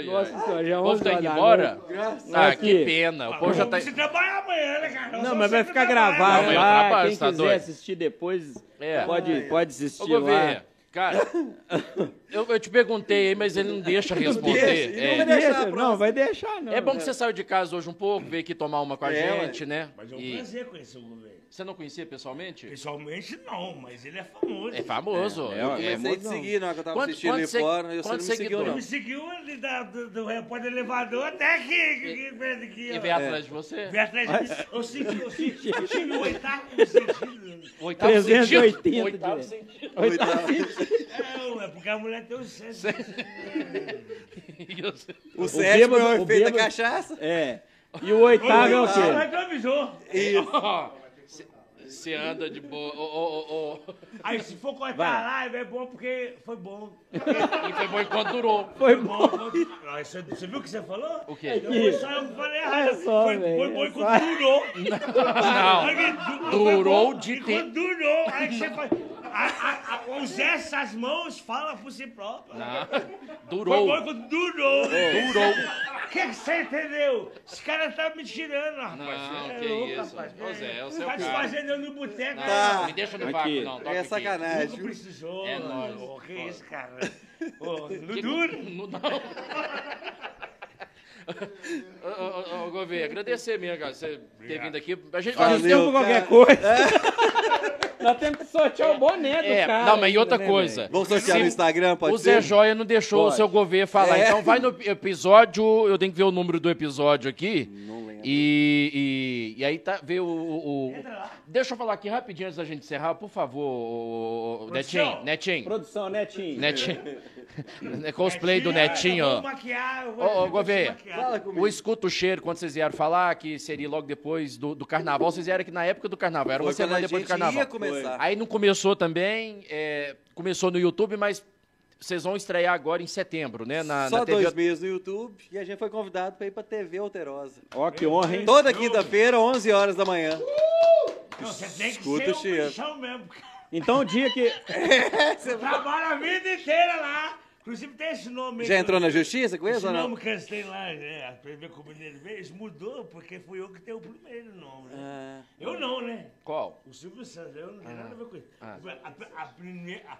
S2: Nossa senhora, já é
S1: O povo
S2: 11
S1: tá indo
S2: horas da
S1: embora?
S2: noite.
S9: Graças
S1: Ah,
S2: Aqui.
S1: que pena. O povo já tá.
S3: Você trabalha amanhã, né, cara?
S2: Não,
S3: Só
S2: mas vai
S3: você
S2: ficar
S3: trabalha.
S2: gravado
S1: Não, eu
S2: lá.
S1: trabalho,
S2: Quem
S1: você tá
S2: quiser
S1: doido?
S2: assistir depois,
S1: É.
S2: pode, pode
S1: Ô,
S2: assistir lá.
S1: Gouveia, cara, eu, eu te perguntei aí, mas ele não deixa responder.
S9: deixa, ele
S1: É.
S9: não vai deixar
S2: Deixa,
S9: a
S2: não,
S9: próxima.
S2: vai deixar, não.
S1: É bom que você saiu de casa hoje um pouco, veio aqui tomar uma com a
S9: É,
S1: gente, né?
S3: Mas é um
S1: E
S3: prazer conhecer o governo.
S1: você não conhecia pessoalmente?
S3: Pessoalmente, não, mas ele é famoso.
S1: É famoso.
S2: É, ó,
S1: é
S9: comecei a
S2: muito
S9: te
S2: não.
S9: seguir na hora que eu tava
S1: Quanto-
S9: assistindo
S1: quanto
S9: ali
S1: seg-
S9: fora, e você não me
S1: quanto
S9: seguiu,
S1: seguidor?
S9: não.
S3: Me seguiu ali um da- do, do repórter elevador até que, que, que, que, que
S1: E veio atrás de você?
S3: Vem atrás de mim. Eu senti, eu senti, eu tive o oitavo sentido.
S1: Oitavo
S2: 380
S1: sentido. Oitavo
S2: direto.
S1: sentido.
S2: Oitavo.
S3: Não, é porque a mulher tem o senso.
S9: O sétimo é
S2: bêbado-
S9: o
S2: o
S9: efeito da
S2: bêbado-
S9: cachaça.
S2: É. E o
S1: tá
S2: oitavo é o
S3: Ela
S2: quê?
S3: economizou.
S1: (laughs) Você anda de boa. Ô, ô, ô, ô.
S3: Aí se for cortar
S2: Vai.
S3: a live, é bom porque foi bom.
S1: E foi bom enquanto durou.
S2: Foi bom.
S3: bom, foi... Ah, isso- você viu o que você falou?
S1: O quê?
S3: Eu fui só eu que falei errado.
S2: Olha só,
S3: foi,
S2: velho,
S3: foi bom
S2: olha
S3: enquanto
S2: só.
S3: durou.
S1: Não.
S3: Olha, du-
S1: Durou
S3: foi bom
S1: de
S3: enquanto
S1: ter-
S3: durou. Aí você faz... A, a, a, os essas mãos falam por si próprio. Foi
S1: Durou.
S3: bom enquanto durou.
S1: Durou.
S3: O que que você entendeu? Esse cara tá me tirando, rapaz.
S1: Não,
S3: Você é
S1: que
S3: louco,
S1: isso.
S3: rapaz.
S1: Ô, Zé, é o seu cara.
S3: Tá desfazendo eu no boteco.
S1: Não,
S3: né?
S1: não me deixa no vácuo, não. Toca
S9: Tá. É
S1: aqui.
S9: sacanagem.
S3: Nunca
S9: viu?
S3: precisou.
S1: É
S3: ô,
S1: nóis.
S3: ô, que
S1: Foda.
S3: isso, cara.
S9: (laughs)
S3: Ô, no
S1: Que-
S3: duro.
S1: Não, não. Ô, ô, ô, ô, Gouveia, agradecer mesmo, cara, você ter vindo aqui. A gente,
S9: Valeu.
S2: Nós temos qualquer
S9: cara.
S2: coisa. (laughs) Nós temos que sortear o boné do
S1: É,
S2: cara.
S1: não, mas e
S2: ainda,
S1: outra
S2: né,
S1: coisa.
S2: velho?
S9: Vamos sortear no
S1: Se-
S9: Instagram, pode
S1: o Zé
S9: ser?
S1: Joia não deixou
S2: Pode.
S1: o seu governo falar.
S9: É.
S1: Então vai no episódio, eu tenho que ver o número do episódio aqui.
S9: Não lembro.
S1: E, e, e aí tá, vê o, o- o-
S3: Entra lá.
S1: Deixa eu falar aqui rapidinho antes da gente encerrar, por favor, o, Netinho.
S3: Produção.
S1: Netinho.
S2: Produção, Netinho.
S1: Né?
S3: (laughs)
S1: Netinho. É Cosplay do
S3: Netinho, Eu vou
S1: Netinho.
S3: maquiar, eu vou-
S1: Ô,
S3: eu
S1: ô,
S3: vou te
S1: Gouveia,
S3: maquiar.
S9: Fala comigo.
S1: o Escuta o Cheiro, quando vocês vieram falar, que seria logo depois do, do carnaval, vocês vieram aqui na época do carnaval, era uma
S9: Foi quando
S1: semana
S9: a
S1: depois do
S9: gente
S1: carnaval.
S9: ia começar.
S1: Aí não começou também, é, começou no YouTube, mas vocês vão estrear agora em setembro, né? Na,
S9: Só
S1: na TV.
S9: dois meses no YouTube e a gente foi convidado pra ir pra TV Alterosa.
S2: Ó, que honra, hein?
S9: Toda quinta-feira, 11 horas da manhã.
S3: Não, você tem que
S9: Escuta
S3: ser
S9: o cheiro.
S3: um bichão mesmo. cara.
S2: Então, o dia que.
S3: Trabalha a vida inteira lá. Inclusive tem esse nome. aí
S9: Já
S3: que-
S9: entrou na justiça com
S3: Esse
S9: isso ou
S3: nome
S9: não?
S3: que eles têm lá, né? A TV Comunidade Vez mudou porque fui eu que tenho o primeiro nome. Né?
S9: Ah,
S3: Eu não, né?
S1: Qual?
S3: O Silvio Santos, eu não tenho nada a ver com isso.
S1: Ah.
S3: A, a, a, prime- a-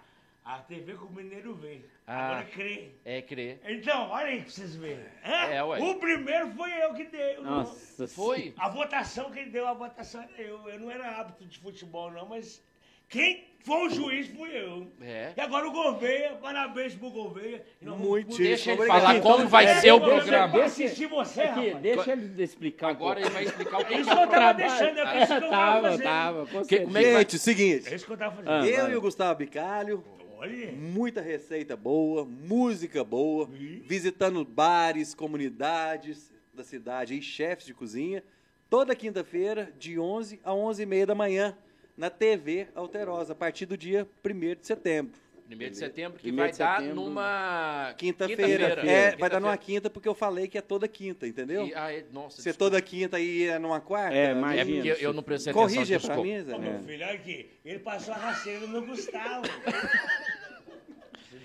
S3: a TV com o Mineiro veio.
S1: Ah.
S3: Agora crê.
S1: É crer.
S3: Então, olha aí pra vocês verem. Hã?
S1: É, ué.
S3: O primeiro foi eu que dei. o nome.
S2: Nossa
S1: Foi?
S3: A votação, quem deu a votação era eu. Eu não era hábito de futebol, não, mas quem foi o juiz fui eu.
S1: É.
S3: E agora o Gouveia, parabéns pro Gouveia. Não,
S9: Muitíssimo
S1: Deixa ele
S9: obrigado.
S1: falar como vai
S3: é,
S1: ser o
S3: eu vou
S1: programa.
S3: Assistir você,
S2: Aqui,
S3: rapaz.
S2: É deixa ele explicar. um
S1: Agora ele
S2: pouco.
S1: vai explicar o que
S3: É
S1: é
S3: isso que eu tava
S2: Trabalho.
S3: deixando, é isso que
S2: (laughs)
S3: eu tava
S2: Tava,
S3: fazendo.
S2: tava. com
S1: Que- como é
S2: certeza.
S9: Gente, o seguinte.
S3: É isso que eu tava
S2: Ah.
S3: fazendo.
S9: Eu e o Gustavo Bicalho,
S1: Ah.
S3: Olha.
S9: muita receita boa, música boa, visitando bares, comunidades da cidade e chefes de cozinha, toda quinta-feira, de 11 a 11h30 da manhã, na TV Alterosa, a partir do dia 1 de setembro.
S1: Primeiro de setembro, que
S2: Primeiro
S1: vai
S2: de
S1: dar
S2: setembro.
S1: numa.
S9: Quinta-feira.
S1: Quinta-feira.
S9: é, vai dar numa
S1: Quinta-feira.
S9: quinta, porque eu falei que é toda quinta, entendeu?
S1: E- ah, é- nossa,
S9: Se é
S1: desculpa.
S9: toda quinta e é numa quarta.
S2: É,
S1: É
S2: imagina.
S1: porque eu não prestei atenção.
S9: Corrija pra
S1: desculpa.
S9: né? mim, Zé.
S3: Ô, meu filho, olha aqui. Ele passou a rasteira
S1: (laughs)
S3: no Gustavo.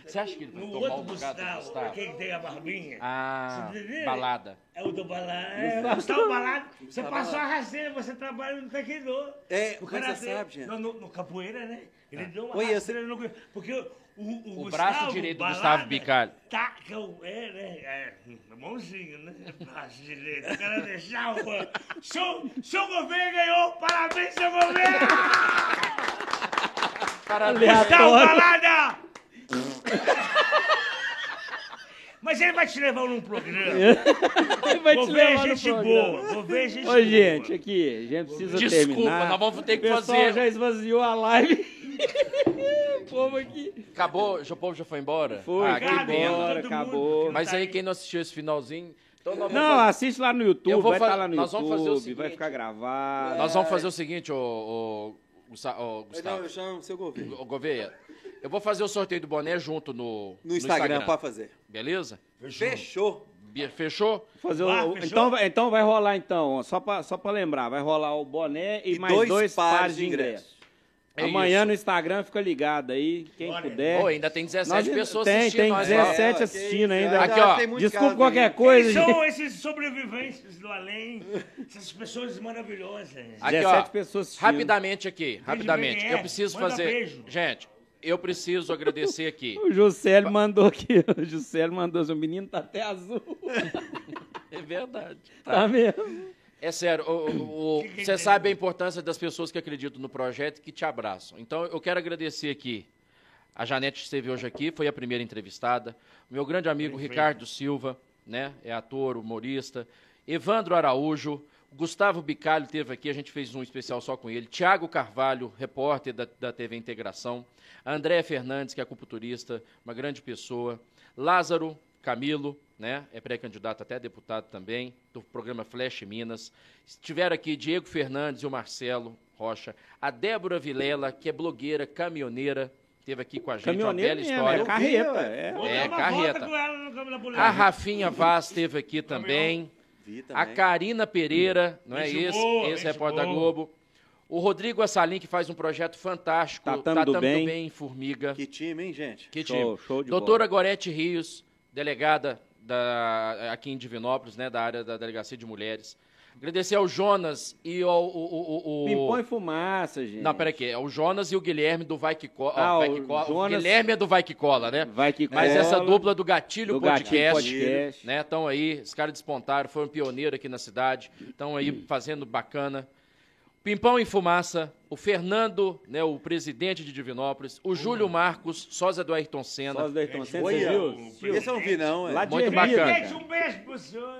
S1: Você acha que ele vai
S3: No
S1: tomar
S3: outro
S1: um bocado do
S3: Gustavo.
S1: Gustavo?
S3: Quem tem a barbinha?
S1: Ah, tá
S3: Você entendeu?
S1: balada.
S3: É o do Balado. É, o Gustavo Balado. Você
S1: Tá
S3: passou a rasteira, você trabalha no taekwondo.
S9: É,
S3: O
S9: mas você
S3: cara
S9: sabe, gente.
S3: No, no- no capoeira, né? Ele
S1: Tá.
S3: deu uma
S9: Oi, eu
S3: rasteira no... Porque o, o,
S1: O
S3: Gustavo
S1: braço direito do Gustavo Bicalho.
S3: Tá, que eu, é, né? É, é mãozinho, né? (laughs) Braço direito. O cara deixava. Seu, seu governo ganhou. Parabéns, seu governo.
S2: Tá
S3: Gustavo Balada! Mas ele vai te levar num programa.
S2: Ele vai
S3: Vou
S2: te
S3: ver
S2: levar no
S3: gente
S2: programa.
S3: boa. Vou ver gente boa.
S2: Ô, gente, aqui, a gente precisa
S1: Desculpa,
S2: terminar.
S1: nós vamos ter que
S2: o pessoal (laughs)
S1: fazer.
S2: já esvaziou a live. povo aqui.
S1: Então, Acabou, já- o povo já foi embora?
S2: Foi,
S1: Ah, que
S2: foi
S1: bom.
S2: embora,
S3: tá
S2: acabou.
S1: Mas aí quem não assistiu esse finalzinho... então nós vamos
S2: Não,
S1: fazer-
S2: assiste lá no YouTube,
S1: Eu vou
S2: vai estar
S1: fa-
S2: lá no
S1: nós
S2: YouTube,
S1: vamos fazer o
S2: vai
S1: seguinte.
S2: ficar gravado.
S1: Nós vamos fazer o seguinte, ô, ô, Gusta- ô,
S9: Não, eu
S1: Gustavo,
S9: chamo o seu governo.
S1: ô, Gouveia. Eu vou fazer o sorteio do boné junto no,
S9: No Instagram, pode fazer.
S1: Beleza?
S9: Fechou.
S1: Be- Fechou?
S2: Fazer
S3: Ah,
S2: o,
S3: fechou?
S2: então, vai- então vai rolar, então, ó, só pra, só pra lembrar, vai rolar o boné e,
S9: E
S2: mais dois, pares de ingressos.
S1: É
S2: Amanhã
S1: isso.
S2: no Instagram fica ligado aí, quem puder.
S1: Ô, ainda tem 17
S2: Nós-
S1: pessoas
S2: É. tem,
S1: assistindo
S2: tem
S1: nós.
S2: 17
S1: lá.
S9: Ah, que
S2: assistindo
S9: isso,
S2: ainda.
S1: Aqui, ó.
S9: tem muito
S2: Desculpa
S9: caso
S2: qualquer
S9: ainda.
S2: coisa,
S3: Quem
S2: gente.
S3: são esses sobreviventes do além? Essas pessoas maravilhosas.
S1: Aqui, ó.
S2: 17 pessoas assistindo.
S1: Rapidamente aqui, rapidamente.
S3: BBR,
S1: Eu preciso
S3: manda
S1: fazer...
S3: beijo.
S1: Gente, eu preciso agradecer
S3: (laughs)
S1: aqui.
S2: O Juscelio mandou aqui, o Juscelio mandou, o menino tá
S1: (laughs)
S2: até azul.
S1: É verdade.
S2: Tá mesmo?
S1: É sério, o- o- o-
S3: Que que
S1: você
S3: tem?
S1: sabe a importância das pessoas que acreditam no projeto e que te abraçam. Então, eu quero agradecer aqui. A Janete esteve hoje aqui, foi a primeira entrevistada. Meu grande amigo Ricardo Silva, né? É ator, humorista. Evandro Araújo. Gustavo Bicalho esteve aqui, a gente fez um especial só com ele. Tiago Carvalho, repórter da, da TV Integração. André Fernandes, que é acupunturista, uma grande pessoa. Lázaro Camilo, né? É pré-candidato até a deputado também, do programa Flash Minas. Estiveram aqui Diego Fernandes e o Marcelo Rocha. A Débora Vilela, que é blogueira, caminhoneira, esteve aqui com a gente. uma
S2: Caminhoneiro
S1: bela
S2: mesmo,
S1: história.
S2: é carreta. É.
S3: Vou
S1: É,
S3: dar uma
S1: carreta. Ah,
S3: volta com ela no campo da polícia.
S1: A Rafinha Vaz esteve aqui também.
S9: Vi
S1: A
S9: também.
S1: Karina Pereira, não é
S3: Gente
S1: esse?
S3: boa,
S1: esse
S3: gente
S1: repórter da
S3: boa.
S1: Globo. O Rodrigo Assalim, que faz um projeto fantástico.
S2: Tatame do Bem.
S1: Formiga.
S9: Que time, hein, gente?
S1: Que
S2: Show,
S1: time.
S2: show de
S1: Doutora Gorete Rios, delegada da, aqui em Divinópolis, né, da área da Delegacia de Mulheres. Agradecer ao Jonas e ao... O, o, o, o...
S2: Pimpõe fumaça, gente.
S1: Não, peraí, é o Jonas e o Guilherme do Vai Que Cola.
S2: Ah,
S1: Vai
S2: o
S1: Que Cola. O
S2: Jonas- É.
S1: Guilherme é do Vai Que Cola, né?
S2: Vai que
S1: Mas
S2: cola.
S1: essa dupla do Gatilho
S2: do
S1: Podcast,
S2: Gatilho Podcast.
S1: né? Estão aí, os caras despontaram, foram pioneiros aqui na cidade, estão aí fazendo bacana. Pimpão em Fumaça, o Fernando, né, o presidente de Divinópolis, o Júlio Marcos, sósia do Ayrton Senna.
S2: Nós do Ayrton Senna,
S9: Oi,
S2: você
S9: ó.
S2: viu?
S9: Esse eu não vi, não. é.
S2: Lá de né?
S1: Muito
S2: Ermida,
S1: bacana.
S2: cara.
S3: Gente, um beijo pro senhor.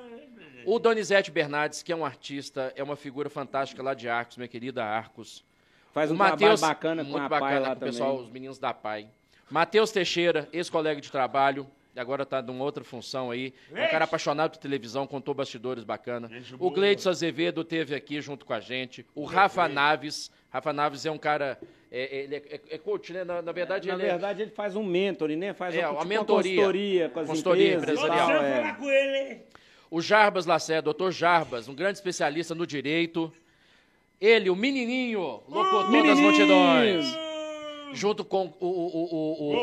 S1: O Donizete Bernardes, que é um artista, é uma figura fantástica lá de Arcos, minha querida Arcos.
S2: Faz um
S1: O Matheus,
S2: trabalho bacana com
S1: muito
S2: a
S1: bacana
S2: pai lá
S1: com o
S2: também.
S1: pessoal, os meninos da PAI. Matheus Teixeira, ex-colega de trabalho, agora está numa outra função aí. É um
S3: Gente.
S1: cara apaixonado por televisão, contou bastidores bacana.
S3: Gente
S1: o
S3: boa. é
S1: Gleidson Azevedo teve aqui junto com a gente. O Rafa Naves. Rafa Naves é um cara. É, ele é, é- é coach, né? Na, na verdade,
S2: Na
S1: ele é-
S2: verdade, ele faz um mentoring, né? Faz
S1: É,
S2: uma,
S1: uma
S2: tipo, uma
S1: mentoria.
S2: consultoria com as
S1: Consultoria
S2: empresas e
S3: Todo
S1: empresarial,
S2: tal,
S3: santo
S2: é.
S3: falar com ele, hein?
S1: O Jarbas Lacerda, doutor Jarbas, um grande especialista no direito. Ele, o menininho, locutor das multidões. Junto com o, o- o-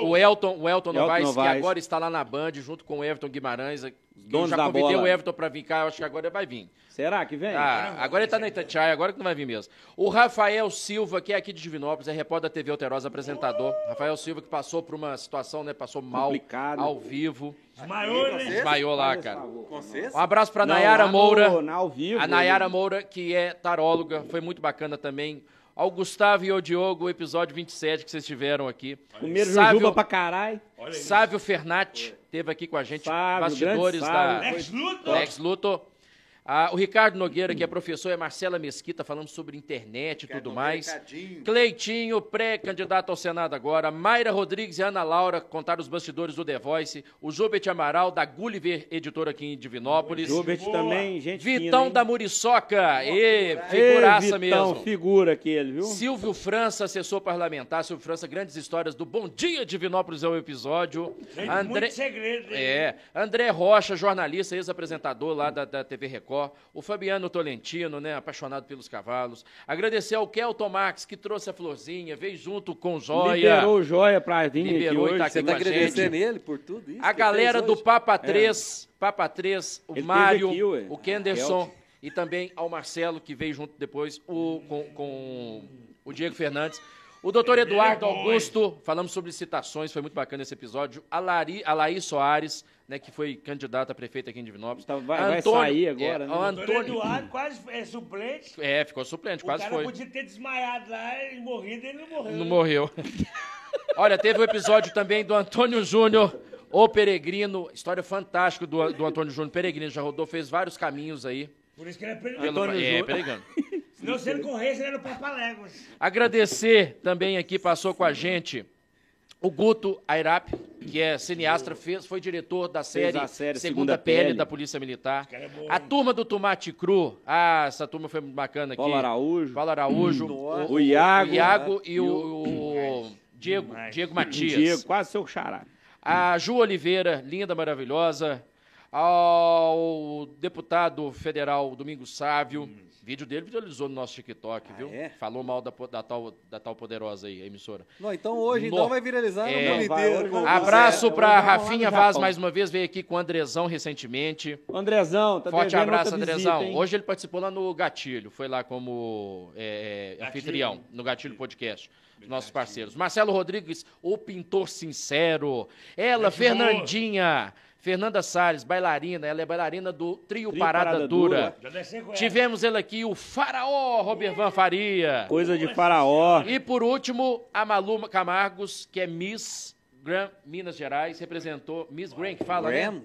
S1: o- o Elton, o Elton
S2: Elton
S1: Novaes,
S2: Novaes.
S1: que agora está lá na Band, junto com o Everton Guimarães. Eu
S2: donos
S1: já
S2: da
S1: convidei
S2: bola.
S1: o Everton para vir cá, eu acho que agora ele vai vir.
S2: Será que vem?
S1: Ah, agora ele tá na Itatiaia, agora que não vai vir mesmo. O Rafael Silva, que é aqui de Divinópolis, é repórter da TV Alterosa, apresentador. Rafael Silva, que passou por uma situação, né? Passou mal
S2: Complicado.
S1: ao vivo.
S3: Desmaiou, né?
S1: Desmaiou lá,
S2: Faz esse
S1: cara.
S2: favor.
S9: Com vocês?
S1: Um abraço pra
S2: Não,
S1: Nayara
S2: lá no-
S1: Moura.
S2: na ao vivo,
S1: A Nayara
S2: ele-
S1: Moura, que é taróloga, foi muito bacana também. Ao Gustavo e ao Diogo, o episódio 27 que vocês tiveram aqui.
S2: Comer
S1: Sávio-
S2: jujuba pra caralho.
S1: Sávio Fernat teve aqui com a gente,
S2: Sávio,
S1: bastidores
S2: grande
S1: da
S2: Sávio.
S3: Lex Luthor.
S1: Lex Luthor. Ah, o Ricardo Nogueira, que é professor, e a Marcela Mesquita, falando sobre internet e
S2: um
S1: tudo mais.
S9: Recadinho.
S1: Cleitinho, pré-candidato ao Senado agora. Mayra Rodrigues e Ana Laura contaram os bastidores do The Voice. O Zubet Amaral, da Gulliver, editora aqui em Divinópolis.
S2: Gilbert também, gente fina,
S1: Vitão
S2: hein?
S1: da Muriçoca. Ê,
S2: Ei,
S1: figuraça
S2: Vitão,
S1: mesmo.
S2: figura aquele, viu?
S1: Silvio França, assessor parlamentar. Silvio França, grandes histórias do Bom Dia Divinópolis é o episódio.
S3: Gente,
S1: André...
S3: muito segredo. hein?
S1: É, André Rocha, jornalista, ex-apresentador lá da, da TV Record. O Fabiano Tolentino, né, apaixonado pelos cavalos. Agradecer ao Kelton Max, que trouxe a florzinha, veio junto com o Zóia.
S2: Liberou o joia pra vir
S1: Liberou
S2: aqui
S1: e tá
S2: hoje.
S1: aqui
S9: Você
S1: com
S9: tá
S1: a gente.
S9: agradecendo ele por tudo isso?
S1: A
S9: que
S1: galera
S9: fez
S1: do
S9: hoje?
S1: Papa 3, Papa 3, o
S2: É. Ele teve
S1: Mário,
S2: aqui, ué.
S1: o Kenderson e também ao Marcelo, que veio junto depois, o, com, com o Diego Fernandes. O doutor Eduardo Augusto, falamos sobre citações, foi muito bacana esse episódio. A, Lari, a Laís Soares, né, que foi candidata a prefeita aqui em Divinópolis.
S2: Tá, vai- vai sair agora,
S1: é,
S2: né?
S1: o
S3: Antônio
S1: Antônio,
S3: Eduardo quase é suplente.
S1: é, ficou suplente,
S3: O
S1: quase
S3: cara
S1: foi.
S3: podia ter desmaiado lá e morrido, ele não morreu.
S1: Não morreu. Olha, teve o episódio também do Antônio Júnior, o Peregrino. História fantástica do, do Antônio Júnior. Peregrino já rodou, fez vários caminhos aí.
S3: Por isso que ele é perigoso.
S1: pelo-
S2: Antônio
S1: é,
S2: Júnior.
S1: Peregrino.
S3: Senão, se ele corresse, ele era o Papaléguas.
S1: Agradecer também aqui, passou com a gente, O Guto Airap, que é cineasta, fez, foi diretor da
S2: Fez
S1: série,
S2: a série
S1: Segunda,
S2: Segunda
S1: Pele,
S2: Pele.
S1: da Polícia Militar.
S3: é
S1: A turma do Tomate Cru. Ah, essa turma foi muito bacana aqui.
S2: Paulo Araújo.
S1: Paulo Araújo.
S2: O Iago. Hum.
S1: O Iago e o, o Diego, Diego Matias.
S2: Diego, quase seu xará.
S1: A Ju Oliveira, linda, maravilhosa. Ao deputado federal Domingos Sávio. Vídeo dele visualizou no nosso TikTok, viu?
S9: é?
S1: Falou mal da, po- da tal, da tal poderosa aí, a emissora.
S9: Não, então hoje
S1: No.
S9: então vai viralizar
S1: É.
S9: no mundo
S2: Vai, hoje
S9: inteiro.
S2: vamos-
S1: Abraço
S9: é
S2: hoje
S1: pra
S2: vamos lá no
S1: Rafinha
S2: Japão.
S1: Vaz mais uma vez, veio aqui com o Andrezão recentemente.
S2: O Andrezão, tá
S1: Forte
S2: devendo
S1: abraço,
S2: outra
S1: Andrezão.
S2: visita, hein?
S1: Hoje ele participou lá no Gatilho, foi lá como é, é, anfitrião, no Gatilho Podcast. dos Nossos parceiros. Marcelo Rodrigues, o pintor sincero. Ela, Fernandinha. Fernanda Salles, bailarina. Ela é bailarina do Trio,
S2: Trio
S1: Parada,
S2: Parada
S1: Dura.
S2: Dura.
S3: Já desci com ela.
S1: Tivemos ele aqui, o faraó Robervan Faria.
S2: Coisa de faraó.
S1: E por último, a Malu Camargos, que é Miss Grand Minas Gerais, representou Miss Grand, que fala, né?
S9: Graham,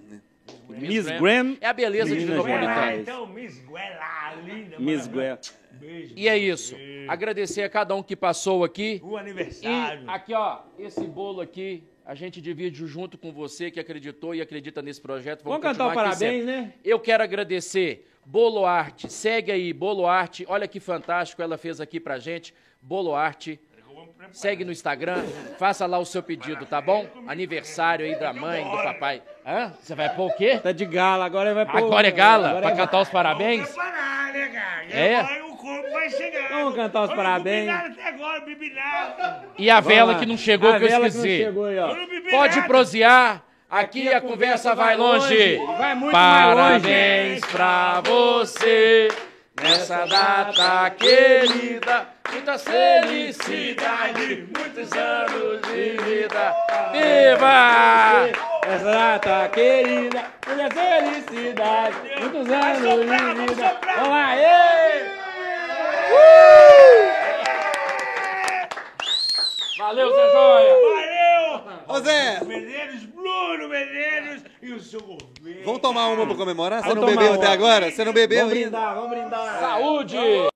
S2: Miss Graham.
S1: É a beleza de
S2: Minas
S1: Metropolitana.
S2: Gerais.
S3: Guela, então, Miss Guela, linda.
S2: Miss
S3: maravilhosa.
S2: Guel.
S3: Beijo.
S1: E é isso. Agradecer a cada um que passou aqui.
S3: Bom
S1: E
S3: aniversário.
S1: aqui, ó, esse bolo aqui, a gente divide junto com você que acreditou e acredita nesse projeto.
S2: Vamos cantar o
S1: continuar aqui
S2: parabéns,
S1: sempre.
S2: né?
S1: Eu quero agradecer Bolo Arte. Segue aí, Bolo Arte. Olha que fantástico ela fez aqui pra gente. Bolo Arte. Segue no Instagram, faça lá o seu pedido, tá bom? Aniversário aí da mãe, do papai. Hã? Você vai pôr o quê?
S2: Tá de gala, agora vai pro-
S1: Agora é gala,
S2: agora
S1: pra cantar os parabéns?
S3: Vamos preparar, né, cara? E
S1: É?
S3: Agora o corpo vai chegar.
S2: Vamos cantar os
S3: Eu
S2: parabéns.
S3: Não bebi nada até agora, eu bebi nada.
S1: E a
S2: Vamos
S1: vela
S2: lá.
S1: que não chegou,
S2: A
S1: que eu
S2: vela
S1: esqueci.
S2: não chegou aí, ó.
S3: Eu não bebi
S1: Pode
S3: nada.
S1: prosear, aqui a conversa vai longe.
S2: Vai muito mais longe.
S1: Parabéns pra você nessa data querida. Muita felicidade, muitos anos de vida. Viva!
S2: Essa data querida, muita felicidade, muitos anos
S3: soprar,
S2: de
S3: vamos
S2: vida.
S3: soprar.
S2: Vamos lá, ê!
S1: Valeu, Zé Joia!
S3: Valeu!
S9: Ô Zé,
S3: Medeiros, Bruno Medeiros e o seu governo.
S9: vamos tomar uma pra comemorar? Você
S2: Vamos
S9: não
S2: tomar
S9: bebeu
S2: uma.
S9: até agora? Você não bebeu
S2: Vamos
S9: ainda?
S2: brindar, vamos brindar.
S1: Saúde!